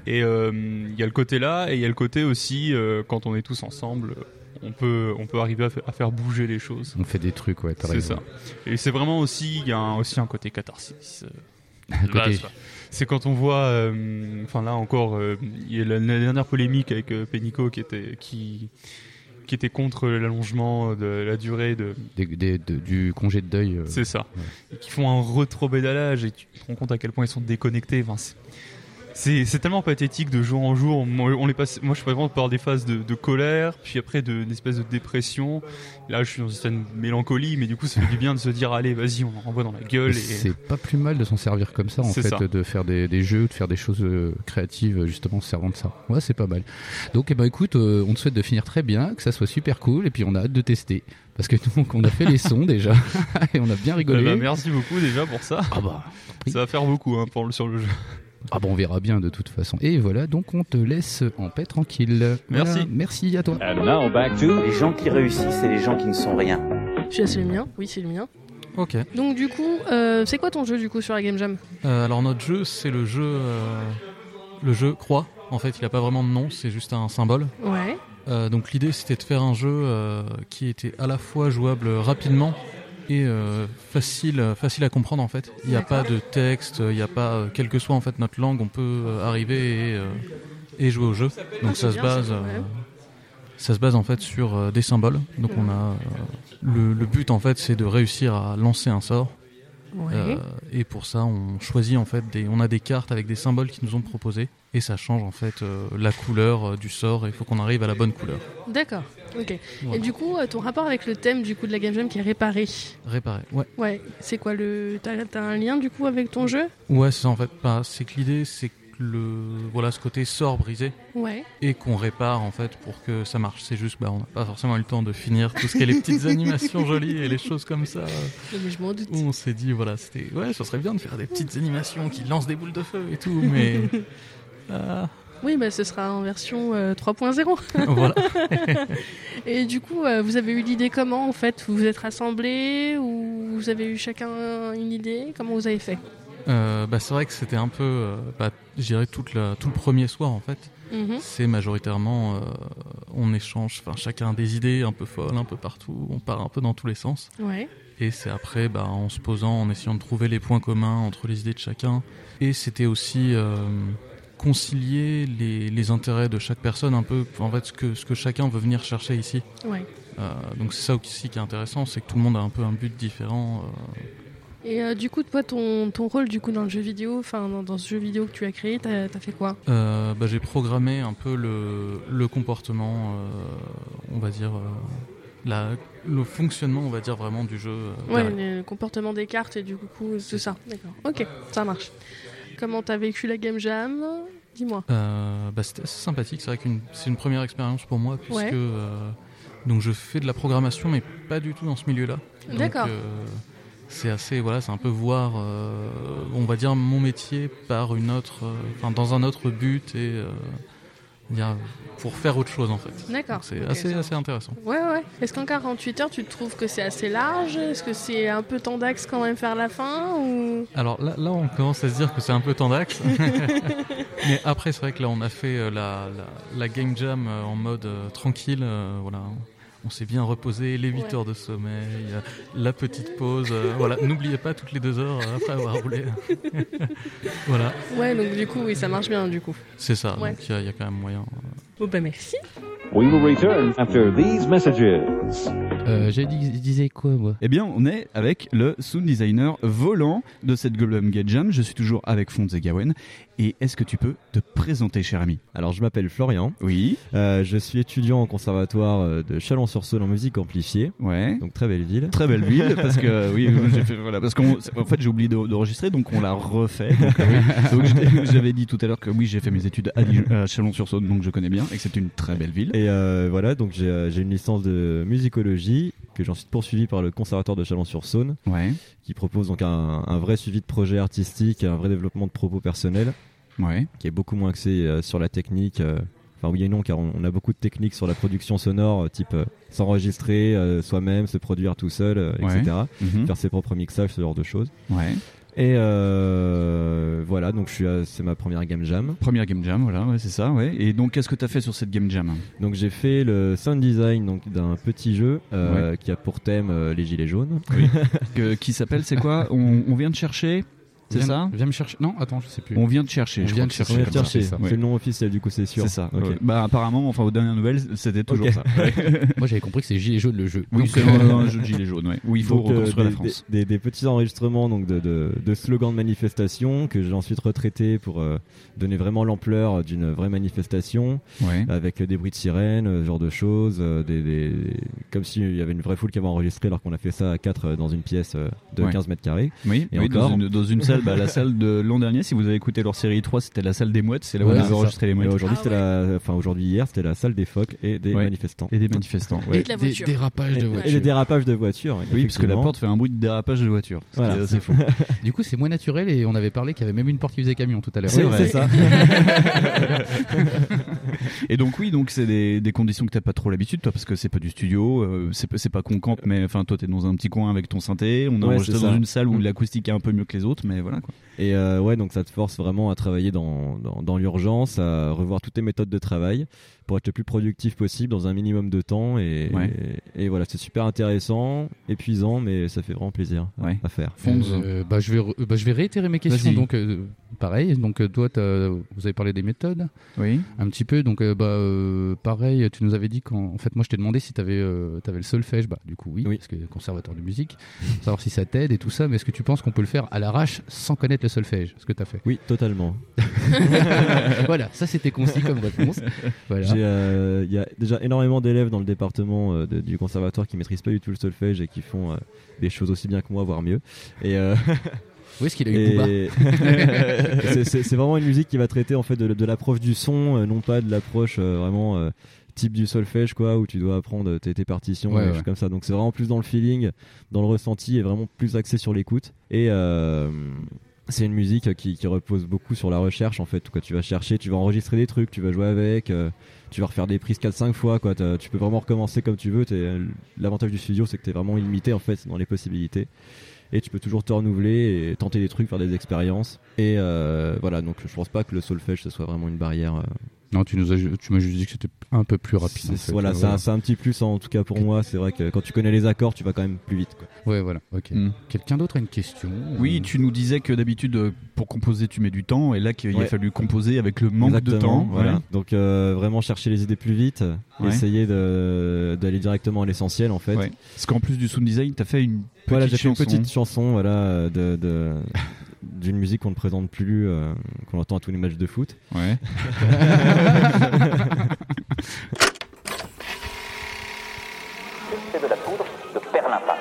Speaker 16: Et euh, il y a le côté là, et il y a le côté aussi, euh, quand on est tous ensemble, on peut, on peut arriver à, fa- à faire bouger les choses.
Speaker 4: On fait des trucs, ouais, t'as
Speaker 16: C'est
Speaker 4: raison.
Speaker 16: ça. Et c'est vraiment aussi, il y a un- aussi un côté catharsis. euh, de
Speaker 4: Côté-
Speaker 16: base, quoi. C'est quand on voit, euh, enfin là encore, euh, il y a la, la dernière polémique avec euh, Pénicaud qui était, qui, qui était contre l'allongement de la durée de.
Speaker 4: Des- des- de- du congé de deuil. euh,
Speaker 16: C'est ça.
Speaker 4: ouais.
Speaker 16: Et qui font un rétro-pédalage et tu te rends compte à quel point ils sont déconnectés. Enfin, c'est- c'est c'est tellement pathétique de jour en jour. Moi, on les passe, moi je suis vraiment par des phases de, de colère, puis après de- d'une espèce de dépression. Là, je suis dans une certaine mélancolie, mais du coup, ça fait du bien de se dire allez, vas-y, on en renvoie dans la gueule. Et...
Speaker 4: C'est pas plus mal de s'en servir comme ça, en
Speaker 16: C'est
Speaker 4: fait,
Speaker 16: ça.
Speaker 4: de faire des, des jeux, de faire des choses euh, créatives, euh, justement, se servant de ça. Ouais, c'est pas mal. Donc, eh ben, écoute, euh, on te souhaite de finir très bien, que ça soit super cool, et puis on a hâte de tester. Parce que donc, on a fait les sons déjà, et on a bien rigolé.
Speaker 16: Eh ben, merci beaucoup déjà pour ça.
Speaker 4: bah,
Speaker 16: ça va faire beaucoup hein, pour le, sur le jeu.
Speaker 4: Ah bon, on verra bien de toute façon. Et voilà, donc on te laisse en paix tranquille.
Speaker 16: Merci.
Speaker 4: Voilà, merci à toi.
Speaker 1: Les gens qui réussissent et les gens qui ne sont rien.
Speaker 9: Tu as c'est le mien Oui, c'est le mien.
Speaker 22: Ok.
Speaker 9: Donc du coup, euh, c'est quoi ton jeu du coup sur la Game Jam
Speaker 22: Euh, alors notre jeu, c'est le jeu, euh, le jeu croix. En fait, il n'a pas vraiment de nom, c'est juste un symbole.
Speaker 9: Ouais.
Speaker 22: Euh, donc l'idée, c'était de faire un jeu euh, qui était à la fois jouable rapidement et euh, facile, facile à comprendre en fait. Il n'y a pas de texte, il n'y a pas, euh, quelle que soit en fait notre langue, on peut euh, arriver et, euh, et jouer au jeu.
Speaker 9: Ah,
Speaker 22: Donc
Speaker 9: c'est
Speaker 22: ça se
Speaker 9: bien, ça,
Speaker 22: base.
Speaker 9: ouais.
Speaker 22: euh, ça se base en fait sur euh, des symboles. Donc on a euh, le, le but en fait c'est de réussir à lancer un sort. Euh,
Speaker 9: Ouais.
Speaker 22: et pour ça on choisit en fait des, on a des cartes avec des symboles qui nous ont proposés et ça change en fait euh, la couleur euh, du sort. Il faut qu'on arrive à la bonne couleur.
Speaker 9: D'accord. Ok.
Speaker 22: Voilà.
Speaker 9: Et du coup, euh, ton rapport avec le thème du coup de la Game Jam qui est réparé.
Speaker 22: Réparer. Ouais.
Speaker 9: Ouais. C'est quoi le T'as t'as un lien du coup avec ton jeu
Speaker 22: Ouais, c'est ça en fait. Bah, c'est que l'idée, c'est que le voilà ce côté sort brisé
Speaker 9: Ouais.
Speaker 22: et qu'on répare en fait pour que ça marche. C'est juste, bah, on n'a pas forcément eu le temps de finir tout ce qui est les petites animations jolies et les choses comme ça.
Speaker 9: Non, mais je m'en doute.
Speaker 22: On s'est dit voilà, c'était ouais, ça serait bien de faire des petites animations qui lancent des boules de feu et tout, mais ah,
Speaker 9: Oui, bah, ce sera en version euh, 3.0.
Speaker 22: Voilà.
Speaker 9: Et du coup, euh, vous avez eu l'idée comment en fait Vous vous êtes rassemblés ou vous avez eu chacun une idée Comment vous avez fait
Speaker 22: Euh, bah, c'est vrai que c'était un peu, euh, bah, je dirais, toute la- tout le premier soir en fait.
Speaker 9: Mhm.
Speaker 22: C'est majoritairement, euh, on échange, enfin chacun a des idées un peu folles, un peu partout, on part un peu dans tous les sens.
Speaker 9: Ouais.
Speaker 22: Et c'est après, bah, en se posant, en essayant de trouver les points communs entre les idées de chacun. Et c'était aussi euh, concilier les, les intérêts de chaque personne, un peu, en fait, ce que, ce que chacun veut venir chercher ici.
Speaker 9: Ouais.
Speaker 22: Euh, donc c'est ça aussi qui est intéressant, c'est que tout le monde a un peu un but différent. euh.
Speaker 9: Et euh, du coup, toi, ton, ton rôle du coup dans le jeu vidéo, enfin dans, dans ce jeu vidéo que tu as créé, t'as as fait quoi
Speaker 22: Euh, bah, j'ai programmé un peu le, le comportement, euh, on va dire, euh, la, le fonctionnement, on va dire vraiment du jeu. euh,
Speaker 9: Ouais,
Speaker 22: derrière.
Speaker 9: le comportement des cartes et du coup tout ça. D'accord. Ok, ça marche. Comment t'as vécu la game jam Dis-moi.
Speaker 22: Euh, bah, c'était assez sympathique. C'est vrai que c'est une première expérience pour moi puisque
Speaker 9: Ouais.
Speaker 22: euh, donc je fais de la programmation mais pas du tout dans ce milieu-là. Donc,
Speaker 9: D'accord.
Speaker 22: euh, c'est assez voilà, c'est un peu voir, euh, on va dire mon métier par une autre, euh, enfin dans un autre but et euh, dire, pour faire autre chose en fait.
Speaker 9: D'accord.
Speaker 22: Donc, C'est
Speaker 9: Ok,
Speaker 22: assez
Speaker 9: ça
Speaker 22: assez intéressant.
Speaker 9: Ouais, ouais. Est-ce qu'en 48 heures, tu trouves que c'est assez large Est-ce que c'est un peu tendax quand même vers la fin ou...
Speaker 22: Alors là, là, on commence à se dire que c'est un peu tendax. Mais après, c'est vrai que là, on a fait euh, la, la- la game jam euh, en mode euh, tranquille. euh, voilà, on, on s'est bien reposé, les 8
Speaker 2: Ouais.
Speaker 22: heures de sommeil, euh, la petite pause. euh, voilà, n'oubliez pas toutes les deux heures euh, après avoir roulé. voilà,
Speaker 9: Ouais, donc du coup, oui, ça marche bien du coup.
Speaker 22: c'est ça.
Speaker 9: Ouais.
Speaker 22: Donc il y a- il y, a quand même moyen. euh.
Speaker 9: Bon, bah merci.
Speaker 6: We will return after these messages.
Speaker 4: Euh, je dis- disais quoi, moi
Speaker 8: Eh bien, on est avec le sound designer volant de cette Goblin Gate Jam. Je suis toujours avec Fonz et Gawen. Et est-ce que tu peux te présenter, cher ami
Speaker 3: Alors, je m'appelle Florian.
Speaker 8: Oui.
Speaker 3: Euh, je suis étudiant en conservatoire euh, de Chalon-sur-Saône en musique amplifiée.
Speaker 8: Ouais.
Speaker 3: Donc, très belle ville.
Speaker 8: Très belle ville, parce que euh, oui, j'ai fait, voilà, parce qu'en fait j'ai oublié d'en- d'enregistrer, donc on l'a refait. Donc, euh, oui. Donc, j'étais- j'avais dit tout à l'heure que oui, j'ai fait mes études à, Dijon- à Chalon-sur-Saône, donc je connais bien, et que c'est une très belle ville.
Speaker 3: Et euh, voilà, donc j'ai euh, j'ai une licence de musicologie que j'ai ensuite poursuivie par le conservatoire de Chalon-sur-Saône, qui propose donc un, un vrai suivi de projet artistique, un vrai développement de propos personnels, qui est beaucoup moins axé euh, sur la technique. euh, Enfin oui et non, car on, on a beaucoup de techniques sur la production sonore, euh, type euh, s'enregistrer euh, soi-même, se produire tout seul, euh,
Speaker 8: Ouais.
Speaker 3: etc.
Speaker 8: Mhm.
Speaker 3: Faire ses propres mixages, ce genre de choses.
Speaker 8: Ouais.
Speaker 3: Et euh, voilà, donc je suis à- c'est ma première game jam.
Speaker 8: Première game jam, voilà, ouais, c'est ça, ouais. Et donc qu'est-ce que t'as fait sur cette game jam
Speaker 3: Donc j'ai fait le sound design donc d'un petit jeu euh,
Speaker 8: Ouais.
Speaker 3: qui a pour thème euh, les gilets jaunes.
Speaker 8: Que- Qui s'appelle, c'est quoi on, on vient de chercher, c'est
Speaker 3: Viens-
Speaker 8: ça
Speaker 22: Viens me chercher. Non, attends, je sais plus.
Speaker 8: On vient de chercher.
Speaker 3: On
Speaker 8: je
Speaker 3: vient
Speaker 8: crois
Speaker 3: de
Speaker 8: que c'est
Speaker 3: chercher,
Speaker 8: comme ça.
Speaker 3: c'est ça.
Speaker 8: Ouais.
Speaker 3: C'est le nom officiel, du coup, c'est sûr.
Speaker 8: C'est ça.
Speaker 3: Ok.
Speaker 8: ouais. Bah apparemment, enfin aux dernières nouvelles, c'était toujours
Speaker 3: Ok.
Speaker 8: ça.
Speaker 4: Moi, j'avais compris que c'est Gilets jaunes le jeu.
Speaker 8: Oui,
Speaker 4: Donc,
Speaker 8: c'est
Speaker 4: euh,
Speaker 8: un, un jeu de gilets jaunes, ouais, où il faut
Speaker 3: Donc, euh,
Speaker 8: reconstruire
Speaker 3: des,
Speaker 8: la France.
Speaker 3: Des, des- des petits enregistrements donc de, de- de slogans de manifestation que j'ai ensuite retraité pour euh, donner vraiment l'ampleur d'une vraie manifestation
Speaker 8: Ouais.
Speaker 3: avec euh, des bruits de sirène, euh, ce genre de choses, euh, des, des- comme s'il y avait une vraie foule qui avait enregistré alors qu'on a fait ça à 4 dans une pièce euh, de
Speaker 8: Ouais.
Speaker 3: 15 mètres carrés.
Speaker 8: Oui,
Speaker 3: et
Speaker 8: oui,
Speaker 3: encore.
Speaker 8: Dans, une, dans une salle, bah, la salle de l'an dernier, si vous avez écouté leur série 3, c'était la salle des mouettes, c'est là où
Speaker 3: Ouais,
Speaker 8: on
Speaker 3: c'est
Speaker 8: avait
Speaker 3: ça.
Speaker 8: enregistré les
Speaker 3: Et
Speaker 8: mouettes.
Speaker 3: Aujourd'hui, c'était la, enfin aujourd'hui hier, c'était la salle des phoques et des
Speaker 8: Ouais.
Speaker 3: manifestants.
Speaker 8: Et des manifestants.
Speaker 3: Ouais.
Speaker 4: Et de la Des- voiture. des dérapages de
Speaker 3: Et- Et
Speaker 4: voiture.
Speaker 3: des dérapages de voiture.
Speaker 8: Oui, parce que la
Speaker 3: effectivement.
Speaker 8: porte fait un bruit de dérapage de voiture. ce qui
Speaker 3: Voilà.
Speaker 8: est assez fou.
Speaker 23: Du coup, c'est moins naturel et on avait parlé qu'il y avait même une porte qui faisait camion tout à l'heure.
Speaker 8: C'est vrai. et donc oui, donc c'est des, des conditions que t'as pas trop l'habitude, toi, parce que c'est pas du studio, euh, c'est pas- c'est pas concamp, mais enfin toi t'es dans un petit coin avec ton synthé, on a
Speaker 3: Ouais,
Speaker 8: enregistré
Speaker 3: c'est
Speaker 8: dans
Speaker 3: ça.
Speaker 8: une salle où l'acoustique est un peu mieux que les autres, mais voilà quoi.
Speaker 3: Et euh, ouais, donc ça te force vraiment à travailler dans, dans, dans l'urgence, à revoir toutes tes méthodes de travail pour être le plus productif possible dans un minimum de temps. Et,
Speaker 8: Ouais.
Speaker 3: et, et voilà, c'est super intéressant, épuisant, mais ça fait vraiment plaisir à- à faire.
Speaker 4: Euh, bah, je vais, re- bah, je vais réitérer mes questions.
Speaker 3: Vas-y.
Speaker 4: Donc, euh, pareil. Donc, euh, toi, t'as- vous avez parlé des méthodes.
Speaker 8: Oui.
Speaker 4: Un petit peu. Donc, euh, bah, euh, pareil, tu nous avais dit qu'en en fait, moi, je t'ai demandé si t'avais avais le solfège. Bah, du coup, oui, parce que conservatoire de musique. savoir si ça t'aide et tout ça. Mais est-ce que tu penses qu'on peut le faire à l'arrache sans connaître le solfège Ce que t'as fait.
Speaker 3: Oui, totalement.
Speaker 4: voilà, ça c'était concis comme réponse. Voilà.
Speaker 3: J'ai, euh, Il y a déjà énormément d'élèves dans le département euh, de- du conservatoire qui maîtrisent pas du tout le solfège et qui font euh, des choses aussi bien que moi, voire mieux. Et euh,
Speaker 4: Où est-ce qu'il a eu
Speaker 3: et-
Speaker 4: Booba
Speaker 3: C'est- c'est c'est vraiment une musique qui va traiter en fait de, de l'approche du son, euh, non pas de l'approche euh, vraiment euh, type du solfège quoi, où tu dois apprendre tes, tes partitions,
Speaker 4: Ouais,
Speaker 3: des
Speaker 4: ouais.
Speaker 3: choses comme ça. Donc c'est vraiment plus dans le feeling, dans le ressenti et vraiment plus axé sur l'écoute. Et euh, c'est une musique qui, qui repose beaucoup sur la recherche en fait. Quoi. Tu vas chercher, tu vas enregistrer des trucs, tu vas jouer avec, euh, tu vas refaire des prises 4-5 fois. Quoi. T'as- Tu peux vraiment recommencer comme tu veux. T'es- L'avantage du studio c'est que tu es vraiment limité en fait dans les possibilités. Et tu peux toujours te renouveler et tenter des trucs, faire des expériences. Et euh, voilà, donc je pense pas que le solfège ce soit vraiment une barrière euh,
Speaker 4: Non, tu nous as ju- tu m'as juste dit que c'était un peu plus rapide. en
Speaker 3: C'est-
Speaker 4: fait.
Speaker 3: Voilà,
Speaker 4: Euh,
Speaker 3: c'est un- c'est un petit plus hein, en tout cas pour moi. C'est vrai que quand tu connais les accords, tu vas quand même plus vite. Quoi.
Speaker 4: Ouais, voilà. Ok. Quelqu'un d'autre a une question
Speaker 8: Mm. Oui, tu nous disais que d'habitude euh, pour composer tu mets du temps et là qu'il a
Speaker 3: Ouais.
Speaker 8: fallu composer avec le manque de
Speaker 3: Exactement,
Speaker 8: temps.
Speaker 3: Voilà.
Speaker 8: Ouais.
Speaker 3: Donc euh, vraiment chercher les idées plus vite,
Speaker 8: Ouais.
Speaker 3: essayer de- d'aller directement à l'essentiel en fait.
Speaker 8: Ouais. Parce qu'en plus du sound design, t'as fait une petite
Speaker 3: voilà, j'ai fait une
Speaker 8: chanson.
Speaker 3: petite chanson voilà, euh, de, de- d'une musique qu'on ne présente plus, euh, qu'on entend à tous les matchs de foot.
Speaker 8: Ouais.
Speaker 24: C'est de la poudre de perlimpin.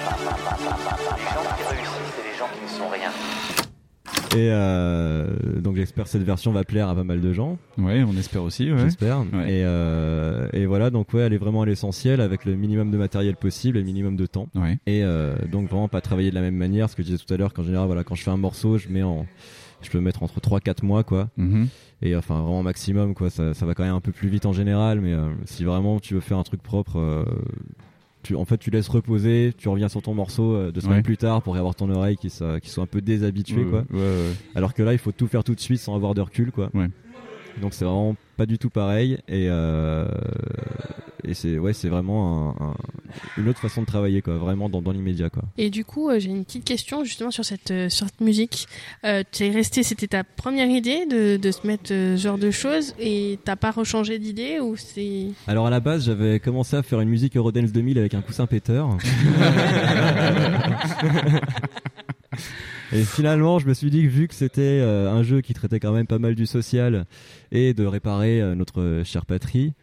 Speaker 1: Les gens qui réussissent, c'est les gens qui ne sont rien.
Speaker 3: Et euh, donc j'espère que cette version va plaire à pas mal de gens.
Speaker 8: Ouais, on espère aussi.
Speaker 3: J'espère. Et, euh, et voilà, donc ouais, aller vraiment à l'essentiel avec le minimum de matériel possible et le minimum de temps. Et euh, donc vraiment pas travailler de la même manière, ce que je disais tout à l'heure, qu'en général, voilà, quand je fais un morceau, je mets en, je peux mettre entre 3-4 mois, quoi.
Speaker 8: Mhm.
Speaker 3: Et enfin vraiment maximum, quoi. Ça, ça va quand même un peu plus vite en général, mais euh, si vraiment tu veux faire un truc propre. euh, tu, en fait, tu laisses reposer, tu reviens sur ton morceau euh, deux semaines
Speaker 8: Ouais.
Speaker 3: plus tard pour avoir ton oreille qui, soit- qui soit un peu déshabituée.
Speaker 8: Ouais,
Speaker 3: quoi.
Speaker 8: ouais, ouais.
Speaker 3: Alors que là, il faut tout faire tout de suite sans avoir de recul, quoi. Donc c'est vraiment pas du tout pareil et euh, et c'est ouais c'est vraiment un- un- une autre façon de travailler quoi, vraiment dans, dans l'immédiat quoi.
Speaker 9: Et du coup, euh, j'ai une petite question justement sur cette, euh, sur cette musique. Euh, tu es resté, c'était ta première idée de, de se mettre euh, ce genre de choses et t'as pas rechangé d'idée ou c'est.
Speaker 3: Alors à la base, j'avais commencé à faire une musique Eurodance 2000 avec un coussin péteur. Et finalement, je me suis dit que vu que c'était euh, un jeu qui traitait quand même pas mal du social et de réparer euh, notre euh, chère patrie,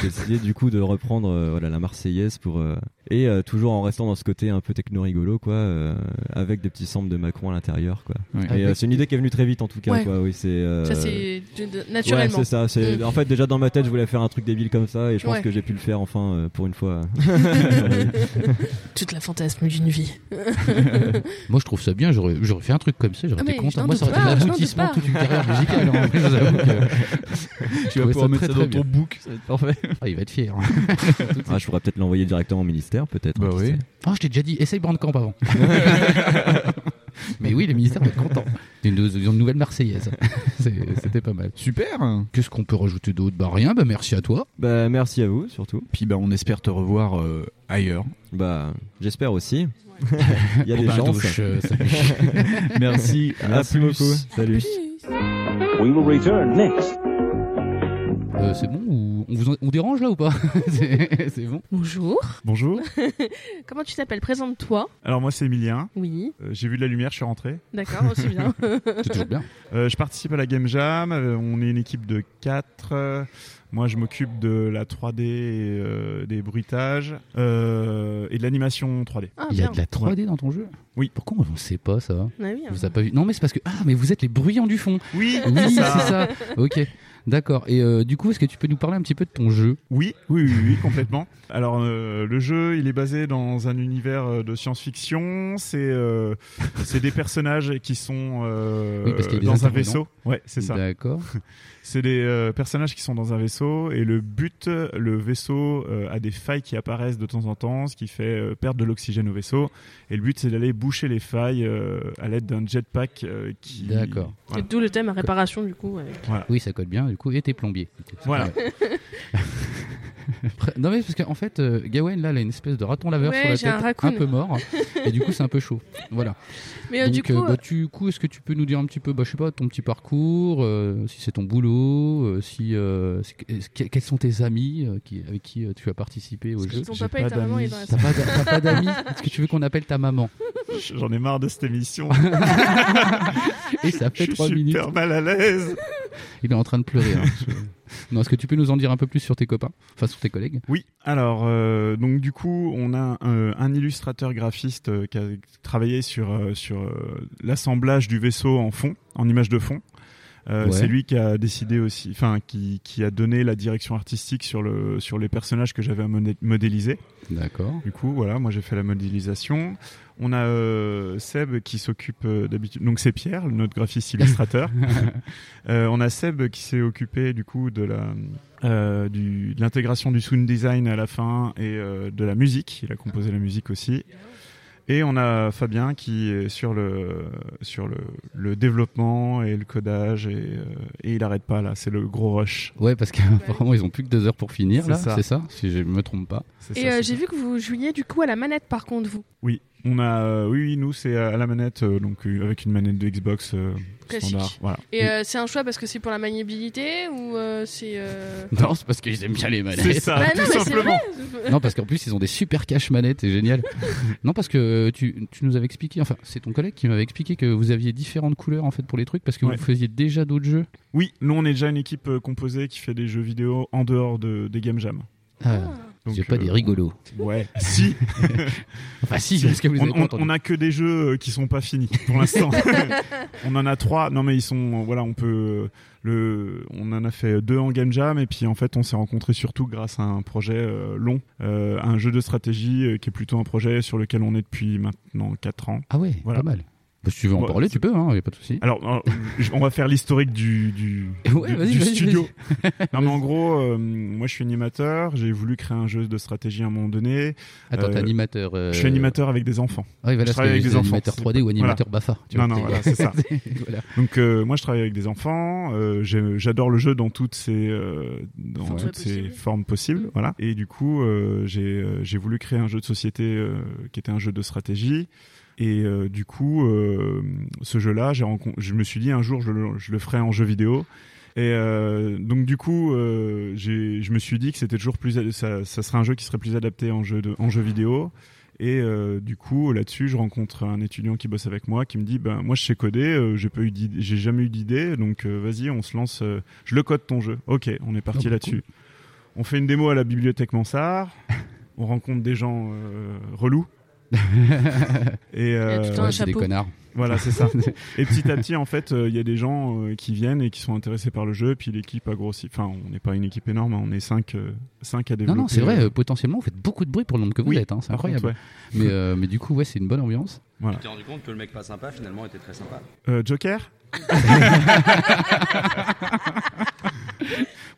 Speaker 3: j'ai décidé du coup de reprendre euh, voilà la Marseillaise pour euh, et euh, toujours en restant dans ce côté un peu techno rigolo quoi, euh, avec des petits samples de Macron à l'intérieur quoi.
Speaker 8: Ouais.
Speaker 3: Et euh,
Speaker 8: Avec-
Speaker 3: c'est une idée qui est venue très vite en tout cas
Speaker 9: Ouais.
Speaker 3: quoi. Oui, c'est euh,
Speaker 9: Ça, c'est de- de- naturellement.
Speaker 3: Ouais, c'est ça. c'est-
Speaker 9: Mm.
Speaker 3: Euh, En fait, déjà dans ma tête, je voulais faire un truc débile comme ça, et je pense
Speaker 9: Ouais.
Speaker 3: que j'ai pu le faire enfin euh, pour une fois.
Speaker 9: Toute la fantasme d'une vie.
Speaker 4: Moi, je trouve ça bien. J'aurais j'aurais fait un truc comme ça. J'aurais
Speaker 9: Ah,
Speaker 4: été
Speaker 9: mais je
Speaker 4: content.
Speaker 9: n'en
Speaker 4: Moi, ça
Speaker 9: doute
Speaker 4: aurait été
Speaker 9: pas, je n'en
Speaker 4: l'aboutissement de
Speaker 9: doute
Speaker 4: toute une
Speaker 9: pas.
Speaker 4: carrière musicale. hein. Je vous avoue que- je
Speaker 8: Tu vas
Speaker 4: trouvais
Speaker 8: pouvoir mettre ça
Speaker 4: très,
Speaker 8: dans
Speaker 4: très
Speaker 8: ton
Speaker 4: bien.
Speaker 8: book, ça va être hein. parfait.
Speaker 4: Ah, il va être fier.
Speaker 3: Ah, je pourrais peut-être l'envoyer directement au ministère, peut-être. Bah oui.
Speaker 4: Ah, je t'ai déjà dit, essaye Brandcamp avant. Mais oui, le ministère va être content. Une, nou- une nouvelle Marseillaise. C'est- C'était pas mal.
Speaker 8: Super
Speaker 4: Qu'est-ce qu'on peut rajouter d'autre Bah rien, bah merci à toi.
Speaker 3: Bah merci à vous surtout.
Speaker 8: Puis bah on espère te revoir euh, ailleurs.
Speaker 3: Bah j'espère aussi. Il y a
Speaker 8: Bon,
Speaker 3: des
Speaker 8: bah,
Speaker 3: gens.
Speaker 8: douche, euh, salut. Merci, à
Speaker 3: Merci
Speaker 8: plus.
Speaker 3: beaucoup. Salut.
Speaker 6: We will return next.
Speaker 4: Euh, c'est bon ou on, vous en- on dérange là ou pas C'est c'est bon
Speaker 9: Bonjour.
Speaker 2: Bonjour.
Speaker 9: Comment tu t'appelles Présente-toi.
Speaker 2: Alors moi c'est Emilien.
Speaker 9: Oui.
Speaker 2: Euh, J'ai vu de la lumière, je suis rentré.
Speaker 9: D'accord, oh, c'est bien. C'est toujours bien.
Speaker 2: Euh, je participe à la Game Jam. euh, on est une équipe de 4. Moi je m'occupe de la 3D, et, euh, des bruitages euh, et de l'animation 3D.
Speaker 9: Ah,
Speaker 4: Il y a de la 3D dans ton jeu
Speaker 2: Oui.
Speaker 4: Pourquoi on ne sait pas
Speaker 9: Bah
Speaker 4: ça
Speaker 2: Ah oui, hein.
Speaker 4: Vous avez pas vu Non, mais c'est parce que. Ah, mais vous êtes les bruyants du fond
Speaker 2: Oui,
Speaker 4: Oui,
Speaker 2: c'est
Speaker 4: c'est
Speaker 2: ça.
Speaker 4: ça Ok, d'accord. Et euh, du coup, est-ce que tu peux nous parler un petit peu de ton jeu
Speaker 2: Oui, oui, oui, oui, complètement. Alors euh, le jeu, il est basé dans un univers euh, de science-fiction. C'est euh, c'est des personnages qui sont euh,
Speaker 4: Oui, parce qu'il y a des
Speaker 2: dans un
Speaker 4: intervenants.
Speaker 2: vaisseau. Ouais, c'est ça.
Speaker 4: D'accord.
Speaker 2: C'est des euh, personnages qui sont dans un vaisseau et le but, le vaisseau euh, a des failles qui apparaissent de temps en temps, ce qui fait euh, perdre de l'oxygène au vaisseau. Et le but, c'est d'aller boucher les failles euh, à l'aide d'un jetpack euh, qui.
Speaker 4: D'accord.
Speaker 9: Et
Speaker 2: Voilà.
Speaker 9: d'où le thème à réparation du coup. avec-
Speaker 4: Oui, ça colle bien, du coup, et t'es plombier.
Speaker 2: Voilà.
Speaker 4: Ouais. Après- non, mais parce qu'en fait, euh, Gawain, là, elle a une espèce de raton laveur
Speaker 9: Ouais,
Speaker 4: sur
Speaker 9: j'ai
Speaker 4: la
Speaker 9: un
Speaker 4: tête,
Speaker 9: raccoon.
Speaker 4: peu mort, hein. et du coup, c'est un peu chaud. Voilà.
Speaker 9: Mais, euh,
Speaker 4: Donc,
Speaker 9: du coup,
Speaker 4: bah,
Speaker 9: euh,
Speaker 4: du coup, est-ce que tu peux nous dire un petit peu, bah, je sais pas, ton petit parcours, euh, si c'est ton boulot, euh, si, euh, c'est- est-ce que- quels sont tes amis euh, qui, avec qui euh, tu as participé au jeu
Speaker 9: ton J'ai papa et pas ta maman, d'amis. ils dans la
Speaker 4: T'as pas
Speaker 9: salle.
Speaker 4: d'a- t'as pas d'amis Est-ce que tu veux qu'on appelle ta maman
Speaker 2: J'en ai marre de cette émission.
Speaker 4: Et ça fait
Speaker 2: Je suis
Speaker 4: trois minutes.
Speaker 2: super mal à l'aise.
Speaker 4: Il est en train de pleurer. hein. Je- Non, est-ce que tu peux nous en dire un peu plus sur tes copains, enfin sur tes collègues
Speaker 2: Oui, alors euh, donc du coup, on a un, euh, un illustrateur graphiste euh, qui a travaillé sur euh, sur euh, l'assemblage du vaisseau en fond, en image de fond. Euh,
Speaker 16: Ouais.
Speaker 2: C'est lui qui a décidé aussi, enfin qui, qui a donné la direction artistique sur le sur les personnages que j'avais à modé- modéliser.
Speaker 4: D'accord.
Speaker 2: Du coup, voilà, moi j'ai fait la modélisation. On a euh, Seb qui s'occupe euh, d'habitude. Donc c'est Pierre, notre graphiste illustrateur. Euh, on a Seb qui s'est occupé du coup de la euh, du- de l'intégration du sound design à la fin et euh, de la musique. Il a composé la musique aussi. Et on a Fabien qui est sur le sur le, le développement et le codage et, euh, et il arrête pas là. C'est le gros rush.
Speaker 4: Ouais, parce qu'apparemment, ils ont plus que deux heures pour finir,
Speaker 2: C'est
Speaker 4: là,
Speaker 2: ça.
Speaker 4: c'est ça Si je me trompe pas.
Speaker 9: Et euh, j'ai vu que vous jouiez du coup à la manette par contre vous.
Speaker 2: Oui, on a euh, oui, oui, nous c'est à la manette euh, donc euh, avec une manette de Xbox euh,
Speaker 9: Classique.
Speaker 2: standard. Voilà.
Speaker 9: Et euh, c'est un choix parce que c'est pour la maniabilité ou euh, c'est. euh,
Speaker 4: Non, c'est parce qu'ils aiment bien les manettes.
Speaker 2: C'est ça, Bah
Speaker 9: non, tout mais c'est simplement. vrai.
Speaker 4: Non, parce qu'en plus, ils ont des super cache manettes, c'est génial. non, parce que tu, tu nous avais expliqué, enfin, c'est ton collègue qui m'avait expliqué que vous aviez différentes couleurs en fait pour les trucs parce que
Speaker 2: Ouais.
Speaker 4: vous faisiez déjà d'autres jeux.
Speaker 2: Oui, nous on est déjà une équipe euh, composée qui fait des jeux vidéo en dehors de, des game jam. euh,
Speaker 4: Ah. J'ai pas des rigolos.
Speaker 2: Ouais, si.
Speaker 4: Enfin, Bah, si, parce que vous
Speaker 2: on,
Speaker 4: avez pas
Speaker 2: on-
Speaker 4: entendu.
Speaker 2: on a que des jeux euh, qui sont pas finis pour l'instant. on en a trois. Non mais ils sont voilà, on peut euh, le, on en a fait deux en game jam et puis en fait on s'est rencontrés surtout grâce à un projet euh, long, euh, un jeu de stratégie euh, qui est plutôt un projet sur lequel on est depuis maintenant quatre ans.
Speaker 4: Ah ouais,
Speaker 2: voilà.
Speaker 4: pas mal. Bah, si tu veux en
Speaker 2: Ouais,
Speaker 4: parler, tu peux, hein, y a pas de souci.
Speaker 2: Alors, alors, je- on va faire l'historique du, du,
Speaker 4: Ouais,
Speaker 2: du-
Speaker 4: vas-y,
Speaker 2: du
Speaker 4: vas-y,
Speaker 2: studio. non, mais en gros, euh, moi je suis animateur, j'ai voulu créer un jeu de stratégie à un moment donné.
Speaker 4: Attends,
Speaker 2: Euh,
Speaker 4: t'es animateur, euh,
Speaker 2: Je suis animateur avec des enfants.
Speaker 4: Ah oui, voilà,
Speaker 2: je
Speaker 4: parce que
Speaker 2: travaille avec
Speaker 4: c'est
Speaker 2: des enfants.
Speaker 4: animateur 3D ou animateur
Speaker 2: Voilà.
Speaker 4: BAFA, tu
Speaker 2: non,
Speaker 4: vois,
Speaker 2: non,
Speaker 4: c'est-
Speaker 2: voilà, c'est ça.
Speaker 4: Voilà.
Speaker 2: Donc, euh, moi je travaille avec des enfants, euh, j'ai- j'adore le jeu dans toutes ses, euh, dans
Speaker 4: Formes
Speaker 2: toutes ses formes possibles. Voilà. Et du coup, euh, j'ai euh, j'ai voulu créer un jeu de société euh, qui était un jeu de stratégie. Et euh, du coup, euh, ce jeu-là, j'ai rencon- je me suis dit un jour, je le, je le ferai en jeu vidéo. Et euh, donc du coup, euh, j'ai- je me suis dit que c'était toujours plus, ad- ça, ça serait un jeu qui serait plus adapté en jeu, de, en jeu vidéo. Et euh, du coup, là-dessus, je rencontre un étudiant qui bosse avec moi, qui me dit, ben moi je sais coder, euh, j'ai pas eu d'idée- j'ai jamais eu d'idée, donc euh, vas-y, on se lance, euh, je le code ton jeu. Ok, on est parti
Speaker 4: bah,
Speaker 2: là-dessus. On fait une démo à la bibliothèque Mansart. on rencontre des gens euh, relous. et
Speaker 4: Il y a tout le temps un Ouais, c'est des chapeau. connards.
Speaker 2: Voilà, c'est ça. et petit à petit, en fait, euh, il y a des gens euh, qui viennent et qui sont intéressés par le jeu. Puis l'équipe a grossi. Enfin, on n'est pas une équipe énorme, hein, on est 5 cinq à
Speaker 4: Non,
Speaker 2: développer.
Speaker 4: non, c'est vrai, euh, potentiellement, vous faites beaucoup de bruit pour le nombre que vous
Speaker 2: Oui,
Speaker 4: êtes, hein, c'est
Speaker 2: par
Speaker 4: incroyable.
Speaker 2: contre,
Speaker 4: mais, euh, mais du coup, ouais, c'est une bonne ambiance.
Speaker 2: Voilà.
Speaker 25: Tu t'es rendu compte que le mec pas sympa finalement était très sympa.
Speaker 2: Euh, Joker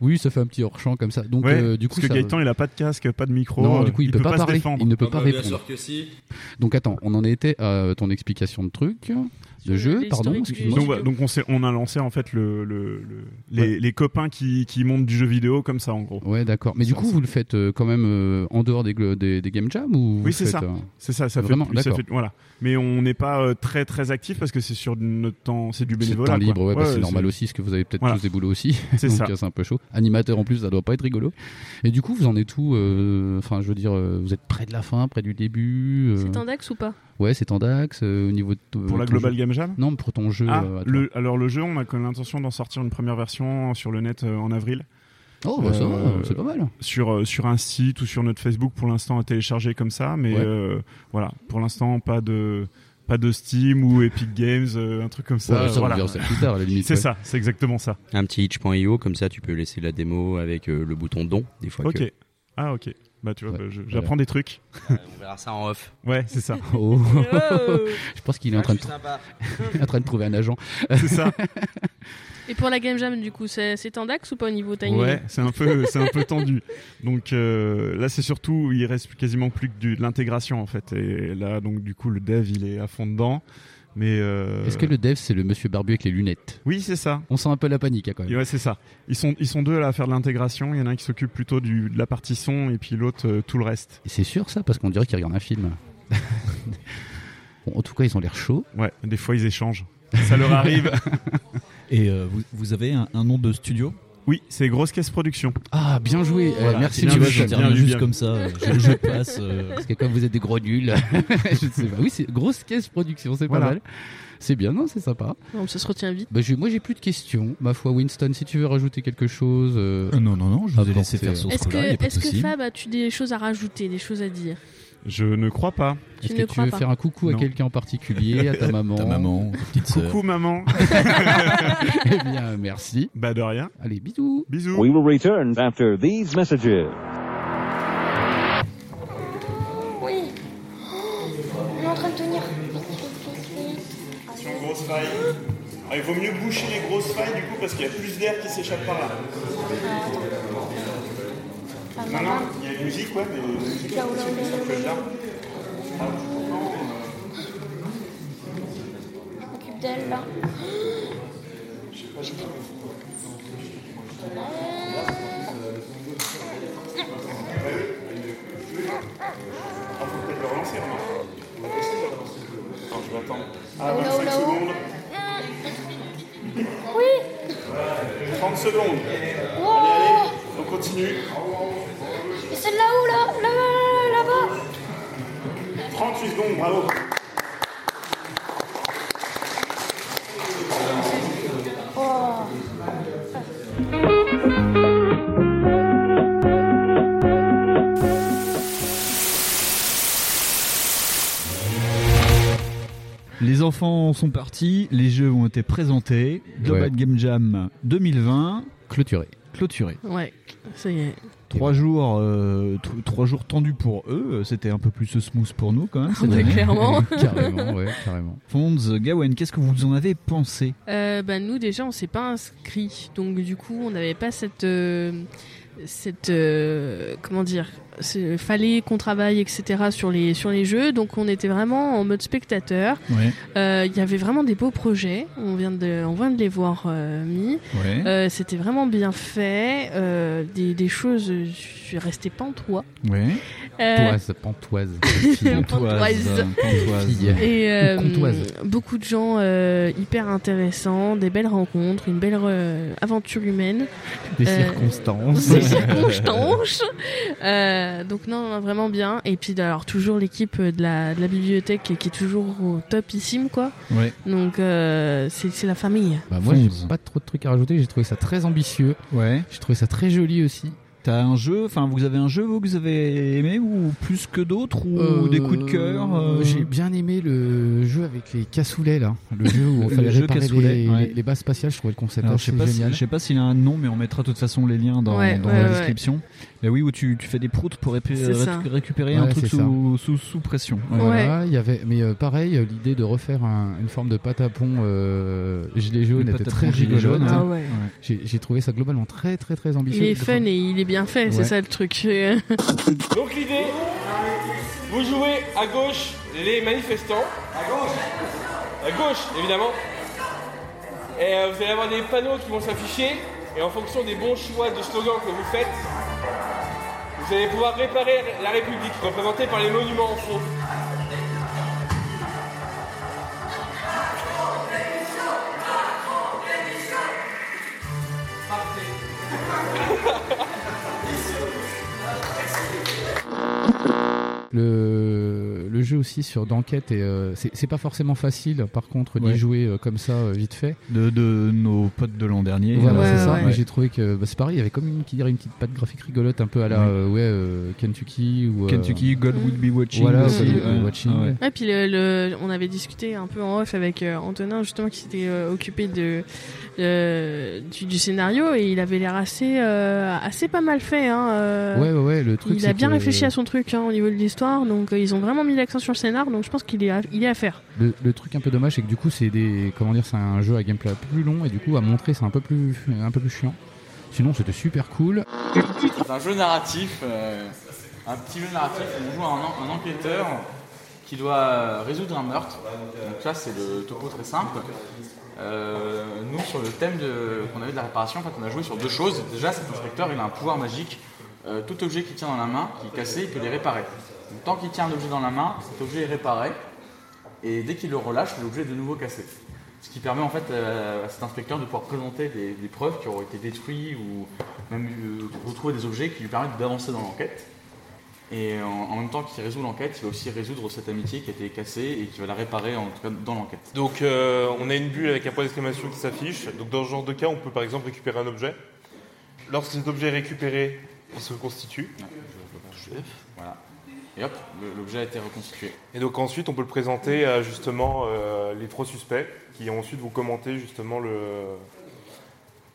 Speaker 4: Oui, ça fait un petit hors-champ comme ça. Donc,
Speaker 2: Ouais,
Speaker 4: euh, du coup,
Speaker 2: parce que
Speaker 4: ça-
Speaker 2: Gaëtan, il a pas de casque, pas de micro.
Speaker 4: Non,
Speaker 2: euh,
Speaker 4: du coup, il, peut, pas,
Speaker 2: se
Speaker 4: parler.
Speaker 2: défendre.
Speaker 4: Il ne peut
Speaker 25: Ah
Speaker 4: pas
Speaker 25: bah, bien
Speaker 4: répondre.
Speaker 25: sûr que si.
Speaker 4: Donc, attends, on en était à ton explication de truc, de jeu, pardon. excuse-moi.
Speaker 2: Donc, voilà, donc on, s'est- on a lancé en fait le, le- le- les,
Speaker 4: Ouais.
Speaker 2: les copains qui, qui montent du jeu vidéo comme ça en gros.
Speaker 4: Ouais, d'accord. Mais du
Speaker 2: Ça,
Speaker 4: coup,
Speaker 2: ça-
Speaker 4: vous le faites euh, quand même euh, en dehors des, glo- des, des game jam ou vous
Speaker 2: Oui,
Speaker 4: le
Speaker 2: c'est
Speaker 4: faites,
Speaker 2: ça.
Speaker 4: euh,
Speaker 2: C'est ça, ça fait
Speaker 4: Vraiment,
Speaker 2: plus- ça
Speaker 4: d'accord.
Speaker 2: fait- voilà. Mais on n'est pas euh, très très actif parce que c'est sur notre temps, c'est du
Speaker 4: C'est le
Speaker 2: bénévolat.
Speaker 4: temps
Speaker 2: quoi.
Speaker 4: libre, ouais, bah,
Speaker 2: Ouais,
Speaker 4: c'est
Speaker 2: ouais,
Speaker 4: normal aussi, parce que vous avez peut-être
Speaker 2: Voilà.
Speaker 4: tous des boulots aussi.
Speaker 2: C'est
Speaker 4: donc
Speaker 2: ça.
Speaker 4: euh, c'est un peu chaud. Animateur en plus, ça doit pas être rigolo. Et du coup, vous en êtes où euh, Enfin, je veux dire, euh, vous êtes près de la fin, près du début euh,
Speaker 9: C'est Tendax ou pas
Speaker 4: Ouais, c'est Tendax, euh, au niveau de. euh,
Speaker 2: Pour la
Speaker 4: ton
Speaker 2: Global
Speaker 4: jeu.
Speaker 2: Game Jam
Speaker 4: Non, mais pour ton jeu.
Speaker 2: Ah,
Speaker 4: euh, à toi.
Speaker 2: le- alors le jeu, on a quand même l'intention d'en sortir une première version sur le net euh, en avril.
Speaker 4: Oh, bah, ça va, c'est pas mal.
Speaker 2: Sur, euh, sur un site ou sur notre Facebook, pour l'instant, à télécharger comme ça. Mais
Speaker 4: Ouais.
Speaker 2: euh, voilà, pour l'instant, pas de, pas de Steam ou Epic Games, euh, un truc comme ça.
Speaker 4: Ouais,
Speaker 2: euh,
Speaker 4: ça, on
Speaker 2: voilà.
Speaker 4: verra ça plus tard, à la limite,
Speaker 2: C'est
Speaker 4: ouais.
Speaker 2: ça, c'est exactement ça.
Speaker 10: Un petit itch.io, comme ça tu peux laisser la démo avec euh, le bouton don, des fois.
Speaker 2: Ok.
Speaker 10: que-
Speaker 2: Ah, ok. Bah, tu vois, bah, je-
Speaker 10: voilà.
Speaker 2: j'apprends des trucs.
Speaker 10: on verra ça en off.
Speaker 2: Ouais, c'est ça.
Speaker 10: Oh.
Speaker 4: Oh. je pense qu'il est en
Speaker 10: Ah,
Speaker 4: train,
Speaker 10: je
Speaker 4: de...
Speaker 10: suis sympa.
Speaker 4: il est en train de trouver un agent.
Speaker 2: C'est ça.
Speaker 9: Et pour la game jam du coup c'est c'est Tendax ou pas au niveau timing
Speaker 2: Ouais, c'est un peu, c'est un peu tendu. Donc euh, là, c'est surtout, il reste quasiment plus que du- de l'intégration en fait. Et là, donc du coup, le dev, il est à fond dedans. Mais euh,
Speaker 4: Est-ce que le dev, c'est le monsieur barbu avec les lunettes
Speaker 2: Oui, c'est ça.
Speaker 4: On sent un peu la panique, hein, quand même.
Speaker 2: Et ouais, c'est ça. Ils sont, ils sont deux là, à faire de l'intégration. Il y en a un qui s'occupe plutôt du, de la partie son et puis l'autre euh, tout le reste.
Speaker 4: Et c'est sûr, ça, parce qu'on dirait qu'ils regardent un film. Bon, en tout cas, ils ont l'air chauds.
Speaker 2: Ouais, des fois ils échangent. Ça leur arrive.
Speaker 8: Et euh, vous, vous avez un, un nom de studio
Speaker 2: Oui, c'est Grosse Caisse Production.
Speaker 4: Ah, bien joué. Eh,
Speaker 8: Voilà,
Speaker 4: merci,
Speaker 8: bien
Speaker 4: tu
Speaker 8: vu,
Speaker 4: vois,
Speaker 8: je termine juste comme ça, euh, je- je passe, euh.
Speaker 4: Parce que comme vous êtes des gros nuls, je ne sais pas. Oui, c'est grosse caisse production, c'est
Speaker 9: Voilà.
Speaker 4: pas mal. C'est bien, non, c'est sympa.
Speaker 9: Non, ça se retient vite.
Speaker 4: Bah, j'ai- moi, j'ai plus de questions. Ma foi, Winston, si tu veux rajouter quelque chose. euh,
Speaker 8: non, non, non, je vous ai laissé faire sur
Speaker 9: Est-ce que, est-ce que Fab as-tu des choses à rajouter, des choses à dire
Speaker 26: Je ne crois pas.
Speaker 4: Est-ce que tu veux faire un coucou à
Speaker 26: Non.
Speaker 4: quelqu'un en particulier, à ta maman
Speaker 26: Coucou maman.
Speaker 4: eh bien, merci.
Speaker 26: Bah de rien.
Speaker 4: Allez, bisous.
Speaker 26: Bisous.
Speaker 6: We will return after these messages.
Speaker 1: Oui. On est en train de tenir.
Speaker 2: Sur grosse faille. Ah, il vaut mieux boucher les grosses failles du coup parce qu'il y a plus d'air qui s'échappe par
Speaker 1: Ah.
Speaker 2: là. Non,
Speaker 1: Ah,
Speaker 2: non, il y a une musique, ouais, mais la musique, c'est plus un peu là. euh,
Speaker 1: Je m'occupe d'elle là.
Speaker 2: Ah, peut-être le relancer, hein. remarque. On va tester le relancer. Attends, je vais attendre. Ah,
Speaker 1: Là-haut,
Speaker 2: 25
Speaker 1: là-haut.
Speaker 2: secondes.
Speaker 1: Oui.
Speaker 2: 30 secondes.
Speaker 1: Wow.
Speaker 2: On continue.
Speaker 1: Et c'est là-haut là, là, là, là-bas.
Speaker 2: 38 secondes, bravo.
Speaker 8: Les enfants sont partis, les jeux ont été présentés. Global
Speaker 4: Ouais.
Speaker 8: Game Jam 2020.
Speaker 4: Clôturé.
Speaker 8: Clôturé.
Speaker 9: Ouais, ça y est.
Speaker 8: Trois jours, euh, tr- trois jours tendus pour eux. Euh, C'était un peu plus smooth pour nous quand même. cette
Speaker 9: Ouais,
Speaker 8: année.
Speaker 9: clairement.
Speaker 4: Carrément, ouais, carrément.
Speaker 8: Fonds, Gawen, qu'est-ce que vous en avez pensé
Speaker 9: Euh, bah, nous déjà on s'est pas inscrit donc du coup on n'avait pas cette euh, cette euh, comment dire ce- fallait qu'on travaille etc sur les sur les jeux donc on était vraiment en mode spectateur
Speaker 27: Ouais.
Speaker 9: Euh, il y avait vraiment des beaux projets on vient de on vient de les voir euh, mis
Speaker 27: Ouais.
Speaker 9: Euh, c'était vraiment bien fait euh, des, des choses je suis restée pantois
Speaker 8: Ouais.
Speaker 9: Euh,
Speaker 4: Pantoise, pantoise.
Speaker 9: Pantoise.
Speaker 4: Fille.
Speaker 9: Et euh,
Speaker 4: Comtoise.
Speaker 9: beaucoup de gens euh, hyper intéressants, des belles rencontres, une belle euh, aventure humaine.
Speaker 4: Des
Speaker 9: Euh,
Speaker 4: circonstances.
Speaker 9: Des circonstances. Euh, donc non, non, vraiment bien. Et puis alors toujours l'équipe de la, de la bibliothèque qui est toujours au topissime quoi.
Speaker 8: Ouais.
Speaker 9: Donc euh, c'est c'est la famille.
Speaker 4: Bah, moi, j'ai pas trop de trucs à rajouter. J'ai trouvé ça très ambitieux.
Speaker 8: Ouais.
Speaker 4: J'ai trouvé ça très joli aussi.
Speaker 8: T'as un jeu, enfin vous avez un jeu vous que vous avez aimé ou plus que d'autres ou des coups de cœur euh,
Speaker 4: Euh, J'ai bien aimé le jeu avec les cassoulets là, le jeu où on
Speaker 8: Le
Speaker 4: fallait
Speaker 8: jeu
Speaker 4: réparer
Speaker 8: cassoulet,
Speaker 4: les,
Speaker 8: ouais.
Speaker 4: les- les bases spatiales. Je trouvais le concept
Speaker 8: Alors, je
Speaker 4: assez
Speaker 8: sais pas, si-
Speaker 4: génial.
Speaker 8: je sais pas s'il a un nom, mais on mettra de toute façon les liens dans,
Speaker 4: Ouais,
Speaker 8: dans
Speaker 4: ouais,
Speaker 8: la
Speaker 4: ouais.
Speaker 8: description. Mais oui, où tu, tu fais des proutes pour répu-
Speaker 4: C'est ça.
Speaker 8: récu- récupérer
Speaker 4: Ouais,
Speaker 8: un truc
Speaker 4: c'est ça.
Speaker 8: sous, sous, sous pression. Ouais.
Speaker 4: Voilà, il y avait, mais euh, pareil, euh, l'idée de refaire un- une forme de pâte à pont euh, gilet jaune
Speaker 8: Une
Speaker 4: était
Speaker 8: pâte à
Speaker 4: très
Speaker 8: pont gilet
Speaker 4: rigolote.
Speaker 8: jaune, Ah ouais. ouais.
Speaker 4: J'ai j'ai trouvé ça globalement très très très ambitieux.
Speaker 9: Il est fun et il est bien fait,
Speaker 4: Ouais.
Speaker 9: c'est ça le truc.
Speaker 17: Donc l'idée, vous jouez à gauche les manifestants. À gauche À gauche, évidemment. Et euh, vous allez avoir des panneaux qui vont s'afficher. Et en fonction des bons choix de slogans que vous faites, vous allez pouvoir réparer la République, représentée par les monuments en fond.
Speaker 4: Le, le jeu aussi sur d'enquête et euh, c'est c'est pas forcément facile. Par contre, d'y
Speaker 8: Ouais.
Speaker 4: jouer euh, comme ça euh, vite fait.
Speaker 8: De, de nos potes de l'an dernier.
Speaker 4: Voilà,
Speaker 8: euh,
Speaker 4: c'est ça. Mais
Speaker 8: ouais.
Speaker 4: j'ai trouvé que bah, c'est pareil. Il y avait comme une, qui dirait une petite patte graphique rigolote, un peu à la
Speaker 8: Ouais.
Speaker 4: euh, ouais, euh, Kentucky ou euh,
Speaker 8: Kentucky, God Would Be Watching
Speaker 4: Voilà,
Speaker 8: aussi.
Speaker 4: God Would Be
Speaker 8: Ouais.
Speaker 4: Watching.
Speaker 8: Ah ouais.
Speaker 9: Ouais, puis le, le- on avait discuté un peu en off avec euh, Antonin justement qui s'était euh, occupé de, de- du, du scénario et il avait l'air assez euh, assez pas mal fait. Hein, euh,
Speaker 4: Ouais, ouais, ouais, le truc, euh,
Speaker 9: Il
Speaker 4: c'est
Speaker 9: a bien
Speaker 4: que-
Speaker 9: réfléchi à son truc hein, au niveau de l'histoire, donc euh, ils ont vraiment mis l'accent sur le scénar, donc je pense qu'il est à, il est à faire.
Speaker 4: Le, le truc un peu dommage, c'est que du coup, c'est des comment dire, c'est un jeu à gameplay un peu plus long et du coup, à montrer, c'est un peu plus un peu plus chiant. Sinon, c'était super cool.
Speaker 12: C'est un jeu narratif, euh, un petit jeu narratif où on joue un, en- un enquêteur qui doit euh, résoudre un meurtre. Donc là, c'est le topo très simple. Euh, nous, sur le thème de- qu'on avait de la réparation, en fait, on a joué sur deux choses. Déjà, cet inspecteur, il a un pouvoir magique. Euh, tout objet qu'il tient dans la main, qui est cassé, il peut les réparer. Donc, tant qu'il tient un objet dans la main, cet objet est réparé. Et dès qu'il le relâche, l'objet est de nouveau cassé. Ce qui permet en fait euh, à cet inspecteur de pouvoir présenter des, des preuves qui auront été détruites ou même euh, retrouver des objets qui lui permettent d'avancer dans l'enquête. Et en, en même temps qu'il résout l'enquête, il va aussi résoudre cette amitié qui a été cassée et qui va la réparer en tout cas dans l'enquête.
Speaker 11: Donc euh, on a une bulle avec un point d'exclamation qui s'affiche. Donc dans ce genre de cas, on peut par exemple récupérer un objet.
Speaker 12: Ah,
Speaker 11: Lorsque cet objet est récupéré, il se constitue.
Speaker 12: Voilà. Et hop, l'objet a été reconstitué. Et donc ensuite, on peut le présenter à justement euh, les trois suspects qui ensuite vous commenter justement le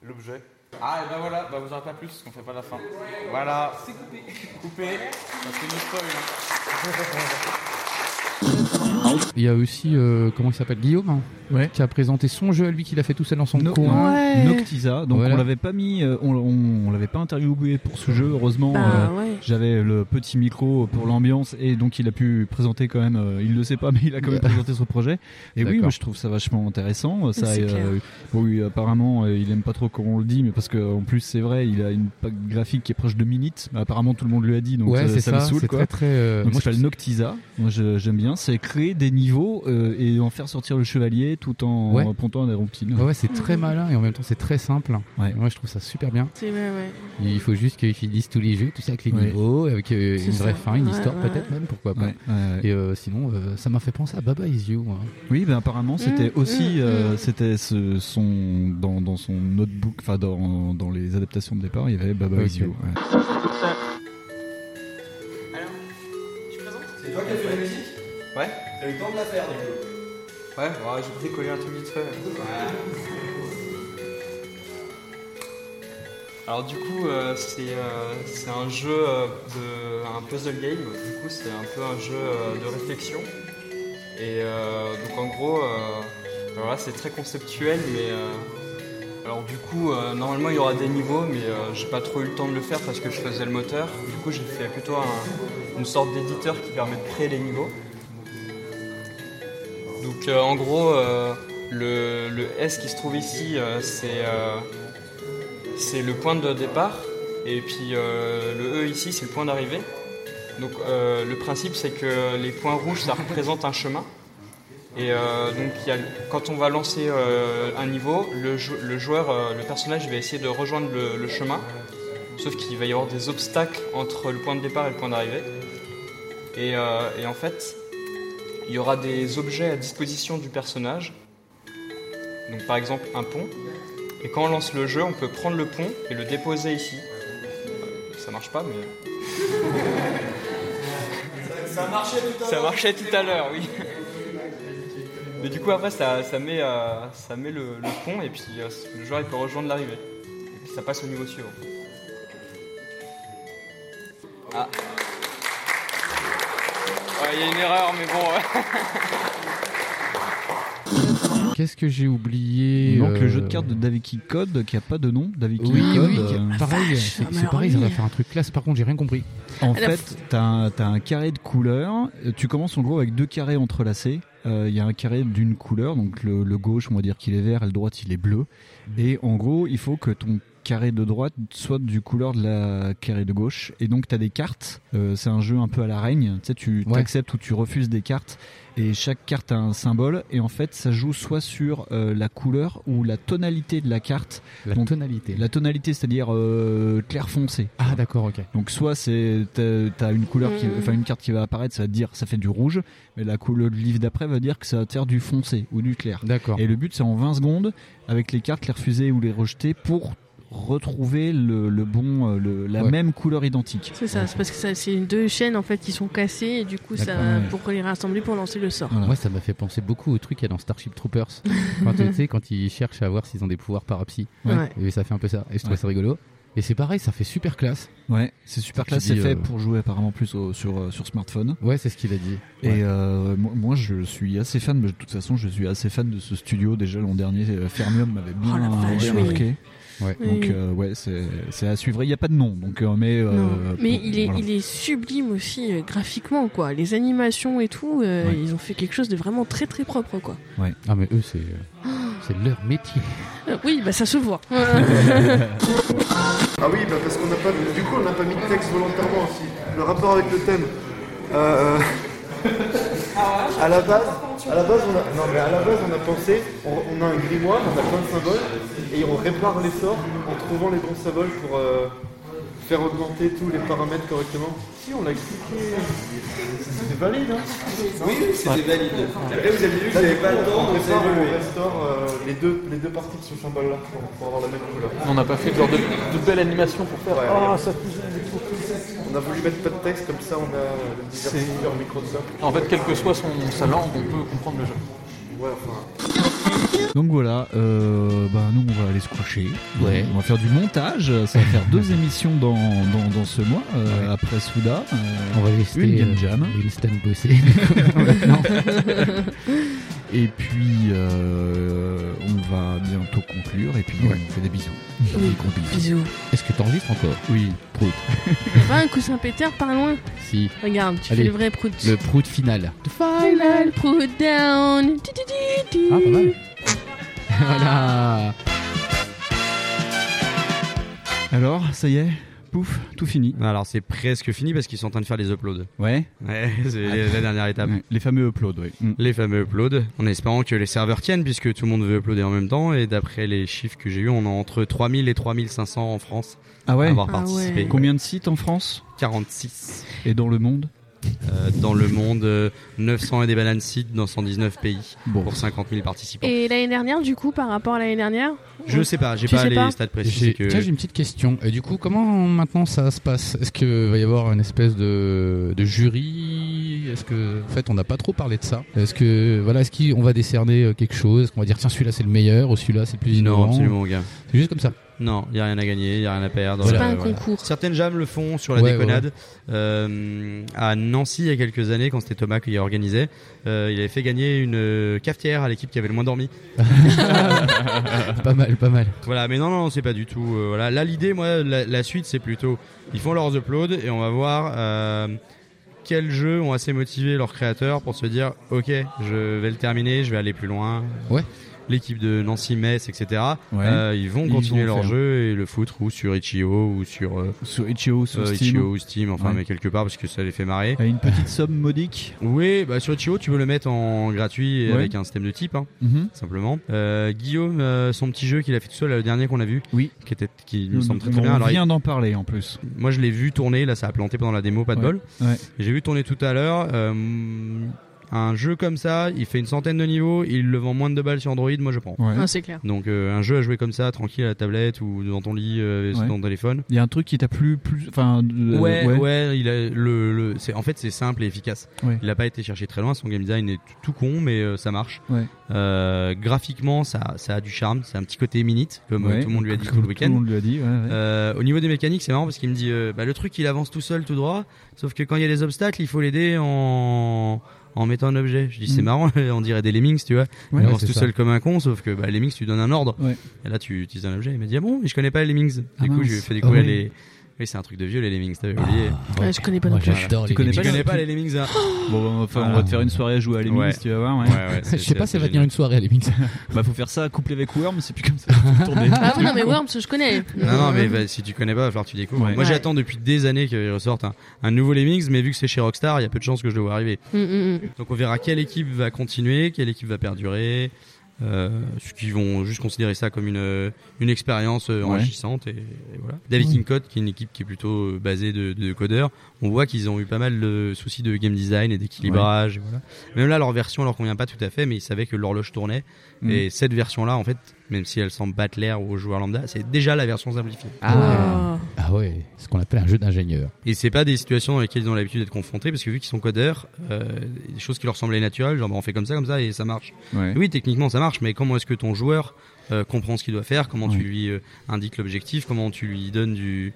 Speaker 12: l'objet. Ah, et ben voilà, bah vous aurez pas plus parce qu'on fait pas la fin. Voilà. C'est coupé. Coupé. Parce que nous hein. spoil.
Speaker 4: Il y a aussi, euh, comment il s'appelle Guillaume hein, Qui a présenté son jeu à lui, qu'il a fait tout seul dans son
Speaker 8: No-
Speaker 4: coin.
Speaker 8: Ouais. Noctisa, donc on l'avait pas mis, euh, on, on- on l'avait pas interviewé pour ce jeu, heureusement.
Speaker 4: Bah,
Speaker 8: euh,
Speaker 4: ouais.
Speaker 8: J'avais le petit micro pour l'ambiance et donc il a pu présenter quand même, euh, il le sait pas, mais il a quand même présenté son projet. Et oui,
Speaker 4: Bah. D'accord.
Speaker 8: moi je trouve ça vachement intéressant. Ça,
Speaker 4: C'est
Speaker 8: euh,
Speaker 4: clair.
Speaker 8: bon, oui, apparemment, euh, il aime pas trop quand on le dit, mais parce qu'en plus c'est vrai, il a une pack graphique qui est proche de Minit. mais Apparemment tout le monde lui a dit, donc euh,
Speaker 4: Ouais,
Speaker 8: ça,
Speaker 4: c'est
Speaker 8: me
Speaker 4: ça,
Speaker 8: saoule
Speaker 4: c'est
Speaker 8: quoi.
Speaker 4: très, très, euh,
Speaker 8: donc
Speaker 4: moi,
Speaker 8: ça s'appelle
Speaker 4: je-
Speaker 8: Noctisa, moi je- j'aime bien, c'est créer des niveaux euh, et en faire sortir le chevalier tout en
Speaker 4: Ouais.
Speaker 8: pontant des romptines.
Speaker 4: Ouais, ouais, c'est très malin et en même temps c'est très simple.
Speaker 8: Ouais.
Speaker 4: je trouve ça super bien.
Speaker 9: C'est vrai, ouais.
Speaker 4: Il faut juste qu'ils finissent tous les jeux, tout ça avec les
Speaker 8: Ouais.
Speaker 4: niveaux, avec euh,
Speaker 8: C'est
Speaker 4: une vraie
Speaker 8: ça.
Speaker 4: fin, une
Speaker 8: Ouais,
Speaker 4: histoire
Speaker 8: ouais,
Speaker 4: peut-être
Speaker 8: ouais.
Speaker 4: même, pourquoi pas.
Speaker 8: Ouais, ouais, ouais.
Speaker 4: Et euh, sinon, euh, ça m'a fait penser à Baba Is You. moi.
Speaker 8: Oui, ben apparemment c'était
Speaker 4: Mm,
Speaker 8: aussi
Speaker 4: mm,
Speaker 8: euh, c'était ce- son dans, dans son notebook, enfin dans, dans les adaptations de départ, il y avait Baba
Speaker 4: Ok.
Speaker 8: Is You, ouais.
Speaker 1: C'est toi qui as fait la musique
Speaker 12: Ouais
Speaker 1: T'as eu le temps de la faire du coup.
Speaker 12: Ouais, bah, j'ai bricolé un truc vite fait.
Speaker 7: Alors du coup, euh, c'est euh, c'est un jeu euh, de un puzzle game. Du coup, c'est un peu un jeu euh, de réflexion. Et euh, donc en gros, euh, alors là, c'est très conceptuel, mais euh, alors du coup, euh, normalement, il y aura des niveaux, mais euh, j'ai pas trop eu le temps de le faire parce que je faisais le moteur. Du coup, j'ai fait plutôt un- une sorte d'éditeur qui permet de créer les niveaux. Donc euh, en gros, euh, le, le S qui se trouve ici, euh, c'est euh, c'est le point de départ. Et puis euh, le E ici, c'est le point d'arrivée. Donc euh, le principe, c'est que les points rouges, ça représente un chemin. Et euh, donc il y a- quand on va lancer euh, un niveau, le, jou- le joueur, euh, le personnage va essayer de rejoindre le- le chemin. Sauf qu'il va y avoir des obstacles entre le point de départ et le point d'arrivée. Et, euh, et en fait, il y aura des objets à disposition du personnage. Donc par exemple un pont. Et quand on lance le jeu, on peut prendre le pont et le déposer ici. Euh, Ça marche pas, mais
Speaker 1: Ça marchait tout à l'heure.
Speaker 7: ça marchait tout à l'heure, oui. Mais du coup après, ça, ça met, euh, ça met le, le pont et puis euh, le joueur il peut rejoindre l'arrivée. Et puis ça passe au niveau suivant. Ah. Ouais, il y a une erreur, mais bon.
Speaker 4: Qu'est-ce que j'ai oublié
Speaker 8: Il manque
Speaker 4: euh,
Speaker 8: le jeu de cartes de Daviki Code qui a pas de nom, Daviki
Speaker 4: Oui,
Speaker 8: Code.
Speaker 4: oui,
Speaker 8: euh,
Speaker 4: pareil, c'est c'est pareil, ça va faire un truc classe. Par contre, j'ai rien compris.
Speaker 8: En
Speaker 4: ah, Elle a
Speaker 8: fait, t'as un, t'as un carré de couleurs. euh, Tu commences en gros avec deux carrés entrelacés. Euh, Il y a un carré d'une couleur, donc le, le gauche, on va dire qu'il est vert, et le droite, il est bleu. Et en gros, il faut que ton carré de droite soit du couleur de la carré de gauche. Et donc, t'as des cartes. Euh, c'est un jeu un peu à la règne. Tu sais, tu
Speaker 4: Ouais.
Speaker 8: acceptes ou tu refuses des cartes. Et chaque carte a un symbole. Et en fait, ça joue soit sur euh, la couleur ou la tonalité de la carte.
Speaker 4: La tonalité.
Speaker 8: La tonalité, c'est-à-dire euh, clair foncé.
Speaker 4: Ah d'accord, ok.
Speaker 8: Donc soit c'est t'as t'as une couleur, qui,
Speaker 9: Mm.
Speaker 4: Mhm.
Speaker 8: enfin une carte qui va apparaître, ça va te dire ça fait du rouge, mais la couleur de livre d'après va dire que ça va te faire du foncé ou du clair.
Speaker 4: D'accord.
Speaker 8: Et le but c'est en 20 secondes avec les cartes les refuser ou les rejeter pour retrouver le, le bon, euh, le- la même couleur identique.
Speaker 9: C'est ça, c'est parce que ça- c'est deux chaînes en fait qui sont cassées et du coup, ça,
Speaker 4: D'accord.
Speaker 9: pour les rassembler pour lancer le sort.
Speaker 4: Moi, ça m'a fait penser beaucoup au truc qu'il y a dans Starship Troopers. quand, tu sais, quand ils cherchent à voir s'ils ont des pouvoirs parapsy.
Speaker 9: Ouais.
Speaker 4: Et ça fait un peu ça. Et je trouve
Speaker 8: Ouais.
Speaker 4: ça rigolo. Et c'est pareil, ça fait super classe.
Speaker 8: Ouais, c'est super
Speaker 4: Tu
Speaker 8: classe.
Speaker 4: dis,
Speaker 8: C'est fait
Speaker 4: euh,
Speaker 8: pour jouer apparemment plus au- sur, euh, sur smartphone.
Speaker 4: Ouais, c'est ce qu'il a dit.
Speaker 8: Et euh, moi, moi, je suis assez fan, mais de toute façon, je suis assez fan de ce studio. Déjà l'an dernier, euh, Fermium m'avait bien,
Speaker 4: Oh la vache,
Speaker 8: bien
Speaker 4: oui.
Speaker 8: marqué.
Speaker 4: Ouais.
Speaker 8: Donc,
Speaker 4: Oui.
Speaker 8: euh, ouais, c'est c'est à suivre. Il n'y a pas de nom, donc, euh, mais. euh,
Speaker 9: Mais
Speaker 8: pour-
Speaker 9: il est,
Speaker 8: voilà.
Speaker 9: il est sublime aussi euh, graphiquement, quoi. Les animations et tout, euh, ils ont fait quelque chose de vraiment très très propre, quoi.
Speaker 8: Ouais.
Speaker 4: Ah, mais eux, c'est euh, c'est leur métier.
Speaker 9: Euh, oui, bah ça se voit.
Speaker 11: Ah oui, bah parce qu'on n'a pas. Du coup, on n'a pas mis de texte volontairement aussi. Le rapport avec le thème. Euh, euh, à la base, à la base, on a. Non, mais à la base, on a pensé. On, on a un grimoire, on a plein de symboles, et on répare les sorts en trouvant les bons symboles pour. euh,
Speaker 16: Faire augmenter tous les paramètres correctement Si, on l'a expliqué. C'était valide, hein
Speaker 7: Oui, oui, c'était valide. Après, vous avez vu que
Speaker 16: Là,
Speaker 7: j'avais pas le temps,
Speaker 16: On
Speaker 7: vous
Speaker 16: prépare,
Speaker 7: avez vu.
Speaker 16: on restaure euh, les, deux, les deux parties de ce chambal-là pour, pour avoir la même couleur.
Speaker 22: On n'a pas fait de genre de, de belle animation pour faire.
Speaker 16: Ouais,
Speaker 22: Ah,
Speaker 16: ouais.
Speaker 22: ça-
Speaker 16: On a voulu mettre pas de texte, comme ça on a la diversité
Speaker 22: C'est-
Speaker 16: en micro de ça.
Speaker 22: En fait, quelle que soit son, sa langue, on peut comprendre le jeu.
Speaker 16: Ouais, enfin.
Speaker 8: Donc voilà, euh, bah nous on va aller se coucher.
Speaker 4: Ouais.
Speaker 8: On va faire du montage. Ça va faire deux émissions dans, dans, dans ce mois euh, après Souda. euh,
Speaker 4: On va laisser
Speaker 8: une game
Speaker 4: euh,
Speaker 8: jam.
Speaker 4: Winston bosser. Maintenant.
Speaker 8: Et puis euh, on va bientôt conclure. Et puis
Speaker 4: Ouais.
Speaker 8: on fait des bisous.
Speaker 9: Oui.
Speaker 8: Des gros
Speaker 9: Bisous.
Speaker 4: Est-ce que t'enregistres encore
Speaker 8: Oui.
Speaker 4: Prout.
Speaker 9: Y'a ben, pas un coussin péteur par loin
Speaker 4: si.
Speaker 9: Regarde, tu
Speaker 4: Allez,
Speaker 9: fais le vrai prout.
Speaker 4: Le prout final.
Speaker 9: Final prout down. Tu, tu, tu, tu.
Speaker 4: Ah, pas mal. voilà.
Speaker 8: Alors, ça y est, pouf, tout fini.
Speaker 10: Alors c'est presque fini parce qu'ils sont en train de faire les uploads.
Speaker 8: Ouais. Ah.
Speaker 10: c'est la dernière étape.
Speaker 8: Les fameux uploads, Mm. oui.
Speaker 10: Les fameux uploads, en espérant que les serveurs tiennent puisque tout le monde veut uploader en même temps et d'après les chiffres que j'ai eu, on a entre 3000 et 3500 en France
Speaker 8: Ah ouais.
Speaker 10: à avoir participé.
Speaker 8: Combien de sites en France
Speaker 10: 46.
Speaker 8: Et dans le monde
Speaker 10: Euh, dans le monde, euh, 900 et des bananes sites dans 119 pays pour 50 000 participants.
Speaker 9: Et l'année dernière, du coup, par rapport à l'année dernière
Speaker 10: Je sais pas, j'ai
Speaker 9: Tu
Speaker 10: pas
Speaker 9: sais
Speaker 10: les
Speaker 9: pas
Speaker 10: stats
Speaker 4: J'ai-
Speaker 10: précis. Que...
Speaker 4: Tiens, j'ai une petite question. Et du coup, comment maintenant ça se passe Est-ce qu'il va y avoir une espèce de, de jury Est-ce que, en fait, on n'a pas trop parlé de ça Est-ce que, voilà, est-ce qu'on va décerner euh, quelque chose Est-ce qu'on va dire, tiens, celui-là c'est le meilleur ou celui-là c'est le plus
Speaker 10: Non,
Speaker 4: innovant
Speaker 10: absolument, gars.
Speaker 4: C'est juste comme ça.
Speaker 10: Non, il n'y a rien à gagner, il n'y a rien à perdre.
Speaker 4: C'est pas
Speaker 10: Euh,
Speaker 4: un
Speaker 10: voilà.
Speaker 4: concours.
Speaker 10: Certaines jams le font sur la
Speaker 4: Ouais,
Speaker 10: déconnade.
Speaker 4: ouais.
Speaker 10: Euh, à Nancy, il y a quelques années, quand c'était Thomas qui organisait, euh, il avait fait gagner une euh, cafetière à l'équipe qui avait le moins dormi.
Speaker 4: Pas mal, pas mal.
Speaker 10: Voilà, mais non, non, c'est pas du tout. euh, voilà. Là, l'idée, moi, la, la suite, c'est plutôt. Ils font leurs uploads et on va voir euh, quels jeux ont assez motivé leurs créateurs pour se dire Ok, je vais le terminer, je vais aller plus loin.
Speaker 4: Ouais.
Speaker 10: L'équipe de Nancy Metz, etc.
Speaker 8: Ouais.
Speaker 10: euh, ils vont
Speaker 8: Ils
Speaker 10: continuer
Speaker 8: vont
Speaker 10: leur
Speaker 8: faire.
Speaker 10: jeu et le foutre ou sur Itch.io ou sur. euh,
Speaker 8: Sur itch.io, sur
Speaker 10: euh,
Speaker 8: Steam.
Speaker 10: itch.io ou Steam, enfin,
Speaker 8: Ouais.
Speaker 10: mais quelque part parce que ça les fait marrer.
Speaker 8: À une petite somme modique.
Speaker 10: Oui, bah sur Itch.io, tu peux le mettre en gratuit et
Speaker 8: Ouais.
Speaker 10: avec un système de type, hein,
Speaker 8: Mhm.
Speaker 10: simplement. Euh, Guillaume, euh, son petit jeu qu'il a fait tout seul, le dernier qu'on a vu,
Speaker 8: oui.
Speaker 10: qui était, qui me
Speaker 8: Nous-
Speaker 10: semble très très
Speaker 8: on
Speaker 10: bien. Alors,
Speaker 8: vient
Speaker 10: il-
Speaker 8: d'en parler en plus.
Speaker 10: Moi, je l'ai vu tourner. Là, ça a planté pendant la démo, pas de
Speaker 8: Ouais.
Speaker 10: bol.
Speaker 8: Ouais.
Speaker 10: J'ai vu tourner tout à l'heure. euh, un jeu comme ça, il fait une centaine de niveaux, il le vend moins de deux balles sur Android, moi je prends.
Speaker 8: Ouais.
Speaker 9: Ah, c'est clair.
Speaker 10: Donc euh, un jeu à jouer comme ça, tranquille à la tablette ou dans ton lit, euh, sur
Speaker 8: Ouais.
Speaker 10: ton téléphone.
Speaker 8: Il y a un truc qui t'a plu plus. Enfin, de-
Speaker 10: Ouais, ouais, il a le, le- c'est, en fait c'est simple et efficace.
Speaker 8: Ouais.
Speaker 10: Il n'a pas été cherché très loin, son game design est tout, tout con, mais euh, ça marche.
Speaker 8: Ouais.
Speaker 10: Euh, graphiquement, ça, ça a du charme, c'est un petit côté minute, comme euh,
Speaker 8: Ouais.
Speaker 10: tout le monde lui a dit
Speaker 8: Comme
Speaker 10: tout le
Speaker 8: tout
Speaker 10: week-end.
Speaker 8: le monde lui a dit, ouais, ouais.
Speaker 10: Euh, au niveau des mécaniques, c'est marrant parce qu'il me dit euh, bah, le truc il avance tout seul, tout droit, sauf que quand il y a des obstacles, il faut l'aider en. En mettant un objet, je dis c'est
Speaker 8: Mm.
Speaker 10: marrant, on dirait des lemmings, tu vois.
Speaker 8: Ouais,
Speaker 10: il avance
Speaker 8: c'est
Speaker 10: tout
Speaker 8: ça.
Speaker 10: seul comme un con, sauf que bah, lemmings, tu donnes un ordre.
Speaker 8: Ouais.
Speaker 10: Et là, tu utilises un objet. Il m'a dit ah bon, mais je connais pas les lemmings. Du
Speaker 8: Ah
Speaker 10: coup,
Speaker 8: mince.
Speaker 10: je lui ai fait
Speaker 8: Ah
Speaker 10: découvrir
Speaker 8: ouais.
Speaker 10: les. Oui, c'est un truc de vieux les lemmings, t'avais oublié.
Speaker 9: Ouais, je connais pas Moi, non plus. j'adore
Speaker 10: Tu
Speaker 9: les
Speaker 10: connais
Speaker 9: Lemmings.
Speaker 10: pas,
Speaker 9: Je connais
Speaker 10: les lemmings. hein.
Speaker 8: Bon, bah, enfin, on
Speaker 10: Voilà.
Speaker 8: va te faire une soirée à jouer à Lemmings,
Speaker 10: Ouais.
Speaker 8: tu vas voir. Ouais.
Speaker 10: Ouais, ouais,
Speaker 4: Je
Speaker 10: c'est-
Speaker 4: sais pas,
Speaker 10: c'est
Speaker 4: ça va
Speaker 10: génial.
Speaker 4: tenir une soirée à limite.
Speaker 8: bah, faut faire ça couplé avec Worm, c'est plus comme ça. que tu tournes.
Speaker 9: Ah oui, non, mais Worms, je connais.
Speaker 10: Non, non, mais bah, si tu connais pas, il va falloir que tu découvres.
Speaker 8: Ouais.
Speaker 10: Moi,
Speaker 8: Ouais.
Speaker 10: j'attends depuis des années qu'il ressorte un, un nouveau Lemmings, mais vu que c'est chez Rockstar, il y a peu de chances que je le vois arriver.
Speaker 9: Mm, mm, mm.
Speaker 10: Donc, on verra quelle équipe va continuer, quelle équipe va perdurer. Euh, ceux qui vont juste considérer ça comme une, euh, une expérience euh,
Speaker 8: Ouais.
Speaker 10: enrichissante et, et voilà. David
Speaker 8: Ouais.
Speaker 10: King Code, qui est une équipe qui est plutôt euh, basée de, de codeurs, on voit qu'ils ont eu pas mal de soucis de game design et d'équilibrage. et Voilà. Même là, leur version leur convient pas tout à fait, mais ils savaient que l'horloge tournait.
Speaker 8: Mm.
Speaker 10: Et cette version-là, en fait, même si elle semble battre l'air aux joueurs lambda, c'est déjà la version simplifiée.
Speaker 4: Ah.
Speaker 9: Oh.
Speaker 4: Ah ouais, ce qu'on appelle un jeu d'ingénieur.
Speaker 10: Et c'est pas des situations dans lesquelles ils ont l'habitude d'être confrontés, parce que vu qu'ils sont codeurs, euh, des choses qui leur semblaient naturelles, genre bah, on fait comme ça, comme ça, et ça marche.
Speaker 8: Ouais.
Speaker 10: Oui, techniquement ça marche, mais comment est-ce que ton joueur euh, comprend ce qu'il doit faire, comment tu
Speaker 8: Ouais.
Speaker 10: lui euh, indiques l'objectif, comment tu lui donnes du,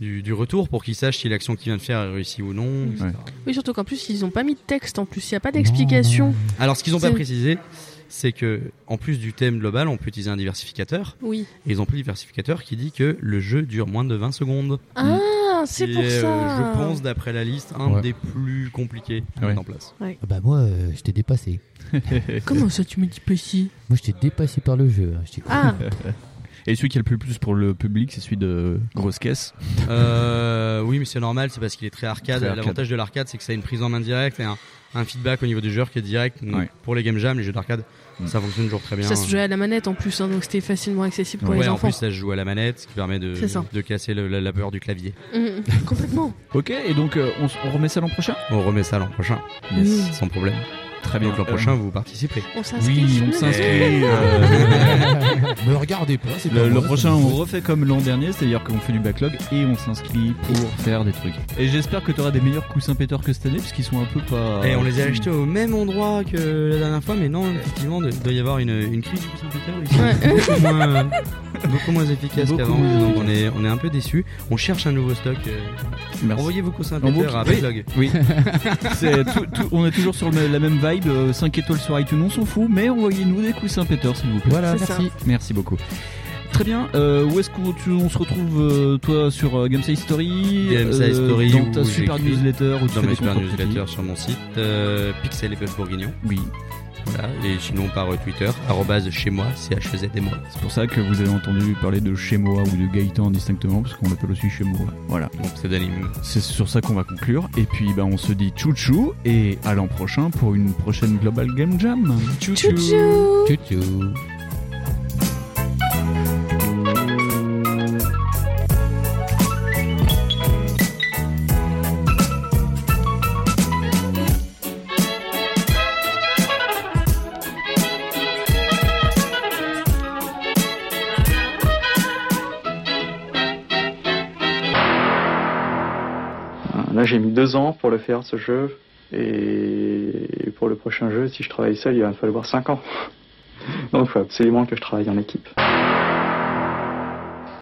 Speaker 10: du, du retour pour qu'il sache si l'action qu'il vient de faire est réussie ou non. etc.
Speaker 9: Oui, surtout qu'en plus, ils ont pas mis de texte en plus. Il a pas d'explication.
Speaker 10: Alors ce qu'ils ont pas
Speaker 9: C'est-
Speaker 10: précisé, c'est que en plus du thème global, on peut utiliser un diversificateur.
Speaker 9: Oui.
Speaker 10: Et ils ont pris le diversificateur qui dit que le jeu dure moins de 20 secondes.
Speaker 9: Ah, c'est
Speaker 10: Qui
Speaker 9: pour
Speaker 10: est, euh,
Speaker 9: ça.
Speaker 10: je pense d'après la liste, un
Speaker 4: Ouais.
Speaker 10: des plus compliqués à
Speaker 4: Ouais.
Speaker 10: mettre en place.
Speaker 9: Ouais.
Speaker 4: Ah Bah moi, euh, je t'ai dépassé.
Speaker 9: Comment ça, tu me dis petit
Speaker 4: Moi, je t'ai dépassé par le jeu. hein, je t'ai-
Speaker 9: Ah.
Speaker 8: Et celui qui a le plus- plus pour le public, c'est celui de Grosse Caisse.
Speaker 10: Euh, oui, mais c'est normal, c'est parce qu'il est très arcade.
Speaker 8: Très arcade.
Speaker 10: L'avantage de l'arcade, c'est que ça a une prise en main directe et un, un feedback au niveau du joueur qui est direct. Donc,
Speaker 8: Ouais. Mm.
Speaker 10: Pour les game jam, les jeux d'arcade, Ça fonctionne toujours très bien.
Speaker 9: Ça se jouait à la manette en plus, hein, donc c'était facilement accessible pour
Speaker 10: ouais,
Speaker 9: les
Speaker 10: en
Speaker 9: enfants.
Speaker 10: plus, ça se joue à la manette, ce qui permet de,
Speaker 9: C'est ça.
Speaker 10: de casser le- la, la peur du clavier.
Speaker 9: Mhm, complètement.
Speaker 8: Ok, et donc euh, on, s- on remet ça l'an prochain
Speaker 10: On remet ça l'an prochain.
Speaker 8: Yes.
Speaker 10: Sans problème. Très bien. Donc l'an
Speaker 8: Euh,
Speaker 10: prochain, vous Eh. participerez.
Speaker 9: On
Speaker 8: s'inscrit Oui, sur on le s'inscrit, site. euh.
Speaker 12: Me regardez pas, c'est pas
Speaker 8: Le, le
Speaker 12: moi.
Speaker 8: prochain, on refait comme l'an dernier, c'est-à-dire qu'on fait du backlog et on s'inscrit pour faire des trucs. Et j'espère que t'auras des meilleurs coussins péteurs que cette année, puisqu'ils sont un peu pas.
Speaker 10: Et Eh, on les a achetés au même endroit que la dernière fois, mais non, effectivement, il doit y avoir une, une crise du coussin péteur. Ils sont beaucoup, moins, beaucoup moins efficaces
Speaker 8: Beaucoup
Speaker 10: qu'avant,
Speaker 8: moins.
Speaker 10: donc on est, on est un peu déçus. On cherche un nouveau stock. euh. Envoyez vos coussins
Speaker 8: En
Speaker 10: péteurs
Speaker 8: boucle.
Speaker 10: à Backlog.
Speaker 8: Oui. C'est tout- tout- on est toujours sur le- la même vibe, 5 étoiles sur iTunes, on s'en fout, mais envoyez-nous des coussins péteurs s'il vous plaît.
Speaker 12: Voilà, C'est merci. ça.
Speaker 8: Merci beaucoup. Très bien, euh, où est-ce qu'on tu- on se retrouve euh, toi sur euh, Game Size Story
Speaker 10: Game Size
Speaker 8: euh,
Speaker 10: Story
Speaker 8: dans ta
Speaker 10: où
Speaker 8: super
Speaker 10: j'écris-
Speaker 8: newsletter où tu
Speaker 10: dans
Speaker 8: fais
Speaker 10: ma
Speaker 8: des
Speaker 10: super
Speaker 8: comptes propres.
Speaker 10: newsletter sur mon site euh, Pixel et Bœuf Bourguignon.
Speaker 8: Oui.
Speaker 10: Voilà, et sinon par euh, Twitter, arrobase chez moi, c h z et moi.
Speaker 8: C'est pour ça que vous avez entendu parler de chez moi ou de Gaëtan distinctement, parce qu'on l'appelle aussi chez moi. Voilà.
Speaker 10: Mon pseudonyme.
Speaker 8: C'est sur ça qu'on va conclure. Et puis, bah, on se dit tchou et à l'an prochain pour une prochaine Global Game Jam.
Speaker 9: Tchou tchou.
Speaker 1: Ah, Là, j'ai mis deux ans pour le faire, ce jeu. Et pour le prochain jeu, si je travaille seul, il va me falloir cinq ans. Donc, il faut absolument que je travaille en équipe.